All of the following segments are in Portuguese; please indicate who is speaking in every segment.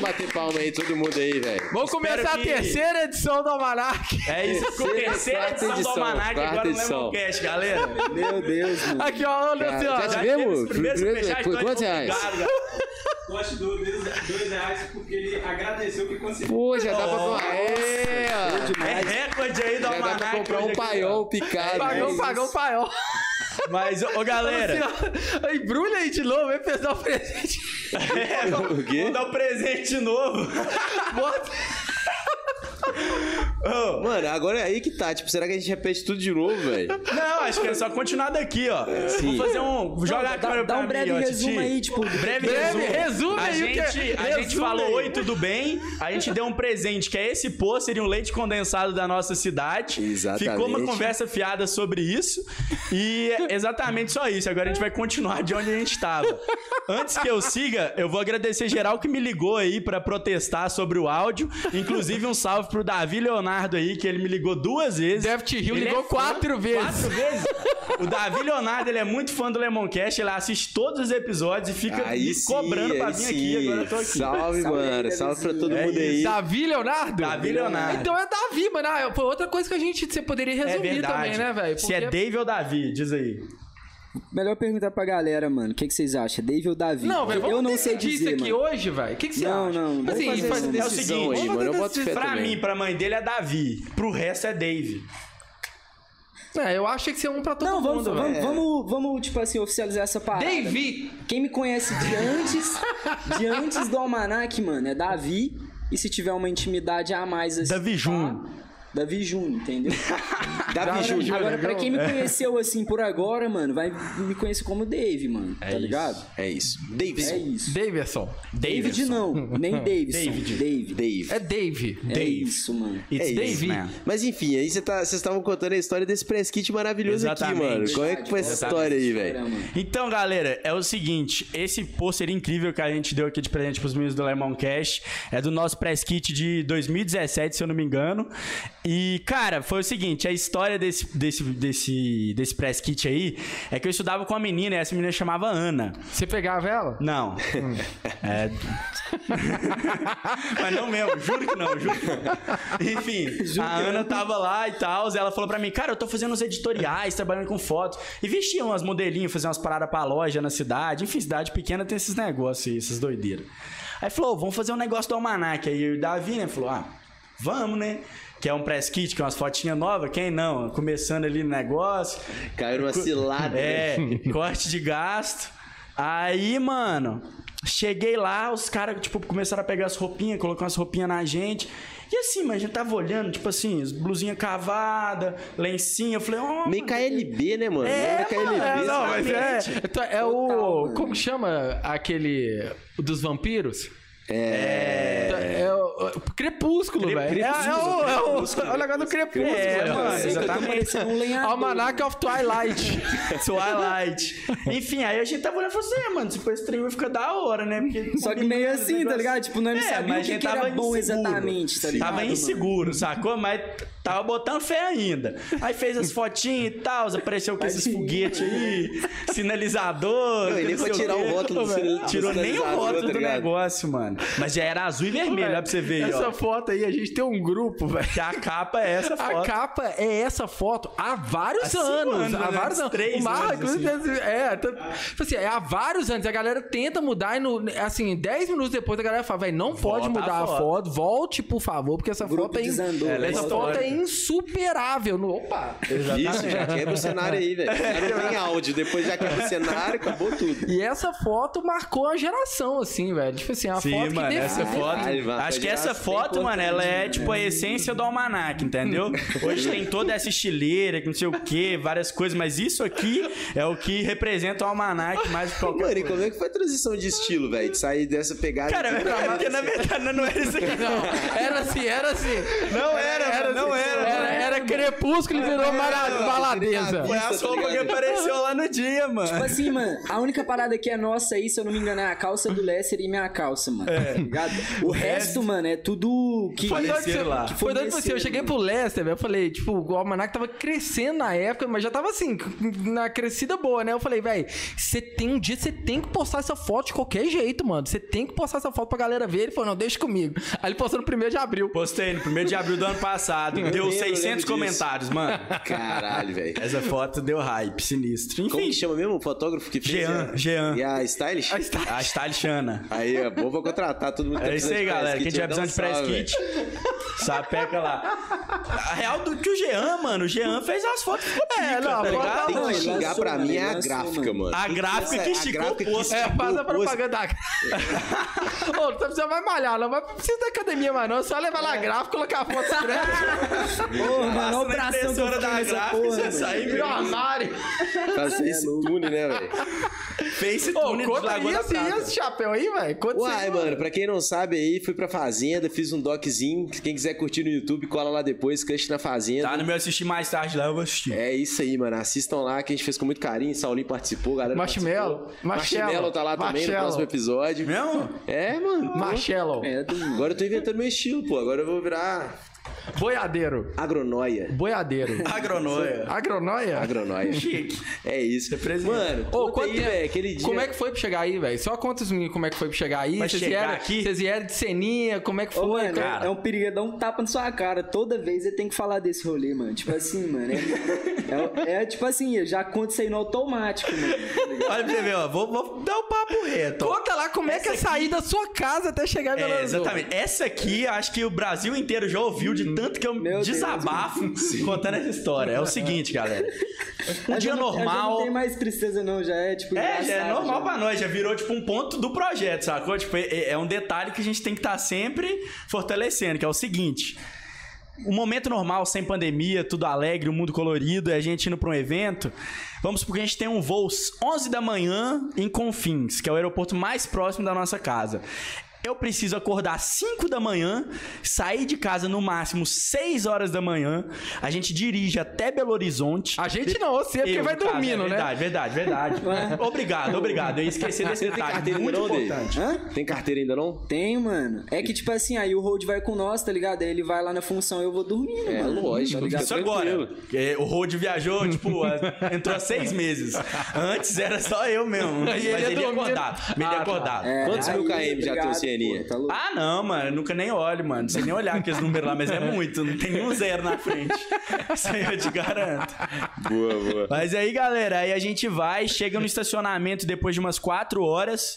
Speaker 1: bater palma aí, todo mundo aí, velho.
Speaker 2: Vamos
Speaker 3: Espero
Speaker 2: começar a
Speaker 3: que-
Speaker 2: terceira edição do Almanac.
Speaker 3: É isso, com a terceira
Speaker 1: Quarta
Speaker 3: edição, do
Speaker 1: edição,
Speaker 3: Almanac,
Speaker 1: quarta
Speaker 3: agora
Speaker 1: edição.
Speaker 3: não lembro o cast, galera.
Speaker 1: Meu Deus, mano.
Speaker 2: Aqui, ó, olha
Speaker 1: Cara,
Speaker 2: assim,
Speaker 1: já
Speaker 2: ó.
Speaker 1: te
Speaker 2: Já-
Speaker 1: vi- Mesmo?
Speaker 3: Teve os primeiros
Speaker 1: Primeiro-
Speaker 3: superchats,
Speaker 1: foi
Speaker 3: então
Speaker 1: quantos
Speaker 3: obrigado,
Speaker 1: reais?
Speaker 3: galera.
Speaker 4: Dois, dois, dois reais porque ele agradeceu que conseguiu.
Speaker 1: Pô, já dá pra
Speaker 3: Nossa,
Speaker 1: comprar. É, ó.
Speaker 3: É recorde aí do
Speaker 1: Já dá
Speaker 3: Almanac.
Speaker 1: pra comprar
Speaker 3: hoje
Speaker 1: um
Speaker 3: aqui, né?
Speaker 1: paiol picado.
Speaker 2: Pagou,
Speaker 1: né?
Speaker 2: pagou, paiol.
Speaker 3: ó. Mas, ô, ô, galera.
Speaker 2: Assim, ó, embrulha aí de novo, vem pesar o presente.
Speaker 3: é,
Speaker 1: O quê?
Speaker 3: Vou dar um presente novo.
Speaker 2: Bota.
Speaker 3: Ô,
Speaker 1: Mano, agora é aí que tá. Tipo, será que a gente repete tudo de novo, velho?
Speaker 3: Não, acho que é só continuar daqui, ó.
Speaker 1: Sim.
Speaker 3: Vou fazer um. Joga a
Speaker 5: dá-
Speaker 3: câmera
Speaker 5: dá
Speaker 3: pra
Speaker 5: um breve
Speaker 3: mim, ó,
Speaker 5: resumo
Speaker 3: Titi.
Speaker 5: aí, tipo, do-
Speaker 3: Breve,
Speaker 2: Breve,
Speaker 3: resumo.
Speaker 2: resume
Speaker 3: a
Speaker 2: aí o que é-
Speaker 3: gente, A gente
Speaker 2: resume
Speaker 3: falou:
Speaker 2: aí.
Speaker 3: Oi, tudo bem? A gente deu um presente que é esse pô, seria um leite condensado da nossa cidade.
Speaker 1: Exatamente.
Speaker 3: Ficou uma conversa fiada sobre isso. E é exatamente só isso. Agora a gente vai continuar de onde a gente estava. Antes que eu siga, eu vou agradecer geral que me ligou aí pra protestar sobre o áudio. Inclusive, um salve pro Davi Leonardo aí, que ele me ligou duas vezes.
Speaker 2: Daft Hill
Speaker 3: Ele
Speaker 2: ligou
Speaker 3: fã.
Speaker 2: quatro vezes.
Speaker 3: Quatro vezes? O Davi Leonardo, ele é muito fã do Lemoncast, ele assiste todos os episódios e fica
Speaker 1: Aí
Speaker 3: me
Speaker 1: sim,
Speaker 3: cobrando pra
Speaker 1: aí
Speaker 3: vir
Speaker 1: sim.
Speaker 3: aqui, agora eu tô aqui.
Speaker 1: Salve, mano. Salve pra todo
Speaker 3: É
Speaker 1: mundo aí.
Speaker 2: Davi Leonardo?
Speaker 3: Davi Leonardo.
Speaker 2: Então é Davi, mano. Ah, foi outra coisa que a gente você poderia
Speaker 3: É
Speaker 2: resumir
Speaker 3: verdade.
Speaker 2: também, né, velho?
Speaker 3: Se é
Speaker 2: Porque-
Speaker 3: Dave ou Davi, diz aí.
Speaker 5: Melhor perguntar pra galera, mano. O que, que vocês acham? Dave ou Davi?
Speaker 2: Não, velho, vamos
Speaker 5: Eu não sei
Speaker 2: decidir
Speaker 5: dizer,
Speaker 2: isso aqui
Speaker 5: mano.
Speaker 2: hoje, velho. O que, que você
Speaker 5: Não,
Speaker 2: acha?
Speaker 5: não, vamos
Speaker 2: Assim,
Speaker 5: fazer
Speaker 2: faz-
Speaker 5: essa
Speaker 2: é o
Speaker 3: decisão
Speaker 2: seguinte,
Speaker 1: aí,
Speaker 2: vamos
Speaker 1: mano,
Speaker 2: fazer
Speaker 1: eu boto
Speaker 2: essa-
Speaker 1: fé. Eu
Speaker 3: pra
Speaker 1: também.
Speaker 3: mim, pra mãe dele é Davi, pro resto é Dave.
Speaker 2: É, eu acho que isso é um pra todo
Speaker 5: Não,
Speaker 2: mundo,
Speaker 5: vamos,
Speaker 2: velho.
Speaker 5: vamos, vamos, vamos, tipo assim, oficializar essa parada.
Speaker 2: Davi.
Speaker 5: Quem me conhece de antes, de antes do Almanac, mano, é Davi. E se tiver uma intimidade a mais assim.
Speaker 3: Davi
Speaker 5: pá,
Speaker 3: Júnior.
Speaker 5: Davi Júnior, entendeu?
Speaker 1: Davi
Speaker 5: Agora,
Speaker 1: Júnior.
Speaker 5: agora pra quem me
Speaker 2: É.
Speaker 5: conheceu assim por agora, mano, vai me conhecer como Dave, mano. tá
Speaker 3: isso.
Speaker 5: ligado?
Speaker 1: É isso. Davis.
Speaker 5: É isso.
Speaker 2: Davidson.
Speaker 1: É
Speaker 5: David
Speaker 3: Davidson.
Speaker 5: não, nem Davidson.
Speaker 3: David.
Speaker 5: Dave.
Speaker 1: Dave.
Speaker 2: É Dave.
Speaker 5: É
Speaker 3: Dave.
Speaker 5: isso, mano.
Speaker 3: It's
Speaker 1: É isso,
Speaker 3: Dave.
Speaker 2: man.
Speaker 1: Mas enfim, aí vocês estavam contando a história desse press kit maravilhoso
Speaker 3: Exatamente.
Speaker 1: aqui, mano. Como é que foi essa
Speaker 3: Exatamente.
Speaker 1: história aí, velho?
Speaker 5: Caramba.
Speaker 3: Então, galera, é o seguinte: esse pôster incrível que a gente deu aqui de presente pros meninos do Lemon Cash é do nosso press kit de 2017, se eu não me engano. E, cara, foi o seguinte: a história desse, desse, desse, desse press kit aí é que eu estudava com uma menina e essa menina chamava Ana.
Speaker 2: Você pegava ela?
Speaker 3: Não. É. Mas não mesmo, juro que não, juro que não. Enfim, a Ana tava lá e tal, ela falou pra mim, cara, eu tô fazendo uns editoriais, trabalhando com fotos. E vestia umas modelinhas, fazia umas paradas pra loja na cidade. Enfim, cidade pequena tem esses negócios aí, essas doideiras. Aí falou, "Ô, vamos fazer um negócio do almanac. Aí eu e o Davi, né, falou, ah, vamos, né? Que é um press kit, que é umas fotinhas novas, quem não? Começando ali no negócio.
Speaker 1: Caiu numa cilada. né?
Speaker 3: É, corte de gasto. Aí, mano, cheguei lá, os caras, tipo, começaram a pegar as roupinhas, colocar umas roupinhas na gente. E assim, mano, a gente tava olhando, tipo assim, as blusinha cavada, lencinho. Eu falei, ó.
Speaker 1: Meio KLB, né, mano?
Speaker 3: É,
Speaker 1: Meio KLB.
Speaker 3: mano,
Speaker 1: sabe?
Speaker 3: não, mas é-
Speaker 2: Então, é
Speaker 5: Total,
Speaker 2: o.
Speaker 5: mano.
Speaker 2: Como que chama aquele. o Dos vampiros? É. o, o crepúsculo, velho. É, é o, é o- é o negócio do crepúsculo.
Speaker 3: É,
Speaker 2: velho.
Speaker 3: mano,
Speaker 5: Sei que eu tô
Speaker 3: exatamente.
Speaker 5: parecendo um lenhador.
Speaker 2: Almanac of Twilight.
Speaker 3: Twilight. Enfim, aí a gente tava olhando e falou assim, é, mano, se for esse trem vai ficar da hora, né? Porque
Speaker 5: Só que
Speaker 3: combina
Speaker 5: meio
Speaker 3: com os
Speaker 5: assim, tá
Speaker 3: negócios.
Speaker 5: ligado? Tipo, nós não
Speaker 3: É,
Speaker 5: sabíamos
Speaker 3: mas a
Speaker 5: o que
Speaker 3: gente
Speaker 5: que era
Speaker 3: tava
Speaker 5: bom
Speaker 3: inseguro.
Speaker 5: exatamente, tá ligado,
Speaker 3: Tava
Speaker 5: mano?
Speaker 3: inseguro, sacou? Mas tava botando fé ainda. Aí fez as fotinhas e tal, apareceu com esses
Speaker 5: Tadinho.
Speaker 3: foguetes aí, sinalizador.
Speaker 1: Não, ele
Speaker 3: não
Speaker 1: foi
Speaker 3: sei
Speaker 1: tirar
Speaker 3: quê.
Speaker 1: o rótulo do
Speaker 3: Ô, velho,
Speaker 1: sinal-
Speaker 3: Tirou
Speaker 1: do
Speaker 3: nem o
Speaker 1: sinalizador,
Speaker 3: rótulo
Speaker 1: tá
Speaker 3: do
Speaker 1: ligado?
Speaker 3: negócio, mano. Mas já era azul e vermelho, olha pra você ver aí,
Speaker 2: Essa
Speaker 3: ó.
Speaker 2: foto aí, a gente tem um grupo, velho.
Speaker 3: Que a capa é essa
Speaker 2: A
Speaker 3: foto.
Speaker 2: capa é essa foto há vários
Speaker 3: Há cinco
Speaker 2: anos.
Speaker 3: anos,
Speaker 2: há
Speaker 3: né?
Speaker 2: vários anos.
Speaker 3: Três
Speaker 2: o Marra,
Speaker 3: anos,
Speaker 2: inclusive, é, tá- tipo assim, é há vários anos. A galera tenta mudar e, no, assim, 10 minutos depois a galera fala, velho, não pode
Speaker 3: Volta a
Speaker 2: mudar a
Speaker 3: foto.
Speaker 2: foto. Volte, por favor, porque essa
Speaker 5: O grupo
Speaker 2: foto é, in-
Speaker 5: desandou,
Speaker 3: ela é
Speaker 2: essa
Speaker 3: histórica.
Speaker 2: foto é insuperável. No, opa!
Speaker 1: Isso, já quebra o cenário aí, velho. Já não tem áudio, depois já quebra o cenário, acabou tudo.
Speaker 2: E essa foto marcou a geração, assim, velho. Tipo assim, é uma
Speaker 3: Sim,
Speaker 2: foto
Speaker 3: mano,
Speaker 2: que
Speaker 3: essa
Speaker 2: define-
Speaker 3: foto.
Speaker 1: Caralho, mano,
Speaker 3: acho que
Speaker 1: tá
Speaker 3: essa
Speaker 1: ligado?
Speaker 3: foto, mano, ela é tipo a essência do almanac, entendeu? Hoje tem toda essa estileira, que não sei o quê, várias coisas, mas isso aqui é o que representa o almanac mais que qualquer
Speaker 1: Mano, e
Speaker 3: coisa.
Speaker 1: como é que foi a transição de estilo, velho? De sair dessa pegada.
Speaker 3: Cara,
Speaker 1: de-
Speaker 3: é porque na verdade não era isso aqui.
Speaker 2: Não, era assim, era assim.
Speaker 3: Não era, mano, não
Speaker 2: assim.
Speaker 3: era,
Speaker 2: Era,
Speaker 3: mano.
Speaker 2: Era crepúsculo e virou mara-
Speaker 1: eu
Speaker 2: baladeza.
Speaker 1: queria
Speaker 3: Foi as
Speaker 1: Isso, tá
Speaker 3: roupas que
Speaker 1: ligado?
Speaker 3: apareceu lá no dia, mano.
Speaker 5: Tipo assim, mano, a única parada que é nossa aí, se eu não me engano, é a calça do Lesser e minha calça, mano. Tá ligado? O resto, mano, é tudo que.
Speaker 2: Foi doido que você,
Speaker 3: Apareceram lá.
Speaker 2: foi doido que você. Eu cheguei pro Lester, velho. Eu falei, tipo, o Almanac tava crescendo na época, mas já tava assim, na crescida boa, né? Eu falei, velho, você tem um dia, você tem que postar essa foto de qualquer jeito, mano. Você tem que postar essa foto pra galera ver. Ele falou, não, deixa comigo. Aí ele postou no 1 de abril.
Speaker 3: Postei no 1 de abril do ano passado.
Speaker 1: lembro,
Speaker 3: deu
Speaker 1: eu
Speaker 3: 600
Speaker 1: lembro
Speaker 3: comentários, mano.
Speaker 1: Caralho, velho.
Speaker 3: Essa foto deu hype, sinistro.
Speaker 1: Como
Speaker 3: Enfim,
Speaker 1: que chama mesmo o fotógrafo que fez?
Speaker 3: Jean,
Speaker 1: a-
Speaker 3: Jean.
Speaker 1: E a Stylish?
Speaker 3: a Stalichana.
Speaker 1: Aí, é bom pra contratar todo mundo. que tá
Speaker 3: É isso aí,
Speaker 1: precisando de press
Speaker 3: galera. Quem
Speaker 1: kit,
Speaker 3: tiver
Speaker 1: vai dar
Speaker 3: precisando de press
Speaker 1: um salve,
Speaker 3: kit, sapeca lá. A real do que o Jean, mano, o Jean fez as fotos. ficou pica,
Speaker 2: não,
Speaker 3: tá
Speaker 2: vou
Speaker 3: ligado?
Speaker 1: velho.
Speaker 5: É, Não,
Speaker 1: Tem que
Speaker 5: ele
Speaker 1: xingar
Speaker 5: lançou,
Speaker 1: pra
Speaker 5: mano,
Speaker 1: mim
Speaker 5: ele
Speaker 1: é a
Speaker 5: lançou,
Speaker 1: gráfica,
Speaker 5: mano.
Speaker 1: mano.
Speaker 3: né? A gráfica que
Speaker 1: a
Speaker 3: esticou o
Speaker 1: gráfica que
Speaker 3: posto.
Speaker 2: É, faz a
Speaker 1: Tipo, pô,
Speaker 2: propaganda. Ô, não precisa mais malhar, não. Não precisa da academia mais, não. É só levar lá gráfico, colocar a foto grande,
Speaker 5: Ô, mano,
Speaker 3: Passa
Speaker 5: olha o
Speaker 3: na
Speaker 5: bração que eu
Speaker 3: impressora
Speaker 5: fiquei
Speaker 3: da
Speaker 5: nessa
Speaker 3: gráfica,
Speaker 5: porra,
Speaker 3: você
Speaker 5: mano.
Speaker 3: sai
Speaker 2: virou armário.
Speaker 3: É.
Speaker 1: Fazer esse tune, né, velho?
Speaker 3: Face
Speaker 2: Ô,
Speaker 3: Tune de
Speaker 2: conta
Speaker 3: Lagoa da
Speaker 2: isso e
Speaker 3: Prata.
Speaker 2: esse chapéu aí, velho. Conta isso aí,
Speaker 1: Uai, mano, pra quem não sabe aí, fui pra Fazenda, fiz um doczinho. Quem quiser curtir no YouTube, cola lá depois, Cante na Fazenda.
Speaker 3: Tá no meu assistir mais tarde lá, eu vou assistir.
Speaker 1: É isso aí, mano. Assistam lá, que a gente fez com muito carinho. Saulinho participou, galera.
Speaker 2: Marshmello,
Speaker 1: participou.
Speaker 2: Marshmello,
Speaker 1: Marshmello tá lá também no
Speaker 2: Marshmello.
Speaker 1: próximo episódio.
Speaker 3: Mesmo?
Speaker 1: É, mano.
Speaker 2: Marcelo,
Speaker 5: É, do
Speaker 1: Agora eu tô inventando meu estilo, pô. Agora eu vou virar
Speaker 2: boiadeiro.
Speaker 1: agronóia.
Speaker 2: Boiadeiro.
Speaker 3: Agronoia.
Speaker 2: Agronóia?
Speaker 1: Agronóia.
Speaker 3: Chique.
Speaker 1: É isso.
Speaker 3: Representa.
Speaker 1: Mano,
Speaker 2: Ô,
Speaker 1: conta
Speaker 2: quanto
Speaker 1: aí,
Speaker 2: tempo-
Speaker 1: velho, aquele dia.
Speaker 2: Como é que foi pra chegar aí, velho? Só conta os meninos como é que foi pra chegar aí.
Speaker 3: Pra
Speaker 2: Vocês
Speaker 3: chegar
Speaker 2: vieram,
Speaker 3: aqui?
Speaker 2: Vocês vieram de ceninha, como é que
Speaker 5: Ô,
Speaker 2: foi?
Speaker 5: mano,
Speaker 2: cara?
Speaker 5: é um perigo, é dar um tapa na sua cara. Toda vez ele tem que falar desse rolê, mano. Tipo assim, mano. É, é- é tipo assim, eu já conto isso aí no automático, mano.
Speaker 3: Olha pra você ver, ó. Vou, vou dar o papo reto. ó.
Speaker 2: Conta lá como é que é sair da sua casa até chegar em Belo
Speaker 3: É,
Speaker 2: Horizonte.
Speaker 3: exatamente. Essa aqui, acho que o Brasil inteiro já ouviu de tanto que eu
Speaker 5: Meu Deus,
Speaker 3: desabafo contando essa história. É o seguinte, galera. Um
Speaker 5: Eu
Speaker 3: dia
Speaker 5: já não- eu já
Speaker 3: normal.
Speaker 5: Não tem mais tristeza, não, já é tipo.
Speaker 3: É, já é
Speaker 5: engraçado,
Speaker 3: normal
Speaker 5: já.
Speaker 3: pra nós, já virou tipo um ponto do projeto, sacou? Tipo, é, é um detalhe que a gente tem que estar sempre fortalecendo, que é o seguinte. O momento normal, sem pandemia, tudo alegre, o mundo colorido, é a gente indo pra um evento. Vamos supor que a gente tem um voo às 11 da manhã em Confins, que é o aeroporto mais próximo da nossa casa. Eu preciso acordar às 5 da manhã, sair de casa no máximo 6 horas da manhã. A gente dirige até Belo Horizonte.
Speaker 2: A gente não, você, porque
Speaker 3: Eu,
Speaker 2: vai
Speaker 3: no caso,
Speaker 2: dormindo,
Speaker 3: é
Speaker 2: né?
Speaker 3: Verdade, verdade, verdade. obrigado, obrigado. Eu esqueci desse
Speaker 1: Você tem
Speaker 3: detalhe.
Speaker 1: carteira ainda
Speaker 3: Muito
Speaker 1: não, Dave?
Speaker 3: importante.
Speaker 5: Hã?
Speaker 1: Tem carteira ainda não?
Speaker 5: Tem, mano. É que, tipo assim, aí o Road vai com nós, tá ligado? Aí ele vai lá na função e eu vou dormindo,
Speaker 1: É,
Speaker 5: mano.
Speaker 1: lógico.
Speaker 5: Tá ligado?
Speaker 1: fica
Speaker 3: Isso agora.
Speaker 1: tranquilo.
Speaker 3: É, o Road viajou, tipo, a- entrou há seis meses. Antes era só eu mesmo. Mas
Speaker 2: E ele ia
Speaker 3: ele ia
Speaker 2: dormir.
Speaker 3: acordar. Ele
Speaker 2: Ah,
Speaker 3: ia
Speaker 2: tá.
Speaker 3: acordar.
Speaker 5: É,
Speaker 1: Quantos
Speaker 5: aí,
Speaker 1: mil KM já tem o
Speaker 5: obrigado,
Speaker 1: Cieninha?
Speaker 5: pô, Tá louco.
Speaker 3: Ah, não, mano. eu Nunca nem olho, mano. Não sei nem olhar aqueles números lá, mas é muito. Não tem nenhum zero na frente. Isso aí eu te garanto.
Speaker 1: Boa, boa.
Speaker 3: Mas aí, galera, aí a gente vai, chega no estacionamento depois de umas quatro horas.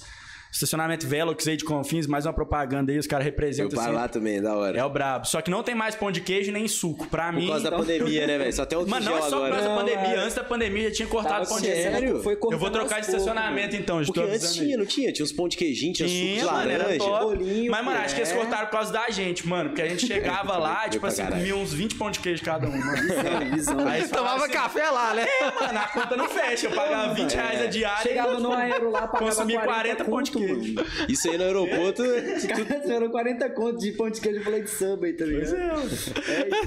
Speaker 3: Estacionamento Velox aí de Confins, mais uma propaganda aí, os caras
Speaker 1: Eu
Speaker 3: representam
Speaker 1: paro
Speaker 3: sempre.
Speaker 1: lá também, da hora.
Speaker 3: É o brabo. Só que não tem mais pão de queijo nem suco. Pra mim.
Speaker 1: Por causa da pandemia, né, velho? Só tem o
Speaker 3: Mano,
Speaker 1: gel
Speaker 3: Então. não é só por
Speaker 1: agora.
Speaker 3: causa da
Speaker 5: Não,
Speaker 3: pandemia.
Speaker 5: é.
Speaker 3: Antes da pandemia já tinha cortado
Speaker 5: Tava
Speaker 3: pão Tá de
Speaker 5: sendo-
Speaker 3: queijo.
Speaker 1: sério?
Speaker 5: é, Foi
Speaker 3: Eu vou
Speaker 5: cortando
Speaker 3: trocar
Speaker 5: aos
Speaker 3: de estacionamento então, já
Speaker 1: Porque
Speaker 3: tô
Speaker 1: antes
Speaker 3: avisando aí.
Speaker 1: tinha, não tinha? Tinha uns pão de queijinho, tinha,
Speaker 3: Tinha,
Speaker 1: suco de
Speaker 3: mano, era
Speaker 1: laranja. né?
Speaker 3: top.
Speaker 5: bolinho,
Speaker 3: Mas, mano, acho que eles
Speaker 5: é.
Speaker 3: cortaram por causa da gente, mano. Porque a gente chegava lá, tipo
Speaker 1: pra
Speaker 3: assim,
Speaker 1: caralho.
Speaker 3: comia uns 20 pão de queijo cada um, mano.
Speaker 5: pouco. Visão, visão.
Speaker 3: Aí eles falavam
Speaker 2: Tomava
Speaker 3: assim,
Speaker 2: café lá, né?
Speaker 3: Mano, a conta não fecha. Eu pagava 20 reais a diária. e-
Speaker 5: é. Chegava no aero lá, pagava
Speaker 3: Consumi
Speaker 5: 40,
Speaker 3: 40 pão de
Speaker 5: conto,
Speaker 3: queijo.
Speaker 5: mano.
Speaker 1: Isso aí no aeroporto.
Speaker 5: Cara, foram 40 conto de pão de queijo, eu falei de samba aí, tá ligado?
Speaker 3: é,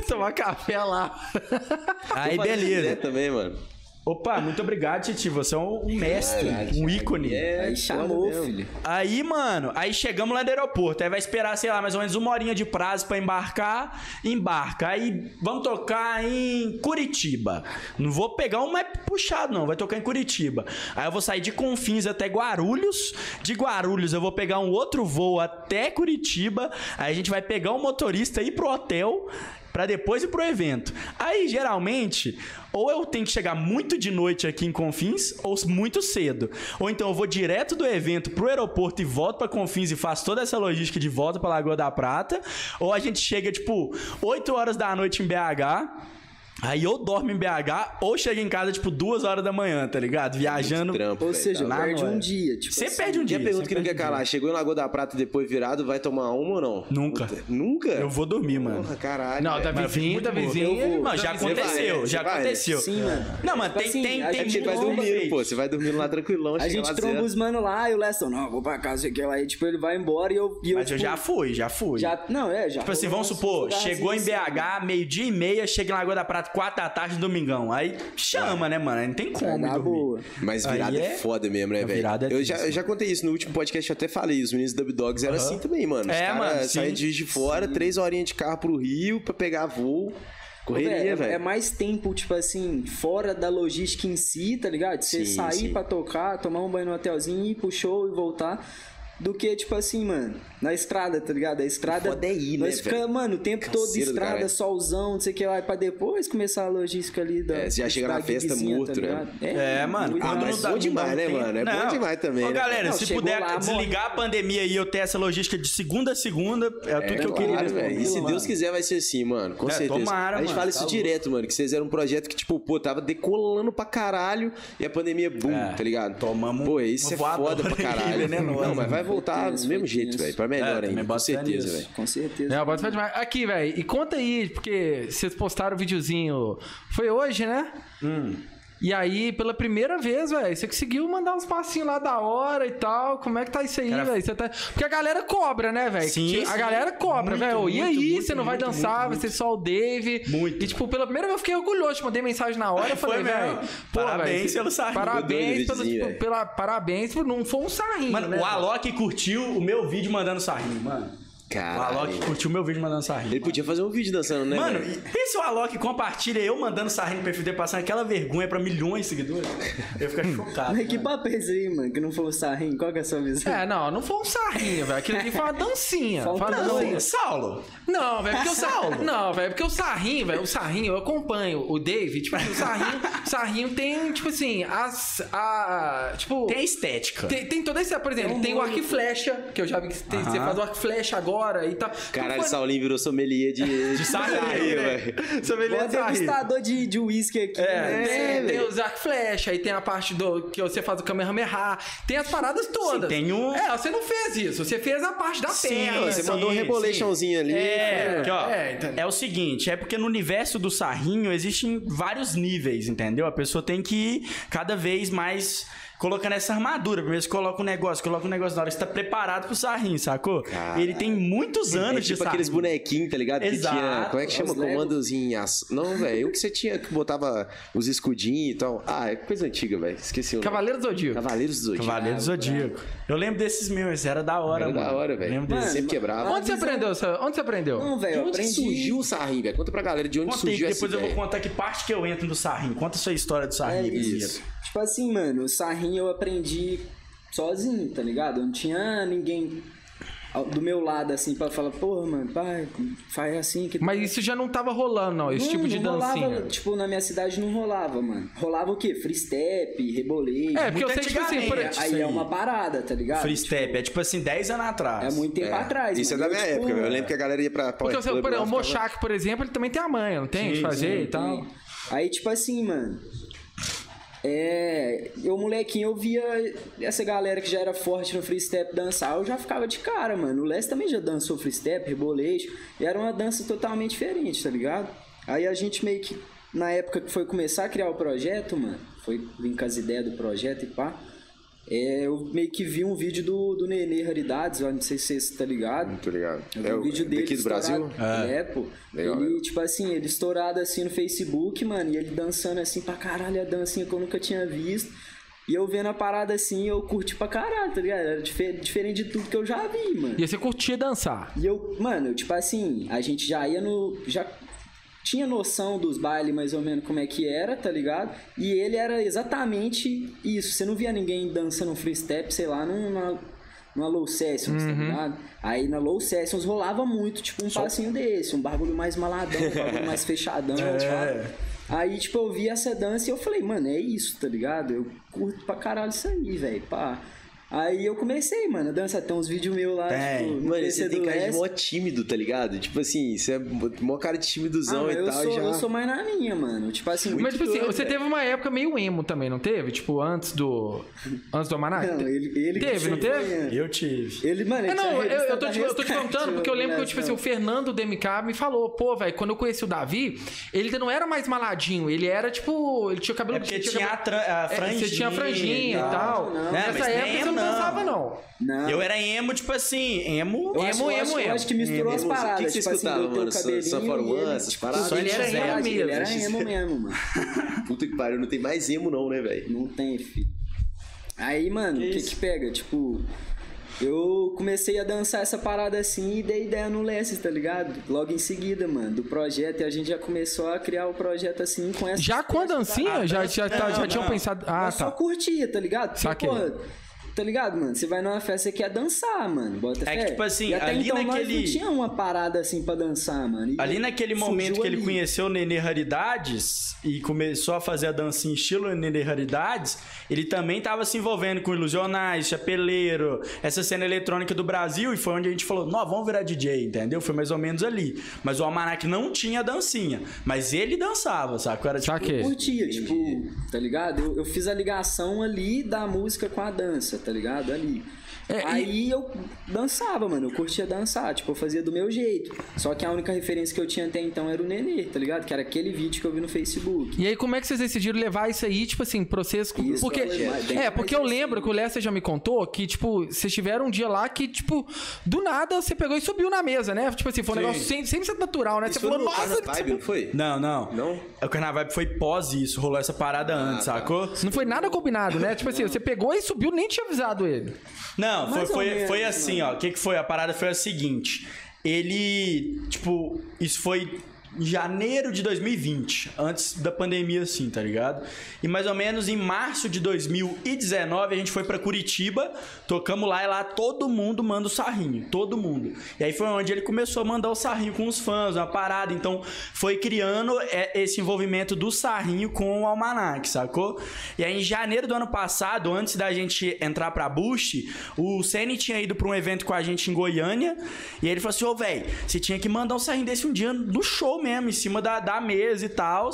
Speaker 2: Tomar café lá.
Speaker 3: Aí,
Speaker 1: né,
Speaker 3: beleza.
Speaker 1: também, mano.
Speaker 3: Opa, muito obrigado, Titi. Você é um um mestre, um ícone.
Speaker 1: É, foda
Speaker 5: Aí chamou,
Speaker 1: mesmo.
Speaker 5: filho.
Speaker 3: Aí, mano, aí chegamos lá do aeroporto. Aí vai esperar, sei lá, mais ou menos uma horinha de prazo pra embarcar. Embarca. Aí vamos tocar em Curitiba. Não vou pegar um map puxado, não. Vai tocar em Curitiba. Aí eu vou sair de Confins até Guarulhos. De Guarulhos eu vou pegar um outro voo até Curitiba. Aí a gente vai pegar um motorista e ir pro hotel. Pra depois ir pro evento. Aí, geralmente, ou eu tenho que chegar muito de noite aqui em Confins, ou muito cedo. Ou então eu vou direto do evento pro aeroporto e volto pra Confins e faço toda essa logística de volta pra Lagoa da Prata. Ou a gente chega, tipo, 8 horas da noite em BH. Aí ou dorme em BH ou chega em casa, tipo, duas horas da manhã, tá ligado? Viajando.
Speaker 1: Trampo,
Speaker 5: Ou
Speaker 1: velho.
Speaker 5: seja,
Speaker 3: tá lá,
Speaker 5: perde
Speaker 3: ué.
Speaker 5: um dia. Tipo,
Speaker 3: Você
Speaker 5: assim,
Speaker 3: perde um
Speaker 1: E
Speaker 3: dia.
Speaker 1: a pergunta
Speaker 3: você
Speaker 1: que não
Speaker 3: perde um
Speaker 1: quer
Speaker 3: dia.
Speaker 1: calar, chegou em Lagoa da Prata depois virado, vai tomar uma ou não?
Speaker 3: Nunca.
Speaker 1: Puta, Nunca?
Speaker 3: Eu vou dormir, mano.
Speaker 1: Porra, caralho.
Speaker 2: Não, da
Speaker 1: velho.
Speaker 3: Mas eu fico
Speaker 2: vizinha,
Speaker 3: muito
Speaker 2: da
Speaker 3: bobo.
Speaker 2: vizinha.
Speaker 5: Eu vou.
Speaker 2: da
Speaker 3: Não, já
Speaker 2: vizinha-
Speaker 1: vai,
Speaker 3: aconteceu,
Speaker 1: né?
Speaker 3: já
Speaker 1: Você vai, né?
Speaker 3: aconteceu.
Speaker 5: Sim, mano.
Speaker 3: Não, mas
Speaker 5: Tipo
Speaker 3: tem, tem,
Speaker 5: assim, a
Speaker 3: tem
Speaker 1: É porque
Speaker 5: gente
Speaker 1: você vai
Speaker 5: tromba,
Speaker 1: dormindo, pô. Você vai dormindo lá tranquilão,
Speaker 5: A
Speaker 3: um
Speaker 1: chega
Speaker 5: gente
Speaker 1: lá
Speaker 5: tromba
Speaker 1: zero.
Speaker 5: os mano lá e o Leston, não, eu vou pra casa, sei o que lá. E tipo, ele vai embora e eu. E eu,
Speaker 3: Mas eu
Speaker 5: tipo,
Speaker 3: já fui, já fui.
Speaker 5: já- Não, é, já.
Speaker 3: Tipo assim,
Speaker 5: rolou
Speaker 3: vamos
Speaker 5: uns
Speaker 3: supor,
Speaker 5: lugarzinhos
Speaker 3: chegou em
Speaker 5: assim,
Speaker 1: né?
Speaker 3: BH, meio-dia e meia, chega em Lagoa da Prata, quatro da tarde, domingão. Aí chama, né, mano? Aí Não
Speaker 1: tá
Speaker 3: tem como.
Speaker 5: É, Na
Speaker 3: dormir.
Speaker 5: boa.
Speaker 1: Mas virada
Speaker 3: Aí
Speaker 1: é...
Speaker 3: é-
Speaker 1: foda mesmo, né,
Speaker 3: A
Speaker 1: velho?
Speaker 3: virada é
Speaker 1: eu, já,
Speaker 3: tenso.
Speaker 1: eu já contei isso no último podcast, eu até falei. Os meninos do Dub Dogs eram assim também, mano. Os
Speaker 3: É,
Speaker 1: caras
Speaker 3: mano, sim.
Speaker 1: saíam de Juiz de fora, três horinhas de carro pro Rio pra pegar voo. Correria,
Speaker 5: Véi, é, é
Speaker 1: velho.
Speaker 5: mais tempo, tipo assim, fora da logística em si, tá ligado? Você
Speaker 1: Sim,
Speaker 5: sair
Speaker 1: sim.
Speaker 5: pra tocar, tomar um banho no hotelzinho, ir pro show e voltar. Do que, tipo assim, mano, na estrada, tá ligado? A estrada.
Speaker 1: Foda é ir, né,
Speaker 5: nós
Speaker 1: véi?
Speaker 5: ficamos, mano, o tempo todo
Speaker 1: Canseira do
Speaker 5: estrada,
Speaker 1: caralho.
Speaker 5: solzão, não sei o que lá, e pra depois começar a logística ali da.
Speaker 1: É, você já chega na
Speaker 5: da
Speaker 1: festa
Speaker 5: vizinha, tá
Speaker 1: morto, né?
Speaker 5: ligado?
Speaker 3: É, mano.
Speaker 5: muito
Speaker 1: Ah,
Speaker 3: quando
Speaker 5: mais.
Speaker 3: não
Speaker 1: mas
Speaker 3: dá-
Speaker 1: bom
Speaker 3: não dá
Speaker 1: demais, né,
Speaker 3: tempo.
Speaker 1: mano? É bom demais também,
Speaker 3: Ô,
Speaker 1: né?
Speaker 3: galera,
Speaker 5: Não,
Speaker 3: se
Speaker 5: chegou
Speaker 3: puder
Speaker 5: lá,
Speaker 3: desligar a pandemia e eu ter essa logística de segunda a segunda, é tudo que eu queria.
Speaker 1: claro,
Speaker 3: responder,
Speaker 1: velho. E se
Speaker 3: mano.
Speaker 1: Deus quiser, vai ser assim, mano. Com
Speaker 3: É,
Speaker 1: certeza.
Speaker 3: tomara,
Speaker 1: a gente
Speaker 3: mano,
Speaker 1: fala
Speaker 3: tá
Speaker 1: isso
Speaker 3: louco.
Speaker 1: direto, mano. Que vocês eram um projeto que, tipo, pô, tava decolando pra caralho e a pandemia, bum,
Speaker 3: É,
Speaker 1: tá ligado?
Speaker 3: tomamos
Speaker 1: Pô, isso
Speaker 3: uma
Speaker 1: é
Speaker 3: voadora
Speaker 1: foda pra
Speaker 3: aí,
Speaker 1: caralho.
Speaker 3: venenosa.
Speaker 1: Não, mas vai voltar
Speaker 5: Foi
Speaker 1: do
Speaker 5: tenso,
Speaker 1: mesmo
Speaker 5: foi
Speaker 1: jeito,
Speaker 5: tenso.
Speaker 1: velho. Pra melhor
Speaker 3: né, É,
Speaker 1: ainda.
Speaker 3: também
Speaker 1: Com
Speaker 3: bota fé
Speaker 1: certeza,
Speaker 3: nisso.
Speaker 1: velho.
Speaker 5: Com certeza.
Speaker 2: Não, bota fé demais. Aqui, velho, e conta aí, porque vocês postaram o videozinho. Foi hoje, né?
Speaker 3: Hum.
Speaker 2: E aí, pela primeira vez, velho, você conseguiu mandar uns passinhos lá da hora e tal. Como é que tá isso aí,
Speaker 3: Cara,
Speaker 2: velho? Você tá... Porque a galera cobra, né, velho?
Speaker 3: Sim,
Speaker 2: Tipo, A
Speaker 3: sim.
Speaker 2: galera cobra,
Speaker 3: Muito,
Speaker 2: velho. E
Speaker 3: muito,
Speaker 2: aí,
Speaker 3: muito,
Speaker 2: você não vai
Speaker 3: muito,
Speaker 2: dançar,
Speaker 3: muito,
Speaker 2: vai ser só o Dave.
Speaker 3: Muito.
Speaker 2: E, tipo, pela primeira vez eu fiquei orgulhoso. Te Mandei mensagem na hora e
Speaker 3: Foi
Speaker 2: falei,
Speaker 3: mesmo.
Speaker 2: velho. pô,
Speaker 3: Parabéns
Speaker 2: velho, você-
Speaker 3: pelo sarrinho.
Speaker 1: Mandou
Speaker 2: Parabéns
Speaker 1: no
Speaker 2: pelo.
Speaker 1: videozinho,
Speaker 2: Tipo,
Speaker 1: velho.
Speaker 2: pela, parabéns, por- não foi um sarrinho.
Speaker 3: Mano,
Speaker 2: né,
Speaker 3: o
Speaker 2: velho?
Speaker 3: Alok curtiu o meu vídeo mandando sarrinho, mano.
Speaker 1: Caralho.
Speaker 3: O Alok curtiu o meu vídeo mandando sarrinho.
Speaker 1: Ele podia fazer um vídeo dançando, né?
Speaker 3: Mano,
Speaker 1: velho?
Speaker 3: e se o Alok compartilha eu mandando sarrinho no perfil dele, passando aquela vergonha pra milhões de seguidores? Eu fico chocado.
Speaker 5: Mas que
Speaker 3: mano.
Speaker 5: papo é esse aí, mano? Que não falou sarrinho? Qual que é a sua visão?
Speaker 2: É, não, não foi um sarrinho, velho. Aquilo ali foi uma dancinha. Foi uma
Speaker 5: Faltou
Speaker 2: dancinha.
Speaker 3: Não, Assim, Saulo,
Speaker 2: Não, velho, porque o Sarrinho. Não, velho, porque o Sarrinho, velho, o Sarrinho, eu acompanho o David, tipo assim, o Sarrinho, o Sarrinho tem, tipo assim, as. A, tipo.
Speaker 3: tem estética.
Speaker 2: Tem, tem todo esse, por exemplo, tem o arco e flecha, que eu já vi que você, tem- você
Speaker 3: Aham.
Speaker 2: faz o arco e flecha agora e tal.
Speaker 1: Caralho,
Speaker 2: Então, foi-
Speaker 1: Saulinho virou sommelier de, de
Speaker 3: sarrinho,
Speaker 1: sarrinho,
Speaker 3: né?
Speaker 1: velho.
Speaker 3: Seu
Speaker 5: Bota degustador um de, de whisky aqui. né?
Speaker 2: tem, tem
Speaker 5: velho.
Speaker 2: os arco e flecha, aí tem a parte do que você faz o Kamehameha, tem as paradas todas.
Speaker 3: Sim, tem um-
Speaker 2: É, você não fez isso, você fez a parte da
Speaker 3: Sim,
Speaker 2: perna.
Speaker 1: Você
Speaker 3: Sim,
Speaker 1: mandou um revolationzinho ali.
Speaker 3: É,
Speaker 2: É,
Speaker 3: porque, ó,
Speaker 2: é, então-
Speaker 3: é o seguinte, é porque no universo do sarrinho existem vários níveis, entendeu? A pessoa tem que ir cada vez mais colocando essa armadura. Primeiro você coloca um negócio, coloca um negócio na hora, você tá preparado pro sarrinho, sacou? Ele tem muitos
Speaker 1: É
Speaker 3: anos de
Speaker 1: tipo
Speaker 3: sarrinho.
Speaker 1: aqueles bonequinhos, tá ligado?
Speaker 3: Exato,
Speaker 1: Que tinha. Como é que chama?
Speaker 5: os Lego.
Speaker 1: Comandos em ação. Não, velho. O que você tinha que botava os escudinhos e tal. Ah, é coisa antiga, velho. Esqueci o nome.
Speaker 2: Cavaleiro do Zodíaco.
Speaker 1: Cavaleiros do Zodíaco.
Speaker 3: Cavaleiro do Zodíaco. Eu lembro desses meus, era da hora,
Speaker 1: Era
Speaker 3: mano.
Speaker 1: da hora, velho.
Speaker 3: Lembro desses.
Speaker 1: Sempre quebrava.
Speaker 2: Onde você aprendeu, Sam? Onde você aprendeu?
Speaker 5: Não, velho,
Speaker 1: de
Speaker 5: eu
Speaker 1: onde que
Speaker 5: aprendi.
Speaker 1: surgiu o Sarrim, velho? Conta pra galera de onde
Speaker 3: Conta aí,
Speaker 1: surgiu
Speaker 3: que
Speaker 1: essa
Speaker 3: depois eu vou
Speaker 1: ideia.
Speaker 3: contar que parte que eu entro do sarrinho. Conta a sua história do
Speaker 5: É
Speaker 3: sarrinho.
Speaker 5: isso. Tipo assim, mano, o sarrinho eu aprendi sozinho, tá ligado? Eu não tinha ninguém ao- do meu lado, assim, pra falar, porra, mano, pai, faz assim que...
Speaker 2: Mas isso já não tava rolando, não, esse
Speaker 5: Não,
Speaker 2: tipo de
Speaker 5: não rolava,
Speaker 2: dancinha.
Speaker 5: tipo, na minha cidade não rolava, mano. Rolava o quê? Free step, reboleio.
Speaker 2: É, porque eu sei
Speaker 3: Muito
Speaker 2: que, tipo assim, por...
Speaker 3: antigamente.
Speaker 5: aí,
Speaker 3: isso aí.
Speaker 5: é uma parada, tá ligado?
Speaker 3: Free step, é tipo assim, 10 anos atrás.
Speaker 5: É muito tempo atrás,
Speaker 1: Isso é
Speaker 5: mano.
Speaker 1: da minha
Speaker 5: Eu, tipo,
Speaker 1: época, velho. Eu lembro que a galera ia pra.
Speaker 2: Porque eu sei, por exemplo, o
Speaker 1: Mochá.
Speaker 2: Mochak, por exemplo, ele também tem a manha, não tem? de
Speaker 3: Sim,
Speaker 2: fazer
Speaker 3: sim,
Speaker 2: e tal.
Speaker 5: Aí, tipo assim, mano. É. Eu, molequinho, eu via essa galera que já era forte no free step dançar, eu já ficava de cara, mano. O Les também já dançou free step, rebolejo. E era uma dança totalmente diferente, tá ligado? Aí a gente meio que. Na época que foi começar a criar o projeto, mano, foi vir com as ideias do projeto e pá. é, eu meio que vi um vídeo do, do Nenê Raridades, eu não sei se você está ligado.
Speaker 1: Muito ligado.
Speaker 5: Eu vi
Speaker 1: É
Speaker 5: um
Speaker 1: o
Speaker 5: vídeo dele
Speaker 1: daqui do
Speaker 5: estourado.
Speaker 1: Brasil?
Speaker 3: É.
Speaker 5: É, pô.
Speaker 1: Legal,
Speaker 5: ele,
Speaker 1: legal.
Speaker 5: tipo assim, ele estourado assim no Facebook, mano, e ele dançando assim pra caralho, a dancinha que eu nunca tinha visto. E eu vendo a parada assim, eu curti pra caralho, tá ligado? Era dife- diferente de tudo que eu já vi, mano.
Speaker 2: E você curtia dançar.
Speaker 5: E eu, mano, eu, tipo assim, a gente já ia no. Já tinha noção dos bailes mais ou menos como é que era, tá ligado? E ele era exatamente isso. Você não via ninguém dançando free step, sei lá, numa, numa low sessions, tá ligado? Aí na low sessions rolava muito, tipo, um passinho desse, um bagulho mais maladão, um bagulho mais fechadão, tipo. Aí, tipo, eu vi essa dança e eu falei, mano, é isso, tá ligado? Eu curto pra caralho isso aí, velho, pá. Aí eu comecei, mano, a dançar. Tem uns vídeos meus lá,
Speaker 3: Tem.
Speaker 5: tipo, no
Speaker 1: Mano,
Speaker 5: PC
Speaker 1: você tem
Speaker 5: do
Speaker 1: cara de
Speaker 5: Leste.
Speaker 1: mó tímido, tá ligado? Tipo assim, você é mó cara de
Speaker 5: Ah,
Speaker 1: tímidozão
Speaker 5: mas
Speaker 1: e
Speaker 5: eu,
Speaker 1: tal.
Speaker 5: sou,
Speaker 1: já...
Speaker 5: eu sou mais na minha, mano. Tipo assim,
Speaker 2: Mas, tipo assim,
Speaker 1: doido,
Speaker 2: você
Speaker 1: velho.
Speaker 2: teve uma época meio emo também, não teve? Tipo, antes do. Antes do Almanac?
Speaker 5: não, ele, ele que
Speaker 2: Teve, não
Speaker 5: tinha-
Speaker 2: teve?
Speaker 3: Eu tive.
Speaker 5: Ele, mano, ele
Speaker 2: É, não,
Speaker 5: tinha né?
Speaker 2: eu,
Speaker 5: revista
Speaker 2: eu, tô
Speaker 5: da
Speaker 2: te, eu tô te
Speaker 5: Restart,
Speaker 2: contando, porque eu lembro que,
Speaker 5: moleque,
Speaker 2: tipo assim,
Speaker 5: não.
Speaker 2: o Fernando do MK me falou, pô, velho, quando eu conheci o Davi, ele ainda não era mais maladinho, ele era, tipo, ele tinha o cabelo...
Speaker 3: É porque
Speaker 2: o
Speaker 3: tinha a,
Speaker 2: cabelo-
Speaker 3: tra- a
Speaker 2: É,
Speaker 3: franjinha. É,
Speaker 2: Você tinha franjinha e tal.
Speaker 5: Não,
Speaker 3: mas
Speaker 2: Nessa
Speaker 3: nem
Speaker 2: época você
Speaker 3: emo,
Speaker 2: não
Speaker 3: não.
Speaker 2: dançava, não.
Speaker 5: Não.
Speaker 3: Eu era emo, tipo assim, emo.
Speaker 5: Eu acho-
Speaker 2: Emo,
Speaker 5: eu acho-
Speaker 2: emo,
Speaker 5: Eu
Speaker 2: emo.
Speaker 5: acho que misturou
Speaker 1: Emo,
Speaker 5: as
Speaker 1: emo. O que
Speaker 5: paradas.
Speaker 1: que você
Speaker 5: tipo assim,
Speaker 1: escutava,
Speaker 5: eu tenho
Speaker 1: mano? Só-
Speaker 5: cabelinho
Speaker 1: só
Speaker 5: e
Speaker 1: Forwan,
Speaker 5: ele-
Speaker 1: essas paradas?
Speaker 2: Só ele era
Speaker 5: Ele
Speaker 2: emo
Speaker 5: Ele era
Speaker 2: mesmo.
Speaker 5: emo mesmo, mano.
Speaker 1: Puta que pariu, não tem mais emo não, né, velho?
Speaker 5: Não tem, filho. Aí, mano, o que, que, pega? Tipo, eu comecei a dançar essa parada assim e dei ideia no Less, tá ligado? Logo em seguida, mano, do projeto. E a gente já começou a criar o projeto assim com essa.
Speaker 2: Já com a dancinha, já, já, tá- já tinham pensado... Ah,
Speaker 5: Mas
Speaker 2: tá.
Speaker 5: só curtia, tá ligado? Porque,
Speaker 2: Saquei.
Speaker 5: porra, tá ligado, mano? Você vai numa festa e quer dançar, mano. Bota
Speaker 3: É
Speaker 5: fé.
Speaker 3: que, tipo assim,
Speaker 5: e até
Speaker 3: ali
Speaker 5: então
Speaker 3: naquele-
Speaker 5: nós não tinha uma parada assim pra dançar, mano. E
Speaker 3: Ali naquele
Speaker 5: surgiu
Speaker 3: momento que ele
Speaker 5: ali.
Speaker 3: conheceu o Nenê Raridades e começou a fazer a dança em estilo Nenê Raridades, ele também tava se envolvendo com Ilusionais, Chapeleiro, essa cena eletrônica do Brasil, e foi onde a gente falou, nós vamos virar DJ, entendeu? Foi mais ou menos ali. Mas o Almanac não tinha dancinha, mas ele dançava, sabe? Era, tipo,
Speaker 2: Saquei.
Speaker 5: Eu curtia, tipo, tá ligado? Eu, eu fiz a ligação ali da música com a dança, tá ligado? Ali.
Speaker 2: É,
Speaker 5: Aí eu dançava, mano. Eu curtia dançar, tipo, eu fazia do meu jeito. Só que a única referência que eu tinha até então era o Nenê, tá ligado? Que era aquele vídeo que eu vi no Facebook.
Speaker 1: Tá
Speaker 2: E aí, como é que vocês decidiram levar isso aí, tipo assim, pra vocês...
Speaker 5: Isso,
Speaker 2: porque,
Speaker 5: eu lembro, bem
Speaker 2: é, porque eu
Speaker 5: mais
Speaker 2: lembro que
Speaker 5: assim.
Speaker 2: o Lester já me contou que, tipo, vocês tiveram um dia lá que, tipo, do nada você pegou e subiu na mesa, né? Tipo assim, foi um
Speaker 3: Sim.
Speaker 2: negócio sem, sem ser natural, né?
Speaker 1: Isso
Speaker 2: você falou,
Speaker 1: foi no
Speaker 2: nossa...
Speaker 1: Carnaval, não foi?
Speaker 3: Não, não.
Speaker 1: Não?
Speaker 3: O Carnaval foi pós isso, rolou essa parada antes, sacou?
Speaker 2: Não foi nada combinado, né? Tipo assim, você pegou e subiu, nem tinha avisado ele.
Speaker 3: Não, foi,
Speaker 5: Mais ou
Speaker 3: foi,
Speaker 5: menos,
Speaker 3: foi assim, ó. O que, que foi? A parada foi a seguinte. Ele, tipo, isso foi em janeiro de 2020, antes da pandemia, assim, tá ligado? E mais ou menos em março de 2019, a gente foi pra Curitiba, tocamos lá e lá todo mundo manda o sarrinho, todo mundo. E aí foi onde ele começou a mandar o sarrinho com os fãs, uma parada. Então foi criando é, esse envolvimento do sarrinho com o almanac, sacou? E aí em janeiro do ano passado, antes da gente entrar pra Bush, o Senni tinha ido pra um evento com a gente em Goiânia. E ele falou assim: Ô, velho, você tinha que mandar um sarrinho desse um dia do show mesmo, em cima da, da mesa e tal.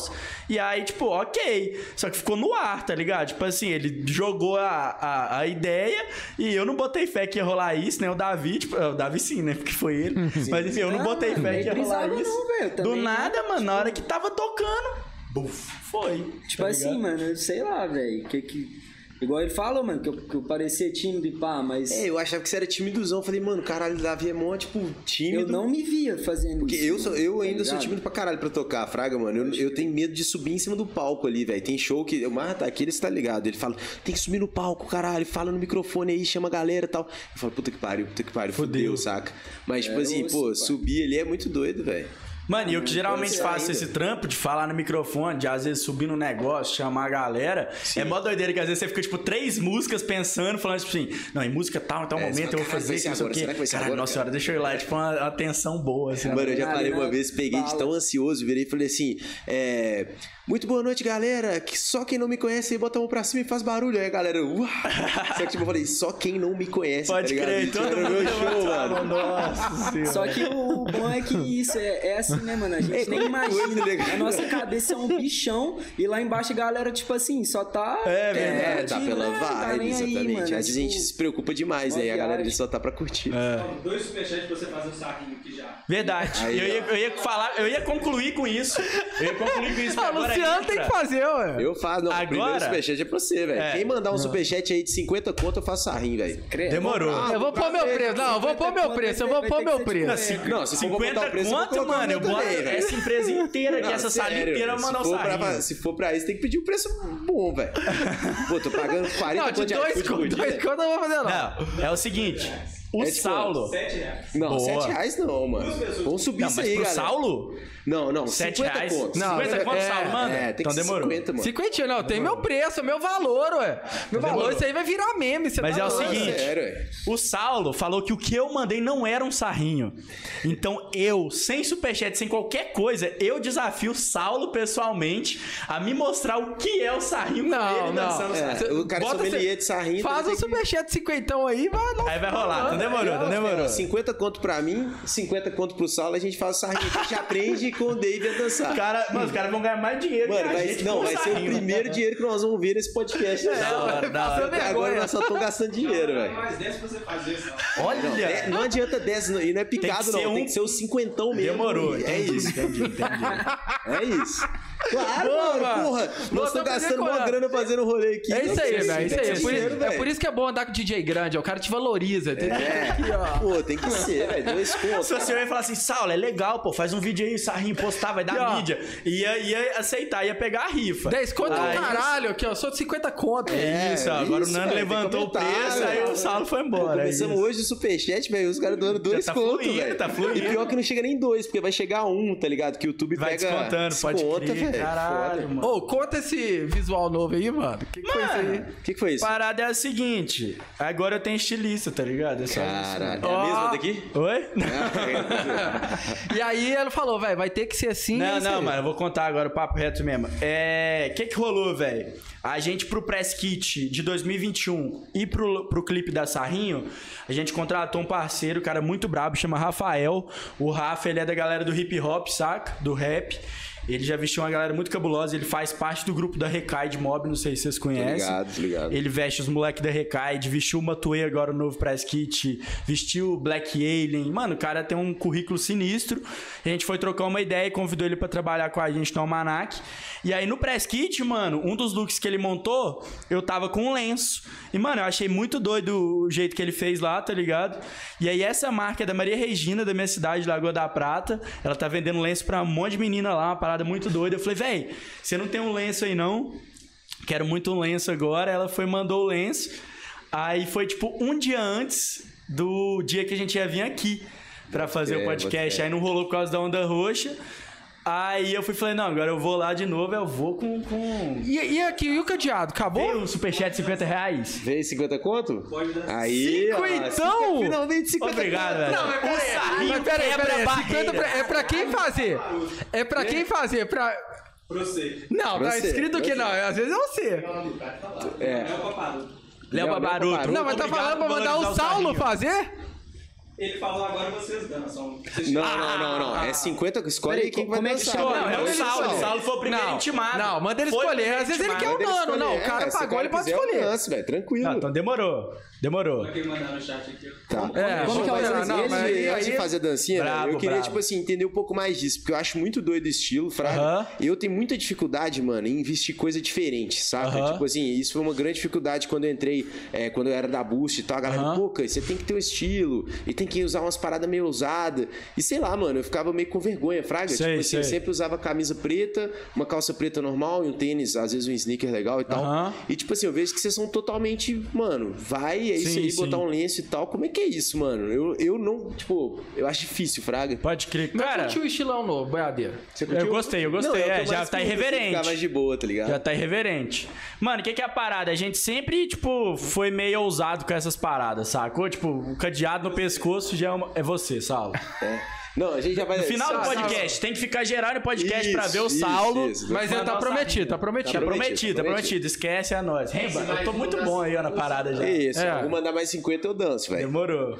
Speaker 3: E aí, tipo, ok. Só que ficou no ar, tá ligado? Tipo assim, ele jogou a, a, a ideia e eu não botei fé que ia rolar isso, né? O Davi, tipo, o Davi sim, né? Porque foi ele. Mas enfim, eu não,
Speaker 5: Não,
Speaker 3: botei
Speaker 5: mano,
Speaker 3: fé que ia
Speaker 5: nem
Speaker 3: rolar
Speaker 5: brisava
Speaker 3: isso.
Speaker 5: não, velho,
Speaker 3: do
Speaker 5: também, né?
Speaker 3: nada, mano, na hora que tava tocando, buf, foi.
Speaker 5: Tipo
Speaker 3: tá
Speaker 5: assim,
Speaker 3: ligado?
Speaker 5: mano, eu sei lá, velho. Que que. Igual ele falou, mano, que eu, que eu parecia tímido e pá, mas.
Speaker 1: É, eu achava que você era timidozão. Falei, mano, caralho, o Davi é mó, tipo, tímido.
Speaker 5: Eu não me via fazendo
Speaker 1: Porque
Speaker 5: isso.
Speaker 1: eu, sou, eu
Speaker 5: tá
Speaker 1: ainda sou
Speaker 5: ligado?
Speaker 1: tímido pra caralho pra tocar, Fraga, mano. Eu, eu tenho medo de subir em cima do palco ali, velho. Tem show que. O Marta, aquele você tá ligado. Ele fala, tem que subir no palco, caralho. Fala no microfone aí, chama a galera e tal. Eu falo, puta que pariu, puta que pariu, fudeu, saca? Mas, tipo assim,
Speaker 5: eu
Speaker 1: pô,
Speaker 5: ouço, pá.
Speaker 1: subir ali é muito doido, velho.
Speaker 3: Mano, e eu que geralmente
Speaker 1: sei
Speaker 3: faço
Speaker 1: ainda.
Speaker 3: esse trampo de falar no microfone, de às vezes subir no negócio, chamar a galera. É mó doideira que às vezes você fica, tipo, três músicas pensando, falando, tipo assim, não, em música tal, em tal
Speaker 1: É, você
Speaker 3: momento
Speaker 1: fala,
Speaker 3: eu vou
Speaker 1: "Caralho,
Speaker 3: fazer
Speaker 1: vai
Speaker 3: isso,
Speaker 1: ser
Speaker 3: não sei o
Speaker 1: agora, será
Speaker 3: quê.
Speaker 1: que vai ser
Speaker 3: Caralho,
Speaker 1: agora,
Speaker 3: nossa
Speaker 1: cara?"
Speaker 3: senhora, deixa eu ir lá. É tipo uma, uma tensão boa, assim.
Speaker 1: Mano, eu já
Speaker 5: Caralho,
Speaker 1: falei uma
Speaker 5: né?
Speaker 1: vez, peguei de tão ansioso, virei e falei assim: é, Muito boa noite, galera. Que só quem não me conhece aí bota a mão pra cima e faz barulho. Aí a galera, uau! Só que tipo, eu falei: Só quem não me conhece,
Speaker 3: Pode
Speaker 1: tá ligado?
Speaker 3: crer,
Speaker 1: Isso
Speaker 3: todo
Speaker 1: era o
Speaker 3: mundo
Speaker 1: meu show,
Speaker 3: levantava a
Speaker 1: mano.
Speaker 3: mão, Nossa senhora.
Speaker 5: Só que o bom é que isso é, é assim, né, mano? A gente nem imagina. A nossa cabeça é um bichão e lá embaixo a galera, tipo assim, só tá.
Speaker 3: É, velho,
Speaker 1: É, tá
Speaker 5: curtindo,
Speaker 1: pela
Speaker 5: né? Não tá
Speaker 1: vibe,
Speaker 5: nem aí,
Speaker 1: exatamente.
Speaker 5: mano. tipo,
Speaker 1: Às vezes a gente se preocupa demais,
Speaker 5: uma
Speaker 1: né? E a galera
Speaker 5: viagem.
Speaker 1: ele só tá pra curtir.
Speaker 3: É.
Speaker 4: Então, dois superchats pra você fazer um sarrinho aqui já.
Speaker 3: Verdade.
Speaker 1: Aí,
Speaker 3: eu, ia, eu ia falar, eu ia concluir com isso. Eu ia concluir com isso.
Speaker 2: Ah,
Speaker 3: porque agora
Speaker 2: Luciano
Speaker 3: entra.
Speaker 2: tem que fazer, ué.
Speaker 1: Eu faço, não,
Speaker 3: Agora-
Speaker 1: o primeiro superchat é pra você, velho.
Speaker 3: É.
Speaker 1: Quem mandar um superchat aí de 50 conto, eu faço sarrinho, velho.
Speaker 5: Credo.
Speaker 3: Demorou.
Speaker 2: Eu vou pôr meu preço, não, eu vou pôr meu preço, eu vou pôr meu preço.
Speaker 3: Assim,
Speaker 1: É. Não, se for pra
Speaker 3: 50
Speaker 1: botar o preço, eu vou
Speaker 3: quanto,
Speaker 1: colocar o
Speaker 3: mano? Eu
Speaker 1: meu
Speaker 3: boto
Speaker 1: também, velho.
Speaker 3: essa empresa inteira aqui,
Speaker 1: Não,
Speaker 3: essa sala
Speaker 1: sério,
Speaker 3: inteira, é
Speaker 1: velho.
Speaker 3: mandar o
Speaker 1: se for,
Speaker 3: sarrinho.
Speaker 1: pra, se for pra isso, tem que pedir um preço bom, velho. Pô, tô pagando 40
Speaker 2: Não, de
Speaker 1: conto
Speaker 2: dois
Speaker 1: iFood
Speaker 2: com
Speaker 1: por dia,
Speaker 2: dois
Speaker 1: velho.
Speaker 2: contos eu não vou fazer, não.
Speaker 3: Não, é o seguinte. O
Speaker 1: É tipo,
Speaker 3: Saulo.
Speaker 4: 7 reais.
Speaker 1: Não,
Speaker 3: Boa.
Speaker 1: 7 reais não, mano. Vamos subir
Speaker 3: Não,
Speaker 1: isso
Speaker 3: mas
Speaker 1: aí,
Speaker 3: pro
Speaker 1: galera.
Speaker 3: Saulo?
Speaker 1: Não, não,
Speaker 3: 7
Speaker 1: 50
Speaker 3: reais?
Speaker 1: conto.
Speaker 3: 50
Speaker 2: Não,
Speaker 3: conto,
Speaker 2: é,
Speaker 3: Saulo, manda?
Speaker 1: É, tem
Speaker 3: então
Speaker 1: que ser
Speaker 3: demorou.
Speaker 1: 50, mano. é
Speaker 2: Cinquentinho, não, tem meu preço, meu valor, ué. Meu valor, isso aí vai virar meme, você
Speaker 3: Mas
Speaker 2: tá
Speaker 3: é o
Speaker 2: doido.
Speaker 3: seguinte,
Speaker 1: Sério, ué.
Speaker 3: O Saulo falou que o que eu mandei não era um sarrinho. Então eu, sem superchat, sem qualquer coisa, eu desafio o Saulo pessoalmente a me mostrar o que é o sarrinho com
Speaker 2: Não,
Speaker 3: ele
Speaker 2: não.
Speaker 3: dançando sarrinho.
Speaker 2: Cê-
Speaker 1: o cara é
Speaker 2: bota
Speaker 1: sommelier
Speaker 2: cê-
Speaker 1: de sarrinho,
Speaker 2: Faz
Speaker 1: tem
Speaker 2: um
Speaker 1: que-
Speaker 2: superchat de cinquentão aí, vai um lá.
Speaker 3: Aí vai rolar, então demorou, então demorou.
Speaker 1: 50 conto pra mim, 50 conto pro Saulo, a gente faz o sarrinho. A gente aprende com o David a dançar.
Speaker 3: O cara, mano, os caras vão ganhar mais dinheiro
Speaker 1: Mano,
Speaker 3: que a
Speaker 1: vai,
Speaker 3: gente
Speaker 1: não,
Speaker 3: com um
Speaker 1: vai ser o
Speaker 3: sarrinho.
Speaker 1: primeiro dinheiro que nós vamos ver nesse podcast. né?
Speaker 3: Da hora, da
Speaker 2: Passando
Speaker 3: hora.
Speaker 1: Até Agora
Speaker 2: vergonha.
Speaker 1: nós só estamos gastando dinheiro,
Speaker 4: Tem
Speaker 1: velho.
Speaker 4: mais 10 pra você fazer, só.
Speaker 1: Não,
Speaker 3: Olha!
Speaker 1: de- não adianta 10 não- e não é picado,
Speaker 3: ser
Speaker 1: não. Tem
Speaker 3: um-
Speaker 1: que ser o cinquentão mesmo.
Speaker 3: Demorou,
Speaker 1: E
Speaker 3: é
Speaker 1: É
Speaker 3: isso.
Speaker 1: isso.
Speaker 3: Entendi, entendi.
Speaker 1: É isso. Claro,
Speaker 2: Boa,
Speaker 1: mano,
Speaker 2: mano.
Speaker 1: porra.
Speaker 2: Boa,
Speaker 1: Nós
Speaker 2: tamo
Speaker 1: estamos gastando uma
Speaker 2: decorando.
Speaker 1: grana fazendo rolê aqui.
Speaker 2: É isso aí,
Speaker 1: Então,
Speaker 2: velho. É isso aí. É por,
Speaker 1: dinheiro,
Speaker 2: isso, é
Speaker 1: velho.
Speaker 2: por isso que é bom andar com DJ grande, ó. O cara te valoriza. entendeu?
Speaker 1: É, pô, tem que ser, velho. Dois
Speaker 3: Se
Speaker 1: contos.
Speaker 3: você vai falar assim, Saulo, é legal, pô, faz um vídeo aí, sarrinho, postar, vai
Speaker 2: E,
Speaker 3: dar
Speaker 2: ó,
Speaker 3: mídia. Ia, ia aceitar, ia pegar a rifa.
Speaker 2: 10 conto é um
Speaker 3: Aí-
Speaker 2: caralho aqui, ó. Sou de 50 conto.
Speaker 3: É isso, agora
Speaker 1: isso,
Speaker 3: o Nando
Speaker 1: velho,
Speaker 3: levantou o
Speaker 1: tem que aumentar,
Speaker 3: preço, aí
Speaker 1: velho.
Speaker 3: o Saulo foi embora. é
Speaker 1: Começamos
Speaker 3: isso.
Speaker 1: hoje o superchat, velho. Os caras doando dois
Speaker 3: tá
Speaker 1: conto,
Speaker 3: fluindo,
Speaker 1: velho.
Speaker 3: tá fluindo.
Speaker 1: E pior que não chega nem dois, porque vai chegar a um, tá ligado? Que o YouTube
Speaker 3: Vai
Speaker 1: pega.
Speaker 3: descontando, pode
Speaker 1: desconta,
Speaker 3: crer.
Speaker 1: velho.
Speaker 3: Caralho,
Speaker 1: Foda.
Speaker 3: mano.
Speaker 2: Ô, conta esse visual novo aí, mano. Que que foi isso aí?
Speaker 1: O que, que foi isso?
Speaker 3: A parada é a seguinte, agora eu tenho estilista, tá ligado? É só isso.
Speaker 1: Caralho. É a mesma
Speaker 2: Ó.
Speaker 1: daqui?
Speaker 3: Oi?
Speaker 2: E aí ele falou, velho, vai ter que ser assim. é
Speaker 3: Não,
Speaker 2: isso
Speaker 3: não,
Speaker 2: aí.
Speaker 3: mano, eu vou contar agora o papo reto mesmo. É. O que, que rolou, velho? A gente, pro press kit de 2021 e pro, pro clipe da Sarrinho, a gente contratou um parceiro, cara muito brabo, chama Rafael. O Rafa, ele é da galera do hip hop, saca? Do rap. Ele já vestiu uma galera muito cabulosa, ele faz parte do grupo da Recai de Mob, não sei se vocês conhecem.
Speaker 1: Ligado, ligado.
Speaker 3: Ele veste os moleques da Recaid, vestiu o Matuê agora, o novo press kit, vestiu o Black Alien. Mano, o cara tem um currículo sinistro. A gente foi trocar uma ideia e convidou ele pra trabalhar com a gente no Almanac. E aí no press kit, mano, um dos looks que ele montou, eu tava com um lenço. E, mano, eu achei muito doido o jeito que ele fez lá, tá ligado? E aí essa marca é da Maria Regina, da minha cidade, Lagoa da Prata. Ela tá vendendo lenço pra um monte de menina lá, uma parada muito doida. Eu falei, véi, você não tem um lenço aí não? quero muito um lenço agora. Ela foi mandou o lenço. Aí foi tipo um dia antes do dia que a gente ia vir aqui pra fazer o
Speaker 1: crer, pode
Speaker 3: podcast.
Speaker 1: crer.
Speaker 3: Aí não rolou por causa da onda roxa. Aí eu fui e falei, não, agora eu vou lá de novo, eu vou com. com...
Speaker 2: E, e aqui, e o cadeado? Acabou?
Speaker 3: Tem um superchat de 50 reais?
Speaker 1: Vem 50 conto?
Speaker 4: Pode dar.
Speaker 1: Aí, ó,
Speaker 2: Cinquentão?
Speaker 1: fica- finalmente 50
Speaker 3: Obrigado,
Speaker 1: conto.
Speaker 3: velho.
Speaker 2: Não, mas peraí,
Speaker 3: O sarrinho
Speaker 2: mas peraí,
Speaker 3: quebra
Speaker 2: peraí,
Speaker 3: a
Speaker 2: 50 pra-
Speaker 3: barreira.
Speaker 2: é pra quem fazer? É pra quem fazer? Pra...
Speaker 4: Pra você.
Speaker 2: Não,
Speaker 1: Pra
Speaker 2: tá
Speaker 1: você,
Speaker 2: escrito
Speaker 1: pra
Speaker 2: que
Speaker 1: você.
Speaker 2: não, às vezes é você.
Speaker 1: É.
Speaker 4: É o paparoto.
Speaker 3: Léo
Speaker 1: Léo
Speaker 3: Babaruto.
Speaker 1: Babaruto.
Speaker 2: Não, mas tá
Speaker 3: Obrigado
Speaker 2: falando pra
Speaker 3: por
Speaker 2: mandar
Speaker 3: valorizar
Speaker 2: o Saulo
Speaker 3: sarrinho.
Speaker 2: fazer?
Speaker 4: Ele falou agora vocês dançam. Vocês
Speaker 1: Não, não, não, não. É 50. Escolhe aí
Speaker 5: Peraí,
Speaker 1: quem vai
Speaker 5: como é que
Speaker 1: dançar.
Speaker 5: chama?
Speaker 1: velho.
Speaker 3: Não, é o
Speaker 1: Manda ele
Speaker 3: Saulo. O
Speaker 1: escolher.
Speaker 3: Saulo foi o primeiro
Speaker 2: Não,
Speaker 3: intimado.
Speaker 2: não, manda ele
Speaker 3: Foi o
Speaker 2: escolher.
Speaker 3: primeiro
Speaker 2: Às vezes ele
Speaker 3: intimado.
Speaker 2: quer um. o
Speaker 1: Manda ele
Speaker 2: Não, não,
Speaker 1: escolher,
Speaker 2: o cara
Speaker 1: velho. Se
Speaker 2: pagou, ele pode
Speaker 1: quiser, eu
Speaker 2: escolher.
Speaker 1: danço, velho. Tranquilo.
Speaker 3: Não, então demorou. Demorou.
Speaker 4: Quem mandar no chat aqui. ó.
Speaker 1: Tá.
Speaker 2: É,
Speaker 5: Como que é o
Speaker 1: Mas
Speaker 5: Não,
Speaker 1: antes,
Speaker 5: não,
Speaker 1: antes
Speaker 5: mas
Speaker 1: de-
Speaker 3: aí-
Speaker 1: antes de fazer a dancinha,
Speaker 3: Bravo,
Speaker 1: velho, eu queria,
Speaker 3: bravo.
Speaker 1: tipo assim, entender um pouco mais disso, porque eu acho muito doido esse estilo, Fraga.
Speaker 3: Aham.
Speaker 1: Eu tenho muita dificuldade, mano, em investir coisa diferente, saca?
Speaker 3: Aham.
Speaker 1: Tipo assim, isso foi uma grande dificuldade quando eu entrei, é, quando eu era da Boost e tal. A galera,
Speaker 3: Aham.
Speaker 1: pô, cara, você tem que ter um estilo e tem que usar umas paradas meio ousadas. E sei lá, mano, eu ficava meio com vergonha, Fraga.
Speaker 3: Sei,
Speaker 1: tipo assim,
Speaker 3: sei.
Speaker 1: eu sempre usava camisa preta, uma calça preta normal e um tênis, às vezes um sneaker legal e tal.
Speaker 3: Aham.
Speaker 1: E tipo assim, eu vejo que vocês são totalmente, mano, vai, é isso
Speaker 3: Sim,
Speaker 1: aí,
Speaker 3: sim.
Speaker 1: botar um lenço e tal. Como é que é isso, mano? Eu, eu não, tipo, eu acho difícil, Fraga.
Speaker 3: Pode crer.
Speaker 2: Mas
Speaker 3: Cara,
Speaker 2: curtiu o estilão novo, boiadeiro.
Speaker 1: Você
Speaker 3: eu gostei, eu gostei.
Speaker 1: o que
Speaker 3: é,
Speaker 1: eu
Speaker 3: já
Speaker 1: mais
Speaker 3: tá
Speaker 1: curto, assim,
Speaker 3: irreverente.
Speaker 1: Ficar mais de boa, tá ligado?
Speaker 3: Já tá irreverente. Mano, o que, que é a parada? A gente sempre, tipo, foi meio ousado com essas paradas, sacou? Tipo, o cadeado no pescoço já é, uma- é você, Saulo.
Speaker 1: É. Não, a gente já vai.
Speaker 3: No final do
Speaker 1: Sa- sa-
Speaker 3: podcast, tem que ficar gerando o podcast pra
Speaker 1: Isso,
Speaker 3: ver o
Speaker 1: É, isso,
Speaker 3: Saulo.
Speaker 1: isso.
Speaker 2: Mas ele tá
Speaker 3: Mandar o
Speaker 2: prometido, tá prometido.
Speaker 3: sarrinho. Tá prometido, tá
Speaker 1: prometido.
Speaker 3: prometido. um Esquece a nós. Remba, eu tô muito bom aí ó, na parada já.
Speaker 1: É Isso,
Speaker 2: É.
Speaker 1: eu vou mandar mais 50, eu danço, velho.
Speaker 3: Demorou.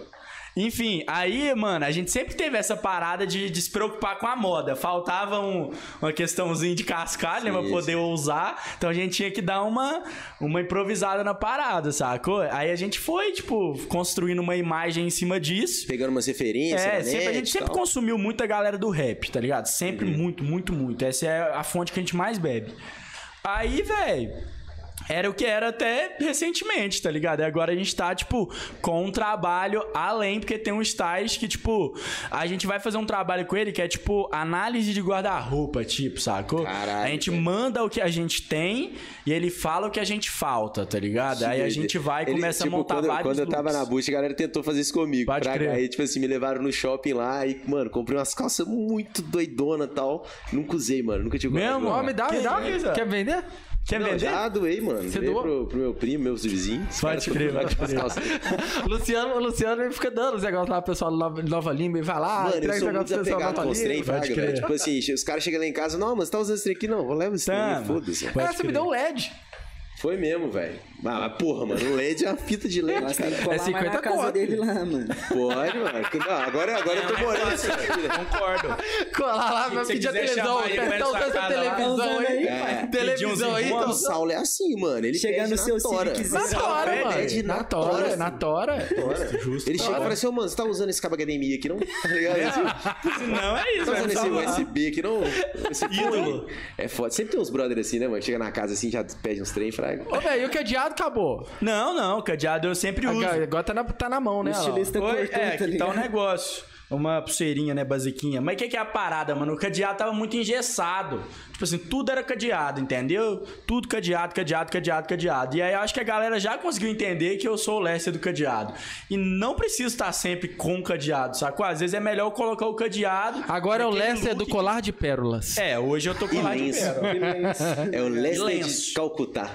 Speaker 3: Enfim, aí, mano, a gente sempre teve essa parada de, de se preocupar com a moda. Faltava um- uma questãozinha de cascalho, né? Pra
Speaker 1: Sim,
Speaker 3: poder ousar. Então a gente tinha que dar uma, uma improvisada na parada, sacou? Aí a gente foi, tipo, construindo uma imagem em cima disso.
Speaker 1: Pegando umas referências.
Speaker 3: É,
Speaker 1: na
Speaker 3: sempre, a
Speaker 1: net
Speaker 3: gente
Speaker 1: e
Speaker 3: sempre
Speaker 1: tal.
Speaker 3: consumiu muito a galera do rap, tá ligado?
Speaker 1: Uhum.
Speaker 3: Sempre muito, muito, muito. Essa é a fonte que a gente mais bebe. Aí, velho, era o que era até recentemente, tá ligado? E agora a gente tá, tipo, com um trabalho além, porque tem uns tais que, tipo, a gente vai fazer um trabalho com ele que é, tipo, análise de guarda-roupa, tipo, sacou?
Speaker 1: Caralho,
Speaker 3: a gente
Speaker 1: velho.
Speaker 3: manda o que a gente tem e ele fala o que a gente falta, tá ligado? Aí a gente vai e
Speaker 1: Ele-
Speaker 3: começa
Speaker 1: tipo,
Speaker 3: a montar
Speaker 1: quando,
Speaker 3: vários
Speaker 1: Quando eu tava
Speaker 3: looks.
Speaker 1: na Boost, a galera tentou fazer isso comigo.
Speaker 3: Pode
Speaker 1: Pra-
Speaker 3: crer.
Speaker 1: Aí, tipo assim, me levaram no shopping lá e, mano, comprei umas calças muito doidona e tal. Nunca usei, mano. Nunca tive coragem de
Speaker 3: Mesmo?
Speaker 1: usar.
Speaker 2: Ó, me dá,
Speaker 3: Que
Speaker 2: me dá.
Speaker 3: isso?
Speaker 2: Quer vender?
Speaker 3: Quer
Speaker 1: Não,
Speaker 3: vender?
Speaker 1: já doei, mano.
Speaker 2: Você
Speaker 1: Doei
Speaker 2: doou?
Speaker 1: pro, pro meu primo, meus vizinhos. Os
Speaker 3: Pode
Speaker 1: caras
Speaker 3: crer,
Speaker 1: tão-
Speaker 3: pode crer.
Speaker 1: Calça.
Speaker 2: Luciano, o Luciano ele fica dando os negócios lá pro pessoal do Nova- Nova Lima e vai lá,
Speaker 1: Mano, eu
Speaker 2: Ah, entrega os
Speaker 1: sou muito
Speaker 2: negócios pro pessoal do
Speaker 1: desapegado com
Speaker 2: Nova
Speaker 1: os
Speaker 2: Lima.
Speaker 1: trem, fraga,
Speaker 3: pode crer.
Speaker 1: velho. Tipo assim, os caras chegam lá em casa, não, mas tá usando esse trem aqui? Não, eu levo esse trem,
Speaker 3: Tá, mano.
Speaker 1: foda-se.
Speaker 3: Pode
Speaker 2: É, você me
Speaker 3: crer.
Speaker 2: deu um LED.
Speaker 1: Foi mesmo, velho. Ah, mas porra, mano, o LED é uma fita de LED,
Speaker 5: Nós
Speaker 1: cara.
Speaker 5: temos que colar mais
Speaker 2: 50
Speaker 5: na casa
Speaker 2: conto.
Speaker 5: dele lá, mano.
Speaker 1: Pode, mano. Não, agora, agora eu tô morando assim.
Speaker 3: Concordo.
Speaker 2: Colar lá, vai
Speaker 3: você
Speaker 2: pedir a
Speaker 3: quiser
Speaker 2: televisão.
Speaker 3: chamar ele, vai
Speaker 2: Tá
Speaker 3: na
Speaker 2: usando
Speaker 3: sua
Speaker 2: essa
Speaker 3: casa lá.
Speaker 2: televisão
Speaker 5: Tá
Speaker 2: aí,
Speaker 5: usando aí,
Speaker 2: pai.
Speaker 1: pai.
Speaker 2: Televisão aí,
Speaker 1: Mano, o
Speaker 2: tá
Speaker 1: Saulo é assim, mano. Ele
Speaker 5: Chega
Speaker 1: pede
Speaker 5: no
Speaker 1: na
Speaker 5: seu
Speaker 1: tora.
Speaker 5: Civic
Speaker 2: Na
Speaker 5: Zero.
Speaker 2: tora, mano.
Speaker 1: LED na
Speaker 2: na
Speaker 1: tora,
Speaker 2: tora, na tora.
Speaker 1: Ele chega e fala assim, ô mano, você tá usando esse cabo HDMI aqui, não? Tá ligado? Assim,
Speaker 3: Não é isso,
Speaker 1: tá usando esse
Speaker 3: velho.
Speaker 1: USB aqui, não?
Speaker 3: Tipo,
Speaker 1: Esse fone?"
Speaker 3: Ídolo.
Speaker 1: É foda. Sempre tem uns brothers assim, né, mano? Chega na casa assim, já pede uns trem, fraga.
Speaker 2: Ô, velho, e o cadeado acabou.
Speaker 3: Não, não, cadeado eu sempre uso.
Speaker 2: Agora agora tá na, tá na mão,
Speaker 5: O
Speaker 2: né? lá, ó.
Speaker 5: estilista
Speaker 3: Oi,
Speaker 5: cortou,
Speaker 3: é,
Speaker 5: tá
Speaker 3: que tá um
Speaker 5: ligado?
Speaker 3: negócio. Uma pulseirinha, né, basiquinha. Mas o que, que é a parada, mano? O cadeado tava muito engessado. Tipo assim, tudo era cadeado, entendeu? Tudo cadeado, cadeado, cadeado, cadeado. E aí eu acho que a galera já conseguiu entender que eu sou o Lester do cadeado. E não preciso estar sempre com cadeado, sacou? Às vezes é melhor eu colocar o cadeado.
Speaker 2: Agora é o
Speaker 3: naquele
Speaker 2: Lester do
Speaker 3: look-
Speaker 2: colar de pérolas.
Speaker 3: É, hoje eu tô com
Speaker 1: E
Speaker 3: lá de
Speaker 1: lenço.
Speaker 3: pérola.
Speaker 1: É o Lester de
Speaker 3: Lenço.
Speaker 1: Calcutá.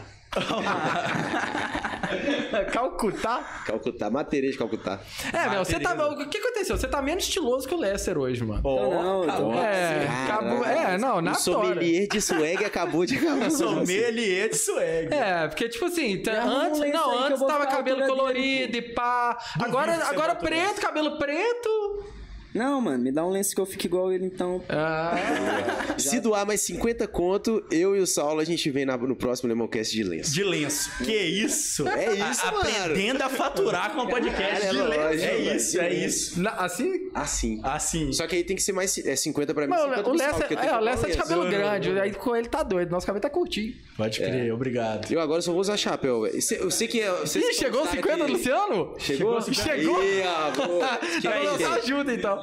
Speaker 2: Calcutá.
Speaker 1: Calcutá, Materê de Calcutá.
Speaker 2: É, velho, você tá.
Speaker 3: beleza.
Speaker 2: O que aconteceu? Você tá menos estiloso que o Lester hoje, mano.
Speaker 5: Então não, então-
Speaker 2: É, acabou. É, não, na tora.
Speaker 1: O sommelier de swag acabou de um acabar.
Speaker 3: Sommelier de swag.
Speaker 2: É, porque, tipo assim, tá-
Speaker 5: arruma um
Speaker 2: antes,
Speaker 5: lenço aí
Speaker 2: não,
Speaker 5: que eu
Speaker 2: antes
Speaker 5: vou
Speaker 2: tava
Speaker 5: ficar à
Speaker 2: cabelo
Speaker 5: altura
Speaker 2: colorido e pá. Agora,
Speaker 3: que você
Speaker 2: agora
Speaker 3: bota o
Speaker 2: preto, cabelo preto.
Speaker 5: Não, mano, me dá um lenço que eu fique igual ele, então.
Speaker 3: É.
Speaker 2: Ah,
Speaker 1: Se doar mais 50 conto, eu e o Saulo, a gente vem na- no próximo Lemoncast de lenço.
Speaker 3: De lenço. Que isso?
Speaker 1: É isso,
Speaker 3: A-
Speaker 1: mano.
Speaker 3: Aprendendo a faturar com o podcast
Speaker 1: Caralho,
Speaker 3: de
Speaker 1: é
Speaker 3: lenço.
Speaker 1: lógico,
Speaker 3: É
Speaker 1: velho.
Speaker 3: isso, é isso.
Speaker 2: na- assim?
Speaker 1: Assim.
Speaker 3: Assim.
Speaker 1: Só que aí tem que ser mais é 50 pra mim.
Speaker 2: Mano,
Speaker 1: 50
Speaker 2: o
Speaker 1: pro Saulo,
Speaker 2: Lessa
Speaker 1: porque eu tenho
Speaker 2: é,
Speaker 1: que
Speaker 2: o
Speaker 1: comprar
Speaker 2: Lessa é de
Speaker 1: lenço.
Speaker 2: cabelo grande, aí com ele tá doido, nosso cabelo tá curtinho.
Speaker 3: Pode crer,
Speaker 1: É.
Speaker 3: obrigado.
Speaker 1: Eu agora só vou usar chapéu, velho. Cê- Eu sei que é. vocês
Speaker 2: Ih,
Speaker 1: são
Speaker 2: chegou
Speaker 1: os
Speaker 2: os
Speaker 1: cara
Speaker 2: 50,
Speaker 1: que-
Speaker 2: Luciano?
Speaker 1: Chegou?
Speaker 2: Chegou?
Speaker 1: Ih, amor. Que
Speaker 2: Tá
Speaker 1: aí,
Speaker 2: dando
Speaker 1: gente?
Speaker 2: ajuda, então.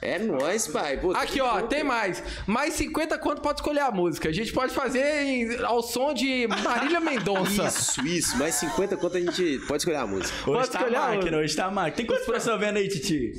Speaker 1: É nóis, pai. Pô,
Speaker 2: Aqui, ó, tem mais. Mais 50 quanto pode escolher a música. A gente pode fazer em- ao som de Marília Mendonça.
Speaker 1: Isso, isso. Mais 50 conto a gente pode escolher a música.
Speaker 3: Hoje
Speaker 2: Pode
Speaker 3: tá
Speaker 2: escolher a
Speaker 3: máquina,
Speaker 2: outra.
Speaker 3: hoje tá máquina. Tem quantas pessoas vendo aí, Titi?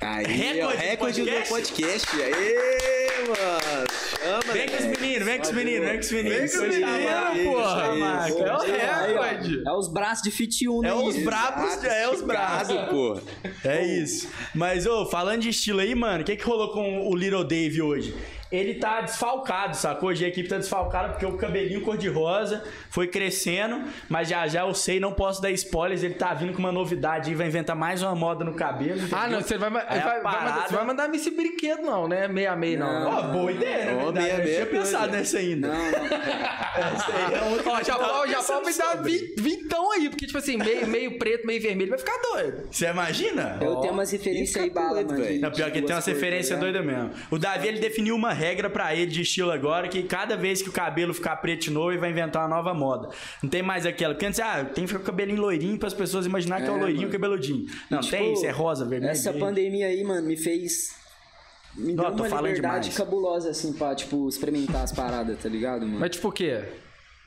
Speaker 1: Aí,
Speaker 3: Recorde
Speaker 1: ó,
Speaker 3: do
Speaker 1: recorde do meu podcast. Aê, mano. Chama,
Speaker 3: Vem com os
Speaker 1: né?
Speaker 3: meninos, vem com os meninos, vem com os meninos.
Speaker 1: Vem com os
Speaker 3: Hoje tá
Speaker 1: meninos,
Speaker 3: máquina,
Speaker 1: pô.
Speaker 3: hoje tá
Speaker 1: Isso,
Speaker 3: máquina. É o
Speaker 1: isso.
Speaker 5: Aí, ó,
Speaker 3: recorde.
Speaker 5: É os braços de fit 1,
Speaker 3: É os brabos,
Speaker 1: Brabo,
Speaker 3: é os brabos.
Speaker 1: esticado, pô.
Speaker 3: É isso. Mas, ô, falando de estilo aí, mano, o que, que rolou com o Little Dave hoje? Ele tá desfalcado, sacou? Hoje a equipe tá desfalcada porque o cabelinho cor-de-rosa foi crescendo, mas já já eu sei, não posso dar spoilers, ele tá vindo com uma novidade e vai inventar mais uma moda no cabelo.
Speaker 2: Ah, não, você vai, ma-
Speaker 3: Aí É a
Speaker 2: vai, vai mandar-
Speaker 3: parada-
Speaker 2: você vai mandar esse brinquedo, não, né? Meia meia, não.
Speaker 3: Ó, boa ideia, né?
Speaker 1: Ó,
Speaker 3: verdade?
Speaker 1: meia,
Speaker 3: eu
Speaker 1: meia
Speaker 3: tinha
Speaker 1: coisa.
Speaker 3: pensado nessa ainda.
Speaker 5: Não, não.
Speaker 3: Essa aí é outra é
Speaker 2: Ó,
Speaker 3: que eu
Speaker 2: já
Speaker 3: tava
Speaker 2: pode, já
Speaker 3: pensando
Speaker 2: pode me dar
Speaker 3: sobre.
Speaker 2: vi- vintão aí, porque, tipo assim, meio, meio preto, meio vermelho, vai ficar doido.
Speaker 3: Você imagina?
Speaker 5: Eu tenho umas
Speaker 1: Isso
Speaker 5: referências
Speaker 1: é
Speaker 5: aí, bala,
Speaker 1: doido,
Speaker 5: mano.
Speaker 1: velho.
Speaker 5: de-
Speaker 3: Não, pior que
Speaker 5: de
Speaker 3: tem
Speaker 5: duas
Speaker 3: umas
Speaker 5: coisas,
Speaker 3: referências
Speaker 5: tá ligado?
Speaker 3: doidas mesmo. O Davi, ele definiu uma regra pra ele de estilo agora, que cada vez que o cabelo ficar preto de novo, ele vai inventar uma nova moda. Não tem mais aquela. Porque antes, ah, tem que ficar com o cabelinho loirinho para as pessoas imaginar que é o
Speaker 5: É,
Speaker 3: loirinho
Speaker 5: mano.
Speaker 3: cabeludinho. Não,
Speaker 5: Tipo,
Speaker 3: tem, isso é rosa, vermelho.
Speaker 5: Essa
Speaker 3: verde.
Speaker 5: pandemia aí, mano, me fez. Me
Speaker 3: Não,
Speaker 5: deu
Speaker 3: eu tô
Speaker 5: uma
Speaker 3: falando
Speaker 5: liberdade
Speaker 3: demais.
Speaker 5: cabulosa, assim, pra, tipo, experimentar as paradas, tá ligado, mano?
Speaker 2: Mas, tipo, o quê?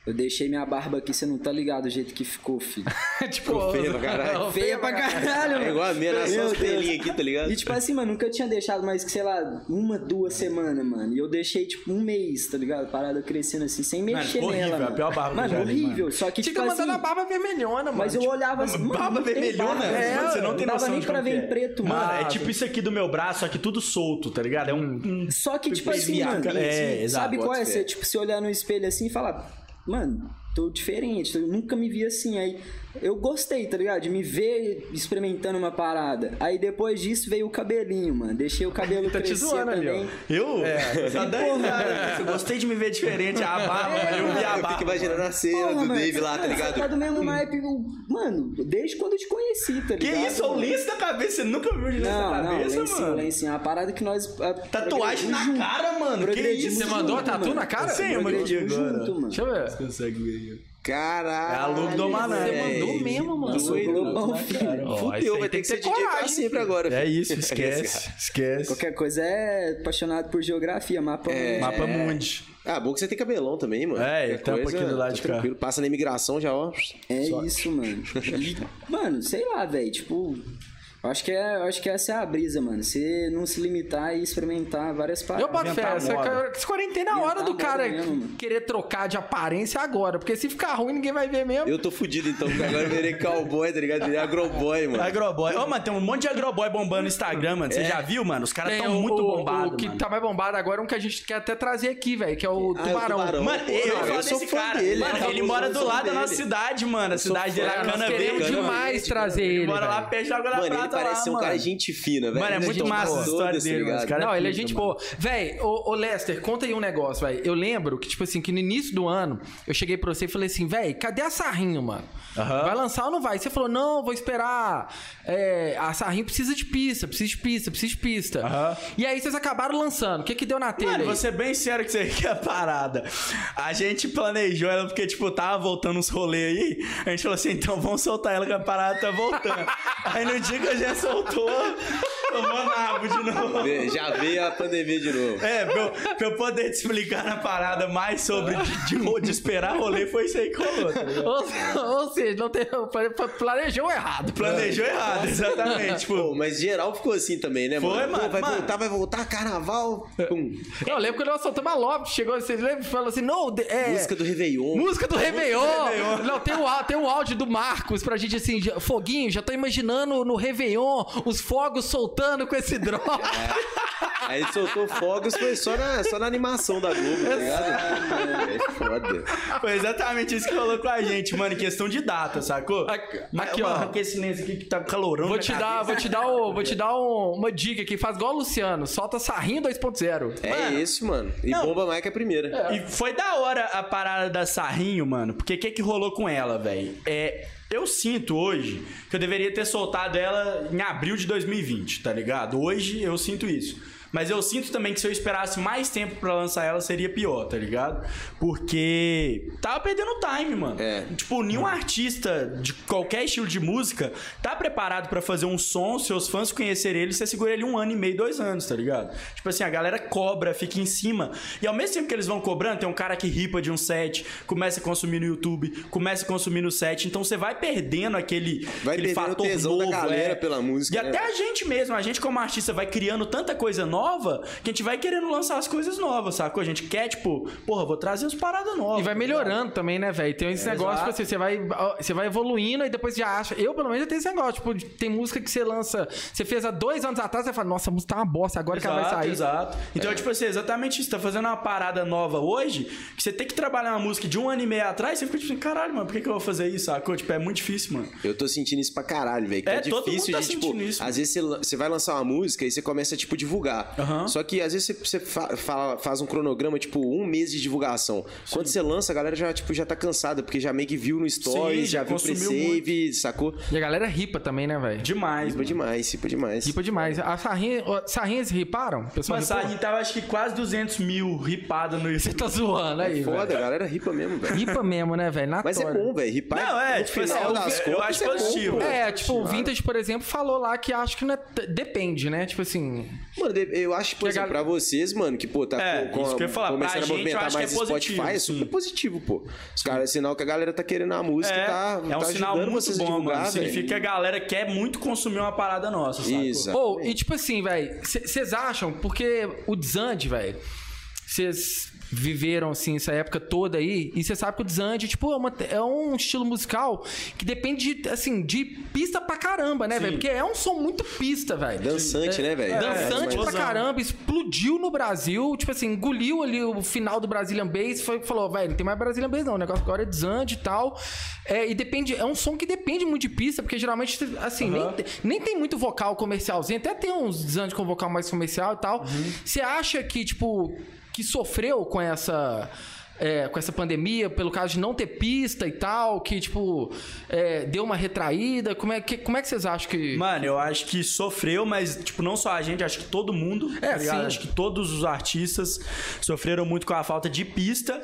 Speaker 5: Eu deixei minha barba aqui, você não tá ligado do jeito que ficou, filho.
Speaker 2: tipo,
Speaker 1: feio pra caralho.
Speaker 5: Feia pra caralho,
Speaker 1: É
Speaker 5: mano.
Speaker 1: igual a minha, né? Só
Speaker 5: Meu
Speaker 1: as
Speaker 5: Deus.
Speaker 1: pelinhas aqui, tá ligado?
Speaker 5: E tipo assim, mano, nunca tinha deixado mais que, sei lá, uma, duas semanas, mano. E eu deixei, tipo, um mês, tá ligado? Parada crescendo assim, sem mexer
Speaker 3: horrível,
Speaker 5: nela.
Speaker 3: a
Speaker 5: mano.
Speaker 3: pior barba que
Speaker 5: Mano,
Speaker 3: eu já vi,
Speaker 5: horrível. Só
Speaker 2: Tinha que
Speaker 5: que, tipo
Speaker 2: ter
Speaker 5: assim.
Speaker 2: mandado a barba vermelhona, mano.
Speaker 5: Mas eu olhava assim. mano,
Speaker 3: Barba
Speaker 5: não tem
Speaker 3: vermelhona?
Speaker 5: barba,
Speaker 3: É,
Speaker 5: mano.
Speaker 3: você não tem
Speaker 5: Dava
Speaker 3: noção
Speaker 5: nem
Speaker 3: de
Speaker 5: pra
Speaker 3: como
Speaker 5: ver
Speaker 3: que é.
Speaker 5: em preto, mano.
Speaker 3: Mano, é tipo isso aqui do meu braço, só que tudo solto, tá ligado? É um. um-
Speaker 5: Só que, tipo assim,
Speaker 3: Premiar,
Speaker 5: mano,
Speaker 3: cara. É,
Speaker 5: assim,
Speaker 3: exato,
Speaker 5: sabe
Speaker 1: bota
Speaker 5: qual é?
Speaker 1: fé.
Speaker 5: Você, tipo, se olhar no espelho assim e falar, mano, tô diferente, eu nunca me vi assim. Aí eu gostei, tá ligado? De me ver experimentando uma parada. Aí depois disso veio o cabelinho, mano. Deixei o cabelo
Speaker 2: Tá te
Speaker 5: crescer
Speaker 2: zoando ali, ó.
Speaker 5: também.
Speaker 3: Eu? É, só dá
Speaker 5: né?
Speaker 3: risada. Eu gostei de me ver diferente. A barba,
Speaker 5: É,
Speaker 3: eu vi a
Speaker 1: Eu fico
Speaker 3: barba.
Speaker 1: imaginando a cena
Speaker 5: Porra,
Speaker 1: do
Speaker 5: mano,
Speaker 1: Dave lá, tá
Speaker 5: você
Speaker 1: ligado?
Speaker 5: Tá do mesmo naipe, eu- mano, desde quando eu te conheci, tá
Speaker 3: Hum. Que
Speaker 5: ligado?
Speaker 3: isso? É o
Speaker 5: mano?
Speaker 3: lenço da cabeça. Você nunca viu de lenço da
Speaker 5: Não, não,
Speaker 3: cabeça,
Speaker 5: lencinho,
Speaker 3: mano?
Speaker 5: lencinho. É uma parada que nós... a-
Speaker 3: Tatuagem
Speaker 5: progredimos
Speaker 3: na
Speaker 5: junto.
Speaker 3: cara, mano. Que
Speaker 5: Progredimos
Speaker 3: isso?
Speaker 2: Você mandou a tatu
Speaker 5: mano.
Speaker 2: na cara?
Speaker 3: Sim, eu mandei
Speaker 5: Progredimos
Speaker 3: agora.
Speaker 5: junto, mano.
Speaker 2: Deixa eu ver.
Speaker 3: Consegue ver
Speaker 1: Caralho.
Speaker 3: É a Lu do Mané.
Speaker 2: Você mandou
Speaker 1: velho.
Speaker 2: mesmo, mano.
Speaker 1: Doido.
Speaker 5: Lançou o Globão,
Speaker 1: Doido.
Speaker 5: filho.
Speaker 3: Ó, isso
Speaker 1: Fudeu,
Speaker 3: aí
Speaker 1: vai ter que ser DJ
Speaker 2: coragem,
Speaker 1: pra sempre agora.
Speaker 3: É
Speaker 1: filho.
Speaker 3: isso, esquece. esquece.
Speaker 5: Qualquer coisa é apaixonado por geografia, mapa.
Speaker 1: É.
Speaker 5: mundo.
Speaker 3: Mapa Mundi.
Speaker 1: Ah, bom que você tem cabelão também, mano.
Speaker 3: É,
Speaker 1: Qualquer
Speaker 3: tampa aqui do lado de cá.
Speaker 1: Tranquilo, passa na imigração já, ó.
Speaker 5: É isso, mano. E, mano, sei lá, velho. Tipo, eu acho que, é, eu acho que essa é a brisa, mano. Você não se limitar e experimentar várias paradas.
Speaker 2: Eu boto fé,
Speaker 3: Inventar
Speaker 2: essa
Speaker 3: moda.
Speaker 2: cara- essa quarentena é a hora
Speaker 5: Inventar
Speaker 2: do
Speaker 5: moda
Speaker 2: cara
Speaker 5: mesmo, mano.
Speaker 2: querer trocar de aparência agora, porque se ficar ruim ninguém vai ver mesmo.
Speaker 1: Eu tô fudido então, porque agora eu virei cowboy, tá ligado? Virei agroboy, mano.
Speaker 3: Agroboy. Ô, mano, tem um monte de agroboy bombando no Instagram, mano. Você já viu, mano? Os caras
Speaker 2: Tem
Speaker 3: estão
Speaker 2: o-
Speaker 3: muito
Speaker 2: o-
Speaker 3: bombados.
Speaker 2: O que
Speaker 3: mano.
Speaker 2: tá mais bombado agora é um que a gente quer até trazer aqui, velho, que é o
Speaker 1: Ah, é o
Speaker 2: Tubarão.
Speaker 1: Tubarão.
Speaker 3: Mano,
Speaker 1: Pô,
Speaker 3: eu,
Speaker 1: não,
Speaker 3: ia falar
Speaker 1: eu sou
Speaker 3: desse
Speaker 1: fã
Speaker 3: cara.
Speaker 1: dele,
Speaker 3: mano,
Speaker 1: acabou
Speaker 3: ele
Speaker 1: a
Speaker 3: mora do
Speaker 1: solução
Speaker 3: lado da
Speaker 1: dele.
Speaker 3: nossa cidade, mano. A cidade dele,
Speaker 2: Cara,
Speaker 3: a
Speaker 2: nós
Speaker 3: é Cana
Speaker 2: queremos
Speaker 3: Verde. mano.
Speaker 2: demais trazer
Speaker 3: Ele
Speaker 2: ele.
Speaker 3: mora lá
Speaker 2: velho.
Speaker 3: perto de Água da
Speaker 1: Mano,
Speaker 3: Prata
Speaker 1: ele parece
Speaker 3: lá,
Speaker 1: ser um
Speaker 3: mano.
Speaker 1: cara gente fina, velho.
Speaker 3: Mano, é muito
Speaker 1: Gente
Speaker 3: massa
Speaker 1: boa. assim,
Speaker 3: a história dele, mano. Esse cara é
Speaker 2: Não, ele é
Speaker 3: pica,
Speaker 2: gente
Speaker 3: mano.
Speaker 2: boa. Véi, ô, ô Lester, conta aí um negócio, véi. Eu lembro que, tipo assim, que no início do ano, eu cheguei pra você e falei assim, véi, cadê a Sarrinho, mano?
Speaker 3: Aham.
Speaker 2: Vai lançar ou não vai? Você falou, não, vou esperar. É, a Sarrinho precisa de pista, precisa de pista, precisa de pista.
Speaker 3: Aham.
Speaker 2: E aí vocês acabaram lançando. O que que deu na telha?
Speaker 3: Mano,
Speaker 2: aí?
Speaker 3: vou ser bem sério que você quer a parada. A gente planejou ela porque, tipo, tava voltando uns rolês aí. A gente falou assim, então vamos soltar ela que a parada tá voltando. aí no dia que a gente soltou, tomou nabo de novo.
Speaker 1: Vê, Já veio a pandemia de novo.
Speaker 3: É, pra eu, pra eu poder te explicar na parada mais sobre de, de, ro- de esperar rolê, foi isso aí que rolou. tá ligado?
Speaker 2: Ou, ou seja, não teve, planejou errado.
Speaker 3: Planejou errado, exatamente.
Speaker 1: Pô,
Speaker 3: Tipo,
Speaker 1: mas geral ficou assim também, né, mano?
Speaker 3: Foi,
Speaker 1: Pô,
Speaker 3: mano,
Speaker 1: vai
Speaker 3: mano.
Speaker 1: voltar, vai voltar, carnaval. Pum.
Speaker 2: Eu lembro quando nós soltamos a Lopes, chegou, vocês lembram? Falou assim, não, de- é...
Speaker 1: Música do Réveillon.
Speaker 2: Música do Réveillon.
Speaker 3: Réveillon.
Speaker 2: Não, tem o, á- tem o áudio do Marcos pra gente assim, já- foguinho, já tô imaginando no Réveillon os fogos soltando com esse
Speaker 3: É,
Speaker 2: drone.
Speaker 1: Aí soltou fogos, foi só na, só na animação da Globo, tá ligado? É foda.
Speaker 3: foi exatamente isso que rolou com a gente, mano. Em questão de data, sacou?
Speaker 2: Aqui,
Speaker 3: Mas,
Speaker 2: aqui,
Speaker 3: mano,
Speaker 2: ó.
Speaker 3: arranquei esse lenço aqui que tá calorão.
Speaker 2: Vou
Speaker 3: na
Speaker 2: te dar,
Speaker 3: cabeça.
Speaker 2: vou te dar, o- vou te dar um- uma dica aqui. Faz igual o Luciano, solta sarrinho 2.0.
Speaker 1: É
Speaker 3: Mano,
Speaker 1: esse, mano. E
Speaker 3: não. É,
Speaker 1: bomba mais que a primeira.
Speaker 3: E foi da hora a parada da Sarrinho, mano. Porque o que, que rolou com ela, velho? É, eu sinto hoje que eu deveria ter soltado ela em abril de 2020, tá ligado? Hoje eu sinto isso. Mas eu sinto também que se eu esperasse mais tempo pra lançar ela, seria pior, tá ligado? Porque tava perdendo time, mano.
Speaker 1: É.
Speaker 3: Tipo, nenhum artista de qualquer estilo de música tá preparado pra fazer um som, seus fãs conhecerem ele, você segura ele um ano e meio, dois anos, tá ligado? Tipo assim, a galera cobra, fica em cima. E ao mesmo tempo que eles vão cobrando, tem um cara que ripa de um set, começa a consumir no YouTube, começa a consumir no set. Então você vai perdendo aquele,
Speaker 1: Vai
Speaker 3: aquele
Speaker 1: perdendo o
Speaker 3: fator
Speaker 1: tesão da
Speaker 3: novo.
Speaker 1: galera
Speaker 3: é.
Speaker 1: pela música,
Speaker 3: E
Speaker 1: né,
Speaker 3: até
Speaker 1: velho?
Speaker 3: a gente mesmo, a gente como artista vai criando tanta coisa nova que a gente vai querendo lançar as coisas novas, sacou? A gente quer, tipo, porra, vou trazer as paradas novas.
Speaker 2: E vai
Speaker 3: tá ligado?
Speaker 2: melhorando também, né, velho? Tem esse negócio, tipo
Speaker 3: É, exato.
Speaker 2: assim, você vai, ó, você vai evoluindo e depois já acha. Eu, pelo menos, já tenho esse negócio. Tipo, de- tem música que você lança, você fez há dois anos atrás, você fala, nossa, a música tá uma bosta, agora que ela vai sair.
Speaker 3: Exato. Então, tipo assim, exatamente isso. Tá fazendo uma parada nova hoje, que você tem que trabalhar uma música de um ano e meio atrás, você fica tipo assim, caralho, mano, por que, que eu vou fazer isso? Sacou? Tipo, é muito difícil, mano.
Speaker 1: Eu tô sentindo isso pra caralho, velho. que É,
Speaker 3: É, todo
Speaker 1: difícil
Speaker 3: mundo tá
Speaker 1: de, tipo,
Speaker 3: sentindo isso,
Speaker 1: às vezes você lan- você vai lançar uma música e você começa a, tipo, divulgar.
Speaker 3: Aham.
Speaker 1: Só que às vezes você, você fa- fala- faz um cronograma, tipo, um mês de divulgação. Quando você lança, a galera já, tipo, já tá cansada, porque já meio que viu no Stories,
Speaker 3: Sim,
Speaker 1: já
Speaker 3: já
Speaker 1: viu
Speaker 3: consumiu
Speaker 1: pre-save, sacou?
Speaker 2: E a galera ripa também, né, velho?
Speaker 3: Demais.
Speaker 1: Ripa
Speaker 3: Mano. Tipo,
Speaker 1: demais, ripa demais.
Speaker 2: Ripa demais. A Sarrinha, ó, Sarrinha se riparam? O Pessoal
Speaker 3: Mano,
Speaker 2: ripou?
Speaker 3: a gente tava acho que quase 200 mil ripada no
Speaker 2: Você tá zoando aí, velho.
Speaker 1: Foda, a galera ripa mesmo, velho.
Speaker 2: Ripa mesmo, né, velho? Na
Speaker 1: Mas é
Speaker 2: tora.
Speaker 1: bom, velho. Ripar
Speaker 3: Não, é,
Speaker 1: no
Speaker 3: tipo assim,
Speaker 1: final
Speaker 3: eu-
Speaker 1: das
Speaker 3: eu
Speaker 1: contas
Speaker 3: acho
Speaker 1: é bom,
Speaker 3: positivo.
Speaker 1: pô.
Speaker 2: É, tipo, o Vintage, por exemplo, falou lá que acho que não é t- depende, né? Tipo assim.
Speaker 1: Mano, de- eu acho, por
Speaker 2: Que a
Speaker 1: exemplo,
Speaker 2: gal-
Speaker 1: pra vocês, mano, que, pô, tá
Speaker 3: É,
Speaker 1: com, com
Speaker 3: isso que eu ia falar, pra
Speaker 1: começando a
Speaker 3: gente, eu
Speaker 1: movimentar
Speaker 3: acho que
Speaker 1: mais
Speaker 3: é positivo,
Speaker 1: Spotify, é
Speaker 3: sim.
Speaker 1: super positivo, pô. Os caras, é sinal que a galera tá querendo a música,
Speaker 3: É,
Speaker 1: tá,
Speaker 3: é
Speaker 1: tá
Speaker 3: um sinal
Speaker 1: ajudando
Speaker 3: muito
Speaker 1: vocês a
Speaker 3: bom,
Speaker 1: divulgar,
Speaker 3: mano.
Speaker 1: velho.
Speaker 3: Significa que a galera quer muito consumir uma parada nossa, sacou?
Speaker 1: Isso.
Speaker 2: Ou, e tipo assim, velho, vocês acham, porque o desande, velho, vocês viveram, assim, essa época toda aí, e você sabe que o desande, tipo, é, uma- é um estilo musical que depende, de, assim, de pista pra caramba, né, velho? Porque é um som muito pista, velho.
Speaker 1: Dançante, né,
Speaker 3: É,
Speaker 1: velho?
Speaker 2: Dançante pra
Speaker 3: explosão.
Speaker 2: caramba, explodiu no Brasil, tipo assim, engoliu ali o final do Brazilian Bass, foi, falou, velho, não tem mais Brazilian Bass não, o negócio agora é desande e tal. É, e depende, é um som que depende muito de pista, porque geralmente, assim, nem, te- nem tem muito vocal comercialzinho, até tem uns desande com
Speaker 1: Uhum.
Speaker 2: vocal mais comercial e tal. Você acha que, tipo, que sofreu com essa... é, com essa pandemia, pelo caso de não ter pista e tal, que, tipo, é, deu uma retraída? Como é que, como é que vocês acham que.
Speaker 3: Mano, eu acho que sofreu, mas, tipo, não só a gente, acho que todo mundo.
Speaker 2: É,
Speaker 3: tá ligado?
Speaker 2: sim.
Speaker 3: Acho que todos os artistas sofreram muito com a falta de pista.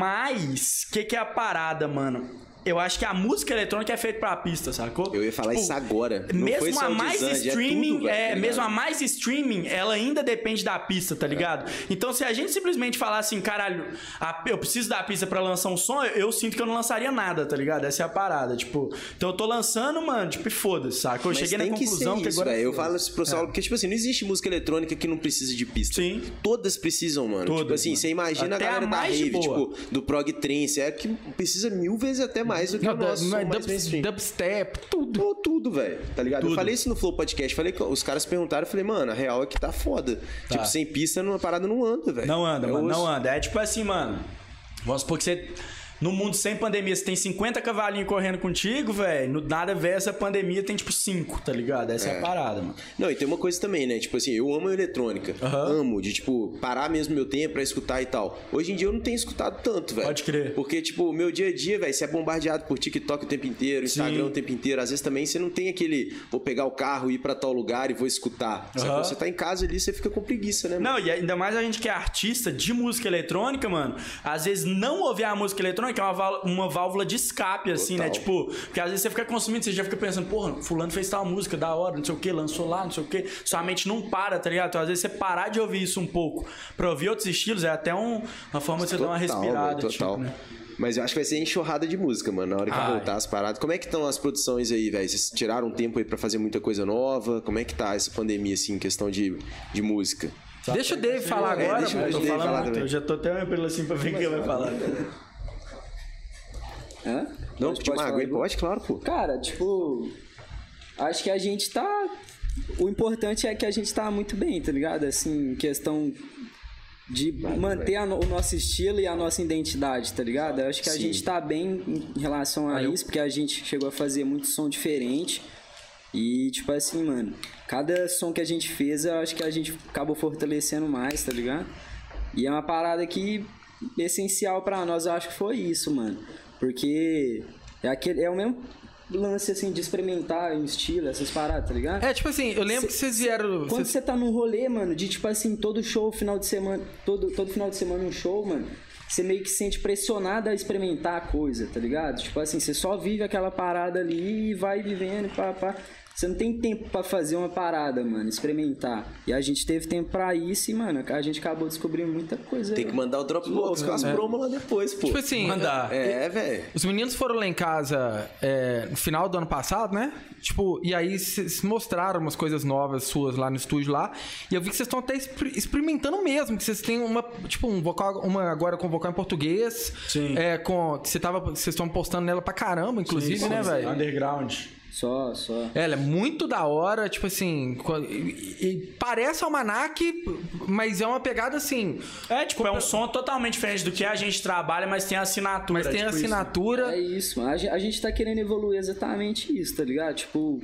Speaker 3: Mas, o que, que é a parada, mano? Eu acho que a música eletrônica é feita pra pista, sacou?
Speaker 1: Eu ia falar
Speaker 3: Tipo,
Speaker 1: isso agora. Não foi
Speaker 3: Mesmo
Speaker 1: só
Speaker 3: a
Speaker 1: o
Speaker 3: mais
Speaker 1: Dizande,
Speaker 3: streaming,
Speaker 1: é, tudo, velho,
Speaker 3: é,
Speaker 1: tá ligado?
Speaker 3: mesmo a mais streaming, ela ainda depende da pista, tá ligado? Então, se a gente simplesmente falar assim, caralho, a- eu preciso da pista pra lançar um som, eu, eu sinto que eu não lançaria nada, tá ligado? Essa é a parada, tipo. Então, eu tô lançando, mano, tipo, e foda-se, saca? Eu
Speaker 1: Mas
Speaker 3: cheguei
Speaker 1: tem
Speaker 3: na
Speaker 1: que
Speaker 3: conclusão
Speaker 1: ser
Speaker 3: que,
Speaker 1: isso,
Speaker 3: agora. é
Speaker 1: velho. Eu falo isso pro pessoal, porque, tipo assim, não existe música eletrônica que não precise de pista.
Speaker 3: Sim.
Speaker 1: Todas precisam, mano.
Speaker 3: Todas,
Speaker 1: tipo assim,
Speaker 3: mano.
Speaker 1: você imagina
Speaker 3: Até
Speaker 1: a
Speaker 3: a
Speaker 1: galera da
Speaker 3: mais de
Speaker 1: rave,
Speaker 3: boa.
Speaker 1: tipo, do prog trance, é que precisa mil vezes até mais do que
Speaker 2: Não,
Speaker 1: o nosso
Speaker 2: dub-
Speaker 1: som
Speaker 2: não é
Speaker 1: mais
Speaker 2: dub-
Speaker 1: mainstream.
Speaker 2: dubstep, tudo.
Speaker 1: Pô, tudo, velho. Tá ligado? Eu falei isso no Flow Podcast. Falei que os caras perguntaram. Eu falei, mano, a real é que tá foda. Tipo, sem pista, numa parada não anda, velho.
Speaker 3: Não anda,
Speaker 1: Eu
Speaker 3: mano, não
Speaker 1: ouço-
Speaker 3: anda. É tipo assim, mano. Vamos supor que você. No mundo sem pandemia, você tem 50 cavalinhos correndo contigo, velho. No nada vê essa pandemia, tem tipo 5, tá ligado? Essa é a parada, mano.
Speaker 1: Não, e tem uma coisa também, né? Tipo assim, eu amo a eletrônica.
Speaker 3: Aham.
Speaker 1: Amo, de tipo, parar mesmo meu tempo pra escutar e tal. Hoje em dia eu não tenho escutado tanto, velho.
Speaker 3: Pode crer.
Speaker 1: Porque, tipo, o meu dia a dia, velho, você é bombardeado por TikTok o tempo inteiro, Instagram o tempo inteiro. Às vezes também você não tem aquele, vou pegar o carro, ir pra tal lugar e vou escutar. Só
Speaker 3: Aham.
Speaker 1: que você tá em casa ali, você fica com preguiça, né, mano?
Speaker 3: Não, e ainda mais a gente que é artista de música eletrônica, mano. Às vezes não ouvir a música eletrônica é uma, val- uma válvula de escape, assim,
Speaker 1: Total.
Speaker 3: né? Tipo, porque às vezes você fica consumindo, você já fica pensando, porra, fulano fez tal música, da hora, não sei o que, lançou lá, não sei o que. Sua mente não para, tá ligado? Então, às vezes você parar de ouvir isso um pouco pra ouvir outros estilos é até um- uma forma de você dar uma
Speaker 1: Total,
Speaker 3: respirada,
Speaker 1: velho,
Speaker 3: tipo, né?
Speaker 1: Mas eu acho que vai ser enxurrada de música, mano, na hora que
Speaker 3: Ai.
Speaker 1: voltar as paradas. Como é que estão as produções aí, velho? Vocês tiraram um tempo aí pra fazer muita coisa nova? Como é que tá essa pandemia, assim, em questão de, de música?
Speaker 2: Deixa o Dave falar
Speaker 1: É,
Speaker 2: agora,
Speaker 1: deixa o
Speaker 2: pô.
Speaker 3: Eu tô
Speaker 1: Dave
Speaker 3: falando
Speaker 1: falar
Speaker 3: muito,
Speaker 1: também.
Speaker 3: eu já tô até olhando pra ele assim pra ver o que ele vai falar.
Speaker 5: Hã?
Speaker 1: Não,
Speaker 5: Pode-
Speaker 1: de
Speaker 5: pode
Speaker 1: uma
Speaker 5: falar
Speaker 1: aguinha,
Speaker 5: do-
Speaker 1: pode, claro, pô.
Speaker 5: Cara, tipo, acho que a gente tá. O importante é que a gente tá muito bem, tá ligado? Assim, questão de manter a no- o nosso estilo e a nossa identidade, tá ligado? Eu acho que a
Speaker 1: Sim.
Speaker 5: gente tá bem em relação a isso, porque a gente chegou a fazer muito som diferente. E, tipo assim, mano, cada som que a gente fez, eu acho que a gente acabou fortalecendo mais, tá ligado? E é uma parada que essencial pra nós, eu acho que foi isso, mano. Porque é, aquele, é o mesmo lance, assim, de experimentar em estilo, essas paradas, tá ligado?
Speaker 2: É, tipo assim, eu lembro
Speaker 5: Cê-
Speaker 2: que vocês vieram.
Speaker 5: Quando
Speaker 2: vocês-
Speaker 5: você tá num rolê, mano, de tipo assim, todo show, final de semana, todo, todo final de semana um show, mano, você meio que se sente pressionado a experimentar a coisa, tá ligado? Tipo assim, você só vive aquela parada ali e vai vivendo, pá, pá. Você não tem tempo pra fazer uma parada, mano, experimentar. E a gente teve tempo pra isso e, mano, a gente acabou descobrindo muita coisa.
Speaker 1: Tem
Speaker 5: aí.
Speaker 1: que mandar o Dropbox com as promos lá depois, pô.
Speaker 2: Tipo assim,
Speaker 3: Mandar.
Speaker 1: É, velho.
Speaker 2: Os meninos foram lá em casa é, no final do ano passado, né? Tipo, e aí se se mostraram umas coisas novas suas lá no estúdio lá. E eu vi que vocês estão até exper- experimentando mesmo. Que vocês têm uma, tipo, um vocal, uma agora com vocal em português.
Speaker 3: Sim.
Speaker 2: É, com, que você tava, vocês estão postando nela pra caramba, inclusive, né, velho?
Speaker 3: Underground.
Speaker 5: Só, só.
Speaker 2: Ela é muito da hora, tipo assim. co- e- e parece almanac, mas é uma pegada assim.
Speaker 3: É, tipo, é um som totalmente diferente do que a gente trabalha, mas tem a assinatura.
Speaker 2: Mas tem
Speaker 3: tipo isso, né?
Speaker 2: assinatura.
Speaker 5: É isso, mano. A gen- a gente tá querendo evoluir exatamente isso, tá ligado? Tipo,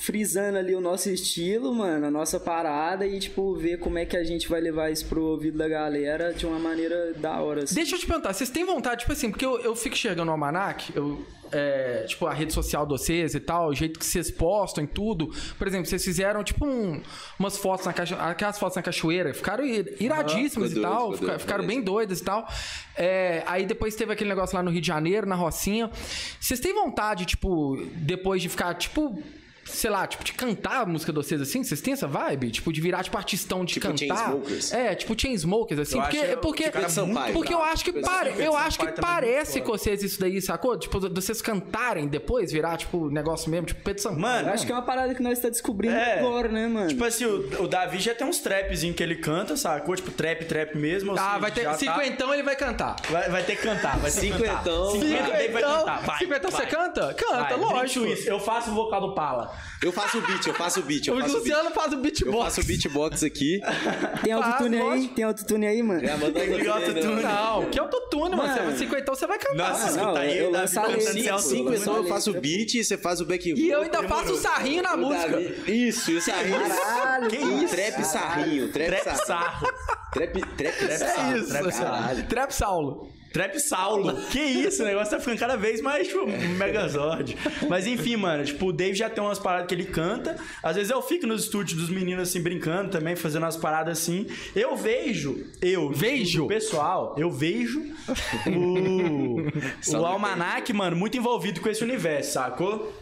Speaker 5: frisando ali o nosso estilo, mano, a nossa parada e, tipo, ver como é que a gente vai levar isso pro ouvido da galera de uma maneira da hora, assim.
Speaker 2: Deixa eu te perguntar, vocês têm vontade, tipo assim, porque eu, eu fico enxergando o Almanac, eu, é, tipo, a rede social de vocês e tal, o jeito que vocês postam e tudo. Por exemplo, vocês fizeram, tipo, um- umas fotos na cacho- aquelas fotos na cachoeira, ficaram ir- iradíssimas
Speaker 1: Ficou
Speaker 2: e
Speaker 1: doido,
Speaker 2: tal,
Speaker 1: ficou
Speaker 2: fica-
Speaker 1: doido,
Speaker 2: ficaram
Speaker 1: beleza.
Speaker 2: bem doidas e tal. É, aí depois teve aquele negócio lá no Rio de Janeiro, na Rocinha. Vocês têm vontade, tipo, depois de ficar, tipo... Sei lá, tipo, de cantar a música de vocês assim? Vocês têm essa vibe? Tipo, de virar, tipo, artistão de
Speaker 1: Tipo
Speaker 2: cantar?
Speaker 1: Chainsmokers.
Speaker 2: É, tipo, Chainsmokers, assim.
Speaker 3: Eu
Speaker 2: porque,
Speaker 3: acho-
Speaker 2: porque,
Speaker 3: o cara
Speaker 1: é Sampaio.
Speaker 2: porque eu acho que, pare,
Speaker 3: Sampaio
Speaker 2: eu
Speaker 3: também
Speaker 2: acho que
Speaker 3: muito
Speaker 2: parece
Speaker 3: foda.
Speaker 2: com vocês isso daí, sacou? Tipo, de vocês cantarem depois, virar, tipo, negócio mesmo, tipo Pedro Sampaio.
Speaker 3: Mano,
Speaker 5: Eu acho que é uma parada que nós tá descobrindo
Speaker 3: É.
Speaker 5: agora, né, mano?
Speaker 3: Tipo assim, o, o Davi já tem uns trapzinhos que ele canta, sacou? Tipo, trap, trap mesmo. ou
Speaker 2: Ah,
Speaker 3: seja,
Speaker 2: vai ter.
Speaker 3: já tá-
Speaker 2: Cinquentão ele vai cantar.
Speaker 3: Vai, vai ter que cantar, vai ter que cantar.
Speaker 1: Cinquentão.
Speaker 3: Cinquentão, Tá ele vai cantar, vai,
Speaker 2: Cinquentão
Speaker 3: vai.
Speaker 2: você canta? Canta,
Speaker 3: Vai, drink
Speaker 2: lógico.
Speaker 3: Suíça. Eu faço o vocal do Pala.
Speaker 1: Eu faço o beat, eu faço o beat,
Speaker 2: O
Speaker 1: eu faço o beat.
Speaker 2: Luciano faz o
Speaker 1: Eu
Speaker 2: beatbox.
Speaker 1: faço o beatbox aqui.
Speaker 5: Tem autotune
Speaker 2: Ah,
Speaker 5: aí?
Speaker 2: lógico. É
Speaker 5: Tem autotune aí, mano?
Speaker 1: Já manda né?
Speaker 3: Tem que ligar o autotune.
Speaker 2: Não, que é autotune, mano. Você
Speaker 5: Mano.
Speaker 2: vai 50, você vai cantar.
Speaker 3: Nossa,
Speaker 5: não,
Speaker 3: escuta aí,
Speaker 5: eu
Speaker 3: o Davi
Speaker 5: lançava
Speaker 3: cantando
Speaker 5: cinco,
Speaker 3: sem
Speaker 1: Cinco,
Speaker 3: autotune.
Speaker 5: lançava-
Speaker 1: então eu faço o beat, você faz o back
Speaker 2: E eu ainda faço o sarrinho na música.
Speaker 1: Isso, isso aí.
Speaker 5: Caralho,
Speaker 3: Que
Speaker 5: mano.
Speaker 3: isso?
Speaker 1: Trap sarrinho, trap
Speaker 3: Trap
Speaker 1: sarrinho.
Speaker 3: sarro.
Speaker 1: Trap, trap,
Speaker 3: sarro,
Speaker 1: sarrinho.
Speaker 3: trap
Speaker 1: Caralho.
Speaker 2: assim, Trap, Trap Saulo.
Speaker 3: Trap Saulo. Que isso, o negócio tá ficando cada vez mais, tipo, megazord. Mas enfim, mano, tipo, o Dave já tem umas paradas que ele canta. Às vezes eu fico nos estúdios dos meninos, assim, brincando também, fazendo umas paradas assim. Eu vejo, eu
Speaker 2: Vejo?
Speaker 3: o pessoal, eu vejo o, o Almanac, mano, muito envolvido com esse universo, sacou?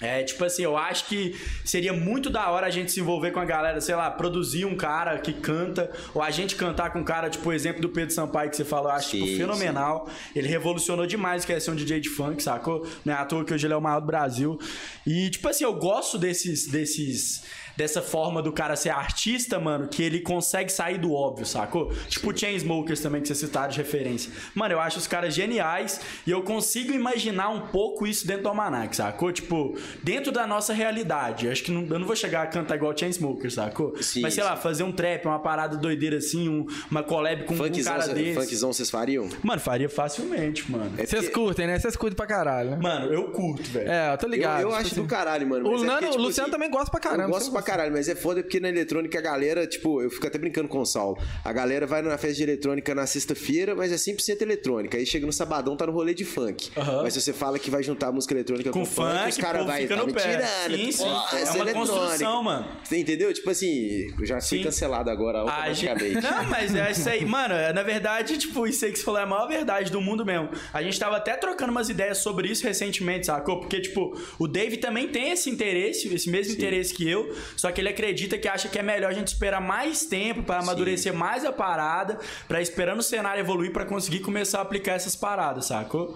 Speaker 3: É, tipo assim, eu acho que seria muito da hora a gente se envolver com a galera, sei lá, produzir um cara que canta, ou a gente cantar com um cara, tipo o exemplo do Pedro Sampaio que você falou, eu acho tipo,
Speaker 1: Sim,
Speaker 3: fenomenal. Ele revolucionou demais o que é ser um DJ de funk, sacou? Não é à toa que hoje ele é o maior do Brasil. E, tipo assim, eu gosto desses, desses, dessa forma do cara ser artista, mano, que ele consegue sair do óbvio, sacou? Tipo o Chainsmokers também, que você citaram de referência. Mano, eu acho os caras geniais e eu consigo imaginar um pouco isso dentro do Almanac, sacou? Tipo, dentro da nossa realidade. Eu acho que não- eu não vou chegar a cantar igual o Chainsmokers, sacou?
Speaker 1: Sim,
Speaker 3: Mas, sei
Speaker 1: sim.
Speaker 3: lá, fazer um trap, uma parada doideira assim, um- uma collab com um
Speaker 1: Funkzão,
Speaker 3: cara
Speaker 1: cê-
Speaker 3: desse.
Speaker 1: funkzão vocês fariam?
Speaker 3: Mano, faria facilmente, mano.
Speaker 1: É
Speaker 2: Vocês
Speaker 1: porque-
Speaker 2: curtem, né? Vocês curtem pra caralho, né?
Speaker 3: Mano, eu curto, velho.
Speaker 2: É, eu tô ligado.
Speaker 1: Eu, eu
Speaker 2: tipo
Speaker 1: acho
Speaker 2: assim.
Speaker 1: do caralho, mano.
Speaker 2: O,
Speaker 1: mas é
Speaker 2: Nano-
Speaker 1: porque,
Speaker 2: o
Speaker 1: tipo,
Speaker 2: Luciano
Speaker 1: assim,
Speaker 2: também gosta pra caramba.
Speaker 1: Eu gosto pra caralho, mas é foda porque na eletrônica a galera, tipo, eu fico até brincando com o Saulo. A galera vai na festa de eletrônica na sexta-feira, mas é 100% eletrônica. Aí chega no sabadão, tá no rolê de funk.
Speaker 3: Aham.
Speaker 1: Mas se você fala que vai juntar música eletrônica com,
Speaker 3: Com funk,
Speaker 1: os
Speaker 3: o
Speaker 1: caras
Speaker 3: povo
Speaker 1: vai
Speaker 3: fica
Speaker 1: tá
Speaker 3: no
Speaker 1: me
Speaker 3: pé.
Speaker 1: tirando.
Speaker 3: Sim, sim.
Speaker 1: Porra,
Speaker 3: É
Speaker 1: essa
Speaker 3: uma
Speaker 1: eletrônica.
Speaker 3: construção, mano.
Speaker 1: Você entendeu? Tipo assim, eu já fui
Speaker 3: Sim.
Speaker 1: cancelado agora
Speaker 3: A gente-
Speaker 1: automaticamente.
Speaker 3: Não, mas é isso aí. Mano, é, na verdade, tipo, isso aí que você falou é a maior verdade do mundo mesmo. A gente tava até trocando umas ideias sobre isso recentemente, sacou? Porque, tipo, o Dave também tem esse interesse, esse mesmo interesse que eu, só que ele acredita que acha que é melhor a gente esperar mais tempo pra amadurecer mais a parada, pra esperando o cenário evoluir pra conseguir começar a aplicar essas paradas, sacou?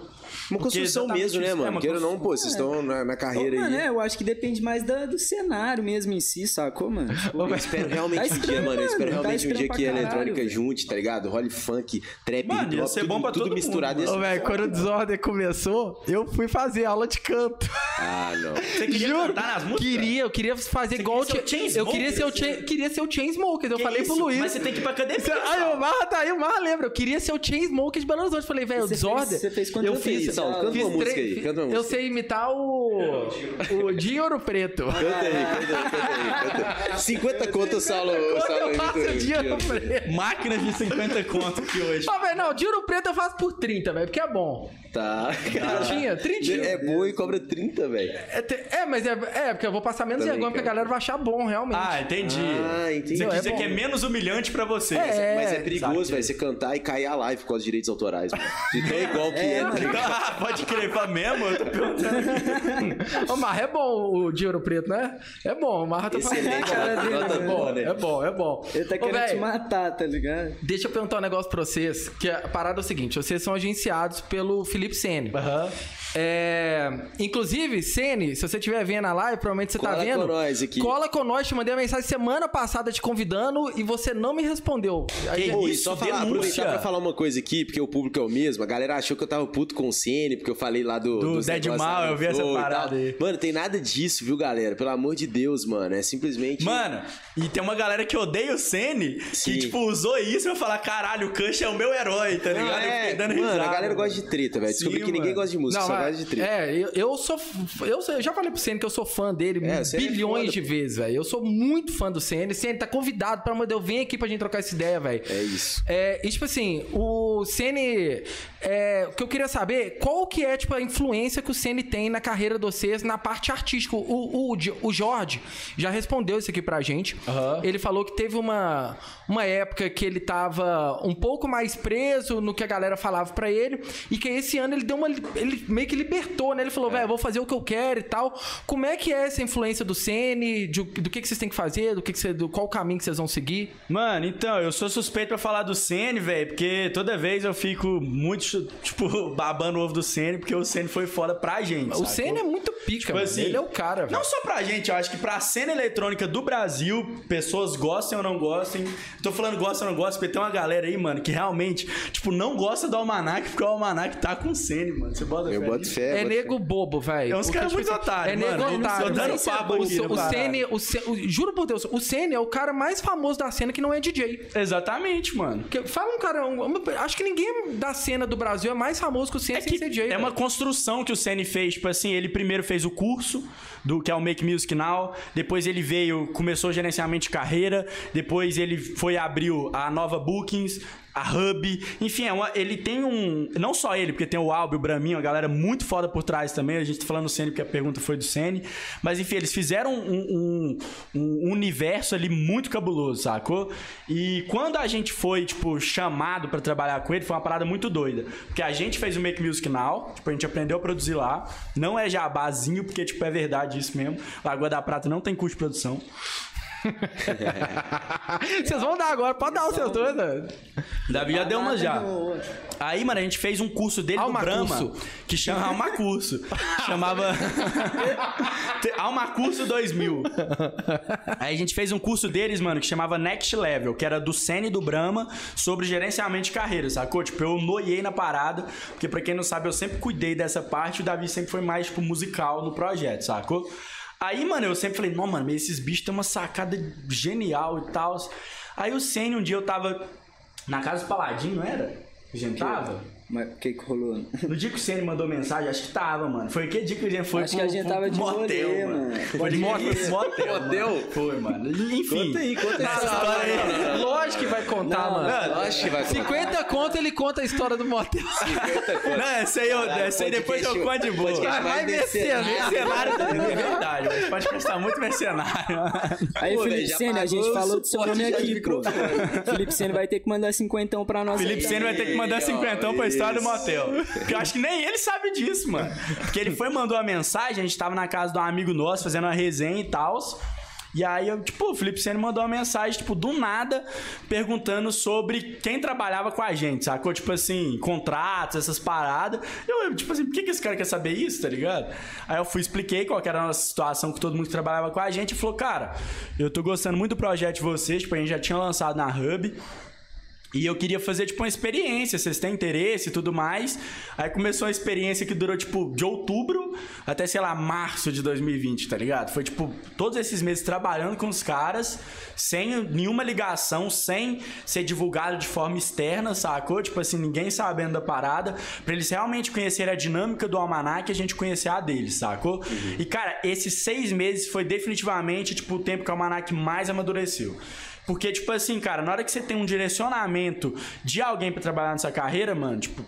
Speaker 1: Uma
Speaker 3: Porque
Speaker 1: construção
Speaker 3: exatamente
Speaker 1: mesmo, né,
Speaker 3: isso. É
Speaker 1: mano?
Speaker 3: uma
Speaker 1: Queira ou não,
Speaker 3: construção.
Speaker 1: pô, vocês estão na, na carreira
Speaker 5: Ô,
Speaker 1: aí.
Speaker 5: mano, é, eu acho que depende mais da- do cenário mesmo em si, sacou, mano? Tipo,
Speaker 1: Eu espero realmente
Speaker 5: Tá
Speaker 1: um dia,
Speaker 5: estranho,
Speaker 1: mano. Eu espero
Speaker 5: mano. Tá
Speaker 1: realmente um dia
Speaker 5: estranho
Speaker 1: que a
Speaker 5: pra caralho,
Speaker 1: eletrônica
Speaker 5: velho.
Speaker 1: junte, tá ligado? Role funk, trap,
Speaker 3: Mano,
Speaker 1: hip
Speaker 3: ia
Speaker 1: hop,
Speaker 3: ser
Speaker 1: tudo,
Speaker 3: bom pra
Speaker 1: tudo
Speaker 3: todo mundo,
Speaker 1: misturado. assim.
Speaker 3: mano.
Speaker 2: Ô,
Speaker 1: ia ser
Speaker 2: velho, quando o Desordem começou, eu fui fazer aula de canto.
Speaker 1: Ah, não.
Speaker 3: Você queria
Speaker 2: Juro,
Speaker 3: cantar nas músicas?
Speaker 2: queria, eu queria fazer
Speaker 3: Você
Speaker 2: igual
Speaker 3: queria
Speaker 2: o
Speaker 3: ser o
Speaker 2: Chain- Eu
Speaker 3: Chainsmokers,
Speaker 2: queria ser o Chain, queria ser o Chainsmokers, eu
Speaker 3: Que
Speaker 2: falei pro
Speaker 3: isso?
Speaker 2: Luiz.
Speaker 3: Mas você tem que ir pra academia.
Speaker 2: Aí o Marra tá aí, o Marra lembra. Eu queria ser o Chainsmokers de Belo Horizonte. Eu Falei, velho, o
Speaker 5: Você fez-
Speaker 2: Desordem.
Speaker 5: você fez quantas
Speaker 2: eu
Speaker 5: vezes,
Speaker 2: fiz,
Speaker 5: Saulo? Canta
Speaker 1: uma
Speaker 2: fiz
Speaker 1: música
Speaker 2: três-
Speaker 1: aí, canta uma
Speaker 2: Eu
Speaker 1: música.
Speaker 2: sei imitar o. O de Ouro Preto.
Speaker 1: Canta aí, canta aí, canta aí, canta aí. 50 conto, Saulo.
Speaker 2: Quando
Speaker 1: Saulo
Speaker 2: eu faço
Speaker 1: imita-
Speaker 2: o de Ouro Preto.
Speaker 3: Máquinas de 50 conto aqui hoje.
Speaker 2: Ó, velho, não, de Ouro Preto eu faço por 30, velho, porque é bom.
Speaker 1: Tá.
Speaker 2: Trintinha, trintinha.
Speaker 1: É bom e cobra 30, velho.
Speaker 2: É, te- é, mas é, é, porque eu vou passar menos
Speaker 1: Também,
Speaker 2: vergonha, porque a
Speaker 1: cara.
Speaker 2: galera vai achar bom, realmente.
Speaker 3: Ah, entendi.
Speaker 1: Ah, entendi.
Speaker 3: Você
Speaker 1: Não,
Speaker 3: quer
Speaker 1: é
Speaker 3: dizer
Speaker 2: bom.
Speaker 3: que é menos humilhante pra você.
Speaker 2: É.
Speaker 1: Mas é perigoso,
Speaker 3: sabe?
Speaker 1: velho, você cantar e cair a live por causa de direitos autorais, mano. De tão igual que é, tá ligado?
Speaker 3: Ah, pode crer, pra mesmo? Eu tô perguntando.
Speaker 2: Ô, Marra, é bom o de ouro preto, né? É bom, o Marra tá
Speaker 1: Excelente, nota- nota
Speaker 2: é
Speaker 1: boa,
Speaker 2: bom,
Speaker 1: né?
Speaker 2: é bom, é bom.
Speaker 5: Ele tá
Speaker 2: Ô,
Speaker 5: querendo
Speaker 2: véi,
Speaker 5: te matar, tá ligado?
Speaker 2: Deixa eu perguntar um negócio pra vocês, que a parada é o seguinte, vocês são agenciados pelo Felipe Sene.
Speaker 3: Aham.
Speaker 2: É, inclusive, Sene, se você estiver vendo a live, provavelmente você tá
Speaker 1: Cola
Speaker 2: vendo.
Speaker 1: com nós aqui.
Speaker 2: Cola com nós, te mandei uma mensagem semana passada te convidando e você não me respondeu. Aí-
Speaker 1: Pô, e
Speaker 3: Isso,
Speaker 1: só falar,
Speaker 3: denúncia.
Speaker 1: aproveitar pra falar uma coisa aqui, porque o público é o mesmo. A galera achou que eu tava puto com o Cine, porque eu falei lá do.
Speaker 3: Do
Speaker 1: dos
Speaker 3: Dead
Speaker 1: negócios
Speaker 3: Mal,
Speaker 1: lá do
Speaker 3: eu vi essa
Speaker 1: Flow e
Speaker 3: parada
Speaker 1: tal.
Speaker 3: aí.
Speaker 1: Mano, tem nada disso, viu, galera? Pelo amor de Deus, mano. É simplesmente.
Speaker 3: Mano, e tem uma galera que odeia o Sene
Speaker 1: Sim.
Speaker 3: que, tipo, usou isso e eu falar: caralho, o Kush é o meu herói, tá
Speaker 1: Não,
Speaker 3: ligado? eu
Speaker 1: é,
Speaker 3: fiquei dando
Speaker 1: mano,
Speaker 3: risada.
Speaker 1: a galera gosta de treta, velho. Descobri
Speaker 3: Sim,
Speaker 1: que ninguém
Speaker 3: mano.
Speaker 1: gosta de música, só
Speaker 2: mas-
Speaker 1: gosta de treta.
Speaker 2: É, eu, eu sou. f- Eu, sou- eu já falei pro Senna que eu sou fã dele
Speaker 1: É, o Senna é
Speaker 2: bilhões
Speaker 1: foda,
Speaker 2: de
Speaker 1: pô.
Speaker 2: vezes, velho. Eu sou muito fã do Senna. Senna tá convidado, pelo amor de Deus, vem aqui pra gente trocar essa ideia, velho.
Speaker 1: É isso.
Speaker 2: É, e tipo assim, o Ceni. é, o que eu queria saber, qual que é tipo, a influência que o Ceni tem na carreira de vocês, na parte artística? O, o, o Jorge já respondeu isso aqui pra gente.
Speaker 3: Aham.
Speaker 2: Ele falou que teve uma, uma época que ele tava um pouco mais preso no que a galera falava pra ele. E que esse ano ele deu uma. Ele meio que libertou, né? Ele falou, velho, vou fazer o que eu quero e tal. Como é que é essa influência do Ceni, de, do que, que vocês têm que fazer, do que, que você, do qual caminho que vocês vão seguir.
Speaker 3: Mano, então, eu sou suspeito pra falar do Sene, velho, porque toda vez eu fico muito, chu- tipo, babando o ovo do Sene, porque o Sene foi foda pra gente.
Speaker 2: O
Speaker 3: sacou?
Speaker 2: Senna é muito pica, mano.
Speaker 3: assim,
Speaker 2: ele é o cara, velho.
Speaker 3: Não só pra gente, eu acho que pra cena eletrônica do Brasil, pessoas gostem ou não gostem. Tô falando gostem ou não gostem, porque tem uma galera aí, mano, que realmente, tipo, não gosta do Almanac, porque o Almanac tá com Sene, mano. Você bota
Speaker 1: Eu
Speaker 3: fé
Speaker 1: boto
Speaker 3: nisso?
Speaker 1: fé.
Speaker 2: É
Speaker 1: boto
Speaker 2: nego bobo, velho.
Speaker 3: É uns
Speaker 2: Porque,
Speaker 3: caras
Speaker 2: tipo,
Speaker 3: muito otários,
Speaker 2: É nego
Speaker 3: mano. Eu não
Speaker 2: otário.
Speaker 3: tô dando
Speaker 2: Mas
Speaker 3: papo
Speaker 2: o-
Speaker 3: aqui, né,
Speaker 2: o
Speaker 3: parada.
Speaker 2: Ceni- o Ce- o- juro por Deus, o Ceni é o cara mais famoso da cena que não é DJ.
Speaker 3: Exatamente, mano.
Speaker 2: Porque fala um cara, um- um- acho que ninguém da cena do Brasil é mais famoso que o Ceni
Speaker 3: É,
Speaker 2: sem
Speaker 3: que
Speaker 2: ser DJ.
Speaker 3: é
Speaker 2: velho.
Speaker 3: uma construção que o Ceni fez, tipo assim, ele primeiro fez o curso do que é o Make Music Now, depois ele veio, começou o gerenciamento de carreira, depois ele foi abriu a Nova Bookings, a Hub, enfim, é uma- ele tem um, não só ele, porque tem o Albi, o Braminho, a galera muito foda por trás também, a gente tá falando do Ceni porque a pergunta foi do Ceni, mas enfim, eles fizeram um, um- um universo ali muito cabuloso, sacou? E quando a gente foi, tipo, chamado pra trabalhar com ele, foi uma parada muito doida. Porque a gente fez o Make Music Now, tipo, a gente aprendeu a produzir lá. Não é jabazinho, porque, tipo, é verdade isso mesmo. Lagoa da Prata não tem custo de produção.
Speaker 2: Vocês vão dar agora, pode dar o seu dois. né? velho.
Speaker 3: Davi já deu uma já.
Speaker 5: Ou outra.
Speaker 3: Aí, mano, a gente fez um curso dele no
Speaker 2: Almacurso.
Speaker 3: Brahma, que chama Almacurso. chamava Te- Almacurso 2000. Aí a gente fez um curso deles, mano, que chamava Next Level, que era do Sene e do Brahma sobre gerenciamento de carreira, sacou? Tipo, eu noiei na parada, porque pra quem não sabe, eu sempre cuidei dessa parte, o Davi sempre foi mais, tipo, musical no projeto, sacou? Aí, mano, eu sempre falei, não, mano, mas esses bichos têm uma sacada genial e tal. Aí o Sene, um dia eu tava na casa do Paladino, não era? A gente tava?
Speaker 5: Mas o que que rolou?
Speaker 3: No dia que o Senna mandou mensagem, acho que tava, mano. Foi que dia que a gente foi
Speaker 5: Acho que a gente tava de rolê, mano.
Speaker 3: Foi de motel, motel.
Speaker 1: Motel?
Speaker 3: mano. Foi, mano. Enfim.
Speaker 1: Conta aí, conta
Speaker 3: Essa
Speaker 1: aí.
Speaker 3: história aí.
Speaker 2: Lógico que vai contar, mano.
Speaker 1: fé. Acho que vai contar.
Speaker 2: 50 conto ele conta a história do motel.
Speaker 3: Não, essa aí, eu, essa aí depois eu conto de boa.
Speaker 1: Podcast
Speaker 2: Vai
Speaker 1: mais né?
Speaker 2: mercenário.
Speaker 3: Mercenário, é verdade. Mas pode prestar muito mercenário.
Speaker 5: Aí,
Speaker 1: Pô,
Speaker 5: Felipe
Speaker 1: velho, já
Speaker 5: Senna, a gente
Speaker 1: pagou o
Speaker 5: falou do seu
Speaker 1: suporte
Speaker 5: nome
Speaker 1: já de
Speaker 5: aqui, pô. Felipe Senna vai ter que mandar cinquentão pra nós.
Speaker 3: Felipe
Speaker 5: aí
Speaker 3: Senna vai ter que mandar
Speaker 1: Aí, ó,
Speaker 3: cinquentão pra história do
Speaker 1: isso.
Speaker 3: motel. Porque eu acho que nem ele sabe disso, mano. Porque ele foi e mandou a mensagem, a gente tava na casa de um amigo nosso, fazendo uma resenha e tal. E aí, eu, tipo, o Felipe Senna mandou uma mensagem, tipo, do nada, perguntando sobre quem trabalhava com a gente, sacou? Tipo assim, contratos, essas paradas. Eu, eu, tipo assim, por que, que esse cara quer saber isso, tá ligado? Aí eu fui, expliquei qual que era a nossa situação que todo mundo que trabalhava com a gente e falou, cara, eu tô gostando muito do projeto de vocês, tipo, a gente já tinha lançado na Hub. E eu queria fazer, tipo, uma experiência, vocês têm interesse e tudo mais. Aí começou uma experiência que durou, tipo, de outubro até, sei lá, março de 2020, tá ligado? Foi, tipo, todos esses meses trabalhando com os caras, sem nenhuma ligação, sem ser divulgado de forma externa, sacou? Tipo assim, ninguém sabendo da parada, pra eles realmente conhecerem a dinâmica do Almanac e a gente conhecer a deles, sacou? E, cara, esses seis meses foi definitivamente, tipo, o tempo que o Almanac mais amadureceu. Porque, tipo assim, cara, na hora que você tem um direcionamento de alguém pra trabalhar nessa carreira, mano, tipo.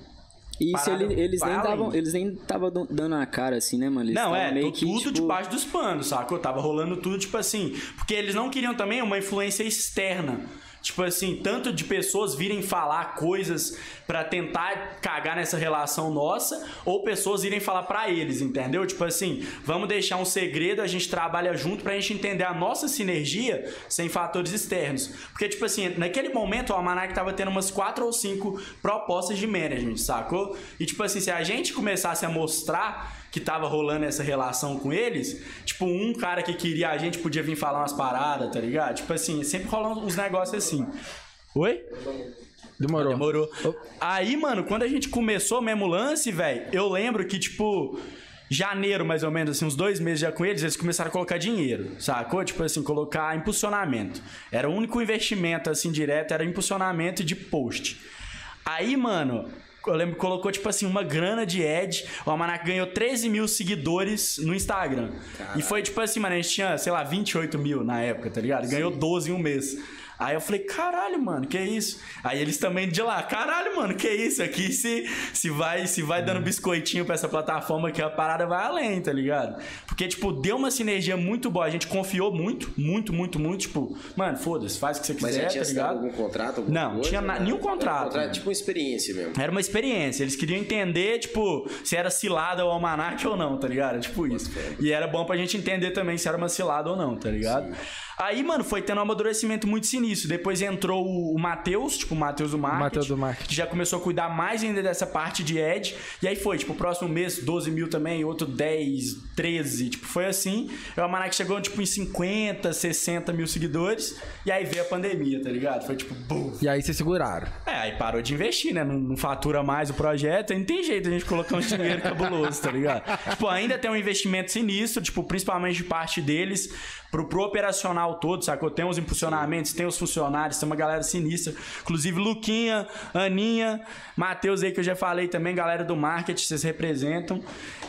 Speaker 5: E isso
Speaker 3: Parada,
Speaker 5: ele- eles, nem
Speaker 3: fala aí.
Speaker 5: tavam, eles nem estavam dando a cara assim, né, mano? Eles
Speaker 3: não,
Speaker 5: tavam
Speaker 3: é, tô
Speaker 5: meio que,
Speaker 3: tudo
Speaker 5: tipo,
Speaker 3: debaixo dos panos, saca? Eu tava rolando tudo, tipo assim. Porque eles não queriam também uma influência externa. Tipo assim, tanto de pessoas virem falar coisas pra tentar cagar nessa relação nossa, ou pessoas irem falar pra eles, entendeu? Tipo assim, vamos deixar um segredo, a gente trabalha junto pra gente entender a nossa sinergia sem fatores externos. Porque, tipo assim, naquele momento o Almanac tava tendo umas quatro ou cinco propostas de management, sacou? E, tipo assim, se a gente começasse a mostrar que tava rolando essa relação com eles, tipo, um cara que queria a gente podia vir falar umas paradas, tá ligado? Tipo assim, sempre rolando uns negócios assim. Oi?
Speaker 2: Demorou.
Speaker 3: Demorou. Aí, mano, quando a gente começou mesmo o lance, velho, eu lembro que, tipo, janeiro, mais ou menos, assim, uns dois meses já com eles, eles começaram a colocar dinheiro, sacou? Tipo assim, colocar impulsionamento. Era o único investimento, assim, direto, era impulsionamento de post. Aí, mano. Eu lembro que colocou, tipo assim, uma grana de ad. O Almanac ganhou 13 mil seguidores no Instagram. E foi, tipo assim, mano, a gente tinha, sei lá, 28 mil na época, tá ligado? Ganhou 12 em um mês. Aí eu falei, caralho, mano, que isso? Aí eles também de lá, caralho, mano, que isso? Aqui se, se, vai, se vai
Speaker 1: Uhum.
Speaker 3: dando biscoitinho pra essa plataforma que a parada vai além, tá ligado? Porque, tipo, deu uma sinergia muito boa. A gente confiou muito, muito, muito, muito. Tipo, mano, foda-se, faz o que você
Speaker 1: Mas
Speaker 3: quiser,
Speaker 1: já tinha
Speaker 3: tá
Speaker 1: assinado
Speaker 3: ligado?
Speaker 1: algum contrato? alguma
Speaker 3: Não,
Speaker 1: coisa,
Speaker 3: tinha na-
Speaker 1: né?
Speaker 3: nenhum
Speaker 1: Era um
Speaker 3: contrato, né?
Speaker 1: Tipo uma experiência mesmo.
Speaker 3: Era uma experiência. Eles queriam entender, tipo, se era cilada o almanac ou não, tá ligado? Era Tipo isso. E era bom pra gente entender também se era uma cilada ou não, tá ligado? Aí, mano, foi tendo um amadurecimento muito sinistro. Depois entrou o o Matheus, tipo, o Matheus do Marketing.
Speaker 2: Matheus do marketing.
Speaker 3: Que já começou a cuidar mais ainda dessa parte de ad. E aí foi, tipo, o próximo mês 12 mil também, outro 10, 13. Tipo, foi assim. E o Almanac chegou, tipo, em 50, 60 mil seguidores. E aí veio a pandemia, tá ligado? Foi tipo, bum,
Speaker 2: E aí vocês seguraram.
Speaker 3: é, aí parou de investir, né? Não, não fatura mais o projeto, aí não tem jeito a gente colocar um dinheiro cabuloso, tá ligado? tipo, ainda tem um investimento sinistro, tipo, principalmente de parte deles, pro, pro operacional todo, sacou? Tem os impulsionamentos, tem os funcionários, tem uma galera sinistra. Inclusive, Luquinha, Aninha, Matheus aí que eu já falei também, galera do marketing, vocês representam.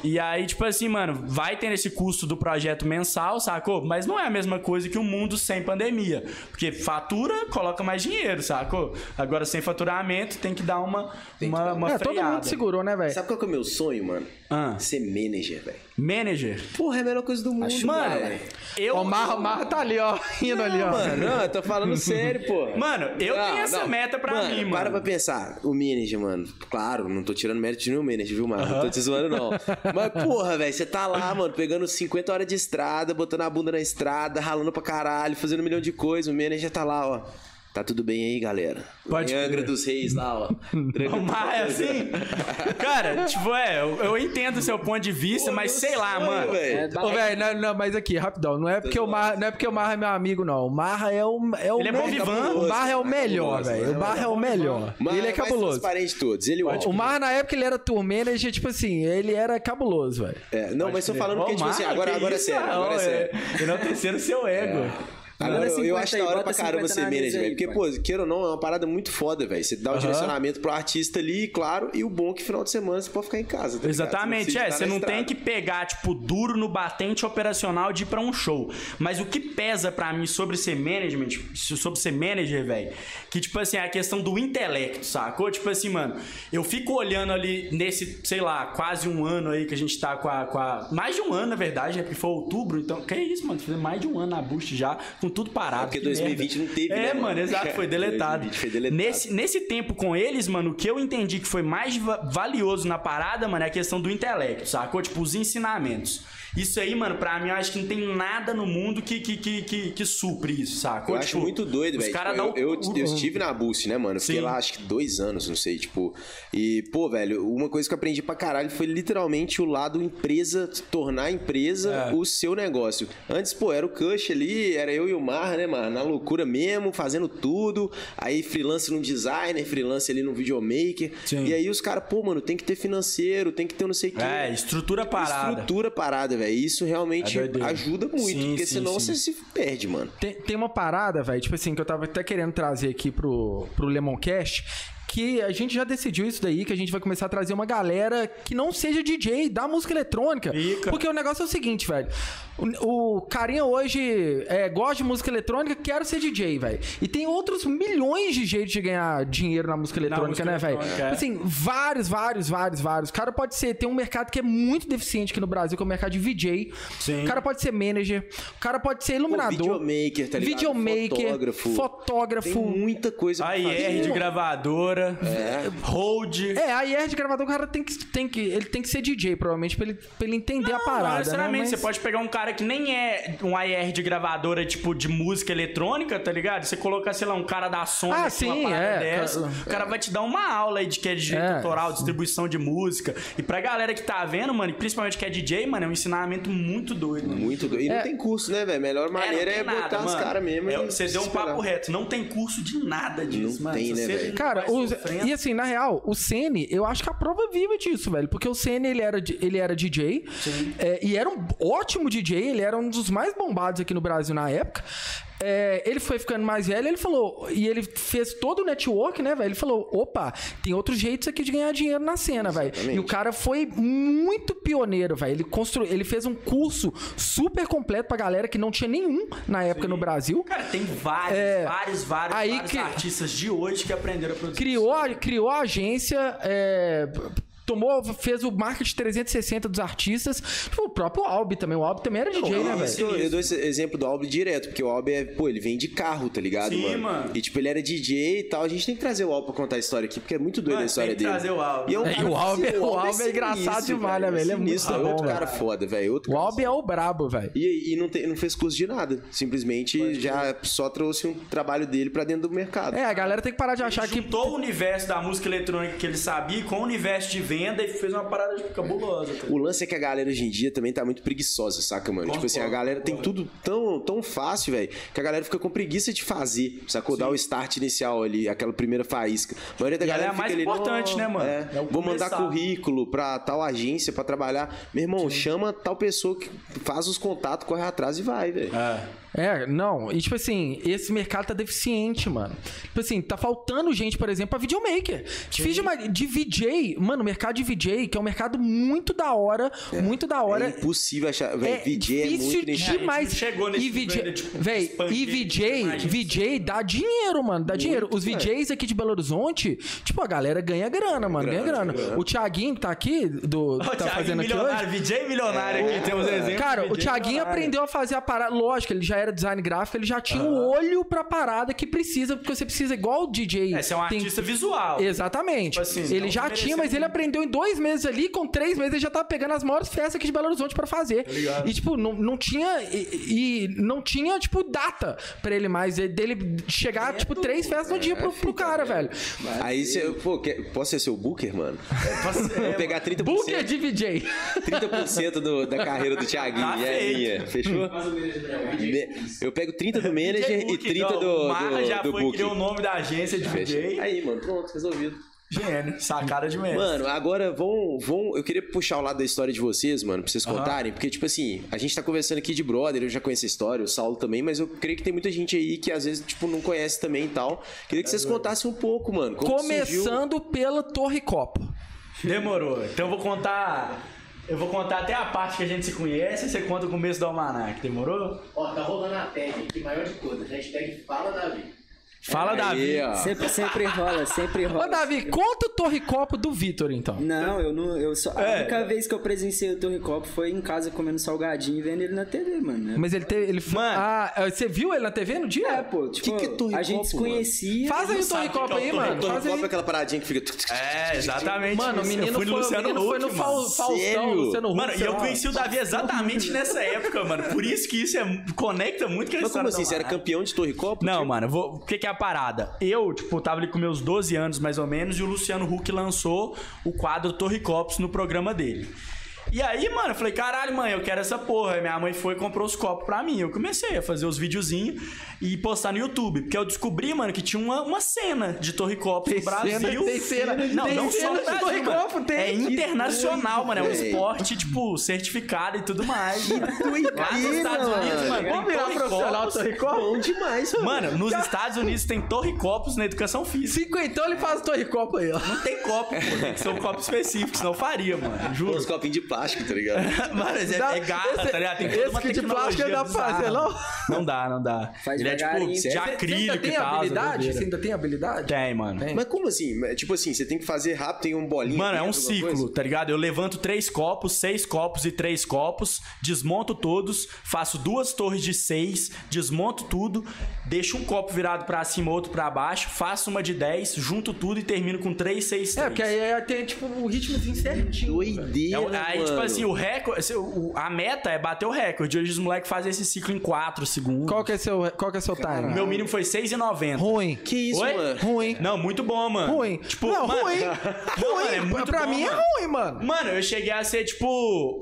Speaker 3: E aí, tipo assim, mano, vai ter esse custo do projeto mensal, sacou? Mas não é a mesma coisa que o mundo sem pandemia. Porque fatura, coloca mais dinheiro, sacou? Agora, sem faturamento, tem que dar uma, uma, uma
Speaker 2: é, todo
Speaker 3: freada.
Speaker 2: mundo segurou, né, velho?
Speaker 1: Sabe qual que é o meu sonho, mano?
Speaker 3: Ah.
Speaker 1: Ser manager, velho.
Speaker 3: Manager.
Speaker 1: Porra, é a melhor coisa do mundo,
Speaker 3: Mano,
Speaker 1: velho.
Speaker 3: eu...
Speaker 2: Ó, O Marra, o Marra tá ali, ó. Indo ali, ó.
Speaker 1: Mano, não, eu tô falando sério, pô.
Speaker 3: Mano, eu tenho essa meta pra mim, mano.
Speaker 1: Para pra pensar. O manager, mano. Claro, não tô tirando mérito de nenhum manager, viu, mano? Não tô te zoando, não. Mas, porra, velho, você tá lá, mano, pegando 50 horas de estrada, botando a bunda na estrada, ralando pra caralho, fazendo um milhão de coisas. O manager tá lá, ó. Tá tudo bem aí, galera.
Speaker 3: Pode
Speaker 1: Em
Speaker 3: crer.
Speaker 1: Angra dos Reis lá, ó. Tranquilo.
Speaker 3: O Marra é assim? Cara, tipo, é, eu, eu entendo o seu ponto de vista, mas sei lá,
Speaker 1: Sonho,
Speaker 3: mano. é
Speaker 1: velho.
Speaker 5: da-
Speaker 2: Ô, velho, não, não, mas aqui, rapidão. Não é porque o Marra, não é porque o Marra é meu amigo, não. O Marra é o. É o
Speaker 3: Ele é bom
Speaker 2: melhor.
Speaker 3: vivan.
Speaker 2: O Marra é o
Speaker 1: Cabuloso,
Speaker 2: melhor,
Speaker 1: né?
Speaker 2: velho. O Marra é o melhor.
Speaker 1: Mas
Speaker 2: Ele é
Speaker 1: mais
Speaker 2: cabuloso.
Speaker 1: transparente de todos. Ele é o
Speaker 2: O Marra, na época, ele era tour manager, tipo assim, ele era cabuloso, velho.
Speaker 1: É, não, mas tô falando
Speaker 3: Ô,
Speaker 1: porque, tipo assim,
Speaker 3: Marra,
Speaker 1: agora,
Speaker 3: que
Speaker 1: agora é
Speaker 3: isso,
Speaker 1: sério, agora é
Speaker 3: não,
Speaker 1: sério. É.
Speaker 3: Enaltecer o seu ego.
Speaker 1: Agora
Speaker 5: Manda
Speaker 1: eu, eu acho
Speaker 5: 50 aí,
Speaker 1: da hora
Speaker 5: bota
Speaker 1: pra caramba
Speaker 5: 50
Speaker 1: ser
Speaker 5: na
Speaker 1: manager,
Speaker 5: mesa
Speaker 1: velho.
Speaker 5: aí,
Speaker 1: Porque,
Speaker 5: pai.
Speaker 1: pô, queira ou não, é uma parada muito foda, velho. Você dá o direcionamento pro artista ali, claro, e o bom é que final de semana você pode ficar em casa. tá ligado?
Speaker 3: Exatamente, é. Você não tem que
Speaker 1: precisa
Speaker 3: pegar, tipo, duro no batente operacional de ir pra um show. Mas o que pesa pra mim sobre ser management, sobre ser manager, velho, que, tipo assim, é a questão do intelecto, sacou? Tipo assim, mano, eu fico olhando ali nesse, sei lá, quase um ano aí que a gente tá com a. com a- Mais de um ano, na verdade, né? Porque foi outubro, então. Que isso, mano? Fazendo mais de um ano na Boost já, com tudo parado.
Speaker 1: É porque
Speaker 3: que merda.
Speaker 1: 2020 não teve,
Speaker 3: É,
Speaker 1: né, mano?
Speaker 3: mano, exato, foi deletado.
Speaker 1: 2020 foi deletado.
Speaker 3: Nesse- nesse, nesse tempo com eles, mano, o que eu entendi que foi mais va- valioso na parada, mano, é a questão do intelecto, sacou? Tipo, os ensinamentos. Isso aí, mano, pra mim, eu acho que não tem nada no mundo que, que, que, que, que supre isso, sacou?
Speaker 1: Eu acho
Speaker 3: Tipo,
Speaker 1: muito doido,
Speaker 3: os
Speaker 1: velho.
Speaker 3: cara
Speaker 1: Tipo,
Speaker 3: dá o-
Speaker 1: eu, eu, eu estive na Boost, né, mano? Eu Fiquei
Speaker 3: Sim.
Speaker 1: lá acho que dois anos, não sei, tipo. E, pô, velho, uma coisa que eu aprendi pra caralho foi literalmente o lado empresa, tornar a empresa
Speaker 3: É.
Speaker 1: o seu negócio. Antes, pô, era o Cush ali, era eu e o Mar, né, mano? Na loucura mesmo, fazendo tudo. Aí freelance num designer, freelance ali num videomaker.
Speaker 3: Sim.
Speaker 1: E aí os caras, pô, mano, tem que ter financeiro, tem que ter não sei o que.
Speaker 3: É, estrutura parada.
Speaker 1: Estrutura parada, velho. Isso realmente
Speaker 3: É doideira.
Speaker 1: ajuda muito,
Speaker 3: Sim,
Speaker 1: porque
Speaker 3: sim,
Speaker 1: senão
Speaker 3: sim.
Speaker 1: você se perde, mano.
Speaker 2: Tem, tem uma parada, velho, tipo assim, que eu tava até querendo trazer aqui pro, pro Lemoncast, que a gente já decidiu isso daí, que a gente vai começar a trazer uma galera que não seja DJ da música eletrônica.
Speaker 3: Fica.
Speaker 2: Porque o negócio é o seguinte, velho. O, o carinha hoje é, gosta de música eletrônica, quero ser DJ, velho. E tem outros milhões de jeitos de ganhar dinheiro na música eletrônica,
Speaker 3: música
Speaker 2: né, velho?
Speaker 3: eletrônica, é.
Speaker 2: Assim, assim, vários, vários, vários, vários. O cara pode ser, tem um mercado que é muito deficiente aqui no Brasil, que é o mercado de VJ.
Speaker 3: Sim.
Speaker 2: O cara pode ser manager, o cara pode ser iluminador.
Speaker 1: videomaker, tá ligado?
Speaker 2: Videomaker,
Speaker 1: Fotógrafo.
Speaker 2: fotógrafo.
Speaker 1: Tem muita coisa pra
Speaker 3: A IR
Speaker 1: fazer.
Speaker 3: de gravadora, hold.
Speaker 2: É, a IR de gravador, o cara tem que, tem que, ele tem que ser DJ, provavelmente, pra ele, pra ele entender a
Speaker 3: Não,
Speaker 2: parada, né?
Speaker 3: necessariamente,
Speaker 2: Mas-
Speaker 3: você pode pegar um cara que nem é um AR de gravadora, tipo, de música eletrônica, tá ligado? Você colocar, sei lá, um cara da Sony,
Speaker 2: Ah,
Speaker 3: assim,
Speaker 2: sim,
Speaker 3: uma parada
Speaker 2: é,
Speaker 3: dessa.
Speaker 2: cara-
Speaker 3: o cara vai te dar uma aula aí de que é direito
Speaker 2: É.
Speaker 3: autoral, distribuição de música. E pra galera que tá vendo, mano, e principalmente que é DJ, mano, é um ensinamento muito doido, mano.
Speaker 1: Muito doido. E
Speaker 2: É.
Speaker 1: não tem curso, né, velho? Melhor
Speaker 3: não
Speaker 1: maneira é,
Speaker 3: tem nada,
Speaker 1: botar os
Speaker 3: mano.
Speaker 1: caras mesmo.
Speaker 3: É,
Speaker 1: e
Speaker 3: você deu um
Speaker 1: esperar.
Speaker 3: papo reto. Não tem curso de nada disso,
Speaker 1: Não
Speaker 3: mano.
Speaker 1: tem,
Speaker 3: Se
Speaker 1: né,
Speaker 3: você
Speaker 1: velho?
Speaker 3: não
Speaker 2: Cara,
Speaker 3: vai
Speaker 2: os-
Speaker 3: sofrendo-
Speaker 2: e assim, na real, o Sene, eu acho que é a prova viva disso, velho. Porque o Sene, ele era, di- ele era DJ. é, e era um ótimo DJ, ele era um dos mais bombados aqui no Brasil na época. É, ele foi ficando mais velho, ele falou, e ele fez todo o network, né, velho? Ele falou: opa, tem outros jeitos aqui de ganhar dinheiro na cena, velho. E o cara foi muito pioneiro, velho. Ele construiu, ele fez um curso super completo pra galera que não tinha nenhum na época no Brasil.
Speaker 3: Cara, tem vários,
Speaker 2: É,
Speaker 3: vários, vários,
Speaker 2: aí
Speaker 3: vários
Speaker 2: que-
Speaker 3: artistas de hoje que aprenderam a produzir.
Speaker 2: criou, a- criou a agência, é, tomou, fez o marketing 360 dos artistas. Tipo, o próprio Albi também. O Albi também era DJ, né,
Speaker 1: Eu-
Speaker 2: velho?
Speaker 1: eu, eu dou esse exemplo do Albi direto, porque o Albi é, pô, ele vem de carro, tá ligado,
Speaker 3: Sim, mano.
Speaker 1: E tipo, ele era DJ e tal. A gente tem que trazer o Albi pra contar a história aqui, porque é muito doida
Speaker 3: Mano,
Speaker 1: a história
Speaker 3: tem que
Speaker 1: dele.
Speaker 3: trazer o Albi.
Speaker 1: E é um
Speaker 2: É,
Speaker 1: cara
Speaker 2: o Albi-
Speaker 1: sinistro,
Speaker 2: o Albi é engraçado demais, né, velho? Ele é muito
Speaker 1: sinistro,
Speaker 2: bom,
Speaker 1: outro
Speaker 2: velho.
Speaker 1: cara foda, velho. Outro
Speaker 2: O
Speaker 1: cara
Speaker 2: Albi é o brabo, velho.
Speaker 1: E, e não, te- não fez curso de nada. Simplesmente já só trouxe um trabalho dele pra dentro do mercado.
Speaker 2: É, a galera tem que parar de achar que.
Speaker 3: Juntou o universo da música eletrônica que ele sabia com o universo de venda e fez uma parada tipo, cabulosa. cara.
Speaker 1: O lance é que a galera hoje em dia também tá muito preguiçosa, saca, mano? tipo assim, a galera tem tudo tão, tão fácil, velho, que a galera fica com preguiça de fazer, sacou? Dar o start inicial ali, aquela primeira faísca. A maioria da
Speaker 3: E ela
Speaker 1: galera
Speaker 3: é a mais
Speaker 1: fica ali,
Speaker 3: importante,
Speaker 1: "Não,
Speaker 3: né, mano?
Speaker 1: é,
Speaker 3: É o
Speaker 1: vou mandar
Speaker 3: começar."
Speaker 1: currículo pra tal agência pra trabalhar. Meu irmão, chama tal pessoa que faz os contatos, corre atrás e vai, velho.
Speaker 2: É, não. E tipo assim, esse mercado tá deficiente, mano. Tipo assim, tá faltando gente, por exemplo, pra videomaker. Difícil, mas de VJ, mano, o mercado de VJ, que é um mercado muito da hora, muito da hora.
Speaker 1: É impossível achar, velho, VJ é
Speaker 2: difícil
Speaker 1: muito nichado.
Speaker 2: demais.
Speaker 3: não chegou nesse
Speaker 2: e VJ,
Speaker 3: nível ainda de tipo,
Speaker 2: véi, e
Speaker 3: expandir
Speaker 2: VJ,
Speaker 3: demais,
Speaker 2: VJ dá dinheiro, mano, dá dinheiro. Os VJs aqui de Belo Horizonte, tipo, a galera ganha grana, mano, ganha grana. O Thiaguinho que tá aqui, do,
Speaker 3: Ó,
Speaker 2: tá
Speaker 3: Thiaguinho
Speaker 2: fazendo aqui hoje. É.
Speaker 3: milionário, VJ milionário aqui, temos exemplo.
Speaker 2: Cara,
Speaker 3: de
Speaker 2: o
Speaker 3: VJ
Speaker 2: Thiaguinho
Speaker 3: milionário.
Speaker 2: aprendeu a fazer a parada. Lógico, ele já era design gráfico, ele já tinha o olho pra parada que precisa, porque você precisa, igual o DJ.
Speaker 3: É, você é um
Speaker 2: tem- É.
Speaker 3: artista visual.
Speaker 2: Exatamente.
Speaker 3: Tipo assim,
Speaker 2: ele
Speaker 3: então
Speaker 2: já
Speaker 3: mereceu
Speaker 2: tinha, mas ele aprendeu em dois meses ali, com três meses ele já tava pegando as maiores festas aqui de Belo Horizonte pra fazer. e, tipo, não, não tinha. E, e não tinha, tipo, data pra ele mais. e Dele chegar, tipo, três festas no dia pro, pro cara, velho.
Speaker 1: Aí você, pô, quer- posso ser seu booker, mano?
Speaker 3: É,
Speaker 1: Vou pegar 30%.
Speaker 2: Booker é de DJ.
Speaker 1: 30% do- da carreira do Thiaguinho
Speaker 3: Tá
Speaker 1: e a
Speaker 3: feito.
Speaker 1: minha. Fechou? Me- Eu pego 30 do manager e
Speaker 3: um é Book,
Speaker 1: 30
Speaker 3: não,
Speaker 1: do,
Speaker 3: O Marra já
Speaker 1: do, do
Speaker 3: foi que deu o
Speaker 1: book.
Speaker 3: nome da agência de VJ.
Speaker 1: Aí, mano, pronto, resolvido.
Speaker 3: Gênio, sacada de mestre.
Speaker 1: Mano, agora vão, vão. Eu queria puxar o lado da história de vocês, mano, pra vocês contarem, porque, tipo assim, a gente tá conversando aqui de brother, eu já conheço a história, o Saulo também, mas eu creio que tem muita gente aí que às vezes, tipo, não conhece também e tal. Queria
Speaker 3: É
Speaker 1: que vocês contassem um pouco, mano. Como que surgiu-
Speaker 2: Começando pela Torre Copo.
Speaker 3: Demorou. Então eu vou contar. Eu vou contar até a parte que a gente se conhece e você conta o começo do almanac, demorou?
Speaker 6: Ó, tá rolando a tag aqui, maior de todas. Hashtag fala Davi.
Speaker 3: Fala, Davi.
Speaker 1: Aí, ó.
Speaker 5: Sempre, sempre rola, sempre rola.
Speaker 2: Ô, Davi, conta o Torre Copo do Vitor, então.
Speaker 5: Não, eu não. Eu só,
Speaker 3: É.
Speaker 5: A única vez que eu presenciei o Torre Copo foi em casa comendo salgadinho e vendo ele na TV, mano.
Speaker 2: Mas ele teve. Ele...
Speaker 3: Mano.
Speaker 2: Ah, você viu ele na TV no dia?
Speaker 5: É, pô, tipo,
Speaker 1: que é Torre
Speaker 5: a gente
Speaker 1: Copo,
Speaker 5: se conhecia.
Speaker 2: Faz aí o Torre
Speaker 3: sabe o que
Speaker 2: Copo
Speaker 3: é o
Speaker 2: aí,
Speaker 3: Torre
Speaker 2: mano.
Speaker 1: Torre
Speaker 2: Faz aí.
Speaker 1: Copa é aquela paradinha que fica.
Speaker 3: É, exatamente.
Speaker 2: Mano, o
Speaker 3: isso.
Speaker 2: menino
Speaker 3: eu fui
Speaker 2: foi,
Speaker 3: no Luciano
Speaker 2: o menino foi
Speaker 3: Huck,
Speaker 2: no Fal-
Speaker 3: mano.
Speaker 2: Faustão,
Speaker 1: Sério?
Speaker 2: Luciano Huck.
Speaker 3: Mano, e
Speaker 2: sei
Speaker 3: eu
Speaker 2: lá.
Speaker 3: conheci o Davi exatamente nessa época, mano. Por isso que isso é, conecta muito com a história
Speaker 1: Mas como
Speaker 3: do
Speaker 1: assim? Você era
Speaker 3: almanac.
Speaker 1: campeão de Torre Copa? Tipo,
Speaker 3: Não, mano, vou- o que, que é a parada? Eu, tipo, tava ali com meus 12 anos, mais ou menos, e o Luciano Huck lançou o quadro Torre Copos no programa dele. E aí, mano, eu falei, caralho, mãe, eu quero essa porra. Aí minha mãe foi e comprou os copos pra mim. Eu comecei a fazer os videozinhos e postar no YouTube. Porque eu descobri, mano, que tinha uma, uma cena de Torre Copos no
Speaker 2: Tem cena,
Speaker 3: Brasil.
Speaker 2: tem cena,
Speaker 3: não,
Speaker 2: tem
Speaker 3: não
Speaker 2: cena
Speaker 3: só
Speaker 2: de
Speaker 3: no Brasil,
Speaker 2: Torre
Speaker 3: mano.
Speaker 2: Copo, tem.
Speaker 3: É
Speaker 2: Que
Speaker 3: internacional, mano. É um
Speaker 1: velho.
Speaker 3: esporte, tipo, certificado e tudo mais. Lá nos
Speaker 1: doideira,
Speaker 3: Estados Unidos,
Speaker 1: mano.
Speaker 3: mano, tem
Speaker 2: Vamos virar um
Speaker 3: Torre
Speaker 2: profissional
Speaker 3: Copos.
Speaker 2: Torre Copo?
Speaker 1: Bom demais, mano.
Speaker 3: Mano, nos Estados Unidos tem torre copos na educação física.
Speaker 2: Cinquentão ele faz o Torre Copo aí, ó.
Speaker 3: Não tem copo, pô. Tem que ser um copo específico, senão eu faria, mano.
Speaker 1: Pô,
Speaker 3: Juro.
Speaker 1: Uns copinhos de plástico, tá ligado?
Speaker 3: Mano, é,
Speaker 2: Dá-
Speaker 3: é gata,
Speaker 2: esse-
Speaker 3: tá ligado? Tem toda
Speaker 2: esse
Speaker 3: uma
Speaker 2: que de plástico
Speaker 3: tecnologia
Speaker 2: dá pra fazer,
Speaker 3: bizarra,
Speaker 2: não?
Speaker 3: mano. Não dá, não dá.
Speaker 5: Faz
Speaker 3: Ele é tipo
Speaker 5: devagarinho.
Speaker 3: de
Speaker 5: Você
Speaker 2: Você ainda
Speaker 3: acrílico e
Speaker 2: tem
Speaker 3: tal.
Speaker 2: habilidade?
Speaker 3: essa
Speaker 2: Você ainda tem habilidade?
Speaker 3: doideira. Tem, mano.
Speaker 2: Tem.
Speaker 1: Mas como assim? Mas, Tipo assim, você tem que fazer rápido, tem um bolinho.
Speaker 3: Mano, é um
Speaker 1: dentro, alguma
Speaker 3: ciclo,
Speaker 1: coisa?
Speaker 3: tá ligado? Eu levanto três copos, seis copos e três copos, desmonto todos, faço duas torres de seis, desmonto tudo, deixo um copo virado pra cima, outro pra baixo, faço uma de dez, junto tudo e termino com três, seis, três.
Speaker 2: É, porque aí é- tem, tipo, o ritmozinho certinho.
Speaker 1: Doideira.
Speaker 3: É um- aí,
Speaker 1: né, mano.
Speaker 3: tipo assim, o recorde. se- o- A meta é bater o recorde. Hoje os moleques fazem esse ciclo em 4 segundos.
Speaker 2: Qual que é seu, qual que é seu time?
Speaker 3: Meu mínimo foi 6,90.
Speaker 2: Ruim.
Speaker 1: Que isso,
Speaker 3: Oi?
Speaker 1: mano?
Speaker 2: Ruim.
Speaker 3: Não, muito bom, mano.
Speaker 2: Ruim.
Speaker 3: Tipo,
Speaker 2: não,
Speaker 3: mano,
Speaker 2: ruim.
Speaker 3: Não,
Speaker 2: ruim.
Speaker 3: mano, é muito
Speaker 2: pra
Speaker 3: bom,
Speaker 2: mim
Speaker 3: mano.
Speaker 2: é ruim, mano.
Speaker 3: Mano, eu cheguei a ser, tipo,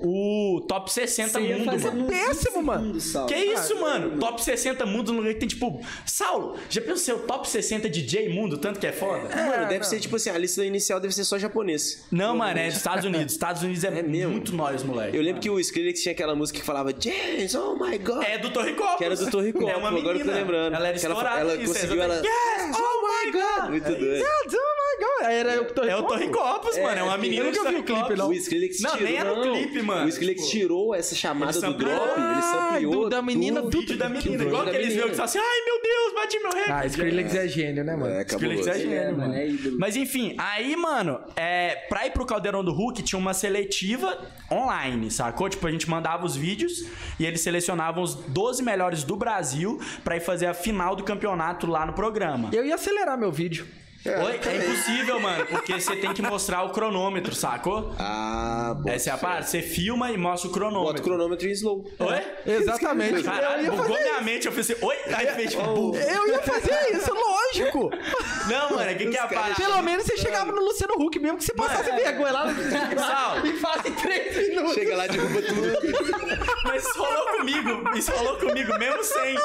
Speaker 3: o top 60
Speaker 5: Ia
Speaker 3: mundo,
Speaker 5: fazer
Speaker 3: mano.
Speaker 5: num
Speaker 2: Péssimo, mano.
Speaker 5: segundo, Saulo.
Speaker 3: Que isso, mano?
Speaker 5: mano.
Speaker 3: Top 60 mundo no lugar que tem, tipo... Saulo, já pensou o top 60 DJ mundo? Tanto que é foda?
Speaker 1: Mano, deve ser tipo assim, a lista inicial deve ser só japonês.
Speaker 3: Não, mano, é dos Estados Unidos. Estados Unidos é,
Speaker 1: mesmo?
Speaker 3: muito nós, moleque.
Speaker 1: Eu lembro que o Skrillex tinha aquela música que falava James, oh my god.
Speaker 3: É do Torre Copos.
Speaker 1: Que era do Torre Copos,
Speaker 3: É uma menina.
Speaker 1: agora eu tô lembrando.
Speaker 3: Ela era
Speaker 1: Que ela-
Speaker 3: estourada.
Speaker 1: ela
Speaker 3: nisso,
Speaker 1: conseguiu, ela-
Speaker 3: exatamente. Yes, oh my God.
Speaker 1: Muito doido.
Speaker 2: Deus, oh my God. Era o Torre
Speaker 3: É o Torre Copos, mano. É uma menina
Speaker 2: nunca
Speaker 3: do
Speaker 2: vi o
Speaker 3: Torre
Speaker 2: clipe,
Speaker 3: Copos.
Speaker 2: não.
Speaker 1: O Skrillex
Speaker 3: Não,
Speaker 1: tirou.
Speaker 3: nem era o clipe, mano.
Speaker 1: O Skrillex
Speaker 3: Tipo,
Speaker 1: tirou essa chamada
Speaker 3: ele
Speaker 1: do
Speaker 3: sampleou-
Speaker 1: drop, ele
Speaker 2: Ah,
Speaker 1: sampleou.
Speaker 2: do- da menina do-
Speaker 3: vídeo da menina. Igual
Speaker 1: da
Speaker 3: aqueles
Speaker 1: menina.
Speaker 3: meus que falam assim, ai meu Deus, bati meu recorde.
Speaker 2: Ah, Skrillex é gênio, né, mano?
Speaker 1: É,
Speaker 3: Skrillex
Speaker 1: cabuloso.
Speaker 3: é gênio,
Speaker 5: É,
Speaker 3: mano.
Speaker 5: mano, é ídolo.
Speaker 3: Mas enfim, aí, mano, é, pra ir pro Caldeirão do Hulk tinha uma seletiva online, sacou? Tipo, a gente mandava os vídeos e eles selecionavam os 12 melhores do Brasil pra ir fazer a final do campeonato lá no programa.
Speaker 2: Eu ia acelerar meu vídeo.
Speaker 3: Oi, é impossível, mano, porque você tem que mostrar o cronômetro, sacou?
Speaker 1: Ah, bom.
Speaker 3: Essa é a parada. Você filma e mostra o
Speaker 1: Bota o
Speaker 3: cronômetro.
Speaker 1: cronômetro em slow.
Speaker 3: Oi?
Speaker 2: Exatamente. eu
Speaker 3: Caralho,
Speaker 2: ia
Speaker 3: bugou
Speaker 2: fazer
Speaker 3: minha mente. Eu pensei, oi? Aí fez tipo, bum.
Speaker 2: Eu ia fazer isso, lógico.
Speaker 3: Não, mano, o que, que é a parada?
Speaker 2: Pelo menos você chegava no Luciano Huck mesmo que você passasse vergonha lá no
Speaker 3: Sal,
Speaker 2: e faz em três minutos.
Speaker 1: Chega lá, derruba tudo.
Speaker 3: Mas isso rolou comigo, isso rolou comigo, mesmo sem,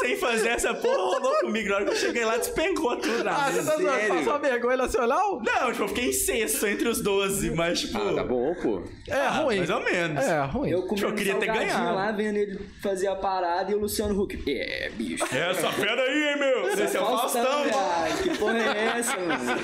Speaker 3: sem fazer essa porra, rolou comigo. Na hora que eu cheguei lá, despencou tudo. na
Speaker 2: Ah,
Speaker 3: mesa.
Speaker 2: você tá zoando?
Speaker 1: Sério?
Speaker 2: Passou a vergonha nacional?
Speaker 3: Não, tipo, eu fiquei em sexto entre os 12, mas tipo.
Speaker 1: Ah, tá bom, pô.
Speaker 2: É ruim.
Speaker 3: Mais ou menos.
Speaker 2: É ruim.
Speaker 5: Eu comi
Speaker 3: Eu
Speaker 5: um
Speaker 3: queria ter
Speaker 5: salgadinho
Speaker 3: ganhado.
Speaker 5: lá, vendo ele fazer a parada e o Luciano Huck. É, bicho.
Speaker 3: Essa fera aí, hein, meu? Esse é o Faustão.
Speaker 5: viado. Que porra é essa, mano?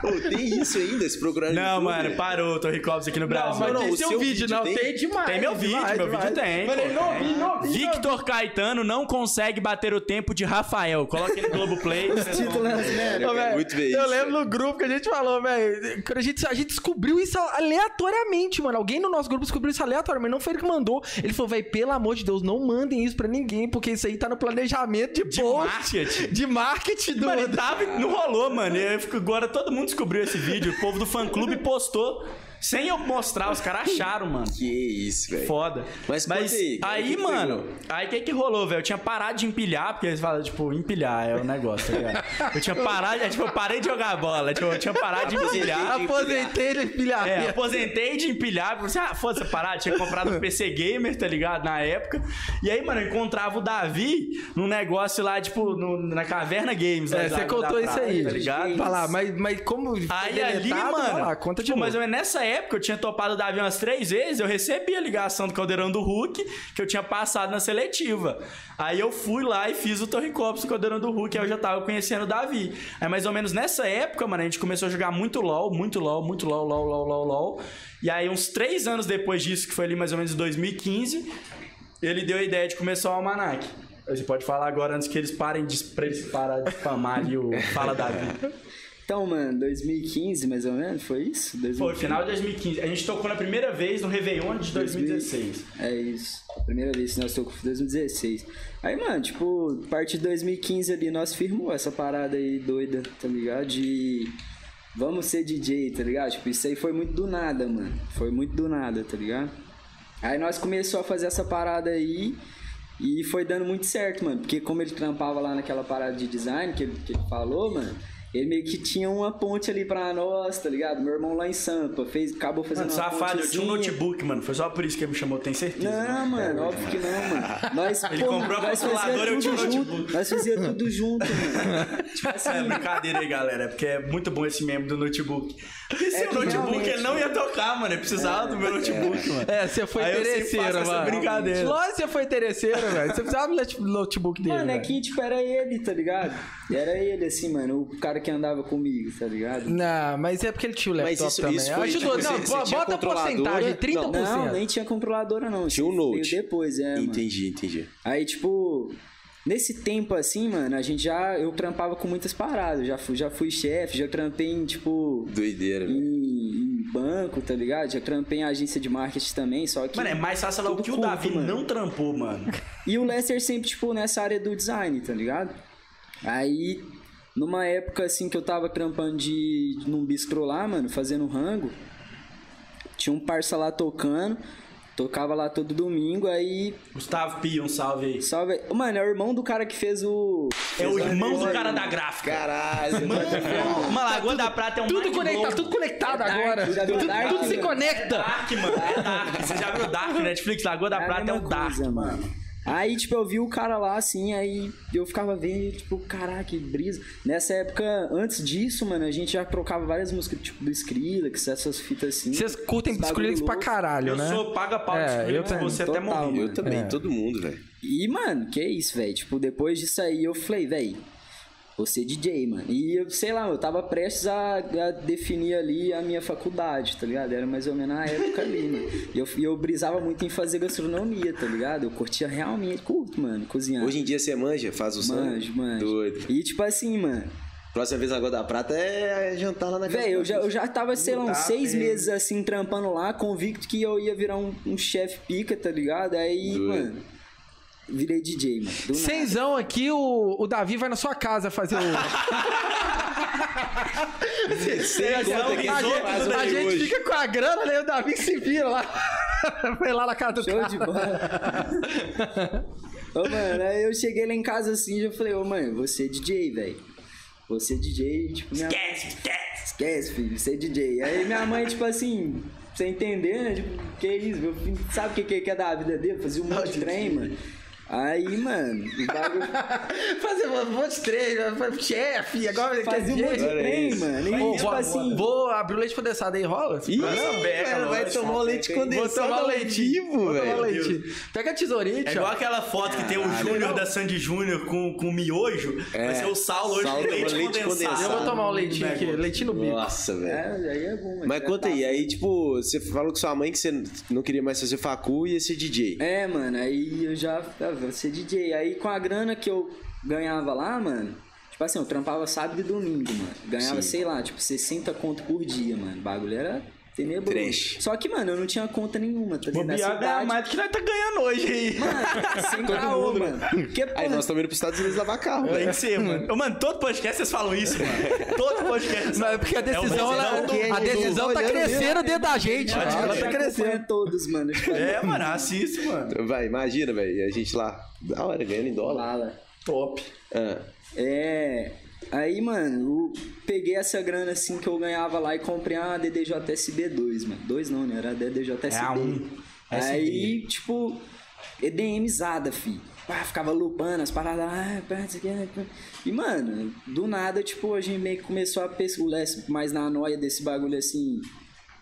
Speaker 1: Pô, tem isso ainda, esse programa. no
Speaker 3: Não,
Speaker 1: YouTube?
Speaker 3: mano, parou, Torre Copos aqui no
Speaker 2: Não,
Speaker 3: Brasil.
Speaker 2: mas
Speaker 1: não,
Speaker 2: tem
Speaker 1: o
Speaker 2: seu
Speaker 1: seu
Speaker 2: vídeo,
Speaker 1: vídeo
Speaker 2: não.
Speaker 1: tem?
Speaker 2: Tem demais.
Speaker 3: Tem meu vídeo,
Speaker 2: demais,
Speaker 3: meu vídeo
Speaker 2: demais.
Speaker 3: tem,
Speaker 2: Mano,
Speaker 3: pô.
Speaker 2: ele não vi, não vi, não vi.
Speaker 3: Victor Caetano não consegue bater o tempo de Rafael. Coloca ele no Globoplay. vocês vão-
Speaker 5: Título, né?
Speaker 1: Eu
Speaker 2: Ô,
Speaker 1: quero
Speaker 2: velho,
Speaker 1: muito ver
Speaker 2: eu
Speaker 1: isso,
Speaker 2: lembro no grupo que a gente falou, velho. quando A gente, a gente descobriu isso aleatoriamente, mano. Alguém no nosso grupo descobriu isso aleatoriamente. mas não foi ele que mandou. Ele falou, velho, pelo amor de Deus, não mandem isso pra ninguém, porque isso aí tá no planejamento de,
Speaker 1: é
Speaker 3: De
Speaker 2: post,
Speaker 3: marketing.
Speaker 2: De marketing do.
Speaker 3: Mano, ele tava, e não rolou, mano. Eu fico, agora todo mundo descobriu esse vídeo. O povo do fã clube postou. Sem eu mostrar, os caras acharam, mano.
Speaker 1: Que isso, velho.
Speaker 3: Foda.
Speaker 1: Mas conta aí, cara, o que que
Speaker 3: mano,
Speaker 1: pegou?
Speaker 3: aí o que que rolou, velho? Eu tinha parado de empilhar, porque eles falam, tipo, empilhar é o negócio, tá ligado? Eu tinha parado, é, tipo, eu parei de jogar bola, tipo, eu tinha parado de empilhar.
Speaker 2: Ah, Aposentei ele, filha.
Speaker 3: É, aposentei de empilhar, porque, ah, foda-se essa parada, tinha comprado um PC Gamer, tá ligado? Na época. E aí, mano, eu encontrava o Davi num negócio lá, tipo, no- na Caverna Games. lá
Speaker 2: É,
Speaker 3: do
Speaker 2: você
Speaker 3: lado da
Speaker 2: contou isso
Speaker 3: praia,
Speaker 2: aí.
Speaker 3: tá ligado?
Speaker 2: Vai lá, mas, mas como. foi
Speaker 3: Aí
Speaker 2: tá deletado,
Speaker 3: ali,
Speaker 2: vai
Speaker 3: mano,
Speaker 2: lá, conta de
Speaker 3: tipo,
Speaker 2: novo.
Speaker 3: mais ou menos nessa época, eu tinha topado o Davi umas três vezes, eu recebi a ligação do Caldeirão do Hulk, que eu tinha passado na seletiva. Aí eu fui lá e fiz o Torre Copos do Caldeirão do Hulk, aí eu já tava conhecendo o Davi. Aí mais ou menos nessa época, mano, a gente começou a jogar muito LOL, muito LOL, muito LOL, LOL, LOL, LOL, LOL. E aí uns três anos depois disso, que foi ali mais ou menos em 2015, ele deu a ideia de começar o Almanac. Você pode falar agora antes que eles parem de, pra eles parar de spamar ali o Fala Davi.
Speaker 5: Então, mano, 2015 mais ou menos, foi isso?
Speaker 3: Foi
Speaker 5: 2015.
Speaker 3: final de 2015. A gente tocou na primeira vez no Réveillon de 2016.
Speaker 5: É isso. Primeira vez né? que nós tocamos foi 2016. Aí, mano, tipo, parte de 2015 ali, nós firmou essa parada aí doida, tá ligado? De vamos ser DJ, tá ligado? Tipo, isso aí foi muito do nada, mano. Foi muito do nada, tá ligado? Aí nós começou a fazer essa parada aí e foi dando muito certo, mano. Porque como ele trampava lá naquela parada de design que ele, que ele falou, mano, ele meio que tinha uma ponte ali pra nós, tá ligado? Meu irmão lá em Sampa fez, acabou fazendo
Speaker 3: Mano,
Speaker 5: uma
Speaker 3: safado, eu tinha um
Speaker 5: pontezinha.
Speaker 3: notebook, mano. Foi só por isso que ele me chamou, tem certeza. né?
Speaker 5: Não, mano, óbvio que não, mano. Nós,
Speaker 3: Ele
Speaker 5: pô,
Speaker 3: comprou a
Speaker 5: nós fazia
Speaker 3: calculadora, eu
Speaker 5: tudo
Speaker 3: tinha o
Speaker 5: junto,
Speaker 3: notebook.
Speaker 5: Nós fazíamos tudo junto, mano. Tipo assim,
Speaker 3: É brincadeira aí, galera. é Porque é muito bom esse meme do notebook. E sem
Speaker 5: É
Speaker 3: o
Speaker 5: que
Speaker 3: notebook,
Speaker 5: realmente, É,
Speaker 3: ele não ia tocar, mano. Eu precisava do meu notebook, mano.
Speaker 2: É, você foi
Speaker 3: Aí eu sempre faço
Speaker 2: terceira,
Speaker 3: essa
Speaker 2: mano.
Speaker 3: brincadeira.
Speaker 2: Lógico que você foi terceira, velho. Você precisava do notebook dele.
Speaker 5: mano, é
Speaker 2: velho.
Speaker 5: que, tipo, era ele, tá ligado? Era ele, assim, mano, o cara que andava comigo, tá ligado?
Speaker 2: Não, mas é porque ele tinha o
Speaker 1: Mas
Speaker 2: laptop
Speaker 1: isso-
Speaker 2: também.
Speaker 1: isso foi,
Speaker 2: Ajudou.
Speaker 1: tipo,
Speaker 2: não,
Speaker 1: você- você tinha
Speaker 2: bota a porcentagem, 30%.
Speaker 1: controladora?
Speaker 5: Não, nem tinha controladora, não.
Speaker 1: Tinha um
Speaker 5: Veio
Speaker 1: note.
Speaker 5: Depois, é, mano.
Speaker 1: Entendi, entendi.
Speaker 5: Aí, tipo, nesse tempo assim, mano, a gente já. Eu trampava com muitas paradas. Já fui, já fui chefe, já trampei em, tipo.
Speaker 1: Doideira, velho.
Speaker 5: Em, em banco, tá ligado? Já trampei em agência de marketing também, só que.
Speaker 3: Mano, é mais fácil falar o
Speaker 5: Tudo
Speaker 3: que o
Speaker 5: culto,
Speaker 3: Davi
Speaker 5: mano.
Speaker 3: não trampou, mano.
Speaker 5: E o Lester sempre, tipo, nessa área do design, tá ligado? Aí, numa época, assim, que eu tava trampando de, num bistrô lá, mano, fazendo rango, tinha um parça lá tocando, tocava lá todo domingo, aí...
Speaker 3: Gustavo Pio, um salve aí.
Speaker 5: Salve... Mano, é o irmão do cara que fez o...
Speaker 3: É o irmão do cara da gráfica.
Speaker 1: Caralho, mano.
Speaker 3: Uma Lagoa da Prata é um
Speaker 2: Tudo
Speaker 3: mind
Speaker 2: conectado,
Speaker 3: blow.
Speaker 2: tudo conectado
Speaker 5: Dark,
Speaker 2: agora.
Speaker 5: tudo é
Speaker 2: Tudo,
Speaker 5: Dark,
Speaker 2: tudo se
Speaker 5: mano.
Speaker 2: conecta.
Speaker 3: Dark, mano. É Dark. Você já viu Dark, Netflix? Lagoa da
Speaker 5: É a
Speaker 3: Prata é
Speaker 5: mesma
Speaker 3: um Dark.
Speaker 5: coisa, mano. Aí, tipo, eu vi o cara lá assim, aí eu ficava vendo, tipo, caraca, que brisa. Nessa época, antes disso, mano, a gente já trocava várias músicas, tipo, do Skrillex, essas fitas assim.
Speaker 2: Vocês curtem
Speaker 5: Esse bagulho
Speaker 2: Skrillex pra
Speaker 5: louco.
Speaker 2: caralho,
Speaker 3: Eu
Speaker 2: né?
Speaker 3: sou paga pau
Speaker 2: É,
Speaker 3: de
Speaker 2: eu
Speaker 3: Skrillex,
Speaker 2: também,
Speaker 3: você até
Speaker 5: total,
Speaker 3: morri.
Speaker 5: mano.
Speaker 1: Eu também,
Speaker 2: É.
Speaker 1: todo mundo, velho.
Speaker 5: E, mano, que isso, velho. Tipo, depois disso aí eu falei, velho, você DJ, mano. E eu, sei lá, eu tava prestes a, a definir ali a minha faculdade, tá ligado? Era mais ou menos a época ali, mano. E eu, e eu brisava muito em fazer gastronomia, tá ligado? Eu curtia realmente, curto, mano, cozinhar.
Speaker 1: Hoje em dia você manja, faz o sangue.
Speaker 5: Manjo, manjo.
Speaker 1: é Doido.
Speaker 5: E tipo assim, mano,
Speaker 1: Próxima vez agora da prata é jantar lá na casa.
Speaker 5: velho, eu já, eu já tava, sei lá,
Speaker 3: Não
Speaker 5: uns
Speaker 3: dá,
Speaker 5: seis
Speaker 3: velho.
Speaker 5: meses assim, trampando lá, convicto que eu ia virar um, um chefe pica, tá ligado? Aí,
Speaker 1: Doido.
Speaker 5: mano, virei DJ, mano. do nada.
Speaker 2: Cenzão aqui, o, o Davi vai na sua casa fazer o.
Speaker 1: Sem conta é que
Speaker 2: a
Speaker 1: eu
Speaker 2: gente,
Speaker 1: faço
Speaker 2: a
Speaker 1: daí
Speaker 2: gente
Speaker 1: hoje.
Speaker 2: fica com a grana, né? O Davi que se vira lá. Foi lá na casa do
Speaker 5: Show
Speaker 2: cara.
Speaker 5: de bola. ô, mano, aí eu cheguei lá em casa assim e já falei, ô, mãe, você é DJ, velho. Você é DJ, tipo, minha... Esquece, esquece! Esquece, filho, você é DJ. Aí minha mãe, tipo assim, sem entender, né? Tipo, que isso, meu filho, sabe o que, que, que é da vida dele? Fazia um monte de trem, mano. Aí, mano, o bagulho...
Speaker 2: Fazer um monte de treino, chefe, agora
Speaker 5: Fazia um
Speaker 2: quer
Speaker 5: monte de
Speaker 2: dizer-
Speaker 1: Olha
Speaker 5: trem,
Speaker 1: isso.
Speaker 5: mano. E,
Speaker 2: Ô,
Speaker 5: tipo
Speaker 2: vou,
Speaker 5: assim...
Speaker 2: vou abrir o leite condensado aí, rola?
Speaker 1: Ih,
Speaker 3: Nossa, beca,
Speaker 1: velho, vai
Speaker 3: mano.
Speaker 1: tomar o leite
Speaker 2: Vou
Speaker 1: condensado
Speaker 2: tomar
Speaker 1: ao
Speaker 2: leitinho,
Speaker 1: vivo,
Speaker 2: vou tomar
Speaker 1: velho.
Speaker 2: leitinho. Pega a tesourinha,
Speaker 3: É
Speaker 2: tio.
Speaker 3: igual aquela foto que tem o Júnior da Sandy Júnior com, com miojo.
Speaker 1: É.
Speaker 3: Vai ser o Saulo hoje
Speaker 1: Saulo
Speaker 3: com leite,
Speaker 1: tomando leite
Speaker 3: condensado.
Speaker 1: condensado.
Speaker 2: Eu vou tomar um leitinho aqui,
Speaker 3: Pega.
Speaker 2: leitinho no bico.
Speaker 1: Nossa, velho.
Speaker 5: É, aí é bom, mano.
Speaker 1: Mas
Speaker 5: Já
Speaker 1: conta
Speaker 5: tá
Speaker 1: aí, aí tipo, você falou com sua mãe que você não queria mais fazer facu e ia ser DJ.
Speaker 5: É, mano, aí eu já ah, vou ser DJ. Aí com a grana que eu ganhava lá, mano, tipo assim, eu trampava sábado e domingo, mano. Ganhava,
Speaker 1: Sim.
Speaker 5: sei lá, tipo 60 conto por dia, mano. O bagulho era tenebroso.
Speaker 1: Trash.
Speaker 5: Só que, mano, eu não tinha conta nenhuma, tá ligado? Na
Speaker 3: Bobear ganha
Speaker 5: cidade.
Speaker 3: mais do que nós tá ganhando hoje aí.
Speaker 5: Mano, sem caô, mano. Porque,
Speaker 1: Aí
Speaker 5: porra,
Speaker 1: nós estamos indo pros Estados Unidos lavar carro,
Speaker 3: Tem
Speaker 1: velho.
Speaker 3: que ser, mano. Ô, Mano, todo podcast vocês falam isso, mano. Todo podcast.
Speaker 2: Mas é porque a decisão,
Speaker 3: é
Speaker 2: ela-
Speaker 3: o
Speaker 1: do-
Speaker 2: a
Speaker 1: do-
Speaker 2: decisão tá
Speaker 1: olhando
Speaker 2: crescendo dentro da gente.
Speaker 5: eu
Speaker 2: Ela
Speaker 5: já
Speaker 2: tá
Speaker 5: acompanho
Speaker 2: crescendo.
Speaker 5: todos, mano. tipo, Eu falei,
Speaker 3: É, mano, assiste, mano.
Speaker 1: Vai, imagina, velho. A gente lá, da hora, ganhando em dólar.
Speaker 5: Lala.
Speaker 3: Top.
Speaker 1: Ah,
Speaker 5: É. Aí, mano, eu peguei essa grana assim que eu ganhava lá e comprei uma DDJ SB2, mano. Dois não, né? Era a DDJ SB.
Speaker 3: É a um.
Speaker 5: Aí, tipo, EDMzada, fi. Pá, ficava lupando as paradas lá. ah, pá, isso aqui, ah, pá. E, mano, do nada, tipo, a gente meio que começou a pesquisar mais na noia desse bagulho assim.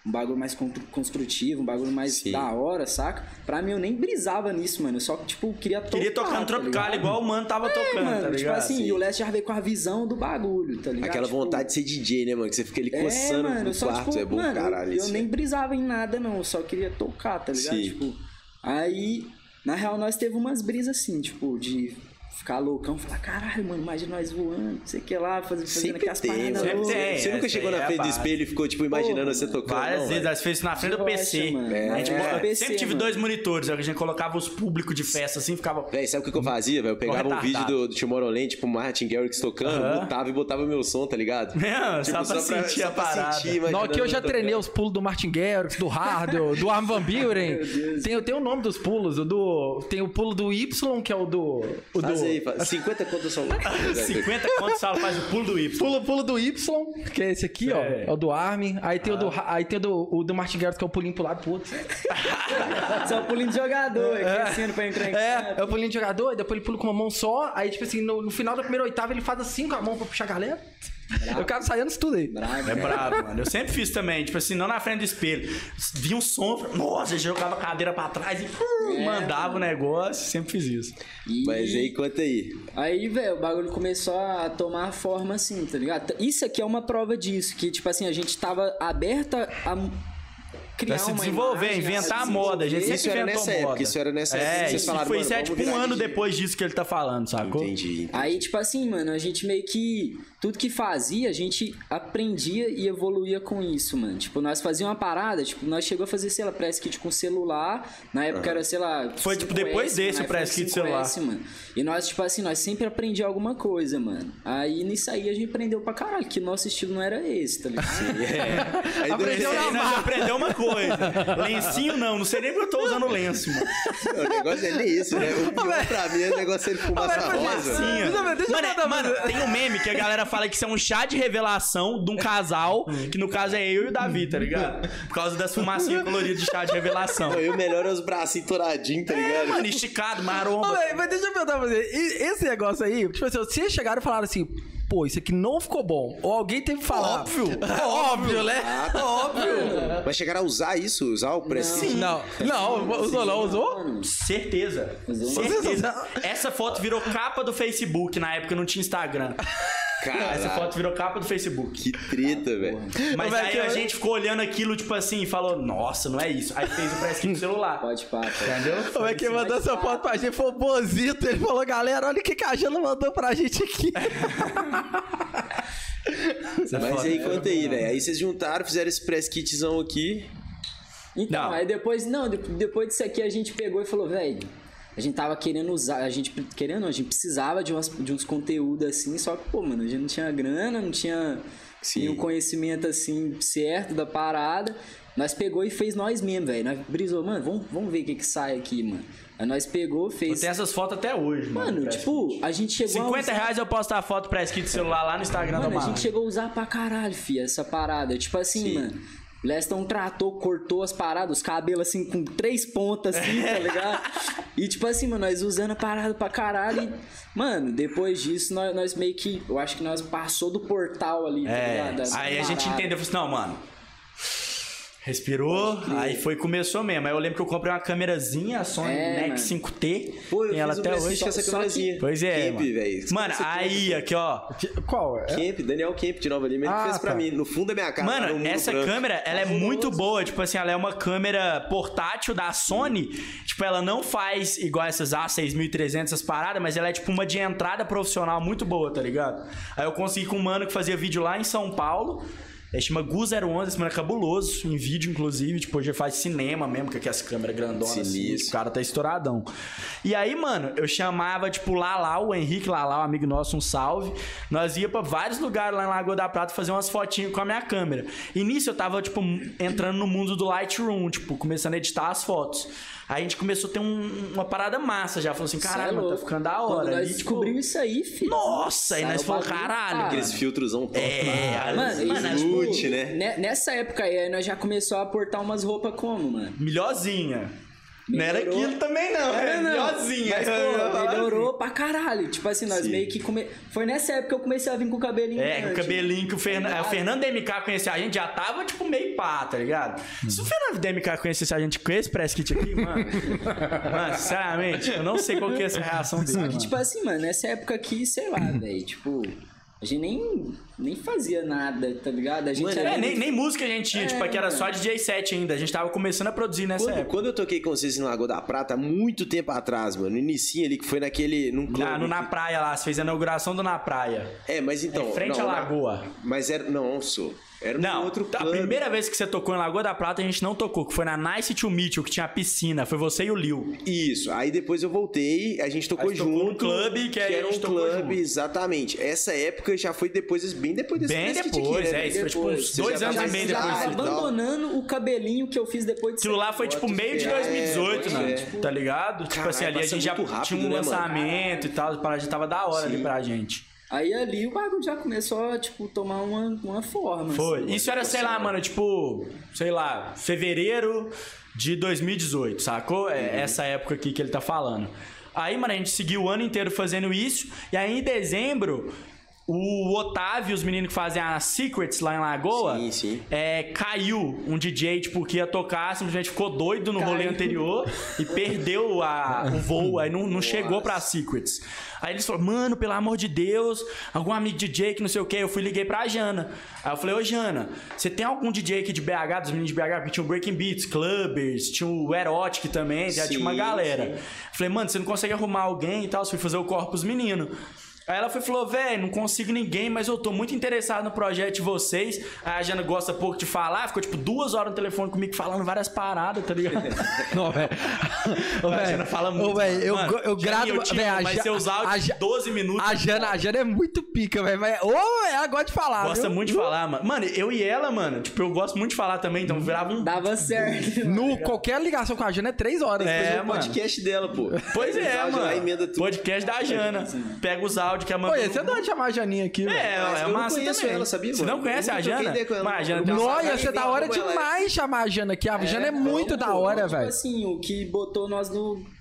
Speaker 5: Um bagulho mais con- construtivo, um bagulho mais
Speaker 1: Sim.
Speaker 5: da hora, saca? Pra mim, eu nem brisava nisso, mano. Eu só, tipo, queria tocar.
Speaker 3: Queria tocar no
Speaker 5: tá
Speaker 3: Tropical
Speaker 5: ligado?
Speaker 3: igual o mano tava tocando,
Speaker 5: mano,
Speaker 3: tá
Speaker 5: tipo
Speaker 3: ligado?
Speaker 5: assim,
Speaker 1: Sim.
Speaker 5: e o Leste já veio com a visão do bagulho, tá ligado?
Speaker 1: aquela
Speaker 5: Tipo,
Speaker 1: vontade de ser DJ, né, mano? Que você fica ali
Speaker 5: é,
Speaker 1: coçando
Speaker 5: mano,
Speaker 1: no
Speaker 5: só,
Speaker 1: quarto.
Speaker 5: tipo,
Speaker 1: é bom
Speaker 5: mano,
Speaker 1: caralho
Speaker 5: Eu,
Speaker 1: isso.
Speaker 5: eu nem brisava em nada, não. Eu só queria tocar, tá ligado?
Speaker 1: Sim.
Speaker 5: Tipo, aí, na real, nós teve umas brisas assim, tipo, de ficar loucão, falar, caralho, mano, imagina nós voando, não sei o que lá, fazendo, fazendo
Speaker 1: Sempre
Speaker 5: aquelas
Speaker 1: tem,
Speaker 5: paradas.
Speaker 1: mano.
Speaker 5: loucas.
Speaker 3: Sempre tem,
Speaker 1: Você nunca
Speaker 3: essa
Speaker 1: chegou
Speaker 3: aí é
Speaker 1: na
Speaker 3: a
Speaker 1: frente do
Speaker 3: base.
Speaker 1: espelho e ficou, tipo, imaginando
Speaker 5: Porra,
Speaker 1: você tocando.
Speaker 3: Várias
Speaker 1: não,
Speaker 3: vezes,
Speaker 1: velho.
Speaker 3: às vezes na frente do
Speaker 5: Relaxa,
Speaker 3: PC.
Speaker 5: Tipo, mano.
Speaker 3: A gente
Speaker 5: É.
Speaker 3: coloca-
Speaker 5: PC,
Speaker 3: sempre tive
Speaker 5: mano.
Speaker 3: dois monitores, a gente colocava os públicos de festa assim, ficava.
Speaker 1: Véi, sabe o que, que eu fazia, velho? Eu pegava um vídeo
Speaker 3: retardado.
Speaker 1: do, do Tomorrowland, tipo, Martin Garrix tocando,
Speaker 3: Aham.
Speaker 1: mutava e botava meu som, tá
Speaker 3: Não,
Speaker 1: ligado?
Speaker 3: Tipo, só pra sentir a parada.
Speaker 2: Não, aqui eu já treinei
Speaker 1: treinei
Speaker 2: os pulos do Martin Garrix, do Hardel, do Arm Van Buren. Tem, tem o nome dos pulos, o do. Tem o pulo do Y, que é o do. O do
Speaker 1: Faz aí, faz. 50 contas são.
Speaker 3: 50 conto sala faz o pulo do Y.
Speaker 2: Pulo, pulo do Y, que é esse aqui, ó.
Speaker 3: É.
Speaker 2: É o do Armin. Aí tem o
Speaker 1: Ah.
Speaker 2: do. Ra- Aí tem o do, o do Martin Garrix, que é o pulinho pro lado pro outro.
Speaker 1: Tá
Speaker 5: Só pulinho de jogador, crescendo pra entrar em
Speaker 2: É,
Speaker 5: campo.
Speaker 2: é o pulinho de jogador, e depois ele pula com uma mão só. Aí, tipo assim, no, no final da primeira oitava ele faz assim com a mão pra puxar a galera. Eu quero sair antes de tudo aí.
Speaker 5: Bravo,
Speaker 3: É brabo, mano. Eu sempre fiz também, tipo assim, não na frente do espelho. Vinha um som, falava, nossa, jogava a cadeira pra trás e uh, mandava o negócio. Sempre fiz isso.
Speaker 5: E-
Speaker 1: Mas aí, conta aí.
Speaker 5: Aí, velho, o bagulho começou a tomar forma assim, tá ligado? Isso aqui é uma prova disso, que, tipo assim, a gente tava aberta a m- criar
Speaker 1: é
Speaker 3: Pra se
Speaker 5: uma
Speaker 3: desenvolver,
Speaker 5: imagem,
Speaker 3: inventar a
Speaker 5: se
Speaker 3: moda. A gente
Speaker 1: desenvolver.
Speaker 3: sempre
Speaker 1: assim, Isso era
Speaker 3: inventou
Speaker 1: nessa época,
Speaker 3: moda.
Speaker 1: isso era nessa época que
Speaker 3: é,
Speaker 1: vocês
Speaker 3: isso
Speaker 1: falaram,
Speaker 3: foi,
Speaker 1: mano,
Speaker 3: isso é
Speaker 1: vamos
Speaker 3: tipo um
Speaker 1: virar
Speaker 3: ano
Speaker 1: DJ.
Speaker 3: depois disso que ele tá falando, sacou?
Speaker 1: Entendi.
Speaker 5: Aí, tipo assim, mano, a gente meio que. Tudo que fazia, a gente aprendia e evoluía com isso, mano. Tipo, nós fazíamos uma parada, tipo, nós chegou a fazer, sei lá, press kit com celular. Na época era, sei lá.
Speaker 3: Foi, tipo, depois
Speaker 5: 5S,
Speaker 3: desse o
Speaker 5: mano,
Speaker 3: press
Speaker 5: iPhone
Speaker 3: kit celular.
Speaker 5: 5S, mano. E nós, tipo assim, nós sempre aprendíamos alguma coisa, mano. Aí nisso aí a gente aprendeu pra caralho, que nosso estilo não era esse, tá ligado?
Speaker 1: Aí,
Speaker 2: Aprendeu
Speaker 1: durante-
Speaker 2: na
Speaker 3: Aprendeu, aprendeu uma coisa. Lencinho não, não sei nem porque eu tô usando lenço, mano.
Speaker 1: O negócio é nem isso, né? O pior pra mim é o negócio é ele fumar essa
Speaker 2: Mas, mas,
Speaker 1: rosa.
Speaker 3: Sim.
Speaker 2: mas, deixa eu
Speaker 3: mano, é-
Speaker 2: mandar-
Speaker 3: mano, tem um meme que a galera fala que isso é um chá de revelação de um casal, que no caso é eu e o Davi, tá ligado? Por causa das fumacinhas coloridas de chá de revelação.
Speaker 1: Não, eu melhor é os bracinhos touradinhos, tá
Speaker 3: É,
Speaker 1: ligado?
Speaker 3: mano, esticado,
Speaker 2: Ô,
Speaker 3: maromba.
Speaker 2: velho, mas deixa eu perguntar pra você. e- Esse negócio aí, tipo assim, vocês chegaram e falaram assim, pô, isso aqui não ficou bom. Ou alguém teve que falar.
Speaker 3: Óbvio. Ah, tá.
Speaker 2: É óbvio, né? É óbvio.
Speaker 1: Mas chegaram a usar isso? Usar o precinho?
Speaker 2: Assim, Não, não, usou, não usou?
Speaker 5: Mano,
Speaker 3: Certeza.
Speaker 5: Usou.
Speaker 3: Certeza. Essa foto virou capa do Facebook na época, não tinha Instagram.
Speaker 1: Cara,
Speaker 3: Essa foto virou capa do Facebook.
Speaker 1: que treta, velho.
Speaker 3: Mas
Speaker 2: Mas
Speaker 3: aí
Speaker 2: é que
Speaker 3: a
Speaker 2: eu-
Speaker 3: gente ficou olhando aquilo, tipo assim, e falou, nossa, não é isso. Aí fez o press no celular.
Speaker 5: pode pá, pá.
Speaker 3: Entendeu?
Speaker 2: Como é que mandou essa foto pra gente? Foi o Bozito. Ele falou, galera, olha o que que a Jana mandou pra gente aqui.
Speaker 3: é
Speaker 1: Mas aí conta aí, velho. Aí vocês juntaram, fizeram esse press kitzão aqui.
Speaker 5: Então,
Speaker 3: Não.
Speaker 5: aí depois, não, de- depois disso aqui a gente pegou e falou, velho, a gente tava querendo usar, a gente pre- querendo, não, a gente precisava de, umas, de uns conteúdos assim, só que, pô, mano, a gente não tinha grana, não tinha
Speaker 1: Sim.
Speaker 5: nenhum conhecimento assim certo da parada. Nós pegou e fez nós mesmo, velho. Nós brisou, mano, vamos, vamos ver o que que sai aqui, mano. Aí nós pegou,
Speaker 3: Eu
Speaker 5: fez.
Speaker 3: tenho essas fotos até hoje, mano.
Speaker 5: Mano,
Speaker 3: press
Speaker 5: tipo,
Speaker 3: kit.
Speaker 5: a gente chegou a
Speaker 3: 50
Speaker 5: usar-
Speaker 3: reais eu posto a foto press kit do celular lá no Instagram do
Speaker 5: Mano, a gente
Speaker 3: Marcos.
Speaker 5: chegou a usar pra caralho, fi, essa parada. Tipo assim, mano. Leston tratou, cortou as paradas, os cabelos assim com três pontas, assim, tá ligado? E tipo assim, mano, nós usando a parada pra caralho. E, mano, depois disso, nós, nós meio que. Eu acho que nós passou do portal ali, tá
Speaker 3: É,
Speaker 5: ligado? Essa
Speaker 3: aí a gente
Speaker 5: parada.
Speaker 3: entendeu, falou assim, não, mano. Respirou, aí foi começou mesmo. Aí eu lembro que eu comprei uma câmerazinha, a Sony
Speaker 5: É,
Speaker 3: Nex
Speaker 5: mano.
Speaker 3: 5T.
Speaker 1: Pô, eu
Speaker 3: tem ela
Speaker 1: fiz o
Speaker 3: até
Speaker 1: press
Speaker 3: hoje.
Speaker 1: kit com essa
Speaker 5: só que-
Speaker 1: câmerazinha.
Speaker 3: Pois é.
Speaker 1: Camp,
Speaker 3: mano.
Speaker 1: velho.
Speaker 3: Mano, aí, aqui, ó.
Speaker 2: Qual é?
Speaker 1: Camp, Daniel Camp de Nova Lima, ele
Speaker 2: Ah,
Speaker 1: fez pra
Speaker 2: tá.
Speaker 1: mim, no fundo da minha cara. lá no
Speaker 3: Mano,
Speaker 1: Mundo
Speaker 3: essa
Speaker 1: Branco.
Speaker 3: câmera, ela é muito boa. Tipo assim, ela é uma câmera portátil da Sony. Tipo, ela não faz igual essas A6300, essas paradas, mas ela é tipo uma de entrada profissional muito boa, tá ligado? Aí eu consegui com um mano que fazia vídeo lá em São Paulo. Ele chama Gu011, esse mano é cabuloso, em vídeo, inclusive. Tipo, hoje ele faz cinema mesmo, que é as câmeras grandonas, assim,
Speaker 1: Sinistro.
Speaker 3: tipo, o cara tá estouradão. E aí, mano, eu chamava, tipo, o Lalau, o Henrique Lalau, um amigo nosso, um salve. Nós ia pra vários lugares lá em Lagoa da Prata fazer umas fotinhas com a minha câmera. E nisso eu tava, tipo, entrando no mundo do Lightroom, tipo, começando a editar as fotos. Aí a gente começou a ter um- uma parada massa já. Falou assim,
Speaker 5: Cê é
Speaker 3: caralho, mano, tá
Speaker 5: louco.
Speaker 3: ficando da hora.
Speaker 5: Quando nós
Speaker 3: E, tipo,
Speaker 5: descobrimos isso aí, filho.
Speaker 3: Nossa! E
Speaker 5: Saiu
Speaker 3: nós
Speaker 5: o
Speaker 3: falamos,
Speaker 5: bagulho,
Speaker 3: caralho.
Speaker 5: cara.
Speaker 1: Aqueles filtrosão top.
Speaker 3: É,
Speaker 5: Mano,
Speaker 3: mano,
Speaker 5: e, tipo,
Speaker 1: Lute, né?
Speaker 5: ne- Nessa época aí, aí nós já começou a portar umas roupas como, mano?
Speaker 3: melhorzinha. Não era
Speaker 5: Melhorou.
Speaker 3: aquilo também, não. Era melhorzinha.
Speaker 5: Mas, pô, melhorou pra caralho. Tipo assim, nós
Speaker 1: Sim.
Speaker 5: meio que come... Foi nessa época que eu comecei a vir com o cabelinho.
Speaker 3: É, com o
Speaker 5: grande.
Speaker 3: cabelinho que o, Fernan- é, o Fernando DMK conhecia a gente, já tava tipo meio pá, tá ligado? Se o Fernando DMK conhecesse a gente com esse press kit aqui, mano. mano, sinceramente, eu não sei qual que é essa reação dele.
Speaker 5: Só que,
Speaker 3: mano.
Speaker 5: tipo assim, mano, nessa época aqui, sei lá, velho, tipo... A gente nem, nem fazia nada, tá ligado? A gente
Speaker 1: Mano,
Speaker 5: era
Speaker 3: É, nem,
Speaker 5: muito-
Speaker 3: nem música a gente ia, tipo, aqui era só DJ 7 ainda. A gente tava começando a produzir nessa
Speaker 1: Quando,
Speaker 3: época.
Speaker 1: quando eu toquei com vocês em Lagoa da Prata, há muito tempo atrás, mano, no inicinho ali, que foi naquele... Num
Speaker 3: Lá
Speaker 1: clube
Speaker 3: Ah, no Na
Speaker 1: que-
Speaker 3: Praia lá, você fez a inauguração do Na Praia.
Speaker 1: É, mas então...
Speaker 3: Em frente
Speaker 1: não,
Speaker 3: à
Speaker 1: na-
Speaker 3: lagoa.
Speaker 1: Mas era... Não, sou. Era
Speaker 3: Não, tá,
Speaker 1: num outro
Speaker 3: a
Speaker 1: clube.
Speaker 3: primeira vez que você tocou em Lagoa da Prata, a gente não tocou, que foi na Nice to Meet, you, que tinha a piscina. Foi você e o Liu.
Speaker 1: Isso, aí depois eu voltei, a gente tocou
Speaker 3: Aí tocou
Speaker 1: junto.
Speaker 3: num clube, que aí a
Speaker 1: era
Speaker 3: gente
Speaker 1: um
Speaker 3: tocou
Speaker 1: clube,
Speaker 3: junto.
Speaker 1: exatamente. Essa época já foi depois, bem depois desse
Speaker 3: Bem
Speaker 1: desse kit
Speaker 3: depois,
Speaker 1: aqui, né?
Speaker 3: é, isso foi tipo
Speaker 5: Depois.
Speaker 3: uns
Speaker 1: Você
Speaker 3: dois
Speaker 1: já
Speaker 3: anos
Speaker 5: já,
Speaker 3: e
Speaker 1: tava-
Speaker 3: meio
Speaker 5: já
Speaker 1: desse
Speaker 3: depois.
Speaker 5: tava
Speaker 1: tal.
Speaker 5: abandonando o cabelinho que eu fiz depois disso.
Speaker 3: Aquilo lá foi tipo meio de
Speaker 1: É,
Speaker 3: 2018,
Speaker 1: pois
Speaker 3: né?
Speaker 1: é.
Speaker 3: Tipo, Tá ligado? tipo
Speaker 1: Caralho,
Speaker 3: assim, ali a
Speaker 1: passa
Speaker 3: gente já
Speaker 1: muito rápido,
Speaker 3: tinha um
Speaker 1: né, mano?
Speaker 3: lançamento e tal, para já tava da hora ali pra gente.
Speaker 5: Aí ali o bagulho já começou a, tipo, tomar uma, uma forma.
Speaker 3: Foi.
Speaker 5: assim.
Speaker 3: Isso é era, sei lá, mano, tipo, sei lá, fevereiro de 2018, sacou? É
Speaker 1: Uhum.
Speaker 3: essa época aqui que ele tá falando. Aí, mano, a gente seguiu o ano inteiro fazendo isso, e aí em dezembro. O Otávio, os meninos que fazem a Secrets lá em Lagoa,
Speaker 1: Sim, sim.
Speaker 3: é, caiu um DJ, tipo, que ia tocar, simplesmente ficou doido no rolê anterior e perdeu a- o voo, aí não, não chegou pra Secrets. Aí eles falaram, mano, pelo amor de Deus, algum amigo DJ que não sei o que, eu fui e liguei pra Jana. Aí eu falei, ô Jana, você tem algum DJ aqui de BH, dos meninos de BH, porque tinha o Breaking Beats, Clubbers, tinha o Erotic também, já tinha uma
Speaker 1: Sim,
Speaker 3: galera. Falei, mano, você não consegue arrumar alguém e tal, eu fui fazer o corpo os meninos. Aí ela foi e falou, velho, não consigo ninguém, mas eu tô muito interessado no projeto de vocês. Aí a Jana gosta pouco de falar, ficou tipo duas horas no telefone comigo falando várias paradas, tá ligado?
Speaker 2: Não, velho. Ô,
Speaker 3: a
Speaker 2: velho,
Speaker 3: Jana fala muito.
Speaker 2: Ô, velho, eu,
Speaker 3: mano.
Speaker 2: go- eu
Speaker 3: Jana,
Speaker 2: grado.
Speaker 3: eu te
Speaker 2: velho,
Speaker 3: amo, mas
Speaker 2: Ja-
Speaker 3: seus áudios de
Speaker 2: Ja-
Speaker 3: 12 minutos.
Speaker 2: A Jana, a Jana é muito pica, velho. mas- Ô, é, ela gosta de falar.
Speaker 3: Gosta
Speaker 2: viu?
Speaker 3: muito de falar, mano. Mano, eu e ela, mano, tipo, eu gosto muito de falar também, então virava um.
Speaker 5: Dava certo.
Speaker 2: No, qualquer ligação com a Jana é três horas.
Speaker 3: É,
Speaker 1: o
Speaker 3: mano.
Speaker 1: um podcast né? dela, pô.
Speaker 3: Pois
Speaker 1: Eles
Speaker 3: é,
Speaker 1: áudio lá, emenda
Speaker 3: mano.
Speaker 1: tudo.
Speaker 3: Podcast da Jana. Pega os áudios que é a
Speaker 2: Pô,
Speaker 3: Amanda.
Speaker 2: ia ser doido chamar a Janinha aqui, velho.
Speaker 3: É,
Speaker 1: Mas
Speaker 3: é
Speaker 1: eu não
Speaker 3: massa
Speaker 1: conheço
Speaker 3: também.
Speaker 1: ela, sabia,
Speaker 3: Você não
Speaker 1: mano?
Speaker 3: conhece
Speaker 1: Eu
Speaker 3: a
Speaker 1: nunca troquei
Speaker 3: Jana?
Speaker 1: ideia com ela,
Speaker 3: Mas a Jana
Speaker 1: não.
Speaker 3: tem uma
Speaker 2: Nó,
Speaker 1: Nossa,
Speaker 2: ia
Speaker 1: nem
Speaker 2: ser da
Speaker 1: vi
Speaker 2: hora
Speaker 1: como ela é.
Speaker 2: demais chamar a Jana aqui. A Jana é, muito da hora,
Speaker 5: Tipo
Speaker 2: velho.
Speaker 5: assim, o que botou nós no.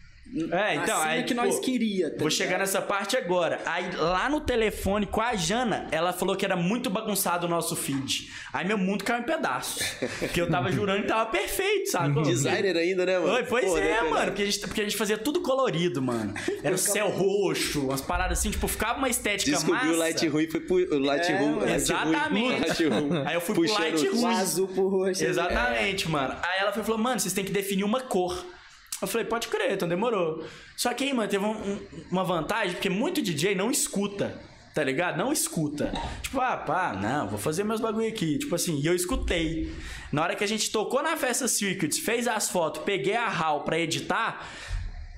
Speaker 3: É, então,
Speaker 1: Assim
Speaker 5: acima
Speaker 3: aí,
Speaker 5: que nós
Speaker 3: tipo,
Speaker 5: queria. tá
Speaker 3: Vou
Speaker 5: ligado?
Speaker 3: chegar nessa parte agora. Aí lá no telefone com a Jana, ela falou que era muito bagunçado o nosso feed. Aí meu mundo caiu em pedaços. Porque eu tava jurando que tava perfeito, sabe?
Speaker 1: Designer ainda, né, mano?
Speaker 3: é. Oi, pois
Speaker 1: Pô,
Speaker 3: é,
Speaker 1: né, cara?
Speaker 3: mano. Porque a, gente, porque a gente fazia tudo colorido, mano. Era o céu roxo, umas paradas assim, tipo, ficava uma estética massa. É,
Speaker 1: Descobriu o Lightroom e foi pro o Lightroom.
Speaker 5: mano.
Speaker 3: Exatamente.
Speaker 1: Lightroom.
Speaker 3: Aí eu fui pro
Speaker 1: Puxando-
Speaker 3: Lightroom.
Speaker 5: O azul pro roxo.
Speaker 3: Exatamente, mano. Aí ela foi e falou, mano, vocês têm que definir uma cor. Eu falei, pode crer, então demorou. Só que aí, mano, teve um- um- uma vantagem, porque muito DJ não escuta, tá ligado? Não escuta. Tipo, ah, pá, não, vou fazer meus bagulho aqui. Tipo assim, e eu escutei. Na hora que a gente tocou na festa Circuits, fez as fotos, peguei a RAW pra editar,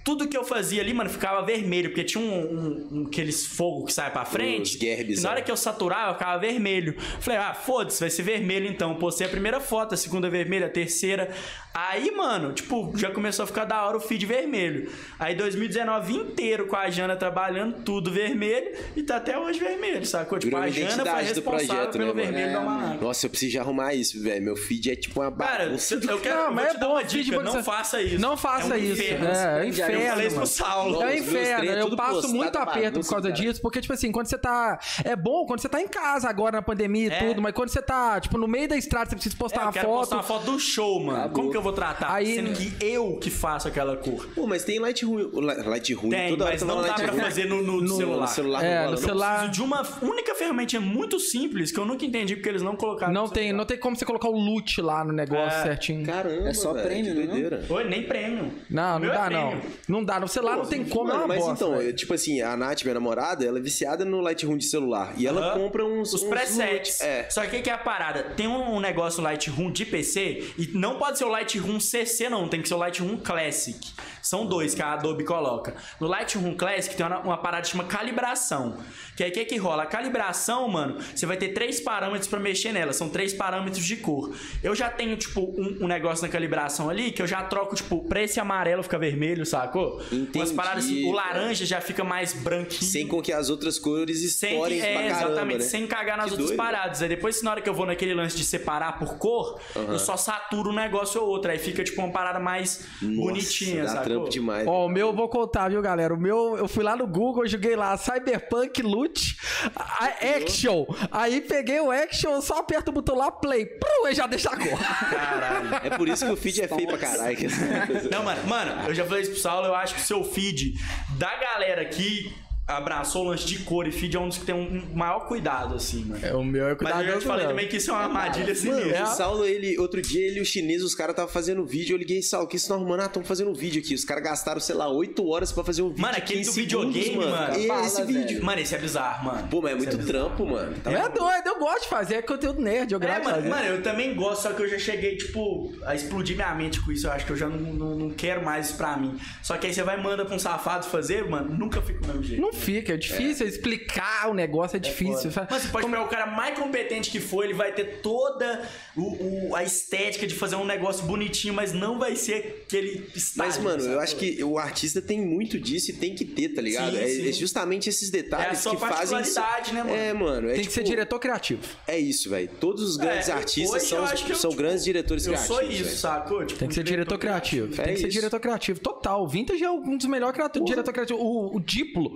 Speaker 3: tudo que eu fazia ali, mano, ficava vermelho, porque tinha um, um- um- aqueles fogo que sai pra frente.
Speaker 1: Os Gerbs,
Speaker 3: E na hora
Speaker 1: né?
Speaker 3: que eu saturava, eu ficava vermelho. Falei, ah, foda-se, vai ser vermelho então. Postei a primeira foto, a segunda vermelha, a terceira. Aí, mano, tipo, já começou a ficar da hora o feed vermelho. Aí 2019 inteiro com a Jana trabalhando, tudo vermelho, e tá até hoje vermelho, sacou? Tipo,
Speaker 1: Virou
Speaker 3: a
Speaker 1: uma
Speaker 3: Jana foi
Speaker 1: identidade do
Speaker 3: responsável
Speaker 1: projeto,
Speaker 3: pelo
Speaker 1: né, mano?
Speaker 3: vermelho
Speaker 1: É,
Speaker 3: da Maná.
Speaker 1: Nossa, eu preciso de arrumar isso, velho. Meu feed é tipo uma
Speaker 3: Cara,
Speaker 1: bagunça.
Speaker 3: eu eu quero
Speaker 2: Não,
Speaker 3: eu
Speaker 2: mas
Speaker 3: vou
Speaker 2: é
Speaker 3: te dar
Speaker 2: bom,
Speaker 3: uma
Speaker 2: feed
Speaker 3: dica, não
Speaker 2: bagunça-
Speaker 3: faça isso.
Speaker 2: Não faça
Speaker 3: um
Speaker 2: isso.
Speaker 3: inferno,
Speaker 2: É,
Speaker 3: assim.
Speaker 2: inferno,
Speaker 3: Eu falei isso
Speaker 2: mano.
Speaker 3: pro Saulo.
Speaker 1: Os
Speaker 2: É um
Speaker 1: meus
Speaker 2: inferno,
Speaker 1: trem é
Speaker 2: eu
Speaker 1: tudo
Speaker 2: passo
Speaker 1: postado,
Speaker 2: muito aperto por
Speaker 1: bagunça,
Speaker 2: causa
Speaker 1: cara.
Speaker 2: disso, porque, tipo assim, quando você tá. É bom quando você tá em casa agora na pandemia e
Speaker 3: É.
Speaker 2: tudo, mas quando você tá, tipo, no meio da estrada, você precisa postar
Speaker 3: É, eu
Speaker 2: uma
Speaker 3: quero
Speaker 2: Tá, foto.
Speaker 3: postar uma foto do show, mano. Como que eu vou tratar?
Speaker 2: Aí-
Speaker 3: Sendo que eu que faço aquela cor.
Speaker 1: Pô, mas tem Lightroom. o Li- Lightroom
Speaker 3: Tem,
Speaker 1: toda hora
Speaker 3: mas
Speaker 1: tá
Speaker 3: não
Speaker 1: falando
Speaker 3: dá pra
Speaker 1: Lightroom.
Speaker 3: fazer no, no celular.
Speaker 1: celular
Speaker 2: É,
Speaker 1: não rola,
Speaker 2: no
Speaker 1: não.
Speaker 2: celular.
Speaker 3: Preciso de uma única ferramenta é muito simples que eu nunca entendi porque eles não colocaram.
Speaker 2: Não
Speaker 3: no
Speaker 2: tem, não tem como você colocar o loot lá no negócio
Speaker 3: É.
Speaker 2: certinho.
Speaker 1: Caramba,
Speaker 5: É só
Speaker 1: velho,
Speaker 5: prêmio,
Speaker 1: que
Speaker 5: né,
Speaker 1: doideira.
Speaker 3: celular. Oi, nem prêmio.
Speaker 2: Não,
Speaker 3: O
Speaker 2: não
Speaker 3: meu
Speaker 2: dá,
Speaker 3: é
Speaker 2: não.
Speaker 3: prêmio.
Speaker 2: Não dá. No celular não tem como, é
Speaker 1: Mano,
Speaker 2: uma
Speaker 1: mas
Speaker 2: bosta,
Speaker 1: então,
Speaker 2: velho.
Speaker 1: eu- tipo assim, a Nath, minha namorada, ela é viciada no Lightroom de celular. E ela
Speaker 3: Aham.
Speaker 1: compra uns.
Speaker 3: Os
Speaker 1: uns
Speaker 3: presets.
Speaker 1: loot- É.
Speaker 3: Só que o que que é a parada? Tem um negócio Lightroom de PC e não pode ser o Lightroom CC, não. Tem que ser o Lightroom Classic. São dois que a Adobe coloca. No Lightroom Classic tem uma, uma parada que chama calibração. Que aí o que que rola? A calibração, mano, você vai ter três parâmetros pra mexer nela. São três parâmetros de cor. Eu já tenho, tipo, um, um negócio na calibração ali que eu já troco, tipo, pra esse amarelo ficar vermelho, sacou? Umas
Speaker 1: Entendi,
Speaker 3: paradas assim, o
Speaker 1: cara.
Speaker 3: laranja já fica mais branquinho.
Speaker 1: Sem com que as outras cores
Speaker 3: Sem,
Speaker 1: estourem
Speaker 3: é,
Speaker 1: pra caramba,
Speaker 3: exatamente,
Speaker 1: né?
Speaker 3: sem cagar nas
Speaker 1: Que
Speaker 3: outras
Speaker 1: doido.
Speaker 3: paradas. Aí depois, na hora que eu vou naquele lance de separar por cor, eu só saturo um negócio ou outro. Aí fica tipo uma parada mais
Speaker 1: Nossa,
Speaker 3: bonitinha,
Speaker 1: dá
Speaker 3: sabe?
Speaker 1: trampo demais.
Speaker 2: Ó, o meu eu vou contar, viu, galera? O meu, eu fui lá no Google, eu joguei lá Cyberpunk Loot a- Action. Aí peguei o Action, só aperto o botão lá, play. Prum, e já deixa a cor.
Speaker 3: Caralho.
Speaker 1: É por isso que o feed é feio pra caralho. que essa coisa-
Speaker 3: Não, mano, mano, eu já falei isso pro Saulo, eu acho que o seu feed da galera que abraçou o lance de cor e feed é um dos que tem um um maior cuidado, assim, mano.
Speaker 2: É, o meu é cuidado
Speaker 3: Mas eu já te falei também que isso é uma armadilha assim
Speaker 1: Mano, é
Speaker 3: mesmo.
Speaker 1: o Saulo, ele, outro dia, ele e o chinês, os caras estavam fazendo vídeo. Eu liguei, Saulo, que isso não arrumando? Ah, estão fazendo um vídeo aqui. Os caras gastaram, sei lá, 8 horas pra fazer um vídeo.
Speaker 3: Mano,
Speaker 1: de
Speaker 3: aquele do
Speaker 1: 15 segundos,
Speaker 3: videogame, mano.
Speaker 1: E
Speaker 5: Fala,
Speaker 1: esse vídeo.
Speaker 3: Mano, esse é bizarro, mano.
Speaker 1: Pô, mas é muito trampo, mano. Tá
Speaker 2: É doido, eu gosto de fazer, é conteúdo nerd, eu
Speaker 3: É,
Speaker 2: gravo.
Speaker 3: mano,
Speaker 2: fazer.
Speaker 3: mano, eu também gosto, só que eu já cheguei, tipo, a explodir minha mente com isso. Eu acho que eu já não, não, não quero mais isso pra mim. Só que aí você vai e manda pra um safado fazer, mano, nunca fica o mesmo jeito.
Speaker 2: Não fica, é difícil explicar o negócio, é difícil. sabe?
Speaker 3: Mas você pode pegar o cara mais competente que for, ele vai ter toda o, o- a estética de fazer um negócio bonitinho, mas não vai ser aquele estágio,
Speaker 1: Mas, mano, eu
Speaker 3: sacou?
Speaker 1: acho que o artista tem muito disso e tem que ter, tá ligado?
Speaker 3: Sim,
Speaker 1: é,
Speaker 3: sim.
Speaker 1: é justamente esses
Speaker 3: É a
Speaker 1: detalhes
Speaker 3: sua
Speaker 1: que fazem. isso-
Speaker 3: particularidade, né, mano?
Speaker 1: É, mano. É,
Speaker 2: Tem que
Speaker 1: tipo,
Speaker 2: ser diretor criativo.
Speaker 1: É isso, velho. Todos os grandes
Speaker 3: É,
Speaker 1: artistas
Speaker 3: hoje
Speaker 1: são,
Speaker 3: eu
Speaker 1: os-
Speaker 3: acho que eu,
Speaker 1: são
Speaker 3: tipo,
Speaker 1: grandes diretores
Speaker 3: Eu
Speaker 1: criativos.
Speaker 3: sou isso,
Speaker 1: é um velho.
Speaker 3: sacou? Tipo,
Speaker 2: Tem que ser
Speaker 3: um
Speaker 2: diretor criativo. Tem
Speaker 1: É
Speaker 2: que ser
Speaker 1: isso.
Speaker 2: diretor criativo, total. O Vintage é um dos melhores criati- diretor criativo. O, o Diplo,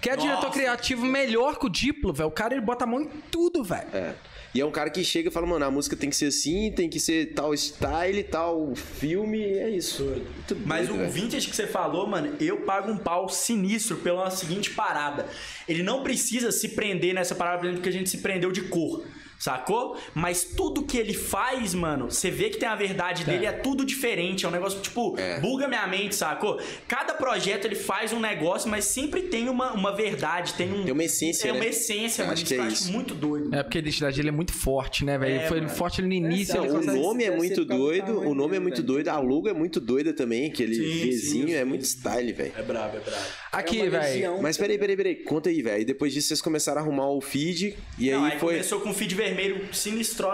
Speaker 2: que é diretor
Speaker 3: Nossa.
Speaker 2: criativo melhor que o Diplo, velho. O cara, ele bota a mão em tudo, velho.
Speaker 1: É. E é um cara que chega e fala, mano, a música tem que ser assim, tem que ser tal style, tal filme, e é isso. Muito
Speaker 3: Mas
Speaker 1: doido,
Speaker 3: o
Speaker 1: velho.
Speaker 3: vintage que você falou, mano, eu pago um pau sinistro pela seguinte parada. Ele não precisa se prender nessa parada, por exemplo, que a gente se prendeu de cor. sacou? Mas tudo que ele faz, mano, você vê que tem a verdade dele, é tudo diferente. É um negócio, tipo, buga minha mente, sacou? Cada projeto ele faz um negócio, mas sempre tem uma, uma verdade, tem um.
Speaker 1: Tem uma essência,
Speaker 3: Tem uma
Speaker 1: né?
Speaker 3: essência,
Speaker 1: Eu
Speaker 3: mano.
Speaker 1: acho
Speaker 3: isso
Speaker 1: que
Speaker 3: eu
Speaker 1: é
Speaker 3: acho
Speaker 1: isso.
Speaker 3: muito doido.
Speaker 2: É porque a identidade dele é muito forte, né, velho?
Speaker 3: É,
Speaker 2: foi
Speaker 3: mano.
Speaker 2: forte no início.
Speaker 5: É,
Speaker 2: ele
Speaker 5: só,
Speaker 1: O
Speaker 2: consegue-
Speaker 5: Mas
Speaker 1: nome é
Speaker 5: deve ser
Speaker 1: muito
Speaker 5: por causa do
Speaker 1: doido, o
Speaker 5: tamanho
Speaker 1: nome é
Speaker 5: dele,
Speaker 1: muito
Speaker 5: velho.
Speaker 1: doido, a logo é muito doida também, aquele
Speaker 3: Sim, sim,
Speaker 1: Vzinho
Speaker 3: sim.
Speaker 1: é muito style, velho.
Speaker 3: É brabo, é brabo.
Speaker 2: Aqui,
Speaker 5: uma
Speaker 2: velho.
Speaker 5: legião.
Speaker 1: Mas peraí, peraí, peraí, conta aí, velho. E depois disso vocês começaram a arrumar o feed e
Speaker 3: Não,
Speaker 1: aí,
Speaker 3: aí
Speaker 1: foi.
Speaker 3: começou com o feed vermelho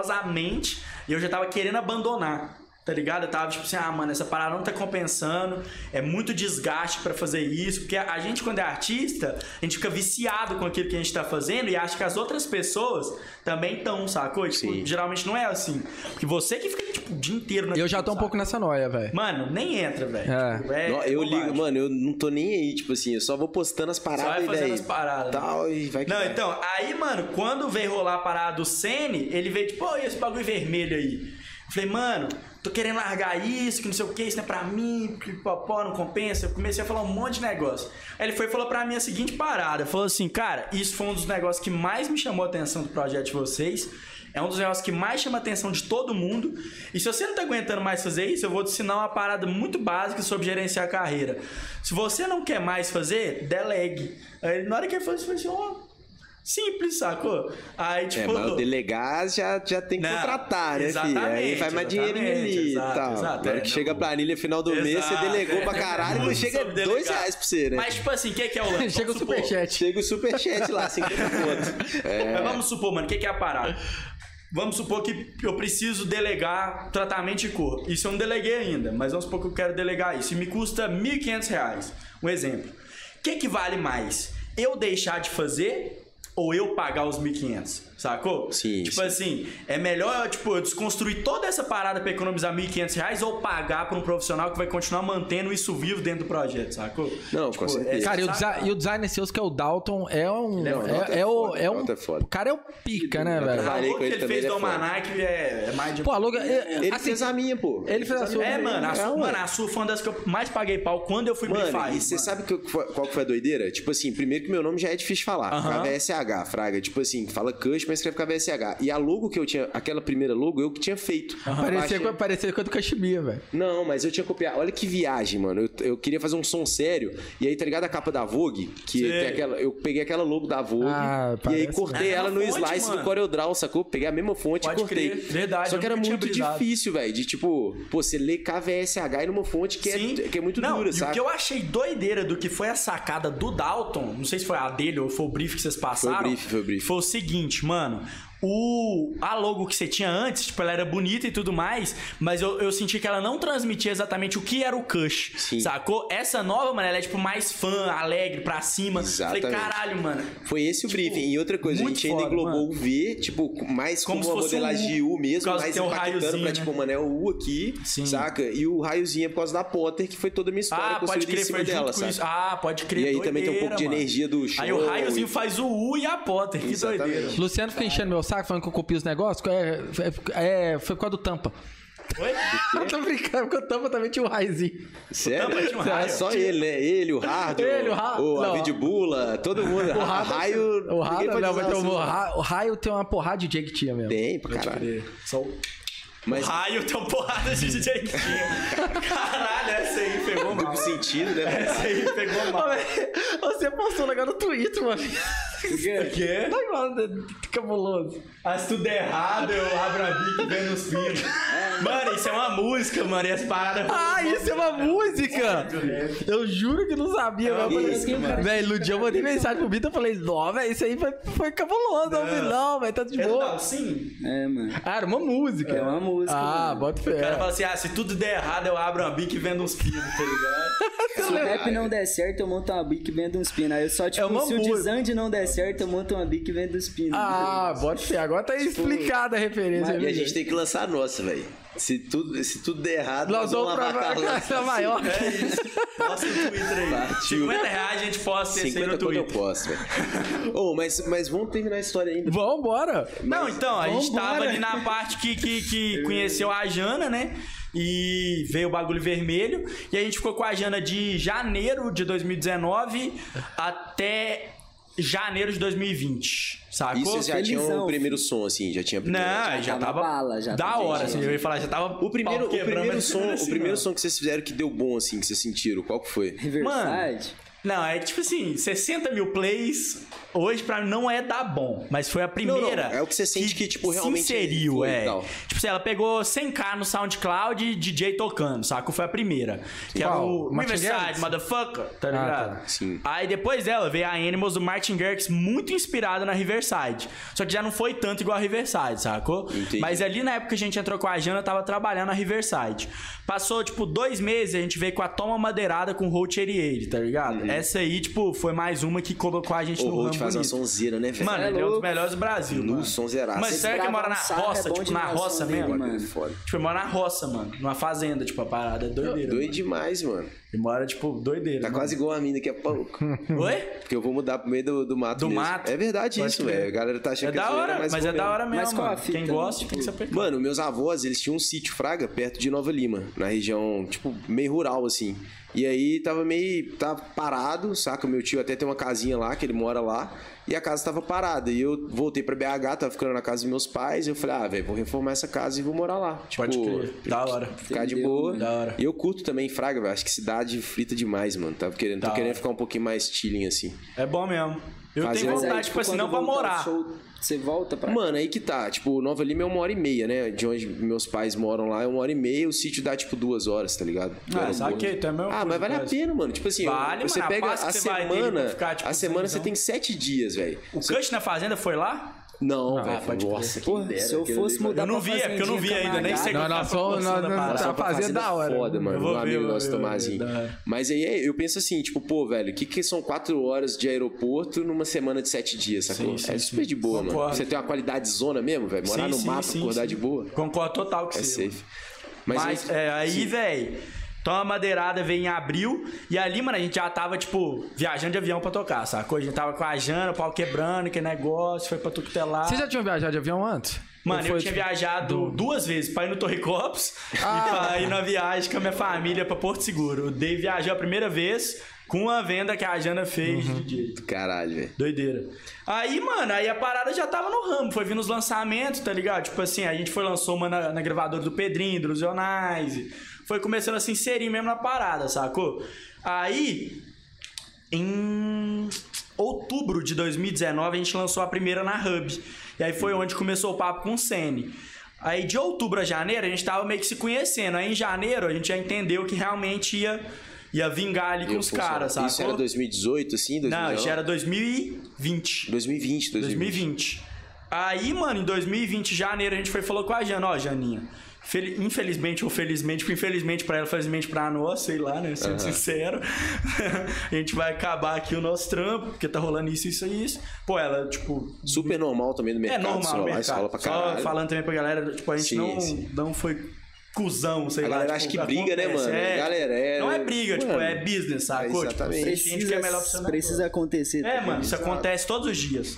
Speaker 3: sinistrosamente e eu já tava querendo abandonar. Tá ligado? Eu tava tipo assim, ah, mano, essa parada não tá compensando, é muito desgaste pra fazer isso, porque a gente, quando é artista, a gente fica viciado com aquilo que a gente tá fazendo e acha que as outras pessoas também estão, sacou? E, Tipo,
Speaker 1: Sim.
Speaker 3: geralmente não é assim. Porque você que fica, tipo, o dia inteiro na.
Speaker 2: Eu já tô um
Speaker 3: saca?
Speaker 2: pouco nessa noia, velho.
Speaker 3: Mano, nem entra, velho.
Speaker 2: É.
Speaker 3: Tipo, é
Speaker 1: Não, eu
Speaker 3: bobagem.
Speaker 1: ligo, mano, eu não tô nem aí, tipo assim, eu só vou postando as
Speaker 3: Só
Speaker 1: paradas
Speaker 3: vai
Speaker 1: e,
Speaker 3: fazendo
Speaker 1: velho.
Speaker 3: as paradas.
Speaker 1: Tal, e vai é que tá.
Speaker 3: Não,
Speaker 1: vai.
Speaker 3: então, aí, mano, quando veio rolar a parada do Sene, ele veio tipo, ô, e esse bagulho vermelho aí? Eu falei, mano, tô querendo largar isso, que não sei o que, isso não é pra mim, que popó não compensa. Eu comecei a falar um monte de negócio. Aí ele foi e falou pra mim a seguinte parada: falou assim, cara, isso foi um dos negócios que mais me chamou a atenção do projeto de vocês. É um dos negócios que mais chama a atenção de todo mundo. E se você não tá aguentando mais fazer isso, eu vou te ensinar uma parada muito básica sobre gerenciar a carreira. Se você não quer mais fazer, delegue. Aí, na hora que ele falou isso, eu falei assim, ó, Simples, sacou? Aí,
Speaker 1: É,
Speaker 3: tipo.
Speaker 1: mas o delegar já, já tem que
Speaker 3: Não,
Speaker 1: contratar, né, filho? Aí
Speaker 3: exatamente,
Speaker 1: faz mais dinheirinho
Speaker 3: exatamente,
Speaker 1: ali e
Speaker 3: exato,
Speaker 1: tal.
Speaker 3: exato,
Speaker 1: Na hora
Speaker 3: é,
Speaker 1: que
Speaker 3: não.
Speaker 1: chega a planilha final do mês, você
Speaker 3: Exato,
Speaker 1: delegou
Speaker 3: é,
Speaker 1: pra
Speaker 3: tem
Speaker 1: caralho,
Speaker 3: muito
Speaker 1: não chega
Speaker 3: sobre
Speaker 1: dois
Speaker 3: delegar.
Speaker 1: reais pra você, né?
Speaker 3: Mas, tipo assim, o que é que é o lance?
Speaker 2: Chega o
Speaker 3: Vamos supor.
Speaker 2: superchat.
Speaker 1: Chega o superchat lá, assim, 50 conto. É,
Speaker 3: Mas vamos supor, mano, o que que é a parada? Vamos supor que eu preciso delegar tratamento de cor. Isso eu não deleguei ainda, mas vamos supor que eu quero delegar isso. E me custa R$ 1.500 reais. Um exemplo. O que, que vale mais? Eu deixar de fazer ou eu pagar os 1.500? Sacou?
Speaker 1: Sim,
Speaker 3: Tipo
Speaker 1: sim.
Speaker 3: assim, é melhor tipo, eu desconstruir toda essa parada pra economizar R$ 1.500 reais ou pagar pra um profissional que vai continuar mantendo isso vivo dentro do projeto, sacou?
Speaker 1: Não, com certeza.
Speaker 3: essa
Speaker 2: Cara, e o,
Speaker 3: sacada.
Speaker 2: desi- e o designer seus, que é o Dalton, é um.
Speaker 1: Não, o
Speaker 2: é,
Speaker 1: Dalton
Speaker 2: é,
Speaker 1: é
Speaker 2: o,
Speaker 1: foda,
Speaker 2: é
Speaker 1: o
Speaker 2: um.
Speaker 1: Dalton é foda.
Speaker 2: O cara é um pica, né, velho?
Speaker 1: trabalho.
Speaker 3: A
Speaker 1: Trabalhei
Speaker 3: louca
Speaker 1: com
Speaker 3: que
Speaker 1: ele
Speaker 3: ele
Speaker 1: também,
Speaker 3: fez
Speaker 1: ele
Speaker 3: do
Speaker 1: é foda.
Speaker 3: Almanac é, é mais de
Speaker 2: Pô, a loga. é-
Speaker 1: Ele
Speaker 2: assim,
Speaker 1: fez a minha, pô.
Speaker 2: ele fez a sua.
Speaker 3: É, mano, a,
Speaker 1: É,
Speaker 3: sua,
Speaker 1: ué.
Speaker 3: mano, a sua foi uma das que eu mais paguei pau quando eu fui
Speaker 1: Mano,
Speaker 3: brifar.
Speaker 1: e você
Speaker 3: mano.
Speaker 1: sabe que eu- qual que foi a doideira? Tipo assim, primeiro que meu nome já é difícil de falar.
Speaker 3: Aham.
Speaker 1: KVSH, Fraga. Tipo assim, fala Cush, mas escreve KVSH. E a logo que eu tinha, aquela primeira logo, eu que tinha feito.
Speaker 2: Parecia,
Speaker 1: Baixei-
Speaker 2: com- parecia com a do Cachemia, velho.
Speaker 1: Não, mas eu tinha copiado. Olha que viagem, mano. Eu, eu queria fazer um som sério. E aí, tá ligado a capa da Vogue? Que
Speaker 3: Sei.
Speaker 1: tem aquela, eu peguei aquela logo da Vogue.
Speaker 2: Ah,
Speaker 1: e aí
Speaker 2: parece,
Speaker 1: cortei
Speaker 3: né?
Speaker 1: ela
Speaker 3: É
Speaker 1: no
Speaker 3: uma fonte,
Speaker 1: slice
Speaker 3: mano.
Speaker 1: do CorelDRAW, sacou? Peguei a mesma fonte
Speaker 3: Pode
Speaker 1: e cortei.
Speaker 3: crer. Verdade,
Speaker 1: Só
Speaker 3: eu
Speaker 1: que era
Speaker 3: nunca tinha
Speaker 1: muito
Speaker 3: brisado.
Speaker 1: difícil, velho. De tipo, pô, você lê KVSH e numa fonte que, é,
Speaker 3: Sim.
Speaker 1: que é muito
Speaker 3: não,
Speaker 1: dura,
Speaker 3: e O
Speaker 1: saca?
Speaker 3: que eu achei doideira do que foi a sacada do Dalton, não sei se foi a dele ou foi o brief que vocês passaram.
Speaker 1: Foi o brief, foi o brief.
Speaker 3: o seguinte, mano. O, a logo que você tinha antes, tipo, ela era bonita e tudo mais, mas eu, eu senti que ela não transmitia exatamente o que era o Cush,
Speaker 1: Sim.
Speaker 3: sacou? Essa nova, mano, ela é, tipo, mais fã, alegre, pra cima. Falei,
Speaker 1: Exatamente.
Speaker 3: caralho, mano.
Speaker 1: Foi esse o briefing. E outra coisa, a
Speaker 3: Tipo, muito
Speaker 1: gente ainda
Speaker 3: foda,
Speaker 1: englobou
Speaker 3: mano.
Speaker 1: o V, tipo, mais
Speaker 3: Como
Speaker 1: como,
Speaker 3: se
Speaker 1: uma
Speaker 3: fosse um
Speaker 1: modelagem
Speaker 3: U,
Speaker 1: de U
Speaker 3: por
Speaker 1: mesmo,
Speaker 3: causa
Speaker 1: mais
Speaker 3: que tem um
Speaker 1: impactando
Speaker 3: raiozinho,
Speaker 1: pra, tipo,
Speaker 3: né?
Speaker 1: mano, é o U aqui,
Speaker 3: Sim.
Speaker 1: saca? E o raiozinho é por causa da Potter, que foi toda a minha história
Speaker 3: Ah, pode
Speaker 1: construída em
Speaker 3: crer,
Speaker 1: cima
Speaker 3: foi
Speaker 1: dela,
Speaker 3: junto com
Speaker 1: saca?
Speaker 3: isso. Ah, pode crer,
Speaker 1: E aí também tem um
Speaker 3: doideira,
Speaker 1: pouco de
Speaker 3: mano.
Speaker 1: energia do show.
Speaker 3: Aí o Raiozinho
Speaker 1: e-
Speaker 3: faz o U e a Potter, que
Speaker 1: Exatamente.
Speaker 3: doideira.
Speaker 2: Luciano fica enchendo meu saco, falando que eu copio os negócios. É, é- é- foi por causa do tampa.
Speaker 3: Oi?
Speaker 2: Eu tô brincando, porque o tampa também tinha um raizinho.
Speaker 1: Sério?
Speaker 3: Tampa de um
Speaker 1: Sério,
Speaker 3: raio.
Speaker 1: Só ele, né? Ele, o Hardo.
Speaker 2: Ele, o Hardo.
Speaker 1: O,
Speaker 2: Não.
Speaker 1: a Vidbula, todo mundo. O
Speaker 2: Hardo- é
Speaker 1: raio.
Speaker 2: O raio,
Speaker 1: ninguém pode
Speaker 2: não,
Speaker 1: usar
Speaker 2: mas tem
Speaker 1: assim.
Speaker 2: um- o ra- o raio tem uma porrada de Jake tinha mesmo.
Speaker 1: Tem, pra caralho.
Speaker 3: Só o
Speaker 1: Mas
Speaker 3: Raio tem uma porrada de DJ Kim. Caralho, essa aí pegou mal.
Speaker 1: duplo sentido, né?
Speaker 3: Essa aí pegou mal.
Speaker 2: Você postou um negócio no Twitter, mano.
Speaker 3: O quê?
Speaker 2: Tá igual, né? cabuloso.
Speaker 3: Ah, se tudo é errado, eu abro a bica e vendo os pinos. Mano, isso é uma música, mano. E essa parada.
Speaker 2: Ah, isso é uma música! Eu juro que não sabia, velho. Eu falei,
Speaker 1: isso,
Speaker 5: mano.
Speaker 2: Velho, no dia eu mandei mensagem pro Bito, eu falei, não, velho, isso aí foi, foi cabuloso, não, vi não, velho, tá de
Speaker 3: É do
Speaker 2: boa.
Speaker 3: Dalcin?
Speaker 5: É, mano.
Speaker 2: Ah, era uma música.
Speaker 5: É uma música.
Speaker 2: Ah,
Speaker 5: mano.
Speaker 2: bota
Speaker 1: É.
Speaker 3: O cara
Speaker 2: fé.
Speaker 3: fala assim: ah, se tudo der errado, eu abro a bica e vendo uns pinos, tá ligado?
Speaker 5: Se o rap não der certo, eu monto uma bic e vendo uns pinos. Aí eu só, tipo,
Speaker 2: É uma
Speaker 5: se o
Speaker 2: música.
Speaker 5: desande não der certo, eu monto uma bic e vendo uns pinos.
Speaker 2: Ah, bota fé. Agora tá explicada a referência.
Speaker 1: E
Speaker 2: viu,
Speaker 1: a gente tá tem que lançar a nossa, velho. Se tudo, se tudo der errado,
Speaker 2: Nós vamos pra
Speaker 1: lavar com a lança.
Speaker 2: casa maior.
Speaker 3: É isso. Posta no Twitter aí.
Speaker 1: Partiu.
Speaker 3: 50 reais a gente posta esse aí no
Speaker 1: 50 quando eu
Speaker 3: Twitter.
Speaker 1: posso, velho. Ô, mas, mas vamos terminar a história ainda.
Speaker 2: Vambora.
Speaker 3: Não, então, a gente
Speaker 5: Vambora. É.
Speaker 3: tava ali na parte que, que, que conheceu a Jana, né? E veio o bagulho vermelho. E a gente ficou com a Jana de janeiro de 2019 até janeiro de 2020, sacou?
Speaker 1: E vocês já
Speaker 5: felizão,
Speaker 1: tinham o
Speaker 5: filho.
Speaker 1: primeiro som, assim, já tinha a primeira-
Speaker 3: Não, já,
Speaker 5: tava
Speaker 3: tava
Speaker 5: bala, já
Speaker 3: da
Speaker 5: tava
Speaker 3: hora,
Speaker 5: gente.
Speaker 3: assim, eu ia falar, já tava
Speaker 1: O primeiro,
Speaker 3: pau
Speaker 1: o
Speaker 3: quebrando, mas
Speaker 1: primeiro
Speaker 3: não
Speaker 1: som,
Speaker 3: era
Speaker 1: o
Speaker 3: assim,
Speaker 1: primeiro
Speaker 3: não.
Speaker 1: som que vocês fizeram que deu bom, assim, que vocês sentiram, qual que foi?
Speaker 5: Riverside.
Speaker 3: Não, é que tipo assim, 60 mil plays hoje pra mim não é dar bom, mas foi a primeira.
Speaker 1: Não, não, é o que você sente que, tipo, realmente
Speaker 3: Se inseriu,
Speaker 1: foi e
Speaker 3: é.
Speaker 1: tal.
Speaker 3: Tipo assim, ela pegou 100k no SoundCloud e DJ tocando, saca? Foi a primeira. Que era
Speaker 2: Qual?
Speaker 3: o
Speaker 2: Martin
Speaker 3: Riverside,
Speaker 2: Garrix?
Speaker 3: motherfucker, tá
Speaker 2: Ah,
Speaker 3: ligado?
Speaker 2: tá.
Speaker 1: Sim.
Speaker 3: Aí depois dela veio a Animals do Martin Garrix, muito inspirada na Riverside. Só que já não foi tanto igual a Riverside, sacou?
Speaker 1: Entendi.
Speaker 3: Mas ali na época que a gente entrou com a Jana, eu tava trabalhando na Riverside. Passou, tipo, dois meses, a gente veio com a Toma Madeirada com o Holt Eriere, tá ligado? Essa aí, tipo, foi mais uma que colocou a gente
Speaker 1: Uhum. O
Speaker 3: no ramo
Speaker 1: Road faz uma
Speaker 3: bonito.
Speaker 1: sonzeira, né, velho?
Speaker 3: Mano,
Speaker 5: É
Speaker 3: ele é um dos
Speaker 5: louco.
Speaker 3: melhores do Brasil,
Speaker 1: No
Speaker 3: mano.
Speaker 1: som zerado.
Speaker 3: Mas
Speaker 1: Vocês
Speaker 3: será que
Speaker 5: gravam
Speaker 3: mora na
Speaker 5: um sarro, é
Speaker 3: roça,
Speaker 5: bom
Speaker 3: tipo, na
Speaker 5: demais o
Speaker 3: roça
Speaker 5: som dele,
Speaker 3: mesmo?
Speaker 5: mano.
Speaker 1: É foda.
Speaker 3: Tipo, mora na roça, mano. Numa fazenda, tipo, a parada. É doideira.
Speaker 1: Doido demais, mano.
Speaker 3: mano. Ele mora, tipo, doideira.
Speaker 1: Tá
Speaker 3: mano.
Speaker 1: quase igual a mim daqui a pouco.
Speaker 3: Oi?
Speaker 1: Porque eu vou mudar pro meio do, do mato
Speaker 3: Do
Speaker 1: mesmo.
Speaker 3: mato.
Speaker 1: É verdade
Speaker 3: Pode
Speaker 1: isso,
Speaker 3: crer.
Speaker 1: velho. A galera tá achando
Speaker 3: É
Speaker 1: que
Speaker 3: da
Speaker 1: zoeira,
Speaker 3: hora, mas
Speaker 1: vou
Speaker 3: é da
Speaker 1: mesmo.
Speaker 3: hora mesmo.
Speaker 5: Mas qual a
Speaker 3: mano.
Speaker 5: fita,
Speaker 3: Quem
Speaker 5: né?
Speaker 3: gosta tem que se
Speaker 5: Tipo,
Speaker 3: aplicar.
Speaker 1: Mano, meus avós, eles tinham um sítio Fraga perto de Nova Lima, na região, tipo, meio rural, assim. E aí tava meio. tava parado, saca? Meu tio até tem uma casinha lá, que ele mora lá, e a casa tava parada. E eu voltei pra BH, tava ficando na casa dos meus pais, e eu falei, ah, velho, vou reformar essa casa e vou morar lá. Tipo,
Speaker 3: Pode crer. Da hora.
Speaker 1: Ficar de
Speaker 5: Entendeu,
Speaker 1: boa.
Speaker 3: né? Da hora.
Speaker 1: E eu curto também Fraga, velho. Acho que cidade frita demais, mano. Tava querendo,
Speaker 3: Da
Speaker 1: tô querendo
Speaker 3: hora.
Speaker 1: ficar um pouquinho mais chilling, assim.
Speaker 3: É bom mesmo. Eu
Speaker 1: Fazer
Speaker 3: tenho
Speaker 1: um-
Speaker 5: Mas aí,
Speaker 3: vontade, tipo assim,
Speaker 5: quando
Speaker 3: não pra
Speaker 5: voltar o
Speaker 3: morar.
Speaker 5: show, você volta pra
Speaker 1: Mano, aí que tá. Tipo, Nova Lima é uma hora e meia, né? De onde meus pais moram lá é uma hora e meia. O sítio dá, tipo, duas horas, tá ligado? Do
Speaker 3: Ah,
Speaker 1: aeroporto.
Speaker 3: saquei, tu é a mesma
Speaker 1: Ah,
Speaker 3: coisa,
Speaker 1: mas vale a
Speaker 3: quase.
Speaker 1: pena, mano. Tipo assim,
Speaker 3: Vale,
Speaker 1: você
Speaker 3: mano, a
Speaker 1: pega a
Speaker 3: passa que você vai ter
Speaker 1: semana...
Speaker 3: pra ficar, tipo,
Speaker 1: a semana
Speaker 3: sem
Speaker 1: você tem sete dias, velho.
Speaker 3: O Cush na fazenda foi lá?
Speaker 1: Não, velho.
Speaker 3: pode crer.
Speaker 1: nossa, que
Speaker 5: Porra,
Speaker 1: ideia.
Speaker 5: se eu fosse mudar
Speaker 3: Eu não
Speaker 5: pra
Speaker 3: vi, é porque eu não vi
Speaker 5: fazendinha
Speaker 3: ainda, nem sei
Speaker 5: Camagá,
Speaker 2: Não,
Speaker 3: como
Speaker 2: não, só-
Speaker 3: tá a produção
Speaker 2: não,
Speaker 3: da
Speaker 2: não,
Speaker 3: parada.
Speaker 2: tá. fazenda da hora.
Speaker 1: foda, mano.
Speaker 3: Eu vou
Speaker 1: um
Speaker 3: ver,
Speaker 1: amigo
Speaker 3: eu vou
Speaker 1: nosso
Speaker 3: ver, eu vou
Speaker 1: Tomazinho.
Speaker 3: ver, da hora.
Speaker 1: Mas aí é, eu penso assim, tipo, pô, velho, o que, que são quatro horas de aeroporto numa semana de sete dias, sacou?
Speaker 3: Sim, sim,
Speaker 1: é
Speaker 3: sim.
Speaker 1: super de boa, mano.
Speaker 3: Concordo.
Speaker 1: Você tem uma qualidade de zona mesmo, velho. Morar
Speaker 3: Sim,
Speaker 1: no
Speaker 3: sim,
Speaker 1: mapa,
Speaker 3: sim,
Speaker 1: acordar
Speaker 3: sim.
Speaker 1: de boa,
Speaker 3: Concordo total que
Speaker 1: é
Speaker 3: sim.
Speaker 1: safe.
Speaker 3: Mas, é, aí, velho, então a madeirada veio em abril e ali, mano, a gente já tava, tipo, viajando de avião pra tocar, sacou? A gente tava com a Jana, o pau quebrando, que negócio, foi pra é tutelar.
Speaker 2: Vocês já tinham viajado de avião antes?
Speaker 3: Mano,
Speaker 2: Ou
Speaker 3: eu
Speaker 2: foi,
Speaker 3: tinha
Speaker 2: tipo, Ah.
Speaker 3: viajado duas vezes pra ir no Torre Copos e pra ir na viagem com a minha família pra Porto Seguro. O Dave viajou a primeira vez com uma venda que a Jana fez
Speaker 2: Uhum.
Speaker 3: de DJ.
Speaker 1: Caralho, velho.
Speaker 3: Doideira. Aí, mano, aí a parada já tava no ramo. Foi vindo os lançamentos, tá ligado? Tipo assim, a gente foi lançou uma na, na gravadora do Pedrinho, do Ilusionais. Foi começando a se inserir mesmo na parada, sacou? Aí, em outubro de 2019, a gente lançou a primeira na Hub. E aí foi onde começou o papo com o Sene. Aí de outubro a janeiro, a gente tava meio que se conhecendo. Aí em janeiro, a gente já entendeu que realmente ia, ia vingar ali com os caras, sacou?
Speaker 1: Isso era 2018, assim? 2019?
Speaker 3: Não, já era 2020.
Speaker 1: 2020, 2020.
Speaker 3: 2020. Aí, mano, em 2020, janeiro, a gente foi e falou com a Jana, ó, Janinha. fel- Infelizmente ou felizmente, tipo, infelizmente pra ela, felizmente pra nós, sei lá, né? Sendo sincero, a gente vai acabar aqui o nosso trampo, porque tá rolando isso, isso e isso. Pô, ela, tipo,
Speaker 1: Super normal também no
Speaker 3: é
Speaker 1: mercado.
Speaker 3: normal,
Speaker 1: solar,
Speaker 3: no mercado.
Speaker 1: escola pra
Speaker 3: Só
Speaker 1: caralho.
Speaker 3: falando também pra galera, tipo, a gente
Speaker 1: Sim,
Speaker 3: não,
Speaker 1: sim.
Speaker 3: não foi cuzão, sei
Speaker 1: A
Speaker 3: lá.
Speaker 1: galera
Speaker 3: tipo,
Speaker 1: acha que briga, né,
Speaker 3: acontece,
Speaker 1: mano?
Speaker 3: É,
Speaker 1: Galera, é-
Speaker 3: Não é briga, tipo,
Speaker 1: Mano,
Speaker 3: é business, sacou? Tipo,
Speaker 1: exatamente.
Speaker 3: você entende que é melhor
Speaker 5: Precisa,
Speaker 3: funcionar.
Speaker 5: precisa acontecer.
Speaker 3: É,
Speaker 5: tá
Speaker 3: mano,
Speaker 5: ligado?
Speaker 3: isso acontece todos os dias.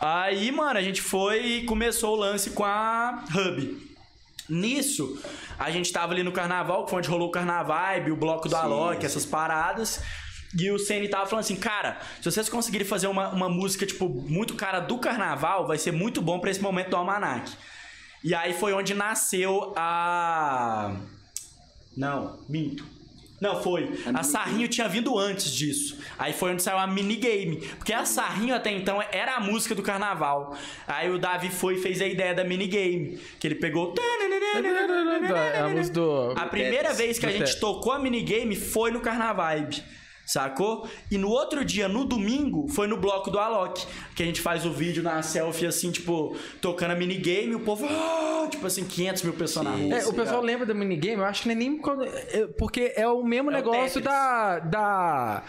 Speaker 3: Aí, mano, a gente foi e começou o lance com a Hub. Nisso, a gente tava ali no carnaval, que foi onde rolou o carnaval, o bloco do Alok, essas paradas. E o CN tava falando assim, cara, se vocês conseguirem fazer uma, uma música, tipo, muito cara do carnaval, vai ser muito bom pra esse momento do Almanac. E aí foi onde nasceu a. Não, minto. Não, foi.
Speaker 2: É
Speaker 3: A Sarrinho tinha vindo antes disso. Aí foi onde saiu a minigame. Porque a Sarrinho até então era a música do carnaval. Aí o Davi foi e fez a ideia da minigame. Que ele pegou.
Speaker 2: É a música do.
Speaker 3: A primeira
Speaker 2: Tetris.
Speaker 3: vez que a
Speaker 2: É, Do
Speaker 3: gente
Speaker 2: Tetris.
Speaker 3: tocou a minigame foi no Carnaval. Sacou? E no outro dia, no domingo, foi no bloco do Alok. Que a gente faz o vídeo na selfie, assim, tipo, tocando a minigame, o povo. "Ah", tipo assim, 500 mil pessoas na rua.
Speaker 2: É, o pessoal lembra do minigame, eu acho que não é nem. quando- é, Porque é o mesmo
Speaker 3: É o
Speaker 2: negócio
Speaker 3: Tetris.
Speaker 2: da. da.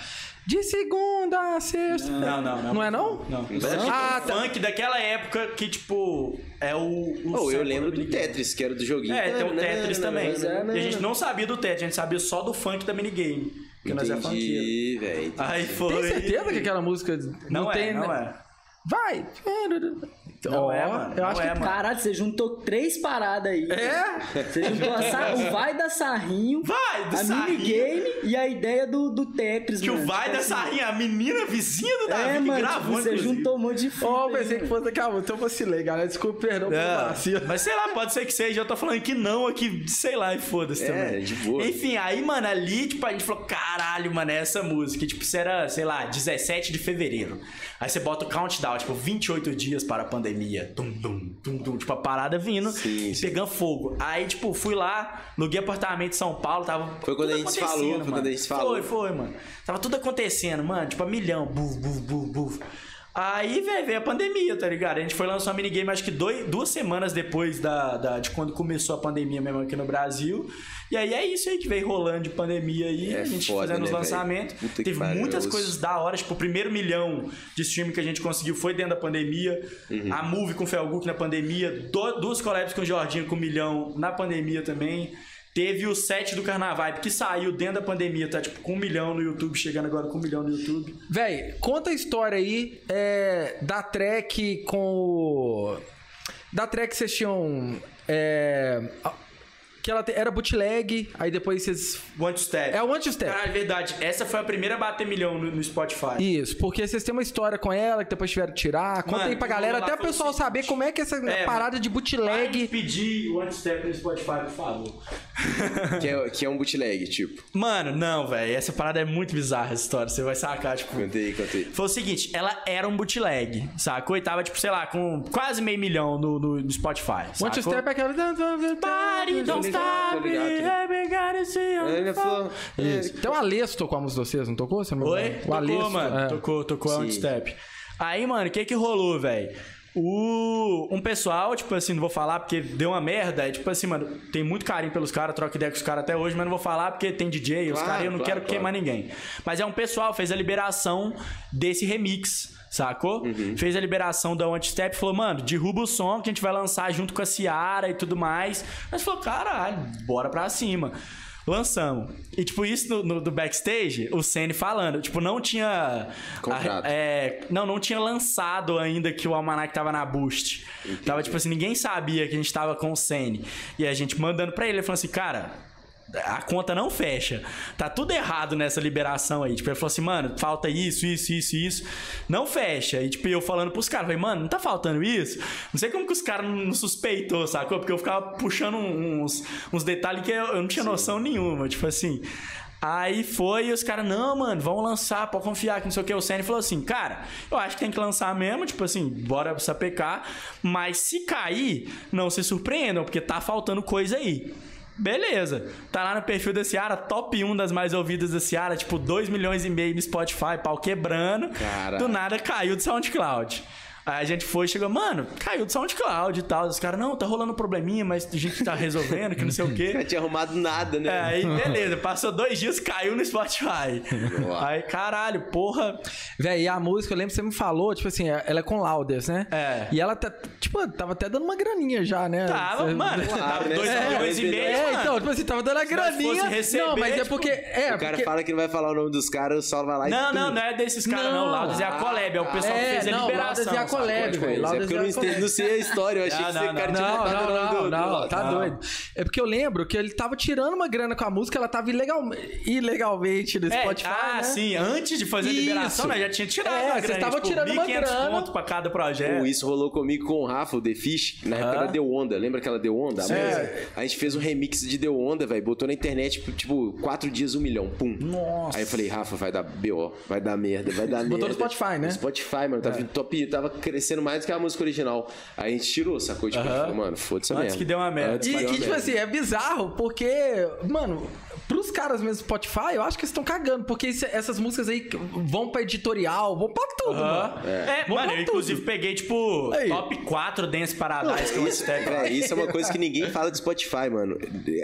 Speaker 2: De segunda a sexta.
Speaker 3: Não, não, não.
Speaker 2: Não é não?
Speaker 3: Não.
Speaker 2: Ah,
Speaker 3: Ah,
Speaker 2: tá.
Speaker 3: funk daquela época que, tipo, é o. o
Speaker 1: Oh, eu
Speaker 3: sample
Speaker 1: lembro
Speaker 3: da
Speaker 1: do
Speaker 3: minigame.
Speaker 1: Tetris, que era do joguinho.
Speaker 3: né? É, tem o Tetris também.
Speaker 5: mas é, né?
Speaker 3: E a gente não sabia do Tetris, a gente sabia só do funk da minigame. Porque nós é funkeiro.
Speaker 1: Entendi,
Speaker 3: Ah,
Speaker 1: velho.
Speaker 3: Aí foi. é,
Speaker 2: Tem né? certeza que aquela música.
Speaker 3: Não, é,
Speaker 2: tem,
Speaker 3: não
Speaker 2: né?
Speaker 3: é.
Speaker 2: Vai!
Speaker 3: Não
Speaker 2: Ó,
Speaker 3: é, mano.
Speaker 2: eu
Speaker 3: Não
Speaker 2: acho
Speaker 3: é,
Speaker 2: que-
Speaker 3: mano.
Speaker 5: Caralho, você juntou três paradas aí.
Speaker 2: É?
Speaker 5: Você juntou a sa- o vai da sarrinho,
Speaker 3: Vai do
Speaker 5: a
Speaker 3: sarrinho.
Speaker 5: minigame e a ideia do, do Tetris,
Speaker 3: Que
Speaker 5: mano.
Speaker 3: o vai
Speaker 5: Tipo
Speaker 3: da
Speaker 5: assim,
Speaker 3: sarrinha, a menina vizinha do Davi
Speaker 5: É,
Speaker 3: que
Speaker 5: mano,
Speaker 3: gravou,
Speaker 5: tipo, você
Speaker 3: inclusive.
Speaker 5: juntou um monte de fita.
Speaker 2: Ó,
Speaker 5: aí,
Speaker 2: pensei que
Speaker 5: mano.
Speaker 2: fosse. Calma, então eu vacilei, galera. Desculpa, perdão pelo vacilo.
Speaker 3: É, mas sei lá, pode ser que seja. Eu tô falando que não aqui, sei lá, e foda-se
Speaker 1: É,
Speaker 3: também.
Speaker 1: de boa.
Speaker 3: Enfim, aí, mano, ali, tipo, a gente falou, caralho, mano, é essa música. E, Tipo, isso era, sei lá, 17 de fevereiro. Aí você bota o countdown, tipo, 28 dias para a pandemia. Tum, tum, tum, tum. Tipo, a parada vindo,
Speaker 1: Sim, sim.
Speaker 3: pegando fogo. Aí, tipo, fui lá, aluguei apartamento em São Paulo, tava.
Speaker 1: Foi quando
Speaker 3: tudo
Speaker 1: a gente se
Speaker 3: acontecendo,
Speaker 1: falou, foi
Speaker 3: mano.
Speaker 1: quando a gente se falou.
Speaker 3: Foi, foi, mano. Tava tudo acontecendo, mano. Tipo, a milhão. Buf, buf, buf, buf. Aí, velho, veio a pandemia, tá ligado? A gente foi lançar uma minigame, acho que dois, duas semanas depois da, da- de quando começou a pandemia mesmo aqui no Brasil. E aí é isso aí que veio rolando de pandemia aí.
Speaker 1: É
Speaker 3: a gente
Speaker 1: foda,
Speaker 3: fazendo os
Speaker 1: né,
Speaker 3: lançamentos.
Speaker 1: velho? Puta que
Speaker 3: Teve
Speaker 1: pariu,
Speaker 3: muitas
Speaker 1: eu ouço.
Speaker 3: coisas da hora. Tipo, o primeiro milhão de streaming que a gente conseguiu foi dentro da pandemia.
Speaker 1: Uhum.
Speaker 3: A Move com o Felguk na pandemia. Do- duas collabs com o Jordinho com o Milhão na pandemia também. Teve o set do Carnaval que saiu dentro da pandemia, tá? Tipo, com um milhão no YouTube, chegando agora com um milhão no YouTube.
Speaker 2: Véi, conta a história aí é, da track com o. Da track vocês tinham. É, a- que ela te- era bootleg, aí depois vocês.
Speaker 3: One Step.
Speaker 2: É o anti-step.
Speaker 3: Caralho, é verdade. Essa foi a primeira a bater milhão no, no Spotify.
Speaker 2: Isso, porque vocês têm uma história com ela que depois tiveram que tirar. Conta
Speaker 3: Mano,
Speaker 2: aí pra
Speaker 3: vamos
Speaker 2: galera,
Speaker 3: lá,
Speaker 2: até o
Speaker 3: foi o
Speaker 2: pessoal
Speaker 3: seguinte.
Speaker 2: saber como é que essa
Speaker 3: É,
Speaker 2: parada de
Speaker 3: Para de
Speaker 2: bootleg.
Speaker 3: pedir One Step no Spotify, por favor.
Speaker 1: Que é, que é um bootleg, tipo.
Speaker 3: Mano, não, velho. Essa parada é muito bizarra, essa história. Você vai sacar, tipo...
Speaker 1: Cantei, cantei.
Speaker 3: Foi o seguinte, ela era um bootleg, sacou? E tava, tipo, sei lá, com quase meio milhão no, no, no Spotify,
Speaker 2: O
Speaker 3: sacou?
Speaker 2: anti-step é aquela.
Speaker 3: Party, don't
Speaker 1: ligado,
Speaker 3: stop,
Speaker 1: tô ligado, tô ligado.
Speaker 3: everybody see you.
Speaker 1: Ele falou.
Speaker 2: Isso. Então o Alesso tocou a música de vocês, não tocou? Você não
Speaker 3: Oi?
Speaker 2: O
Speaker 3: Tocou,
Speaker 2: Alesso,
Speaker 3: mano.
Speaker 2: é.
Speaker 3: Tocou, tocou a
Speaker 1: Sim.
Speaker 3: Outstep. Aí, mano, o que que rolou, velho? O... Um pessoal, tipo assim, não vou falar porque deu uma merda. É tipo assim, mano, tem muito carinho pelos caras, troco ideia com os caras até hoje, mas não vou falar porque tem DJ, os
Speaker 1: Claro,
Speaker 3: caras, eu não
Speaker 1: claro,
Speaker 3: quero
Speaker 1: claro.
Speaker 3: queimar ninguém. Mas é um pessoal, fez a liberação desse remix, sacou? Fez a liberação da Antistep e falou, mano, derruba o som que a gente vai lançar junto com a Ciara e tudo mais. Mas falou, caralho, bora pra cima. Lançamos. E, tipo, isso no, no- do backstage, o Senni falando. Tipo, não tinha.
Speaker 1: Contrato.
Speaker 3: a- é, não, não tinha lançado ainda que o Almanac tava na Boost. Tava, tipo assim, ninguém sabia que a gente tava com o Senni. E a gente mandando pra ele, ele falou assim, cara. A conta não fecha. Tá tudo errado nessa liberação aí. Tipo, ele falou assim, mano, falta isso, isso, isso, isso. Não fecha. E tipo, eu falando pros caras, falei, mano, não tá faltando isso? Não sei como que os caras não suspeitou, sacou? Porque eu ficava puxando um, uns, uns detalhes que eu, eu não tinha noção nenhuma. Tipo assim. Aí foi e os caras, não, mano, vamos lançar, pode confiar, que não sei o que. O Senna falou assim, cara, eu acho que tem que lançar mesmo, tipo assim, bora sapecar. Mas se cair, não se surpreendam, porque tá faltando coisa aí. Beleza. Tá lá no perfil da Ciara, top 1 das mais ouvidas da Ciara, tipo 2 milhões e meio no Spotify, pau quebrando.
Speaker 1: Caraca.
Speaker 3: Do nada caiu do SoundCloud. Aí a gente foi, chegou, mano, caiu do SoundCloud e tal. Os caras, não, tá rolando um probleminha, mas a gente tá resolvendo, que não sei o quê.
Speaker 1: Não tinha arrumado nada, né?
Speaker 3: É, aí beleza, passou dois dias, caiu no Spotify.
Speaker 1: Boa.
Speaker 3: Aí, caralho, porra.
Speaker 2: Véi, e a música, eu lembro que você me falou, tipo assim, ela é com Lauders, né?
Speaker 3: É.
Speaker 2: E ela, tá, tipo, tava até dando uma graninha já, né?
Speaker 3: Tava,
Speaker 2: Você-
Speaker 3: Ah,
Speaker 2: Ah,
Speaker 3: mano, tava
Speaker 1: né?
Speaker 3: dois
Speaker 1: É,
Speaker 3: milhões e meio.
Speaker 2: É,
Speaker 3: mano.
Speaker 2: então, tipo assim, tava dando a
Speaker 3: nós
Speaker 2: graninha.
Speaker 3: fosse receber,
Speaker 2: não, mas é
Speaker 3: tipo,
Speaker 2: porque. É,
Speaker 1: o cara
Speaker 2: porque...
Speaker 1: fala que não vai falar o nome dos caras, o Saulo vai lá e.
Speaker 3: Não,
Speaker 1: tum.
Speaker 3: não, não é desses caras, não.
Speaker 2: Não.
Speaker 3: Laudas é a Collab, é o pessoal que
Speaker 2: É,
Speaker 3: fez a
Speaker 2: não,
Speaker 3: liberação.
Speaker 2: Laudas
Speaker 3: Tipo,
Speaker 2: e a Collab.
Speaker 3: sacou?
Speaker 1: Pode crer, isso é porque eu não, entendi, não sei a história. Eu achei
Speaker 3: Não,
Speaker 1: que
Speaker 3: não,
Speaker 1: esse cara
Speaker 3: não.
Speaker 1: tinha
Speaker 2: Não,
Speaker 1: botado o nome
Speaker 2: não, não,
Speaker 1: do-
Speaker 2: não,
Speaker 1: do-
Speaker 2: tá
Speaker 3: Não.
Speaker 2: doido. É porque eu lembro que ele tava tirando uma grana com a música, ela tava ilegal, ilegalmente no
Speaker 3: É,
Speaker 2: Spotify.
Speaker 3: ah,
Speaker 2: né?
Speaker 3: sim, antes de fazer a liberação,
Speaker 2: Isso.
Speaker 3: né, já tinha tirado.
Speaker 2: É,
Speaker 3: uma
Speaker 2: vocês
Speaker 3: grana,
Speaker 2: estavam
Speaker 3: tipo,
Speaker 2: tirando uma
Speaker 3: 1.500
Speaker 2: grana.
Speaker 3: conto pra cada
Speaker 1: Pô,
Speaker 3: projeto.
Speaker 1: Isso rolou comigo com o Rafa, o The Fish. Na época
Speaker 3: Aham.
Speaker 1: era The Onda. Lembra aquela The Onda? A,
Speaker 3: Sim. É.
Speaker 1: música? a gente fez um remix de The Onda, velho. Botou na internet, tipo, tipo, quatro dias, um milhão. Pum.
Speaker 3: Nossa.
Speaker 1: Aí eu falei, Rafa, vai dar B.O. Vai dar merda, vai dar merda.
Speaker 2: Botou no Spotify, né?
Speaker 1: No Spotify, mano.
Speaker 3: É.
Speaker 1: Tava, top, tava crescendo mais do que a música original. Aí a gente tirou, sacou? Tipo,
Speaker 3: Aham.
Speaker 1: falou, mano, foda-se a
Speaker 3: Antes
Speaker 1: merda.
Speaker 3: que deu uma merda.
Speaker 1: Antes
Speaker 2: E,
Speaker 1: que deu
Speaker 2: e
Speaker 1: uma
Speaker 2: tipo
Speaker 1: merda.
Speaker 2: assim, é bizarro porque, mano, pros caras mesmo do Spotify, eu acho que eles estão cagando, porque isso- essas músicas aí vão pra editorial, vão pra tudo,
Speaker 3: Aham.
Speaker 2: mano.
Speaker 3: É,
Speaker 2: Vamos
Speaker 3: mano,
Speaker 2: pra
Speaker 3: eu inclusive
Speaker 2: tudo.
Speaker 3: peguei, tipo,
Speaker 2: Aí.
Speaker 3: top 4 Dance Paradise que eu
Speaker 1: Isso,
Speaker 3: assisti.
Speaker 1: véi, isso é uma coisa que ninguém fala do Spotify, mano.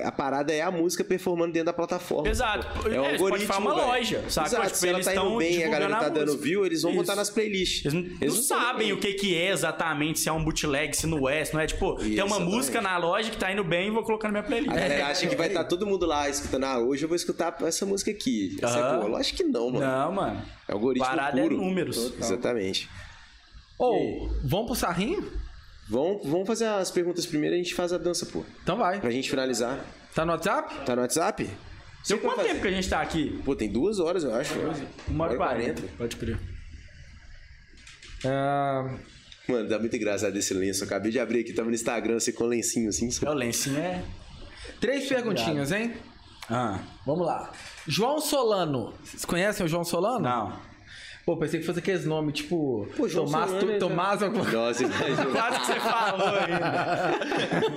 Speaker 1: A parada é a música performando dentro da plataforma.
Speaker 3: Exato.
Speaker 1: É um algoritmo.
Speaker 3: Spotify é uma
Speaker 1: véi.
Speaker 3: loja, saca?
Speaker 1: Exato.
Speaker 3: Tipo,
Speaker 1: Se ela
Speaker 3: eles
Speaker 1: tá indo
Speaker 3: tão
Speaker 1: bem, a galera
Speaker 3: divulgando
Speaker 1: tá
Speaker 3: a
Speaker 1: dando
Speaker 3: música.
Speaker 1: view, eles vão
Speaker 3: Isso.
Speaker 1: botar nas playlists.
Speaker 3: Eles não, não sabem o que, que é exatamente, se é um bootleg, se não é, se não é. Tipo, tem uma
Speaker 1: Exatamente. É,
Speaker 3: música na loja que tá indo bem e vou colocar na minha playlist.
Speaker 1: A galera acha que vai estar todo mundo lá escutando. Ah, hoje eu vou escutar essa música aqui. Essa é
Speaker 3: Aham.
Speaker 1: boa. Lógico que não, mano.
Speaker 3: Não, mano.
Speaker 1: É algoritmo
Speaker 3: Parada
Speaker 1: puro.
Speaker 3: é números.
Speaker 1: Exatamente.
Speaker 2: Ou, vamos pro Sarrinho?
Speaker 1: Vamos, vamos fazer as perguntas primeiro e a gente faz a dança, pô.
Speaker 2: Então vai.
Speaker 1: Pra gente finalizar.
Speaker 2: Tá no WhatsApp?
Speaker 1: Tá no WhatsApp?
Speaker 3: Deu quanto
Speaker 1: fazer.
Speaker 3: tempo que a gente tá aqui?
Speaker 1: Pô, tem duas horas, eu acho.
Speaker 3: Uma hora e
Speaker 1: quarenta.
Speaker 3: quarenta. Pode crer.
Speaker 2: Ah,
Speaker 1: Mano, tá muito engraçado esse lenço. Eu acabei de abrir aqui, tava no Instagram, assim, com lencinho, assim. só-
Speaker 3: É o lencinho, é...
Speaker 2: três perguntinhas, hein?
Speaker 3: Ah,
Speaker 2: Vamos lá. João Solano. Vocês conhecem o João Solano?
Speaker 3: não.
Speaker 2: Pô, pensei que fosse aqueles nomes, tipo.
Speaker 1: Pô, João
Speaker 2: Tomás,
Speaker 1: Solano,
Speaker 2: tu,
Speaker 1: ele- é
Speaker 2: Tomás, alguma coisa.
Speaker 1: Nossa, imagina.
Speaker 3: Quase que você falou ainda.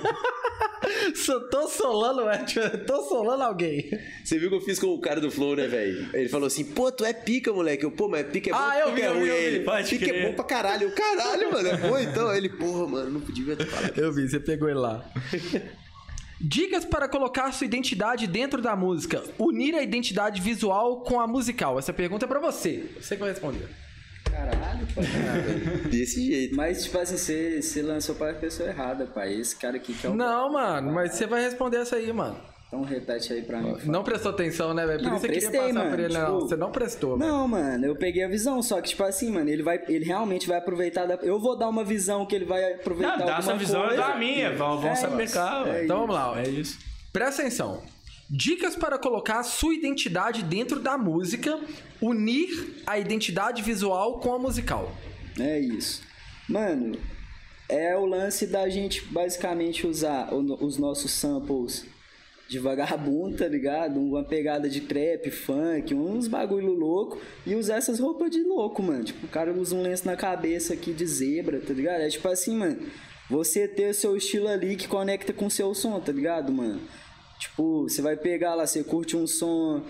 Speaker 2: Só Tô solando, é, tipo, tô solando alguém.
Speaker 1: Você viu que eu fiz com o cara do Flow, né, velho? Ele falou assim, pô, tu é pica, moleque. Eu, pô, mas pica é bom,
Speaker 2: Ah, eu
Speaker 1: pica
Speaker 2: vi,
Speaker 1: é
Speaker 2: eu vi,
Speaker 1: ruim.
Speaker 2: eu vi.
Speaker 1: Ele,
Speaker 3: Pode
Speaker 1: pica
Speaker 3: crer.
Speaker 1: é bom pra caralho. Eu, caralho, mano, é bom então. Ele, porra, mano, não podia ter falado.
Speaker 2: Eu vi, você pegou ele lá. Dicas para colocar sua identidade dentro da música. Unir a identidade visual com a musical. Essa pergunta é pra você. Você que vai responder.
Speaker 5: Caralho, pai.
Speaker 1: Desse jeito.
Speaker 5: Mas, tipo assim, você, você lançou pra pessoa errada, pai. Esse cara aqui que é o.
Speaker 2: Não, mano, mas você vai responder essa aí, mano.
Speaker 5: Então repete aí pra mim.
Speaker 2: Não prestou atenção, né, velho? Por
Speaker 5: Não,
Speaker 2: isso eu queria
Speaker 5: prestei,
Speaker 2: passar
Speaker 5: mano.
Speaker 2: por ele. Não,
Speaker 5: Tipo-
Speaker 2: você não prestou. mano.
Speaker 5: Não, mano, eu peguei a visão, só que, tipo assim, mano, ele vai. Ele realmente vai aproveitar da. Eu vou dar uma visão que ele vai aproveitar.
Speaker 3: Não, dá
Speaker 5: alguma
Speaker 3: essa visão
Speaker 5: coisa.
Speaker 3: é da minha. Vão, vão
Speaker 5: É
Speaker 3: saber
Speaker 5: isso,
Speaker 3: cá,
Speaker 5: é
Speaker 3: ué.
Speaker 2: Então vamos lá. ó.
Speaker 3: É isso.
Speaker 2: Presta atenção. Dicas para colocar sua identidade dentro da música, unir a identidade visual com a musical.
Speaker 5: É isso. Mano, é o lance da gente basicamente usar o- os nossos samples de vagabundo, tá ligado? Uma pegada de trap, funk, uns bagulho louco e usar essas roupas de louco, mano. Tipo, o cara usa um lenço na cabeça aqui de zebra, tá ligado? É tipo assim, mano, você ter o seu estilo ali que conecta com o seu som, tá ligado, mano? Tipo, você vai pegar lá, você curte um som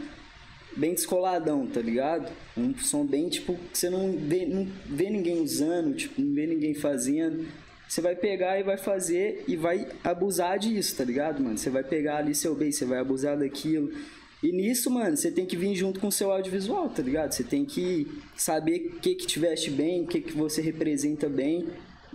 Speaker 5: bem descoladão, tá ligado? Um som bem, tipo, que você não vê, não vê ninguém usando, tipo, não vê ninguém fazendo. Você vai pegar e vai fazer e vai abusar disso, tá ligado, mano? Você vai pegar ali seu bem, você vai abusar daquilo. E nisso, mano, você tem que vir junto com o seu audiovisual, tá ligado? Você tem que saber o que que te veste bem, o que que você representa bem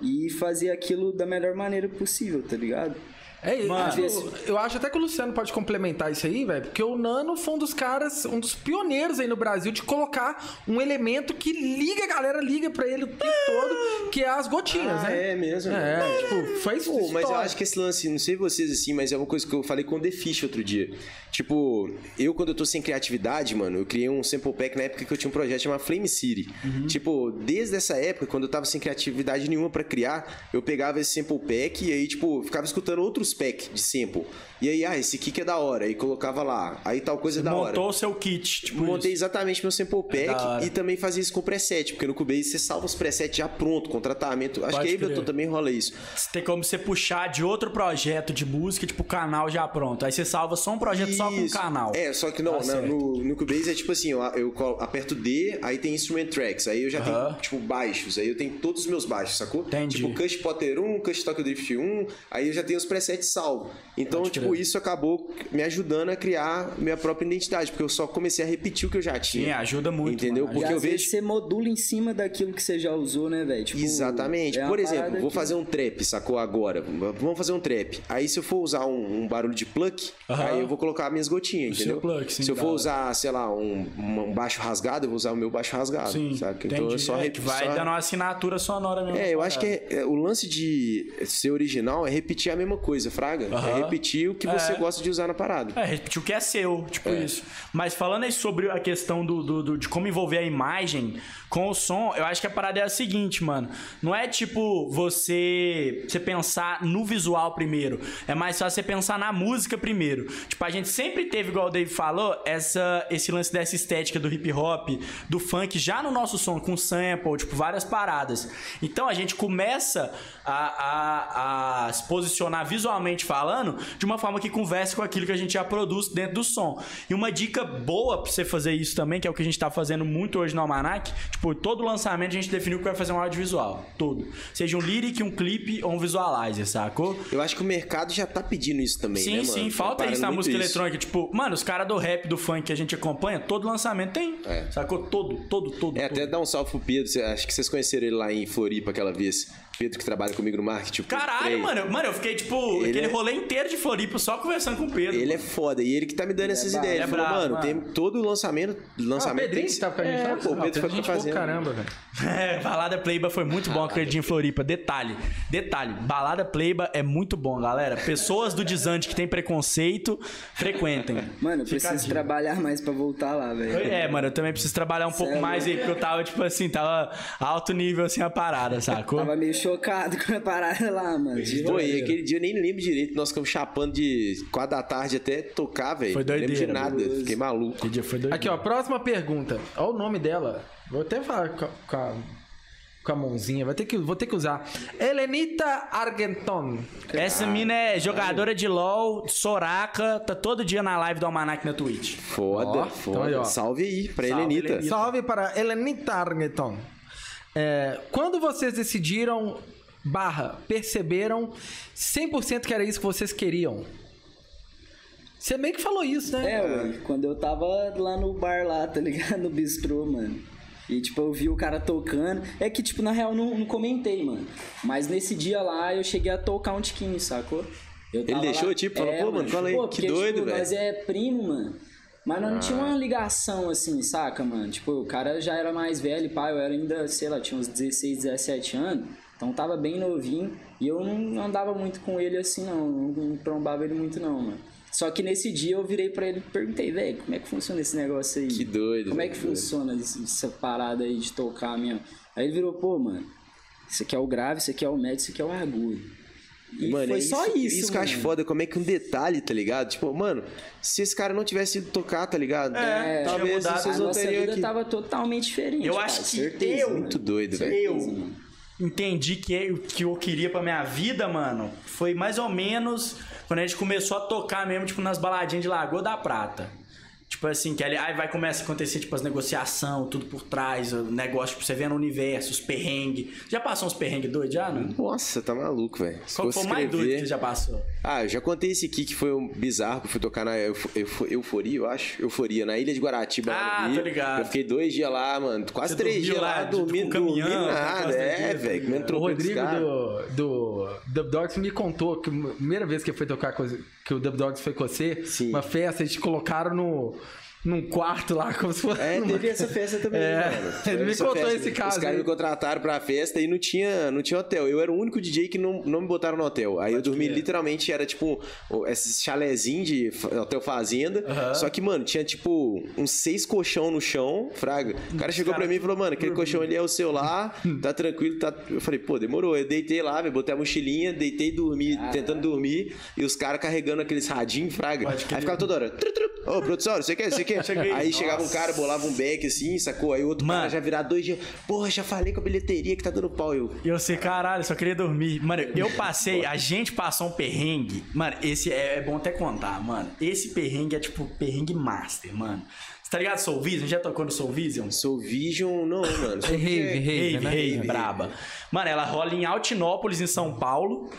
Speaker 5: e fazer aquilo da melhor maneira possível, tá ligado?
Speaker 2: É isso.
Speaker 3: Mano.
Speaker 2: eu, eu acho até que o Luciano pode complementar isso aí, velho, porque o Nano foi um dos caras, um dos pioneiros aí no Brasil de colocar um elemento que liga, a galera liga pra ele o tempo todo, que é as gotinhas,
Speaker 1: Ah,
Speaker 2: né?
Speaker 1: é mesmo?
Speaker 2: É, tipo, foi isso.
Speaker 1: Pô, mas eu acho
Speaker 2: que
Speaker 1: que esse lance, não sei vocês assim, mas é uma coisa que eu falei com o The Fish outro dia. Tipo, eu quando eu tô sem criatividade, mano, eu criei um sample pack na época que eu tinha um projeto chamado Flame City.
Speaker 3: Uhum.
Speaker 1: Tipo, desde essa época, quando eu tava sem criatividade nenhuma pra criar, eu pegava esse sample pack e aí, tipo, ficava escutando outros packs de sample. E aí, ah, esse aqui que é da hora, e colocava lá. Aí tal coisa é da hora.
Speaker 3: Montou o seu kit. Tipo,
Speaker 1: Montei exatamente meu sample
Speaker 3: da
Speaker 1: pack
Speaker 3: hora.
Speaker 1: e também fazia isso com preset, porque no Cubase você salva os presets já pronto, com tratamento. Acho
Speaker 3: Pode
Speaker 1: que a Ableton
Speaker 3: crer.
Speaker 1: também rola isso.
Speaker 3: Você tem como você puxar de outro projeto de música, tipo canal já pronto. Aí você salva só um projeto só com o
Speaker 1: Isso.
Speaker 3: canal.
Speaker 1: É, só que não,
Speaker 3: Tá
Speaker 1: na-
Speaker 3: certo.
Speaker 1: no, no Cubase é tipo assim, eu, eu colo- aperto D, aí tem instrument tracks, aí eu já
Speaker 3: Aham.
Speaker 1: tenho, tipo, baixos, aí eu tenho todos os meus baixos, sacou?
Speaker 3: Entendi.
Speaker 1: Tipo, Cush Potter 1, Cush Tokyo Drift 1, aí eu já tenho os presets salvo. Então, tipo,
Speaker 3: crer.
Speaker 1: isso acabou me ajudando a criar minha própria identidade, porque eu só comecei a repetir o que eu já tinha.
Speaker 3: Sim, ajuda muito.
Speaker 1: Entendeu?
Speaker 3: mano.
Speaker 5: E
Speaker 1: Porque
Speaker 5: às
Speaker 1: eu vejo-
Speaker 5: vezes você modula em cima daquilo que você já usou, né, velho? Tipo,
Speaker 1: Exatamente.
Speaker 5: é uma
Speaker 1: Por exemplo,
Speaker 5: parada
Speaker 1: vou
Speaker 5: que-
Speaker 1: fazer um trap, sacou? Agora. V- Vamos fazer um trap. Aí, se eu for usar um, um barulho de pluck,
Speaker 3: Aham.
Speaker 1: aí eu vou colocar minhas gotinhas,
Speaker 3: O seu
Speaker 1: entendeu?
Speaker 3: pluck, sim,
Speaker 1: se eu
Speaker 3: da
Speaker 1: for
Speaker 3: hora.
Speaker 1: usar, sei lá, um, um baixo rasgado, eu vou usar o meu baixo rasgado.
Speaker 3: Sim,
Speaker 1: saca?
Speaker 3: entendi.
Speaker 1: Então é só
Speaker 3: É,
Speaker 1: rep-
Speaker 3: que vai
Speaker 1: só-
Speaker 3: dando uma assinatura sonora mesmo.
Speaker 1: É, eu acho que é- é- o lance de ser original é repetir a mesma coisa, Fraga. É
Speaker 3: Aham.
Speaker 1: repetir o que você
Speaker 3: É.
Speaker 1: gosta de usar na parada.
Speaker 3: É, repetir o que é seu, tipo isso. Mas falando aí sobre a questão do, do- do- de como envolver a imagem com o som, eu acho que a parada é a seguinte, mano. Não é tipo você, você pensar no visual primeiro. É mais fácil você pensar na música primeiro. Tipo, a gente sempre teve, igual o Dave falou, essa, esse lance dessa estética do hip hop, do funk, já no nosso som, com sample, tipo, várias paradas. Então a gente começa a, a- a se posicionar visualmente falando de uma forma que converse com aquilo que a gente já produz dentro do som. E uma dica boa pra você fazer isso também, que é o que a gente tá fazendo muito hoje no Almanac, tipo, todo lançamento a gente definiu que vai fazer um audiovisual. Todo. Seja um lyric, um clipe ou um visualizer, sacou?
Speaker 1: Eu acho que o mercado já tá pedindo isso também,
Speaker 3: Sim,
Speaker 1: né, mano?
Speaker 3: sim,
Speaker 1: Tá
Speaker 3: falta isso
Speaker 1: parando
Speaker 3: na
Speaker 1: muito
Speaker 3: música
Speaker 1: isso.
Speaker 3: eletrônica. Tipo, mano, os caras do rap, do funk que a gente acompanha, todo lançamento tem.
Speaker 1: É.
Speaker 3: Sacou? Todo, todo, todo.
Speaker 1: É,
Speaker 3: todo.
Speaker 1: até dar um salve pro Pedro. cê- Acho que vocês conheceram ele lá em Floripa aquela vez. Pedro que trabalha comigo no marketing. tipo,
Speaker 3: Caralho,
Speaker 1: três.
Speaker 3: mano. Mano, eu fiquei, tipo,
Speaker 1: Ele
Speaker 3: aquele
Speaker 1: é-
Speaker 3: rolê inteiro de Floripa só conversando com o Pedro.
Speaker 1: Ele é foda. E ele que tá me dando essas
Speaker 5: brabo,
Speaker 1: ideias. Ele
Speaker 3: é
Speaker 1: falou,
Speaker 3: brabo,
Speaker 1: mano, tem todo o lançamento.
Speaker 2: Ah, o
Speaker 1: lançamento
Speaker 2: Pedrinho
Speaker 1: tem...
Speaker 2: que tava com a gente.
Speaker 1: É,
Speaker 2: lá.
Speaker 1: pô, o
Speaker 2: Ah,
Speaker 1: Pedro foi
Speaker 2: gente boa
Speaker 1: fazendo.
Speaker 2: Caramba, velho.
Speaker 3: É, Balada Pleiba foi muito bom aquele dia em Floripa. Detalhe, detalhe, Balada Pleiba é muito bom, galera. Pessoas do desante que tem preconceito, frequentem.
Speaker 5: Mano, eu
Speaker 3: Fica a
Speaker 5: preciso
Speaker 3: dica.
Speaker 5: trabalhar mais pra voltar lá, velho.
Speaker 3: É, mano, eu também preciso trabalhar um pouco
Speaker 1: é
Speaker 5: Sério?
Speaker 3: mais aí, porque eu tava, tipo assim, tava alto nível, assim, a parada, sacou?
Speaker 5: Tava meio chocado com a parada lá, mano. De
Speaker 2: é
Speaker 1: Pô,
Speaker 5: rolê.
Speaker 1: e aquele dia eu nem lembro direito. Nós ficamos chapando de 4 da tarde até tocar, velho.
Speaker 3: Foi
Speaker 1: Não lembro de
Speaker 3: doideira,
Speaker 1: nada. Fiquei maluco.
Speaker 3: Que dia foi doido.
Speaker 2: Aqui, ó, próxima pergunta. Olha o nome dela. Vou até falar com a, com a- com a mãozinha. Vai ter que, vou ter que usar. Helenita Argenton.
Speaker 3: Essa mina é jogadora de LOL, Soraka, tá todo dia na live do Almanac na Twitch.
Speaker 1: Foda,
Speaker 2: Ó, então
Speaker 1: foda.
Speaker 2: aí, ó.
Speaker 1: Salve aí pra
Speaker 3: Salve,
Speaker 1: Helenita.
Speaker 3: Helenita.
Speaker 2: Salve para Helenita Argenton. É, quando vocês decidiram, barra, perceberam 100% que era isso que vocês queriam? Você meio que falou isso, né?
Speaker 5: É, ué, quando eu tava lá no bar lá, tá ligado? No bistrô, mano. E, tipo, eu vi o cara tocando. É que, tipo, na real, não, não comentei, mano. Mas nesse dia lá, eu cheguei a tocar um tiquinho, sacou? Eu tava É,
Speaker 1: deixou, tipo, falou, "Pô, mano, cola aí, que
Speaker 5: porque,
Speaker 1: doido,
Speaker 5: tipo,
Speaker 1: velho."
Speaker 5: Nós é primo, mano. Mas nós não tinha
Speaker 1: Ah.
Speaker 5: uma ligação, assim, saca, mano? Tipo, o cara já era mais velho, pá. Eu era ainda, sei lá, tinha uns 16, 17 anos. Então tava bem novinho. E eu não andava muito com ele, assim, não. Não não trombava ele muito, não, mano. Só que nesse dia eu virei pra ele e perguntei, velho, como é que funciona esse negócio aí?
Speaker 1: Que doido,
Speaker 5: Como é
Speaker 1: velho,
Speaker 5: que
Speaker 1: que doido.
Speaker 5: funciona isso- essa parada aí de tocar mesmo? Aí ele virou, pô, mano, isso aqui é o grave, isso aqui é o médio, isso aqui é o agudo. E
Speaker 1: Mano,
Speaker 5: foi
Speaker 1: é
Speaker 5: só isso,
Speaker 1: Isso que eu acho
Speaker 5: mano.
Speaker 1: foda, como é que um detalhe, tá ligado? Tipo, mano, se esse cara não tivesse ido tocar, tá ligado?
Speaker 3: É, tinha
Speaker 1: talvez
Speaker 3: mudado.
Speaker 1: vocês
Speaker 5: A
Speaker 1: não
Speaker 5: nossa
Speaker 1: teriam
Speaker 5: vida
Speaker 1: aqui. né?
Speaker 5: tava totalmente diferente.
Speaker 3: Eu
Speaker 5: pai,
Speaker 3: acho que
Speaker 5: certeza,
Speaker 3: eu-
Speaker 5: mano.
Speaker 1: Muito doido, velho.
Speaker 5: Certeza, mano.
Speaker 3: entendi que eu, que eu queria pra minha vida, mano, foi mais ou menos quando a gente começou a tocar mesmo, tipo, nas baladinhas de Lagoa da Prata. Tipo assim, que ali, aí vai começa a acontecer, tipo, as negociações, tudo por trás, o negócio, tipo, você vê no universo, os perrengues. Já passou uns perrengues doidos já, não?
Speaker 1: Nossa, tá maluco, velho. Se
Speaker 3: Qual foi
Speaker 1: fosse
Speaker 3: o mais doido que
Speaker 1: escrever-
Speaker 3: você já passou?
Speaker 1: Ah, eu já contei esse aqui que foi um bizarro, que eu fui tocar na Eufo- Eufo- Euforia, eu acho. Euforia, na Ilha de Guaratiba. lá
Speaker 3: Ah,
Speaker 1: no Rio.
Speaker 3: tô ligado.
Speaker 1: Eu fiquei dois dias lá, mano. Quase
Speaker 3: Você
Speaker 1: três
Speaker 3: dormiu
Speaker 1: dias lá,
Speaker 3: lá, tipo,
Speaker 1: dormindo,
Speaker 3: com o
Speaker 1: dormindo
Speaker 3: caminhão,
Speaker 1: nada.
Speaker 3: com as
Speaker 1: É,
Speaker 3: coisas.
Speaker 1: velho. Comendo
Speaker 2: O
Speaker 1: troco dos
Speaker 2: Rodrigo
Speaker 1: caras.
Speaker 2: do, do Dub Dogs me contou que a primeira vez que ele foi tocar com, que o Dub Dogs foi com você,
Speaker 1: Sim.
Speaker 2: uma festa, eles te colocaram no, num quarto lá, como se fosse.
Speaker 1: É,
Speaker 2: numa-
Speaker 1: teve essa festa também,
Speaker 2: É,
Speaker 1: mano. Teve
Speaker 2: ele me
Speaker 1: essa
Speaker 2: contou
Speaker 1: festa.
Speaker 2: esse caso
Speaker 1: Os caras
Speaker 2: aí.
Speaker 1: me contrataram pra festa e não tinha, não tinha hotel. Eu era o único DJ que não, não me botaram no hotel. Aí eu dormi literalmente, era tipo o- esses chalezinho de fa- hotel fazenda. Só que, mano, tinha tipo uns seis colchão no chão, fraga. O cara chegou pra mim e falou, mano, aquele colchão ali é o seu lá, tá tranquilo, tá... Eu falei, pô, demorou. Eu deitei lá, velho, botei a mochilinha, deitei e dormi, tentando dormir. E os caras carregando aqueles radinhos, fraga. Aí ficava toda hora... tru, tru, Ô, produção, você quer, você quer?
Speaker 3: Cheguei.
Speaker 1: Aí chegava um cara, bolava um back assim, sacou? Aí outro
Speaker 3: Mano.
Speaker 1: cara já virar dois dias. Porra, já falei com a bilheteria que tá dando pau. Eu.
Speaker 3: E eu sei, caralho, só queria dormir. Mano, eu passei, a gente passou um perrengue. Mano, esse é, é bom até contar, mano. Esse perrengue é tipo perrengue master, mano. Você tá ligado, Soul Vision? Já tocou no Soul Vision?
Speaker 1: Sou Vision, não, mano. Sou
Speaker 2: Rave,
Speaker 3: Rave,
Speaker 2: rave, né?
Speaker 3: rave, braba. Mano, ela rola em Altinópolis, em São Paulo.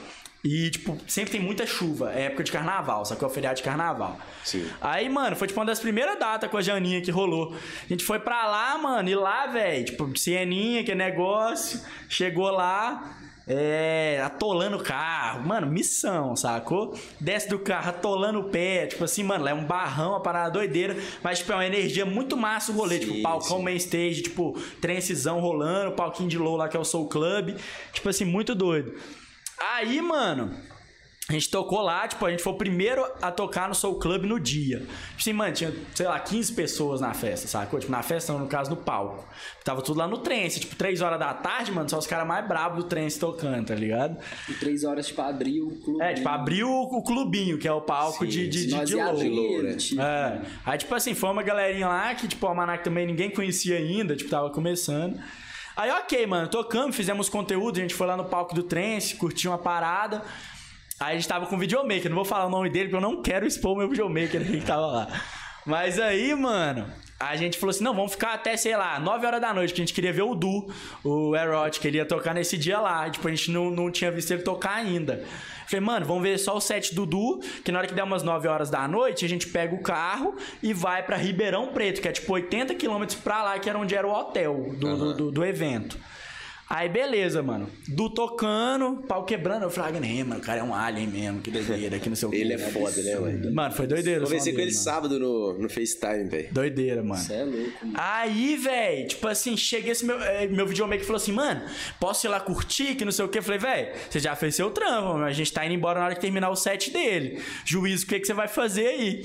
Speaker 3: E, tipo, sempre tem muita chuva. É época de carnaval, só que é o feriado de carnaval.
Speaker 1: Sim.
Speaker 3: Aí, mano, foi tipo uma das primeiras datas com a Janinha que rolou. A gente foi pra lá, mano, e lá, velho, tipo, Cieninha, que negócio. Chegou lá, é, atolando o carro. Mano, missão, sacou? Desce do carro, atolando o pé. Tipo assim, mano, lá é um barrão, uma parada doideira. Mas, tipo, é uma energia muito massa o rolê.
Speaker 1: Sim,
Speaker 3: tipo, palcão
Speaker 1: sim.
Speaker 3: main stage, tipo, trencisão rolando, palquinho de low lá que é o Soul Club. Tipo assim, muito doido. Aí, mano. A gente tocou lá, tipo, a gente foi o primeiro a tocar no Soul Club no dia. Tipo assim, mano, tinha, sei lá, 15 pessoas na festa, sacou? Tipo, na festa não, no caso, no palco. Tava tudo lá no trance, tipo, 3 horas da tarde, mano, só os caras mais bravos do trance tocando, tá ligado?
Speaker 5: E três horas, tipo, abriu o clube.
Speaker 3: É, tipo, abriu o, o clubinho, que é o palco de, de, de,
Speaker 5: Nós
Speaker 3: de
Speaker 5: ia
Speaker 3: low.
Speaker 5: abrir,
Speaker 1: low, né?
Speaker 5: tipo,
Speaker 3: É. Aí, tipo assim, foi uma galerinha lá que, tipo, a Manac também ninguém conhecia ainda, tipo, tava começando. Aí, ok, mano, tocamos, fizemos conteúdo, a gente foi lá no palco do Trance, curtiu uma parada. Aí a gente tava com o videomaker, não vou falar o nome dele, porque eu não quero expor o meu videomaker né, que tava lá. Mas aí, mano, a gente falou assim: não, vamos ficar até, sei lá, 9 horas da noite, que a gente queria ver o Du, o Erotic, que ele ia tocar nesse dia lá. E, Tipo, a gente não, não tinha visto ele tocar ainda. Falei, mano, vamos ver só o set do Du, que na hora que der umas 9 horas da noite, a gente pega o carro e vai pra Ribeirão Preto, que é tipo 80 quilômetros pra lá, que era onde era o hotel do, do, do- do evento. Aí, beleza, mano. Do tocando, pau quebrando, eu falei, "Ah, é, mano, o cara é um alien mesmo, que doideira, que não sei o que.
Speaker 1: Ele é foda, né, velho?
Speaker 3: Mano, foi doideira. o som
Speaker 1: Conversei com
Speaker 3: dele,
Speaker 1: ele
Speaker 3: mano.
Speaker 1: sábado no, no FaceTime, velho.
Speaker 3: Doideira, mano.
Speaker 5: Você é louco, mano.
Speaker 3: Aí, véi, tipo assim, chega esse meu, eh, meu videomaker e falou assim, mano, posso ir lá curtir, que não sei o que. Eu falei, véi, você já fez seu trampo, mano, a gente tá indo embora na hora de terminar o set dele. Juízo, o que, que você vai fazer aí?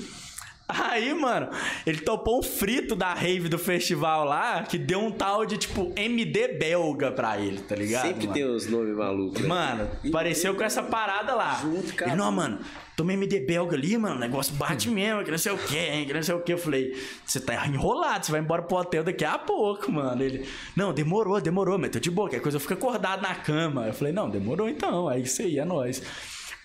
Speaker 3: Aí, mano, ele topou um frito da rave do festival lá, que deu um tal de, tipo, MD belga pra ele, tá ligado?
Speaker 1: Sempre
Speaker 3: mano?
Speaker 1: tem uns nomes malucos. né?
Speaker 3: Mano, pareceu com essa parada lá.
Speaker 5: Junto, cara.
Speaker 3: Ele, não, mano, tomei MD belga ali, mano. O negócio bate mesmo, que não sei o que, hein, que não sei o que. Eu falei, você tá enrolado, você vai embora pro hotel daqui a pouco, mano. Ele, não, demorou, demorou, mas tô de boa, que a coisa fica acordado na cama. Eu falei, não, demorou então, é isso aí, é nóis.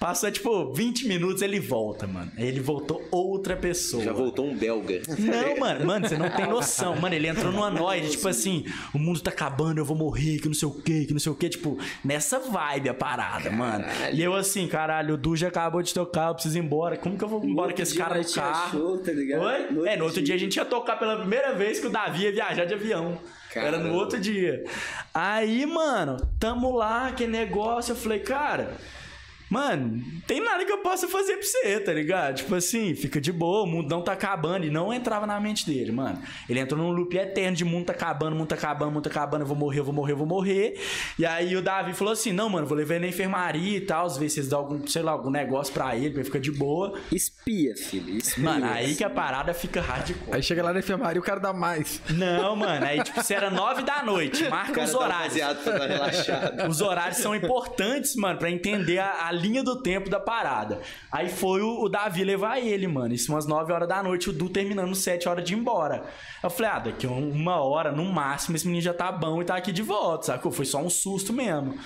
Speaker 3: Passa, tipo, 20 minutos, ele volta, mano. Ele voltou outra pessoa.
Speaker 1: Já voltou um belga.
Speaker 3: Não, mano, mano, você não tem noção. Mano, ele entrou numa noia, de, tipo assim, o mundo tá acabando, eu vou morrer, que não sei o que, que não sei o que. Tipo, nessa vibe a parada, mano. E eu assim, caralho, o Du já acabou de tocar, eu preciso ir embora. Como que eu vou embora com esse
Speaker 5: dia
Speaker 3: cara no
Speaker 5: nós tinha
Speaker 3: carro?
Speaker 5: show, tá ligado?
Speaker 3: Oi?
Speaker 5: No
Speaker 3: é, no outro dia. a gente ia tocar pela primeira vez que o Davi ia viajar de avião. Era no
Speaker 1: Caramba.
Speaker 3: outro dia. Aí, mano, tamo lá, aquele negócio. Eu falei, cara. Mano, tem nada que eu possa fazer pra você, tá ligado? Tipo assim, fica de boa, o mundo não tá acabando. E não entrava na mente dele, mano. Ele entrou num loop eterno de mundo tá acabando, mundo tá acabando, mundo tá acabando, eu vou morrer, eu vou morrer, eu vou morrer. E aí o Davi falou assim: não, mano, vou levar ele na enfermaria e tal, ver se vocês dão algum, sei lá, algum negócio pra ele, pra ele ficar de boa. é,
Speaker 5: Espia, filho. Espia.
Speaker 3: Mano, aí que a parada fica hardcore.
Speaker 2: Aí chega lá na enfermaria e o cara dá mais.
Speaker 3: Não, mano. Aí, tipo, se era nove da noite,
Speaker 1: O
Speaker 3: marca
Speaker 1: cara
Speaker 3: os
Speaker 1: tá
Speaker 3: horários.
Speaker 1: baseado pra dar relaxado.
Speaker 3: Os horários são importantes, mano, pra entender a, a linha do tempo da parada. Aí foi o, o Davi levar ele, mano. Isso umas 9 horas da noite, o Du terminando 7 horas de ir embora. Eu falei, ah, daqui um- uma hora, no máximo, esse menino já tá bom e tá aqui de volta, sacou? Foi só um susto mesmo.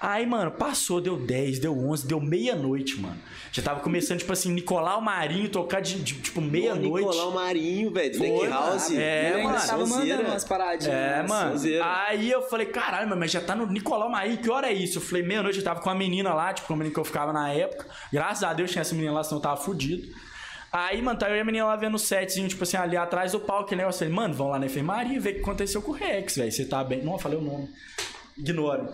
Speaker 3: Aí, mano, passou, deu 10, deu 11, deu meia-noite, mano. Já tava começando, tipo assim, Nicolau Marinho tocar de, de, tipo,
Speaker 1: Pô,
Speaker 3: meia-noite.
Speaker 1: Nicolau Marinho, velho. Black
Speaker 3: Foi,
Speaker 1: House.
Speaker 3: mano. É,
Speaker 5: Eu
Speaker 1: Moleque,
Speaker 5: ainda
Speaker 3: mano,
Speaker 5: tava mandando
Speaker 1: sonzeira.
Speaker 5: umas paradinhas.
Speaker 3: É,
Speaker 5: né?
Speaker 3: mano.
Speaker 1: sonzeira.
Speaker 3: Aí eu falei, caralho, mano, mas já tá no Nicolau Marinho, que hora é isso? Eu falei, meia-noite, eu tava com uma menina lá, tipo, com a menina que eu ficava na época. Graças a Deus tinha essa menina lá, senão eu tava fudido. Aí, mano, tá eu e a menina lá vendo o setzinho, tipo assim, ali atrás do palco, aquele negócio. Eu falei, mano, vamos lá na enfermaria ver o que aconteceu com o Rex, velho. Você tá bem. Não, eu falei o nome. Ignora.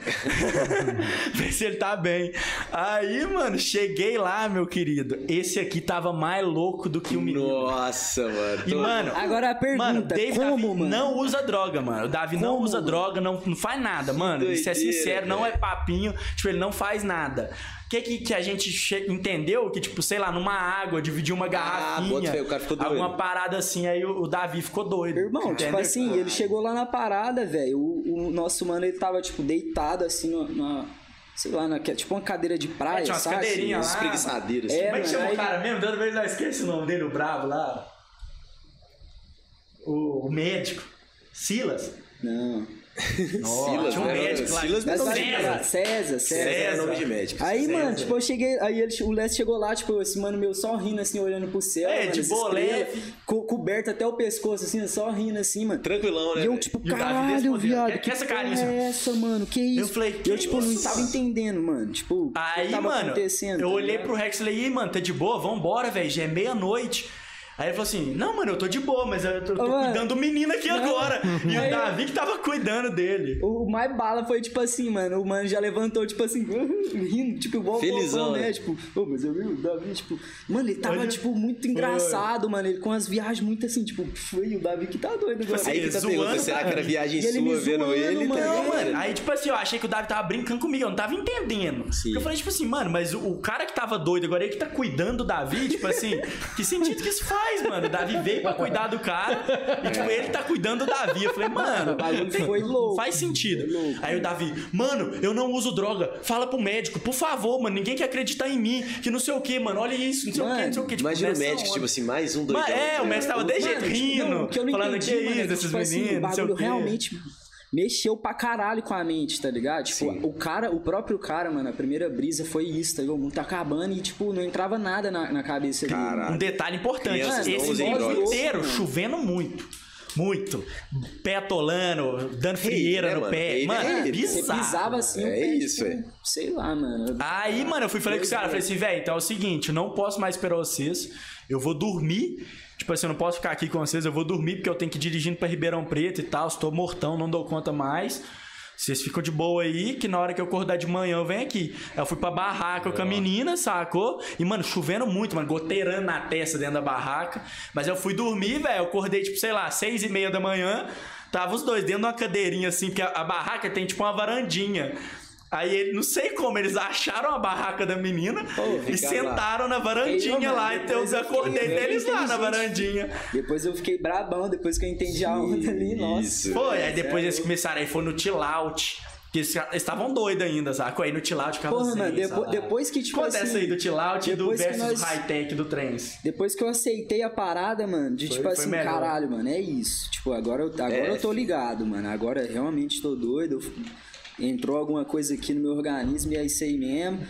Speaker 3: Vê se ele tá bem. Aí, mano, cheguei lá, meu querido. Esse aqui tava mais louco do que o menino.
Speaker 1: Nossa, mano.
Speaker 3: E,
Speaker 1: Tô-
Speaker 3: mano,
Speaker 5: Agora a pergunta,
Speaker 3: Mano, Dave
Speaker 5: como,
Speaker 3: Davi
Speaker 5: mano?
Speaker 3: não usa droga, mano. O Davi não usa droga, não, não faz nada, mano. Isso é
Speaker 1: doideira,
Speaker 3: sincero, não é
Speaker 1: velho.
Speaker 3: papinho. Tipo, ele não faz nada. O que, que, que a gente che- entendeu? Que, tipo, sei lá, numa água, dividir uma garrafinha.
Speaker 1: Ah, bota fé, o cara ficou doido.
Speaker 3: alguma parada assim, aí o, o Davi ficou doido.
Speaker 5: Irmão, tipo
Speaker 3: entendeu?
Speaker 5: assim, ele chegou lá na parada, velho. O, o nosso mano, ele tava, tipo, deitado assim na. na- sei lá, na, tipo uma cadeira de praia.
Speaker 3: É, tinha umas
Speaker 5: sabe?
Speaker 3: cadeirinhas lá.
Speaker 1: Espreguiçadeiros.
Speaker 5: É,
Speaker 3: Como é que
Speaker 5: mano,
Speaker 3: chama
Speaker 5: aí-
Speaker 3: o cara mesmo? Toda vez eu esqueço o nome dele, o bravo lá. O, o médico. Silas.
Speaker 5: né? Não.
Speaker 1: Silas,
Speaker 3: tinha um
Speaker 1: né?
Speaker 3: médico lá.
Speaker 1: Silas me
Speaker 5: Mas
Speaker 1: deu
Speaker 3: César.
Speaker 5: vai lembrar, César, César.
Speaker 1: César é nome de médico.
Speaker 5: Aí,
Speaker 1: César.
Speaker 3: é
Speaker 5: mano, tipo, eu cheguei. Aí ele, o Les chegou lá, tipo, esse mano meu só rindo assim, olhando pro céu.
Speaker 3: É,
Speaker 5: mano,
Speaker 3: de
Speaker 5: as
Speaker 3: boa,
Speaker 5: estrelas,
Speaker 3: leve.
Speaker 5: co- coberto até o pescoço, assim, só rindo assim, mano.
Speaker 1: Tranquilão, né?
Speaker 5: E eu,
Speaker 1: velho?
Speaker 5: tipo,
Speaker 3: Então, é, E o Davi
Speaker 5: caralho,
Speaker 3: respondendo,
Speaker 5: viado.
Speaker 3: "Que- que essa
Speaker 5: porra
Speaker 3: carinha, senhor?"
Speaker 5: é essa, mano? Que isso?
Speaker 3: falei, "Que
Speaker 5: eu, tipo, não
Speaker 3: isso,
Speaker 5: tava
Speaker 3: mano?"
Speaker 5: entendendo, mano. Tipo, o que
Speaker 3: Aí,
Speaker 5: tava
Speaker 3: mano,
Speaker 5: acontecendo.
Speaker 3: eu
Speaker 5: tá
Speaker 3: olhei
Speaker 5: ligado?
Speaker 3: pro Rex e falei, Ih, mano, tá de boa? Vambora, velho, já é meia-noite. Aí ele falou assim, não, mano, eu tô de boa, mas eu tô, eu tô
Speaker 5: Ô, mano,
Speaker 3: cuidando do menino aqui agora. E o
Speaker 5: Aí-
Speaker 3: Davi que tava cuidando dele.
Speaker 5: O o mais bala foi tipo assim, mano. O mano já levantou, tipo assim, rindo, tipo, igual
Speaker 1: Felizão,
Speaker 5: bobão, né?
Speaker 1: né?
Speaker 5: Tipo, ô, mas eu vi o Davi, tipo. Mano, ele tava,
Speaker 3: Olha.
Speaker 5: tipo, muito engraçado, mano. Ele com as viagens muito assim, tipo, foi o Davi que tá doido
Speaker 3: Tipo
Speaker 5: agora.
Speaker 3: assim,
Speaker 1: Aí que tá
Speaker 3: zoando,
Speaker 1: perguntando, será que era viagem
Speaker 5: E ele me
Speaker 1: sua vendo
Speaker 5: zoando,
Speaker 1: ele? tá
Speaker 5: mano.
Speaker 1: ligado?
Speaker 3: Não, mano. Aí, tipo assim, eu achei que o Davi tava brincando comigo, eu não tava entendendo.
Speaker 1: Sim.
Speaker 3: Eu falei, tipo assim, mano, mas o, o cara que tava doido agora, ele que tá cuidando do Davi, tipo assim, que sentido que isso faz, mano? O Davi veio pra cuidar do cara e, tipo, ele tá cuidando do Davi. Eu falei, mano,
Speaker 5: O bagulho foi louco.
Speaker 3: Faz sentido. Aí o Davi, mano, eu não uso droga. Fala pro médico, por favor, mano. Ninguém quer acreditar em mim. Que não sei o que, mano. Olha isso, não sei o que, não sei o que.
Speaker 1: Imagina o médico, tipo assim, mais um doidão.
Speaker 3: Mas é, o mestre tava de jeito
Speaker 5: Mano, tipo, não,
Speaker 3: rindo.
Speaker 5: o que eu não
Speaker 3: Falando
Speaker 5: entendi,
Speaker 3: que é
Speaker 5: mano,
Speaker 3: isso,
Speaker 5: é que,
Speaker 3: desses
Speaker 5: tipo assim,
Speaker 3: meninos,
Speaker 5: o
Speaker 3: não sei o
Speaker 5: bagulho
Speaker 3: que.
Speaker 5: realmente mexeu pra caralho com a mente, tá ligado? Tipo, o cara, o próprio cara, mano, a primeira brisa foi isso, tá ligado? O mundo tá acabando e, tipo, não entrava nada na, na cabeça dele.
Speaker 1: Caralho.
Speaker 3: Um detalhe importante:
Speaker 1: Crianças
Speaker 5: não
Speaker 3: esse
Speaker 5: usem
Speaker 3: mês
Speaker 5: drogas.
Speaker 3: inteiro
Speaker 5: Mano.
Speaker 3: chovendo muito. Muito. Pé atolando, dando frieira
Speaker 1: né,
Speaker 3: no
Speaker 1: mano?
Speaker 3: pé.
Speaker 1: Rave
Speaker 3: Mano,
Speaker 1: é
Speaker 3: é
Speaker 1: rave.
Speaker 5: Você
Speaker 3: bizarro.
Speaker 5: pisava assim, o
Speaker 1: É
Speaker 5: pé,
Speaker 1: isso,
Speaker 5: tipo,
Speaker 1: é.
Speaker 5: Sei lá, mano.
Speaker 3: Aí, mano, eu fui falei com os caras, falei assim, velho, então é o seguinte, eu não posso mais esperar vocês, eu vou dormir, tipo assim, eu não posso ficar aqui com vocês, eu vou dormir porque eu tenho que ir dirigindo pra Ribeirão Preto e tal, estou mortão, não dou conta mais. Vocês ficam de boa aí, que na hora que eu acordar de manhã eu venho aqui. Aí Eu fui pra barraca com a menina, sacou? E, mano, chovendo muito, mano, goteirando na testa dentro da barraca. Mas eu fui dormir, velho. Eu acordei, tipo, sei lá, seis e meia da manhã. Tava os dois dentro de uma cadeirinha assim, porque a, a barraca tem tipo uma varandinha. Aí ele, não sei como, eles acharam a barraca da menina e
Speaker 1: ficaram lá.
Speaker 3: sentaram na varandinha
Speaker 5: Ei, ô,
Speaker 3: lá.
Speaker 5: mano,
Speaker 3: Então
Speaker 5: depois
Speaker 3: eu
Speaker 5: eu fiquei
Speaker 3: acordei
Speaker 5: bem
Speaker 3: deles lá na
Speaker 5: inteligente.
Speaker 3: varandinha.
Speaker 5: Depois eu fiquei brabão, depois que eu entendi a onda ali, nossa.
Speaker 1: Isso.
Speaker 3: Foi, aí depois eles começaram, aí foi no chill out. Que eles eles estavam doidos ainda, saco? Aí no chill out ficava
Speaker 5: Porra,
Speaker 3: assim,
Speaker 5: mano, depo-
Speaker 3: sabe?
Speaker 5: depois que, tipo
Speaker 3: Conta essa
Speaker 5: assim,
Speaker 3: aí do chill out e do
Speaker 5: depois que
Speaker 3: versus
Speaker 5: nós-
Speaker 3: high-tech do trens.
Speaker 5: Depois que eu aceitei a parada, mano, de
Speaker 3: Foi-
Speaker 5: tipo
Speaker 3: foi
Speaker 5: assim,
Speaker 3: melhor.
Speaker 5: caralho, mano, é isso. Tipo, agora eu, agora
Speaker 1: É,
Speaker 5: eu tô
Speaker 1: filho.
Speaker 5: ligado, mano. Agora eu realmente tô doido. eu- Entrou alguma coisa aqui no meu organismo e é isso aí mesmo.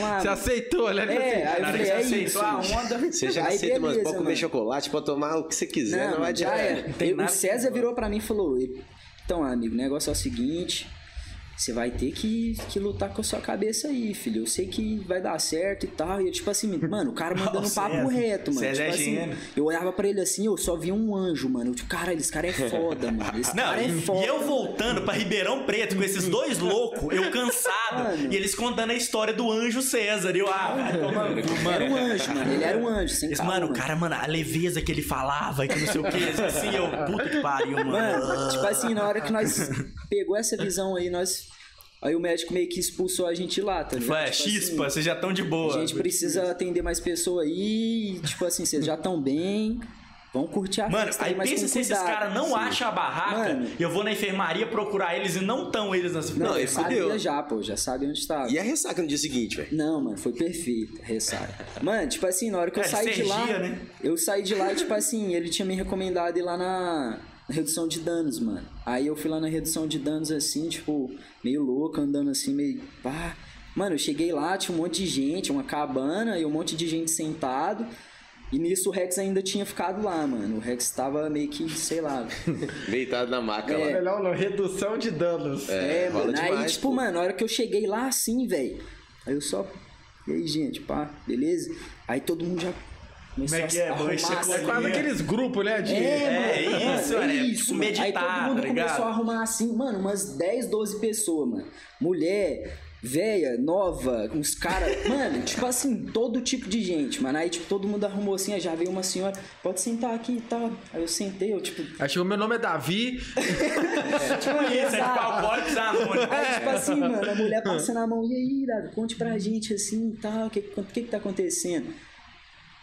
Speaker 5: lá.
Speaker 2: Você
Speaker 5: mano.
Speaker 2: aceitou, né?
Speaker 5: Ah, É, aí eu
Speaker 3: Na hora
Speaker 5: falei,
Speaker 3: que
Speaker 5: é
Speaker 3: você
Speaker 5: isso.
Speaker 3: aceitou a onda,
Speaker 1: Você já
Speaker 5: Aí
Speaker 1: aceita, mano.
Speaker 5: beleza,
Speaker 1: Pode comer
Speaker 5: mano.
Speaker 1: chocolate, pode tomar o que você quiser, não,
Speaker 5: Não,
Speaker 1: vai
Speaker 5: já
Speaker 1: adiantar.
Speaker 5: era.
Speaker 3: Tem
Speaker 5: Eu-
Speaker 3: nada
Speaker 5: o
Speaker 3: que
Speaker 5: César
Speaker 3: não.
Speaker 5: virou pra mim e falou: ele, Então, amigo, o negócio é o seguinte. Você vai ter que, que lutar com a sua cabeça aí, filho. Eu sei que vai dar certo e tal. E eu, tipo assim, mano, o cara mandando
Speaker 3: Ó,
Speaker 5: um papo
Speaker 3: César.
Speaker 5: reto, mano.
Speaker 3: César
Speaker 5: tipo
Speaker 3: é
Speaker 5: assim,
Speaker 3: gênio.
Speaker 5: eu olhava pra ele assim, eu só via um anjo, mano. Eu, tipo, caralho, esse cara é foda, mano. Esse
Speaker 3: Não,
Speaker 5: cara é
Speaker 3: e-
Speaker 5: foda.
Speaker 3: e eu voltando pra Ribeirão Preto com esses dois loucos, eu cansado,
Speaker 5: Mano.
Speaker 3: e eles contando a história do anjo César. E eu, ah, vai tomar no cu,
Speaker 5: Ele era um
Speaker 3: mano.
Speaker 5: anjo, mano. Ele era um anjo, sem
Speaker 3: Esse,
Speaker 5: calma,
Speaker 3: mano, o cara, mano, a leveza que ele falava, que não sei o que, assim, eu, puta que pariu, mano.
Speaker 5: Mano, tipo assim, na hora que nós pegou essa visão aí, nós. Aí o médico meio que expulsou a gente lá, tá ligado?
Speaker 3: Foi,
Speaker 5: Tipo assim,
Speaker 3: chispa, vocês já estão de boa.
Speaker 5: A gente precisa atender mais pessoas aí. e, Tipo assim, vocês já estão bem. Vão curtir a
Speaker 3: Mano,
Speaker 5: festa
Speaker 3: aí
Speaker 5: mas
Speaker 3: pensa
Speaker 5: com
Speaker 3: se esses
Speaker 5: cuidado,
Speaker 3: caras não
Speaker 5: assim.
Speaker 3: acham a barraca
Speaker 5: Mano.
Speaker 3: e eu vou na enfermaria procurar eles e não estão eles nessa
Speaker 5: Não,
Speaker 1: Não,
Speaker 5: eu
Speaker 1: ele fudeu.
Speaker 5: sabia já, pô. Já sabe onde tá. estava.
Speaker 1: E a ressaca no dia seguinte, velho.
Speaker 5: Não, mano, foi perfeito, ressaca. Mano, tipo assim, na hora que eu
Speaker 3: É,
Speaker 5: saí de lá.
Speaker 3: sergia, né?
Speaker 5: Eu saí de lá e, tipo assim, ele tinha me recomendado ir lá na na redução de danos, mano. Aí eu fui lá na redução de danos, assim, tipo, meio louco, andando assim, meio. Pá. Mano, eu cheguei lá, tinha um monte de gente, uma cabana e um monte de gente sentado. E nisso o Rex ainda tinha ficado lá, mano. O Rex tava meio que, sei lá,
Speaker 1: Deitado na maca lá.
Speaker 2: Melhor não, redução de danos.
Speaker 5: É,
Speaker 1: É, rola
Speaker 5: mano. aí,
Speaker 1: demais,
Speaker 5: tipo,
Speaker 1: pô.
Speaker 5: mano, na hora que eu cheguei lá assim, velho. Aí eu só. E aí, gente, pá, beleza? Aí todo mundo já. Começou
Speaker 3: Como é que é?
Speaker 5: a
Speaker 3: Vou encher
Speaker 5: arrumar,
Speaker 3: com
Speaker 5: assim.
Speaker 3: a
Speaker 2: Quase aqueles grupos, né? De...
Speaker 3: É,
Speaker 5: mano,
Speaker 3: isso,
Speaker 5: mano,
Speaker 3: né?
Speaker 5: é
Speaker 3: Tipo,
Speaker 5: mano. Aí
Speaker 3: meditar,
Speaker 5: todo mundo
Speaker 3: tá ligado?
Speaker 5: começou a arrumar assim, mano, umas 10, 12 pessoas, mano. Mulher, velha, nova, uns caras. mano, tipo assim, todo tipo de gente, mano. Aí, tipo, todo mundo arrumou assim, aí já veio uma senhora, pode sentar aqui e tal. Aí eu sentei, eu, tipo,
Speaker 2: Aí chegou, meu nome é Davi.
Speaker 3: Isso é tipo alcoólicos anônimos.
Speaker 5: Aí, tipo assim, mano, a mulher passando a mão, e aí, Davi, conte pra gente assim e tal, o que, o que que tá acontecendo?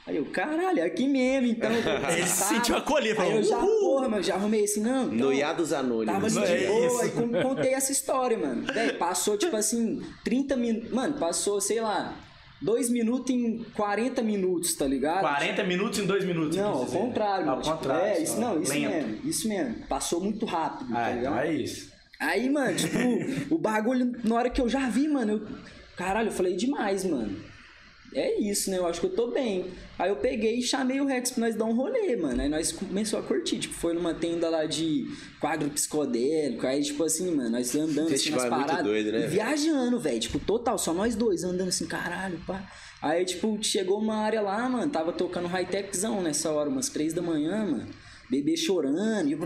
Speaker 5: Aí eu, caralho, aqui mesmo, então.
Speaker 3: Ele se sentiu acolhido,
Speaker 5: Aí
Speaker 3: falou,
Speaker 5: eu já,
Speaker 3: "Uhul!"
Speaker 5: porra, mano, já arrumei assim, não. então,
Speaker 1: Noiados
Speaker 5: Tava
Speaker 1: anônimos.
Speaker 5: ali
Speaker 3: É
Speaker 5: de boa,
Speaker 3: isso.
Speaker 5: e con- contei essa história, mano. Véi, passou, tipo assim, 30 minutos. Mano, passou, sei lá, 2 minutos em 40 minutos, tá ligado?
Speaker 3: 40 minutos em 2 minutos. eu
Speaker 5: Não,
Speaker 3: quis
Speaker 5: ao
Speaker 3: dizer.
Speaker 5: contrário,
Speaker 3: Ao
Speaker 5: mano. Tipo,
Speaker 3: contrário.
Speaker 5: É,
Speaker 3: só.
Speaker 5: isso, não, isso
Speaker 3: Lento.
Speaker 5: mesmo, isso mesmo. Passou muito rápido, tá
Speaker 3: Ah,
Speaker 5: ligado?
Speaker 3: então é isso.
Speaker 5: Aí, mano, tipo, o bagulho, na hora que eu já vi, mano, eu, caralho, eu falei demais, mano. É isso, né? Eu acho que eu tô bem. Aí eu peguei e chamei o Rex pra nós dar um rolê, mano. Aí nós começou a curtir. Tipo, foi numa tenda lá de quadro psicodélico. Aí, tipo assim, mano, nós andando assim
Speaker 1: Festival
Speaker 5: nas
Speaker 1: é muito
Speaker 5: paradas.
Speaker 1: doido, né, velho?
Speaker 5: viajando, velho. Tipo, total, só nós dois andando assim, caralho, pá. Aí, tipo, chegou uma área lá, mano. Tava tocando high-techzão nessa hora, umas três da manhã, mano. Bebê chorando. E...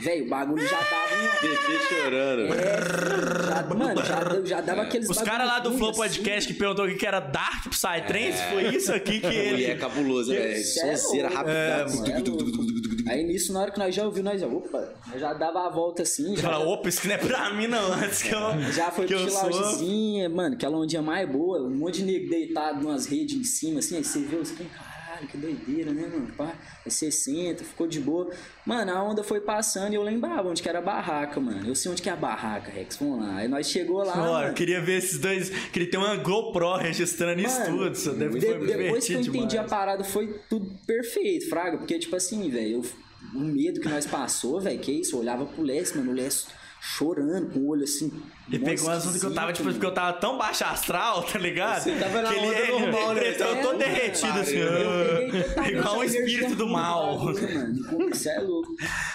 Speaker 5: Velho, o bagulho já dava uma.
Speaker 1: Bebê tá chorando. velho.
Speaker 5: Já- mano, já, já dava aqueles
Speaker 3: Os
Speaker 5: bagulho
Speaker 3: caras lá do
Speaker 5: ruim,
Speaker 3: Flow
Speaker 5: assim. É.
Speaker 3: Podcast que perguntou o que que era Dark Psytrance, foi isso aqui que
Speaker 1: Ele é
Speaker 3: ele.
Speaker 1: cabuloso, né?
Speaker 5: Sério?
Speaker 1: Sonzeira
Speaker 5: É,
Speaker 1: rápida.
Speaker 5: mano, é louco. Aí nisso, na hora que nós já ouvimos, nós já, opa, nós já dava a volta assim, já,
Speaker 3: Fala, opa, isso que não é pra mim não, antes que eu.
Speaker 5: já foi
Speaker 3: que eu
Speaker 5: puxar
Speaker 3: sou.
Speaker 5: loungezinha, mano, aquela ondinha mais boa, um monte de nego deitado numas redes em cima, assim, aí você vê os caras, caralho, que doideira, né, mano, pá, aí você senta, ficou de boa. Mano, a onda foi passando e eu lembrava onde que era a barraca, mano, eu sei onde que é a barraca, Rex, vamos lá. Aí nós chegou lá,
Speaker 3: Ó, eu
Speaker 5: mano,
Speaker 3: queria ver esses dois. Queria ter uma GoPro registrando isso
Speaker 5: Mano,
Speaker 3: tudo. Isso deve
Speaker 5: De-
Speaker 3: foi
Speaker 5: depois que eu
Speaker 3: divertido
Speaker 5: entendi
Speaker 3: demais.
Speaker 5: a parada, foi tudo perfeito, Fraga. Porque, tipo assim, velho, eu- o medo que nós passou, velho, que isso, eu olhava pro Leste, mano, o Leste chorando, com o olho assim.
Speaker 3: Ele
Speaker 5: mó
Speaker 3: pegou um assunto que eu tava, tipo,
Speaker 5: esquisito,
Speaker 3: porque eu tava tão baixo astral, tá ligado?
Speaker 1: Você tava na
Speaker 3: que
Speaker 1: onda normal, né?
Speaker 3: Então eu tô
Speaker 5: É,
Speaker 3: derretido,
Speaker 1: mano.
Speaker 3: assim.
Speaker 5: mano. Eu peguei
Speaker 3: ah,
Speaker 5: totalmente
Speaker 3: Igual um
Speaker 5: a energia
Speaker 3: espírito do
Speaker 5: ruim
Speaker 3: mal.
Speaker 5: bagulho, né? mano. Isso é louco.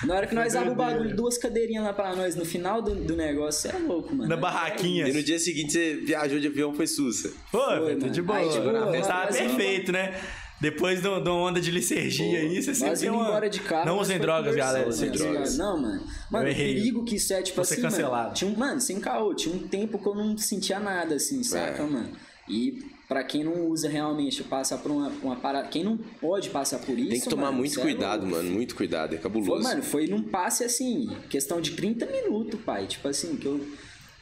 Speaker 5: Na hora que nós abrimos o bagulho, duas cadeirinhas lá pra nós no final do, do negócio, é louco, mano.
Speaker 3: Na
Speaker 5: É-
Speaker 3: barraquinha.
Speaker 1: E no dia seguinte você viajou de avião, foi né? sussa.
Speaker 3: Foi,
Speaker 5: Foi,
Speaker 3: foi, tudo de
Speaker 5: mano. Aí,
Speaker 3: boa.
Speaker 5: tipo,
Speaker 3: Tava
Speaker 5: nós-
Speaker 3: perfeito, né? Depois de uma de uma onda de licergia aí, você sempre
Speaker 5: Nós
Speaker 3: tem
Speaker 5: indo
Speaker 3: uma...
Speaker 5: embora de carro.
Speaker 3: Não
Speaker 5: nós
Speaker 3: usem
Speaker 5: foi
Speaker 3: drogas,
Speaker 5: conversando,
Speaker 3: galera.
Speaker 5: né?
Speaker 3: Sem
Speaker 5: Tá ligado?
Speaker 3: drogas.
Speaker 5: Não, mano. Mano,
Speaker 3: Eu
Speaker 5: o
Speaker 3: errei.
Speaker 5: perigo que isso é, tipo
Speaker 3: Vou ser
Speaker 5: assim, mano,
Speaker 3: cancelado.
Speaker 5: Tinha um, mano, sem caô, tinha um tempo que eu não sentia nada,
Speaker 3: É.
Speaker 5: assim, saca, mano? E pra quem não usa realmente passar por uma, uma parada... Quem não pode passar por isso,
Speaker 1: Tem que tomar
Speaker 5: mano,
Speaker 1: muito
Speaker 5: cê é
Speaker 1: cuidado,
Speaker 5: louco.
Speaker 1: mano. Muito cuidado, é cabuloso.
Speaker 5: Foi, mano, foi num passe, assim, questão de 30 minutos, pai. Tipo assim, que eu...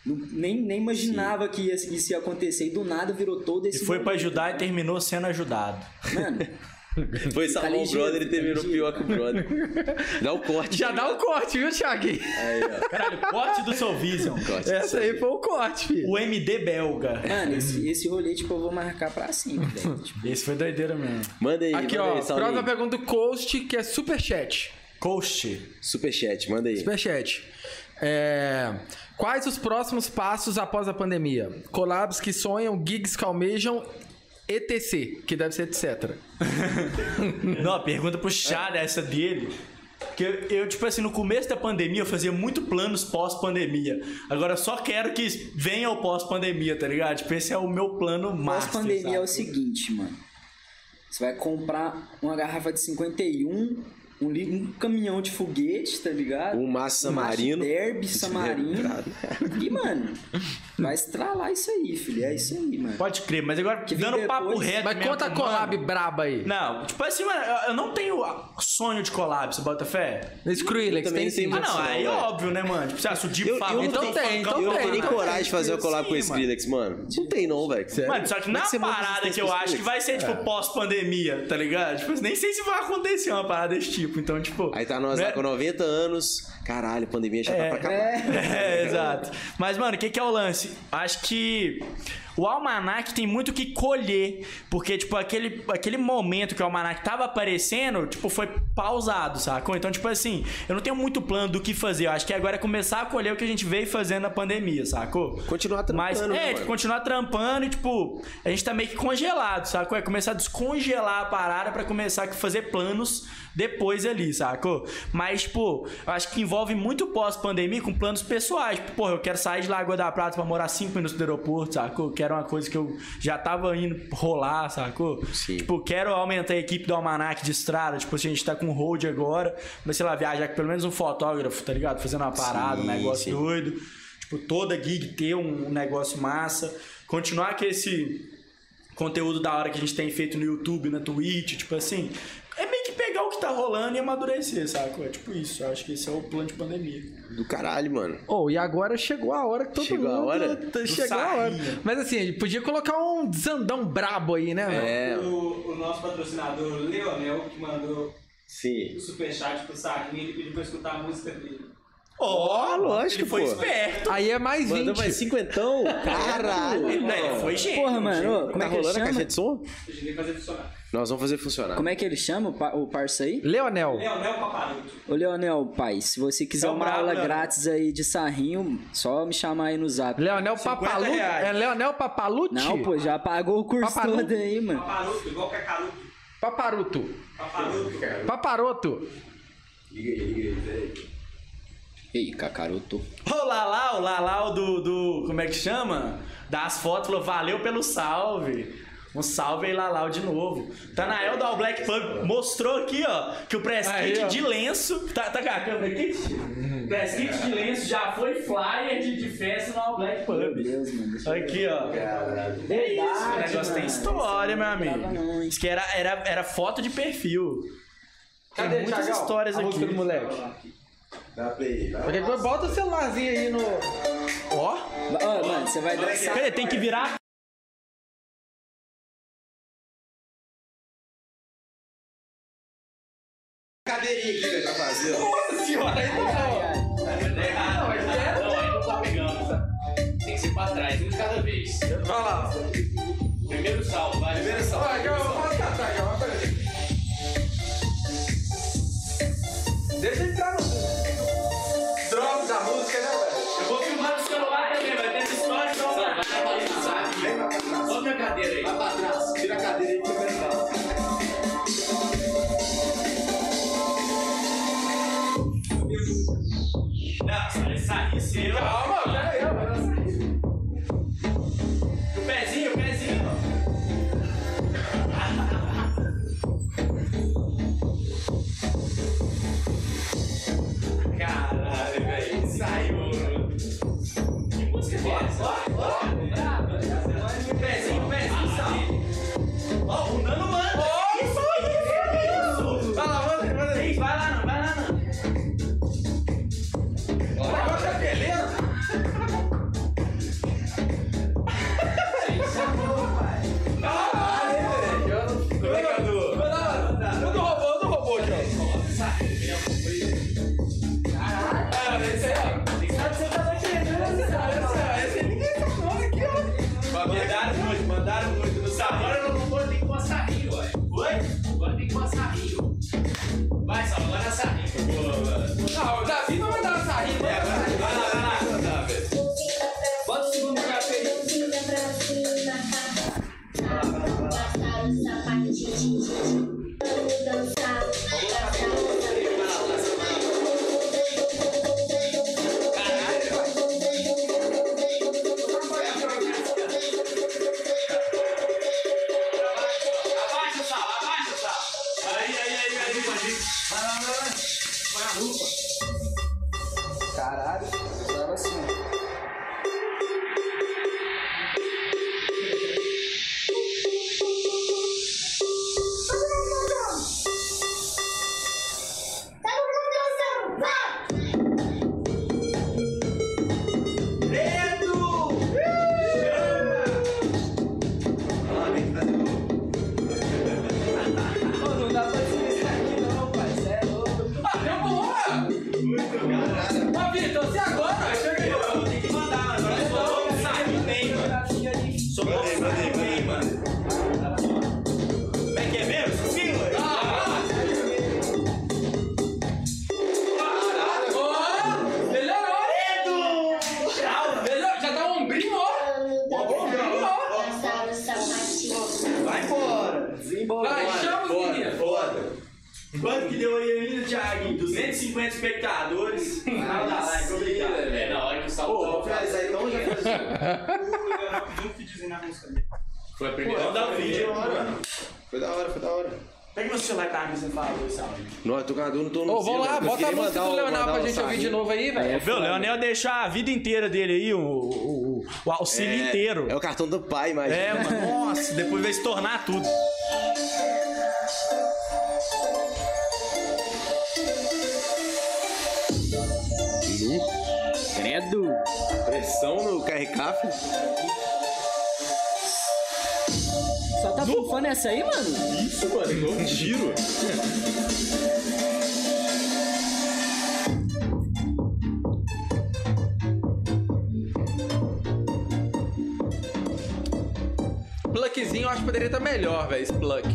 Speaker 5: não- Nem, nem imaginava que isso isso ia acontecer e do nada virou todo esse.
Speaker 3: E foi pra
Speaker 5: momento,
Speaker 3: ajudar e
Speaker 5: né?
Speaker 3: terminou sendo ajudado.
Speaker 5: Mano,
Speaker 1: Foi salvar o
Speaker 5: ligeiro,
Speaker 1: brother e
Speaker 5: tá
Speaker 1: terminou
Speaker 5: ligeiro.
Speaker 1: pior que o brother. Dá o corte.
Speaker 2: Já dá o corte, viu, Thiago?
Speaker 3: Caralho, corte do Soul Vision.
Speaker 1: corte.
Speaker 2: Essa aí foi o corte, filho.
Speaker 3: O MD belga.
Speaker 5: mano, esse, esse rolê, tipo, eu vou marcar pra sempre, velho. Tipo,
Speaker 3: Esse foi doideira mesmo.
Speaker 1: Manda aí,
Speaker 2: Aqui,
Speaker 1: manda
Speaker 2: ó.
Speaker 1: aí, salve
Speaker 2: Próxima
Speaker 1: aí.
Speaker 2: pergunta do Coast, que é superchat.
Speaker 3: Coast.
Speaker 1: Superchat, manda aí.
Speaker 2: Superchat. É, Quais os próximos passos após a pandemia? Collabs que sonham, gigs que almejam, etc. Que deve ser etc.
Speaker 3: Não, a pergunta puxada essa dele. Que eu, eu, tipo assim, no começo da pandemia eu fazia muito planos pós-pandemia. Agora eu só quero que venha o pós-pandemia, tá ligado? Tipo, esse é o meu plano master.
Speaker 5: Pós-pandemia é o
Speaker 3: sabe?
Speaker 5: seguinte, mano. Você vai comprar uma garrafa de 51, um, li- um caminhão de foguete, tá ligado?
Speaker 1: Um massa samarino.
Speaker 5: macho Derby samarino.
Speaker 1: Lembrado.
Speaker 5: E, mano, vai estralar isso aí, filho. É isso aí, mano.
Speaker 3: Pode crer, mas agora
Speaker 5: Que vem
Speaker 3: dando papo
Speaker 5: depois.
Speaker 3: reto.
Speaker 2: Mas
Speaker 3: É mesmo,
Speaker 2: conta a
Speaker 3: mano.
Speaker 2: collab braba aí.
Speaker 3: Não, tipo assim, mano, eu- eu não tenho sonho de collab, você bota fé?
Speaker 2: Skrillex,
Speaker 1: Também
Speaker 2: tem
Speaker 1: não tem
Speaker 2: sim.
Speaker 3: Ah,
Speaker 1: muito
Speaker 3: não,
Speaker 1: Não,
Speaker 3: aí é
Speaker 1: velho.
Speaker 3: óbvio, né, mano? Tipo, se ah, se o Deep
Speaker 1: Eu-
Speaker 3: Favor
Speaker 1: eu-
Speaker 2: então tem, então tem,
Speaker 1: Eu não
Speaker 3: né?
Speaker 1: tenho nem
Speaker 2: cara.
Speaker 1: coragem de fazer uma collab
Speaker 3: Sim,
Speaker 1: com o Skrillex, mano. Não tem não, velho.
Speaker 3: Mano, só que
Speaker 1: Como é
Speaker 3: na
Speaker 1: você manda
Speaker 3: parada
Speaker 1: essas
Speaker 3: que eu
Speaker 1: coisas
Speaker 3: acho que
Speaker 1: pro Skrillex?
Speaker 3: vai ser, tipo, pós-pandemia, tá ligado? Tipo, nem sei se vai acontecer uma parada desse tipo, então, tipo...
Speaker 1: Aí tá nós
Speaker 3: né?
Speaker 1: lá com 90 anos. Caralho, a pandemia já tá pra acabar.
Speaker 3: É, exato. Mas, mano, o que, que é o lance? Acho que o Almanac tem muito o que colher. Porque, tipo, aquele, aquele momento que o Almanac tava aparecendo, tipo, foi pausado, sacou? Então, tipo assim, eu não tenho muito plano do que fazer. Eu acho que agora é começar a colher o que a gente veio fazendo na pandemia, sacou?
Speaker 1: Continuar
Speaker 3: Mas,
Speaker 1: trampando, né,
Speaker 3: é,
Speaker 1: mano?
Speaker 3: continuar trampando e, tipo, a gente tá meio que congelado, sacou? É começar a descongelar a parada pra começar a fazer planos depois ali, sacou? Mas, tipo, eu acho que envolve muito pós-pandemia com planos pessoais. Tipo, porra, eu quero sair de Lagoa da Prata pra morar cinco minutos do aeroporto, sacou? Que era uma coisa que eu já tava indo rolar, sacou?
Speaker 1: Sim.
Speaker 3: Tipo, quero aumentar a equipe do Almanac de estrada. Tipo, se a gente tá com hold agora, mas sei lá, viajar com pelo menos um fotógrafo, tá ligado? Fazendo uma parada, um
Speaker 1: Sim,
Speaker 3: negócio
Speaker 1: sim.
Speaker 3: doido doido. Tipo, toda gig ter um um negócio massa. Continuar com esse conteúdo da hora que a gente tem feito no YouTube, na Twitch, tipo assim. É meio que pegar o que tá rolando e amadurecer, saca? É tipo isso. Eu acho que esse é o plano de pandemia.
Speaker 1: Do caralho, mano.
Speaker 2: Oh, e agora chegou a hora que todo
Speaker 1: Chegou a
Speaker 2: mundo...
Speaker 1: hora?
Speaker 2: tá-
Speaker 3: Do
Speaker 2: Chegou a
Speaker 3: sarrinho.
Speaker 2: hora. Mas assim, podia colocar um zandão brabo aí, né, velho?
Speaker 1: É,
Speaker 4: O, o nosso patrocinador, Leonel, que mandou
Speaker 1: sim.
Speaker 4: o superchat pro Sarrinho, ele pediu pra escutar a música dele.
Speaker 3: Ó,
Speaker 1: lógico,
Speaker 3: ele foi
Speaker 1: pô.
Speaker 3: esperto.
Speaker 2: Aí é mais 20.
Speaker 1: Mandou mais cinquentão? Caralho.
Speaker 3: Ele, ele foi gênio.
Speaker 5: Porra, mano, ô, como
Speaker 1: Tá
Speaker 5: é que ele
Speaker 1: rolando a
Speaker 5: chama?
Speaker 1: caixa de som?
Speaker 4: Eu nem fazer funcionar.
Speaker 1: Nós vamos fazer funcionar.
Speaker 5: Como é que ele chama o, pa o parça aí?
Speaker 2: Leonel.
Speaker 4: Leonel
Speaker 6: é
Speaker 4: Paparuto.
Speaker 5: Ô, Leonel, pai, se você quiser
Speaker 3: É o
Speaker 5: uma
Speaker 3: brabo,
Speaker 5: aula
Speaker 3: Leonel.
Speaker 5: grátis aí de sarrinho, só me chamar aí no zap.
Speaker 2: Leonel
Speaker 3: 50
Speaker 2: Papalucci.
Speaker 3: reais.
Speaker 2: É Leonel Papalucci?
Speaker 5: Não, pô, já pagou o curso
Speaker 2: Papalu-
Speaker 5: todo aí, mano.
Speaker 4: Paparuto, igual
Speaker 6: é
Speaker 4: Cacaruto.
Speaker 2: Paparuto.
Speaker 4: Paparuto.
Speaker 2: Paparoto.
Speaker 5: Ei, cacaroto.
Speaker 3: O Lalau, o Lalau do, do. Como é que chama? Das fotos, falou: valeu pelo salve. Um salve aí, Lalau, de novo. Tanael da All Black Pub mostrou aqui, ó, que o press
Speaker 2: Aí,
Speaker 3: kit
Speaker 2: ó.
Speaker 3: de lenço. Tá, tá com a câmera aqui? press kit de lenço já foi flyer de, de festa no All Black Pub.
Speaker 5: Meu Deus, mano. deixa eu-
Speaker 3: Aqui, ó. É isso, o
Speaker 5: Verdade,
Speaker 3: negócio tem
Speaker 5: mano.
Speaker 3: história, meu
Speaker 5: Isso aí não
Speaker 3: amigo.
Speaker 5: lembrava, não, hein?
Speaker 3: Isso que era, era, era foto de perfil.
Speaker 2: Cadê,
Speaker 3: muitas
Speaker 2: Thiagão?
Speaker 3: histórias
Speaker 2: A
Speaker 3: aqui.
Speaker 2: música do moleque.
Speaker 6: Dá
Speaker 1: tá
Speaker 6: play. Dá
Speaker 2: Porque Bota o celularzinho aí no...
Speaker 3: Ó.
Speaker 5: Ó, mano, você vai dançar.
Speaker 3: Cadê? Tem que virar
Speaker 6: cadeirinha aqui, velho, pra fazer, ó.
Speaker 3: senhora, aí não.
Speaker 6: Não, aí não tá pegando. Tem que ser pra trás, um de cada vez.
Speaker 2: Vai lá.
Speaker 6: Primeiro salto, vai. Primeiro salto.
Speaker 2: Deixa entrar no... Droga da música, né, velho?
Speaker 6: Eu vou filmar no celular também, vai ter essa história só pra trás. Vem pra trás. Sobe a cadeira aí. Vai pra trás. Tira a cadeira aí primeiro salto.
Speaker 3: Não, sai, sai, seu. Calma, já é, O pezinho, o pezinho.
Speaker 6: Não, o Davi vai mandar uma saída. Vai lá, vai lá. Bota o segundo café aí. Abaixa o sal, abaixa o sal. Aí, aí, aí, aí, aí. Vai lá, vai lá. Põe a roupa.
Speaker 5: Caralho, usava assim. ó. Ô, não dá pra desistir aqui não, pai. Cê é louco.
Speaker 6: Ah, deu boa! Ó, Vitor, você agora? Chega aí, ó. Tem que mandar, mano. Agora eu vou sair do meio, mano. Só vou sair do meio, mano. Como é que é mesmo? Fila! Ah, Caralho! Ó, melhorou! Tchau! Melhor, já tá um ombrinho, ó!
Speaker 7: Vai embora!
Speaker 6: Vai, chama os
Speaker 7: Foda,
Speaker 6: meninos!
Speaker 7: foda. Quanto que deu aí ainda, Thiaguinho? 250 espectadores. Final da live, obrigado.
Speaker 6: É, na hora que o salto...
Speaker 7: Ô, vamos finalizar então, já fez o-
Speaker 4: Um videozinho na música
Speaker 6: né?
Speaker 4: dele.
Speaker 6: Foi a
Speaker 7: Pô,
Speaker 6: primeira...
Speaker 1: um
Speaker 7: Vamos dar o vídeo, mano.
Speaker 1: Foi da hora, foi da hora.
Speaker 7: Pega meu celular pra mim, que você falou, Salve.
Speaker 1: Não, eu tô com a dor, não tô no
Speaker 2: Ô, vamos lá,
Speaker 1: Eu
Speaker 2: bota a
Speaker 1: queria
Speaker 2: música
Speaker 1: mandar
Speaker 2: do
Speaker 1: um-
Speaker 2: Leonardo pra
Speaker 1: mandar um É.
Speaker 2: gente ouvir de
Speaker 1: sarrinho.
Speaker 2: novo aí, velho.
Speaker 3: Viu, o Leonel deixar a vida inteira dele aí, o, o- o- o auxílio inteiro.
Speaker 1: É o cartão do pai, imagina.
Speaker 3: É, mano. Nossa, depois vai se tornar tudo.
Speaker 5: Credo.
Speaker 1: Pressão no KRCAF.
Speaker 5: Só tá bufando essa aí, mano?
Speaker 1: Isso,
Speaker 7: é
Speaker 1: mano, igual um giro.
Speaker 2: Pluckzinho eu acho que poderia estar melhor, velho, esse pluck.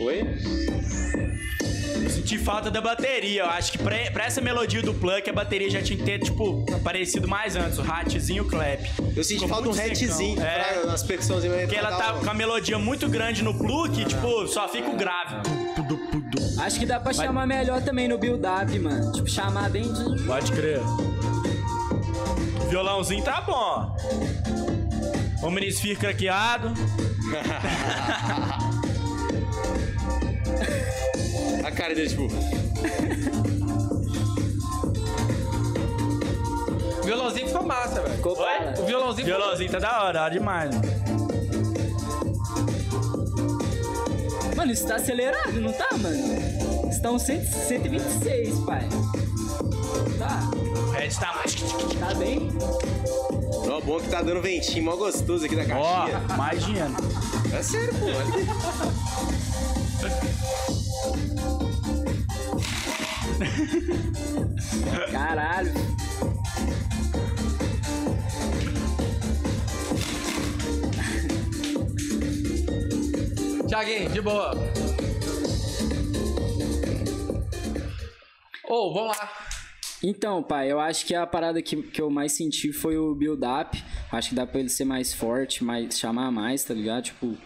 Speaker 1: Oi?
Speaker 3: Eu Senti falta da bateria. Eu acho que pra, pra essa melodia do plug, a bateria já tinha que ter, tipo, aparecido mais antes. O ratzinho e o clap.
Speaker 1: Eu senti
Speaker 3: Ficou
Speaker 1: falta um
Speaker 3: muito
Speaker 1: hatzinho,
Speaker 3: secão. É.
Speaker 1: pra, as percussãozinhas.
Speaker 3: Porque ela tá com a melodia muito grande no pluck, tipo, só fica o grave.
Speaker 5: Acho que dá pra chamar melhor também no build-up, mano. Tipo, chamar bem de.
Speaker 3: Pode crer. Violãozinho tá bom. O Vinícius fica craqueado.
Speaker 1: A cara dele, tipo...
Speaker 2: O violãozinho ficou massa, velho.
Speaker 5: Ficou bala.
Speaker 2: O violãozinho ficou
Speaker 3: Violãozinho tá da hora, da hora demais, né? mano.
Speaker 5: Mano, isso tá acelerado, não tá, mano? Estão 100, 126, pai. Tá,
Speaker 3: O Red tá mais.
Speaker 5: tá bem?
Speaker 1: Ó, bom que tá dando ventinho mó gostoso aqui da
Speaker 3: Ó,
Speaker 1: caixinha.
Speaker 3: imagina.
Speaker 1: É sério, pô. olha aqui.
Speaker 5: Caralho.
Speaker 2: Tiaguinho, de boa. Ô, vamos lá.
Speaker 5: Então, pai, eu acho que a parada que, que eu mais senti foi o build-up. Acho que dá pra ele ser mais forte, mais, chamar mais, tá ligado? Tipo,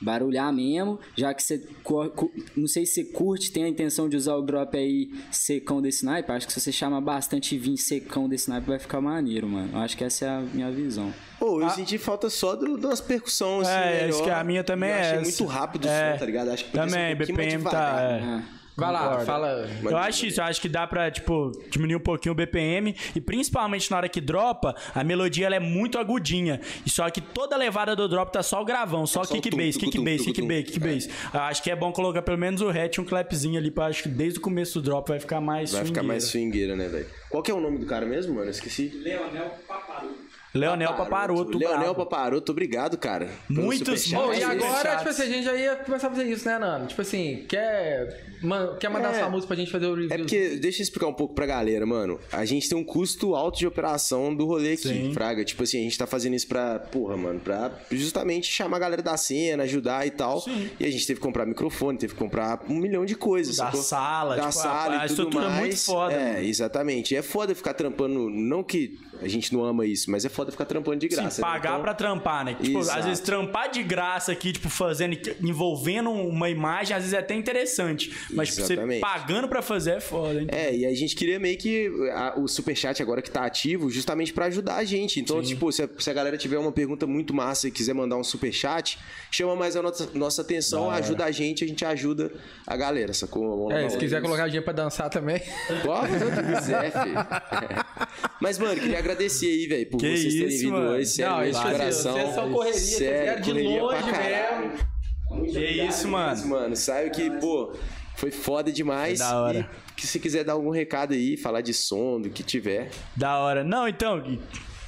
Speaker 5: barulhar mesmo. Já que você. co- co- Não sei se você curte, tem a intenção de usar o drop aí secão desse naipe. Acho que se você chama bastante e vir secão desse naipe, vai ficar maneiro, mano. Eu acho que essa é a minha visão.
Speaker 1: Pô, eu senti falta só do, das percussões, assim,
Speaker 3: Ah. É,
Speaker 1: melhor.
Speaker 3: acho que a minha também
Speaker 1: eu
Speaker 3: é
Speaker 1: achei
Speaker 3: essa.
Speaker 1: muito rápido o
Speaker 3: É,
Speaker 1: som, tá ligado? Acho que podia ser
Speaker 3: Também,
Speaker 1: um pouquinho mais
Speaker 3: BPM tá.
Speaker 1: devagar.
Speaker 3: é.
Speaker 5: Ah,
Speaker 2: Vai lá, fala.
Speaker 1: Mas-
Speaker 3: eu acho isso, eu acho que dá pra, tipo, diminuir um pouquinho o BPM e principalmente na hora que dropa, a melodia ela é muito agudinha. E só que toda a levada do drop tá só o gravão, só,
Speaker 1: É só o
Speaker 3: kick
Speaker 1: tum,
Speaker 3: bass,
Speaker 1: tum,
Speaker 3: kick
Speaker 1: tum,
Speaker 3: bass,
Speaker 1: tum,
Speaker 3: kick
Speaker 1: tum.
Speaker 3: bass, kick bass. Eu Acho que é bom colocar pelo menos o hatch e um clapzinho ali, pra, acho que desde o começo do drop vai ficar mais
Speaker 1: Vai ficar mais
Speaker 3: swingueiro.
Speaker 1: swingueira, né, velho? Qual que é o nome do cara mesmo, mano? Eu Esqueci.
Speaker 4: Leonel Paparu.
Speaker 3: Leonel Paparoto.
Speaker 1: Ah, Leonel
Speaker 3: bravo.
Speaker 1: Paparoto, obrigado, cara. pelo
Speaker 3: Muitos
Speaker 1: superchat.
Speaker 2: Bom,
Speaker 3: Nossa,
Speaker 2: e
Speaker 3: isso.
Speaker 2: agora,
Speaker 3: Fechados.
Speaker 2: tipo assim, a gente já ia começar a fazer isso, né, Nando? Tipo assim, quer, man- quer mandar
Speaker 1: É.
Speaker 2: sua música pra gente fazer o review?
Speaker 1: É porque, deixa eu explicar um pouco pra galera, mano. A gente tem um custo alto de operação do rolê aqui, Fraga. Tipo assim, a gente tá fazendo isso pra, porra, mano, pra justamente chamar a galera da cena, ajudar e tal. E a gente teve que comprar microfone, teve que comprar um milhão de coisas.
Speaker 3: Da
Speaker 1: sacou?
Speaker 3: sala,
Speaker 1: da
Speaker 3: tipo, a-
Speaker 1: sala
Speaker 3: a
Speaker 1: e tudo
Speaker 3: estrutura
Speaker 1: mais.
Speaker 3: muito foda,
Speaker 1: É,
Speaker 3: mano.
Speaker 1: exatamente. E é foda ficar trampando, não que a gente não ama isso, mas é foda ficar trampando de graça.
Speaker 3: Sim,
Speaker 1: né?
Speaker 3: pagar
Speaker 1: Então-
Speaker 3: pra trampar, né? Tipo,
Speaker 1: Exato.
Speaker 3: às vezes trampar de graça aqui, tipo, fazendo, envolvendo uma imagem, às vezes é até interessante. Mas tipo, você
Speaker 1: Exatamente.
Speaker 3: pagando pra fazer é foda, hein?
Speaker 1: É, e a gente queria meio que a- o superchat agora que tá ativo, justamente pra ajudar a gente. Então, tipo, se a, se a galera tiver uma pergunta muito massa e quiser mandar um superchat, chama mais a nossa, nossa atenção, ajuda a gente, a gente ajuda a galera, sacou? Vamos lá,
Speaker 2: É, se
Speaker 1: vamos
Speaker 2: quiser
Speaker 1: lá.
Speaker 2: colocar dinheiro pra dançar também.
Speaker 1: Pode fazer o que quiser, filho. É. Mas, mano, queria agradecer aí, velho, por
Speaker 3: Que
Speaker 1: vocês terem
Speaker 3: isso,
Speaker 1: vindo
Speaker 3: mano.
Speaker 1: hoje, sério,
Speaker 2: Não,
Speaker 1: mesmo,
Speaker 2: isso,
Speaker 1: de
Speaker 2: assim,
Speaker 1: coração.
Speaker 2: vocês são correria, vocês vieram de
Speaker 1: pra
Speaker 2: longe
Speaker 1: caralho.
Speaker 2: mesmo.
Speaker 3: Que é isso, mano.
Speaker 1: Mas, mano, saiu que, pô, foi foda
Speaker 2: É
Speaker 1: demais.
Speaker 3: Foi da hora.
Speaker 1: E que se quiser dar algum recado aí, falar de som, do que tiver.
Speaker 3: Da hora. Não, então, Gui,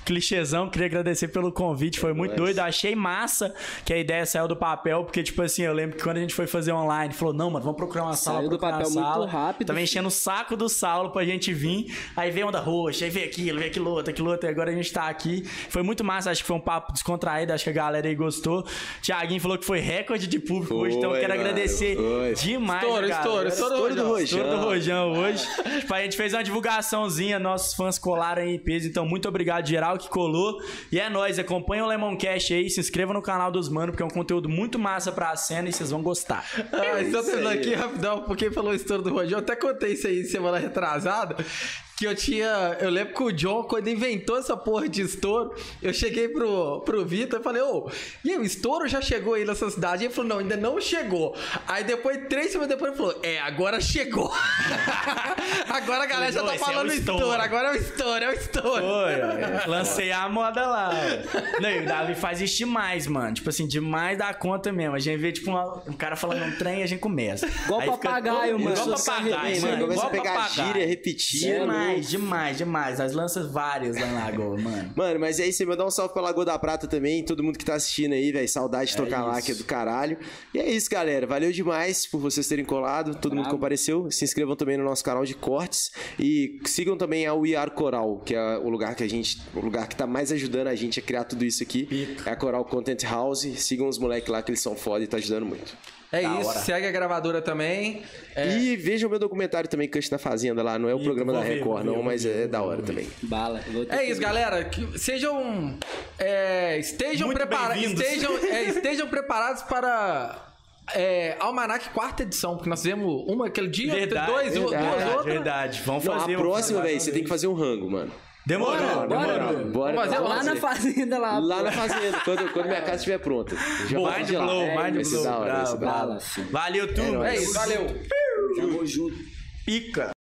Speaker 3: clichêzão, queria agradecer pelo convite, foi muito
Speaker 1: nóis.
Speaker 3: doido. Achei massa que a ideia saiu do papel, porque, tipo assim, eu lembro que quando a gente foi fazer online, falou, não, mano, vamos procurar uma sala.
Speaker 5: Saiu do
Speaker 3: procurar uma
Speaker 5: papel muito
Speaker 3: sala.
Speaker 5: rápido,
Speaker 3: Tava
Speaker 5: filho.
Speaker 3: enchendo o saco do Saulo pra gente vir. Aí veio onda roxa, aí veio aquilo, veio aquilo outro, aquilo outro, e agora a gente tá aqui. Foi muito massa, acho que foi um papo descontraído, acho que a galera aí gostou. Tiaguinho falou que foi recorde de público hoje, então eu
Speaker 1: Foi,
Speaker 3: quero
Speaker 1: mano,
Speaker 3: agradecer
Speaker 1: foi.
Speaker 3: demais. né,
Speaker 2: Estouro,
Speaker 3: galera.
Speaker 2: estouro, estouro
Speaker 1: Estouro do
Speaker 3: Estouro
Speaker 1: Rojão.
Speaker 3: do Rojão hoje. Tipo, a gente fez uma divulgaçãozinha, nossos fãs colaram aí em peso, então muito obrigado geral que colou. E é nóis, acompanha o Lemoncast aí, se inscreva no canal dos Mano, porque é um conteúdo muito massa pra cena e vocês vão gostar. É
Speaker 2: Ah, só terminando aqui rapidão, porque falou a história do Rogério. Eu até contei isso aí semana retrasada. Que eu tinha. Eu lembro que o John, quando inventou essa porra de estouro, eu cheguei pro, pro Vitor e falei, ô, e aí, o estouro já chegou aí nessa cidade? Ele falou, não, ainda não chegou. Aí depois, três semanas depois, ele falou, é, agora chegou. agora a galera já
Speaker 3: Não,
Speaker 2: tá
Speaker 3: esse é o
Speaker 2: falando estouro.
Speaker 3: estouro.
Speaker 2: agora é o estouro, é o estouro.
Speaker 3: Oi, lancei a moda lá. ó. Não, e o Davi faz isso demais, mano. Tipo assim, demais da conta mesmo. A gente vê, tipo, uma- um cara falando um trem e a gente começa.
Speaker 5: Igual
Speaker 3: Aí fica-
Speaker 5: papagaio, mano.
Speaker 3: Igual
Speaker 5: Eu sou
Speaker 3: papagaio,
Speaker 5: sarrento,
Speaker 1: Mano,
Speaker 3: mano.
Speaker 1: começa
Speaker 3: Igual É,
Speaker 1: a pegar
Speaker 3: papagaio.
Speaker 1: gíria, repetir.
Speaker 3: Demais, demais, demais. As lanças várias lá na Lagoa, mano.
Speaker 1: Mano, mas é isso aí, mandar um salve pra Lagoa da Prata também, todo mundo que tá assistindo aí, velho. Saudade de tocar lá, que é do caralho. E é isso, galera. Valeu demais por vocês terem colado, todo mundo que compareceu. Se inscrevam também no nosso canal de cortes e sigam também a We Are Coral, que é o lugar que a gente, o lugar que tá mais ajudando a gente a criar tudo isso aqui. É a Coral Content House. Sigam os moleques lá que eles são foda e tá ajudando muito.
Speaker 2: É isso, segue a gravadora também. É,
Speaker 1: E vejam meu documentário também, Cush na Fazenda lá. Não é o programa da
Speaker 3: vou ver,
Speaker 1: Record,
Speaker 3: vou ver,
Speaker 1: não,
Speaker 3: vou
Speaker 1: mas
Speaker 3: ver,
Speaker 1: é da hora também.
Speaker 5: Bala. eu vou ter
Speaker 2: É
Speaker 5: que-
Speaker 2: isso, galera. Que sejam. é, estejam
Speaker 3: Muito
Speaker 2: preparados.
Speaker 3: bem-vindos.
Speaker 2: Estejam, é, estejam preparados para. É, Almanac quarta edição, porque nós fizemos uma aquele dia,
Speaker 3: Verdade,
Speaker 2: dois,
Speaker 1: verdade,
Speaker 2: duas
Speaker 3: Verdade,
Speaker 2: outras.
Speaker 3: verdade. Vamos
Speaker 1: Não,
Speaker 3: fazer
Speaker 1: a
Speaker 3: o-
Speaker 1: próxima, velho, você tem que fazer um rango, mano.
Speaker 3: Demorou,
Speaker 5: Bora,
Speaker 3: demorou.
Speaker 5: Bruno.
Speaker 1: Bora,
Speaker 2: Vamos fazer
Speaker 1: vamos
Speaker 5: Lá na
Speaker 1: fazer.
Speaker 5: fazenda, lá.
Speaker 1: Lá na fazenda, quando, quando minha casa estiver pronta. Já
Speaker 3: Boa,
Speaker 1: vai
Speaker 3: mind
Speaker 1: de lá.
Speaker 3: blow,
Speaker 1: É,
Speaker 3: mind
Speaker 1: vai ser
Speaker 3: blow,
Speaker 1: da hora, É vai ser
Speaker 3: bravo,
Speaker 1: da hora.
Speaker 3: É
Speaker 5: Bala, filho.
Speaker 3: Valeu, turma.
Speaker 2: É isso, valeu.
Speaker 5: Tamo junto.
Speaker 3: Pica.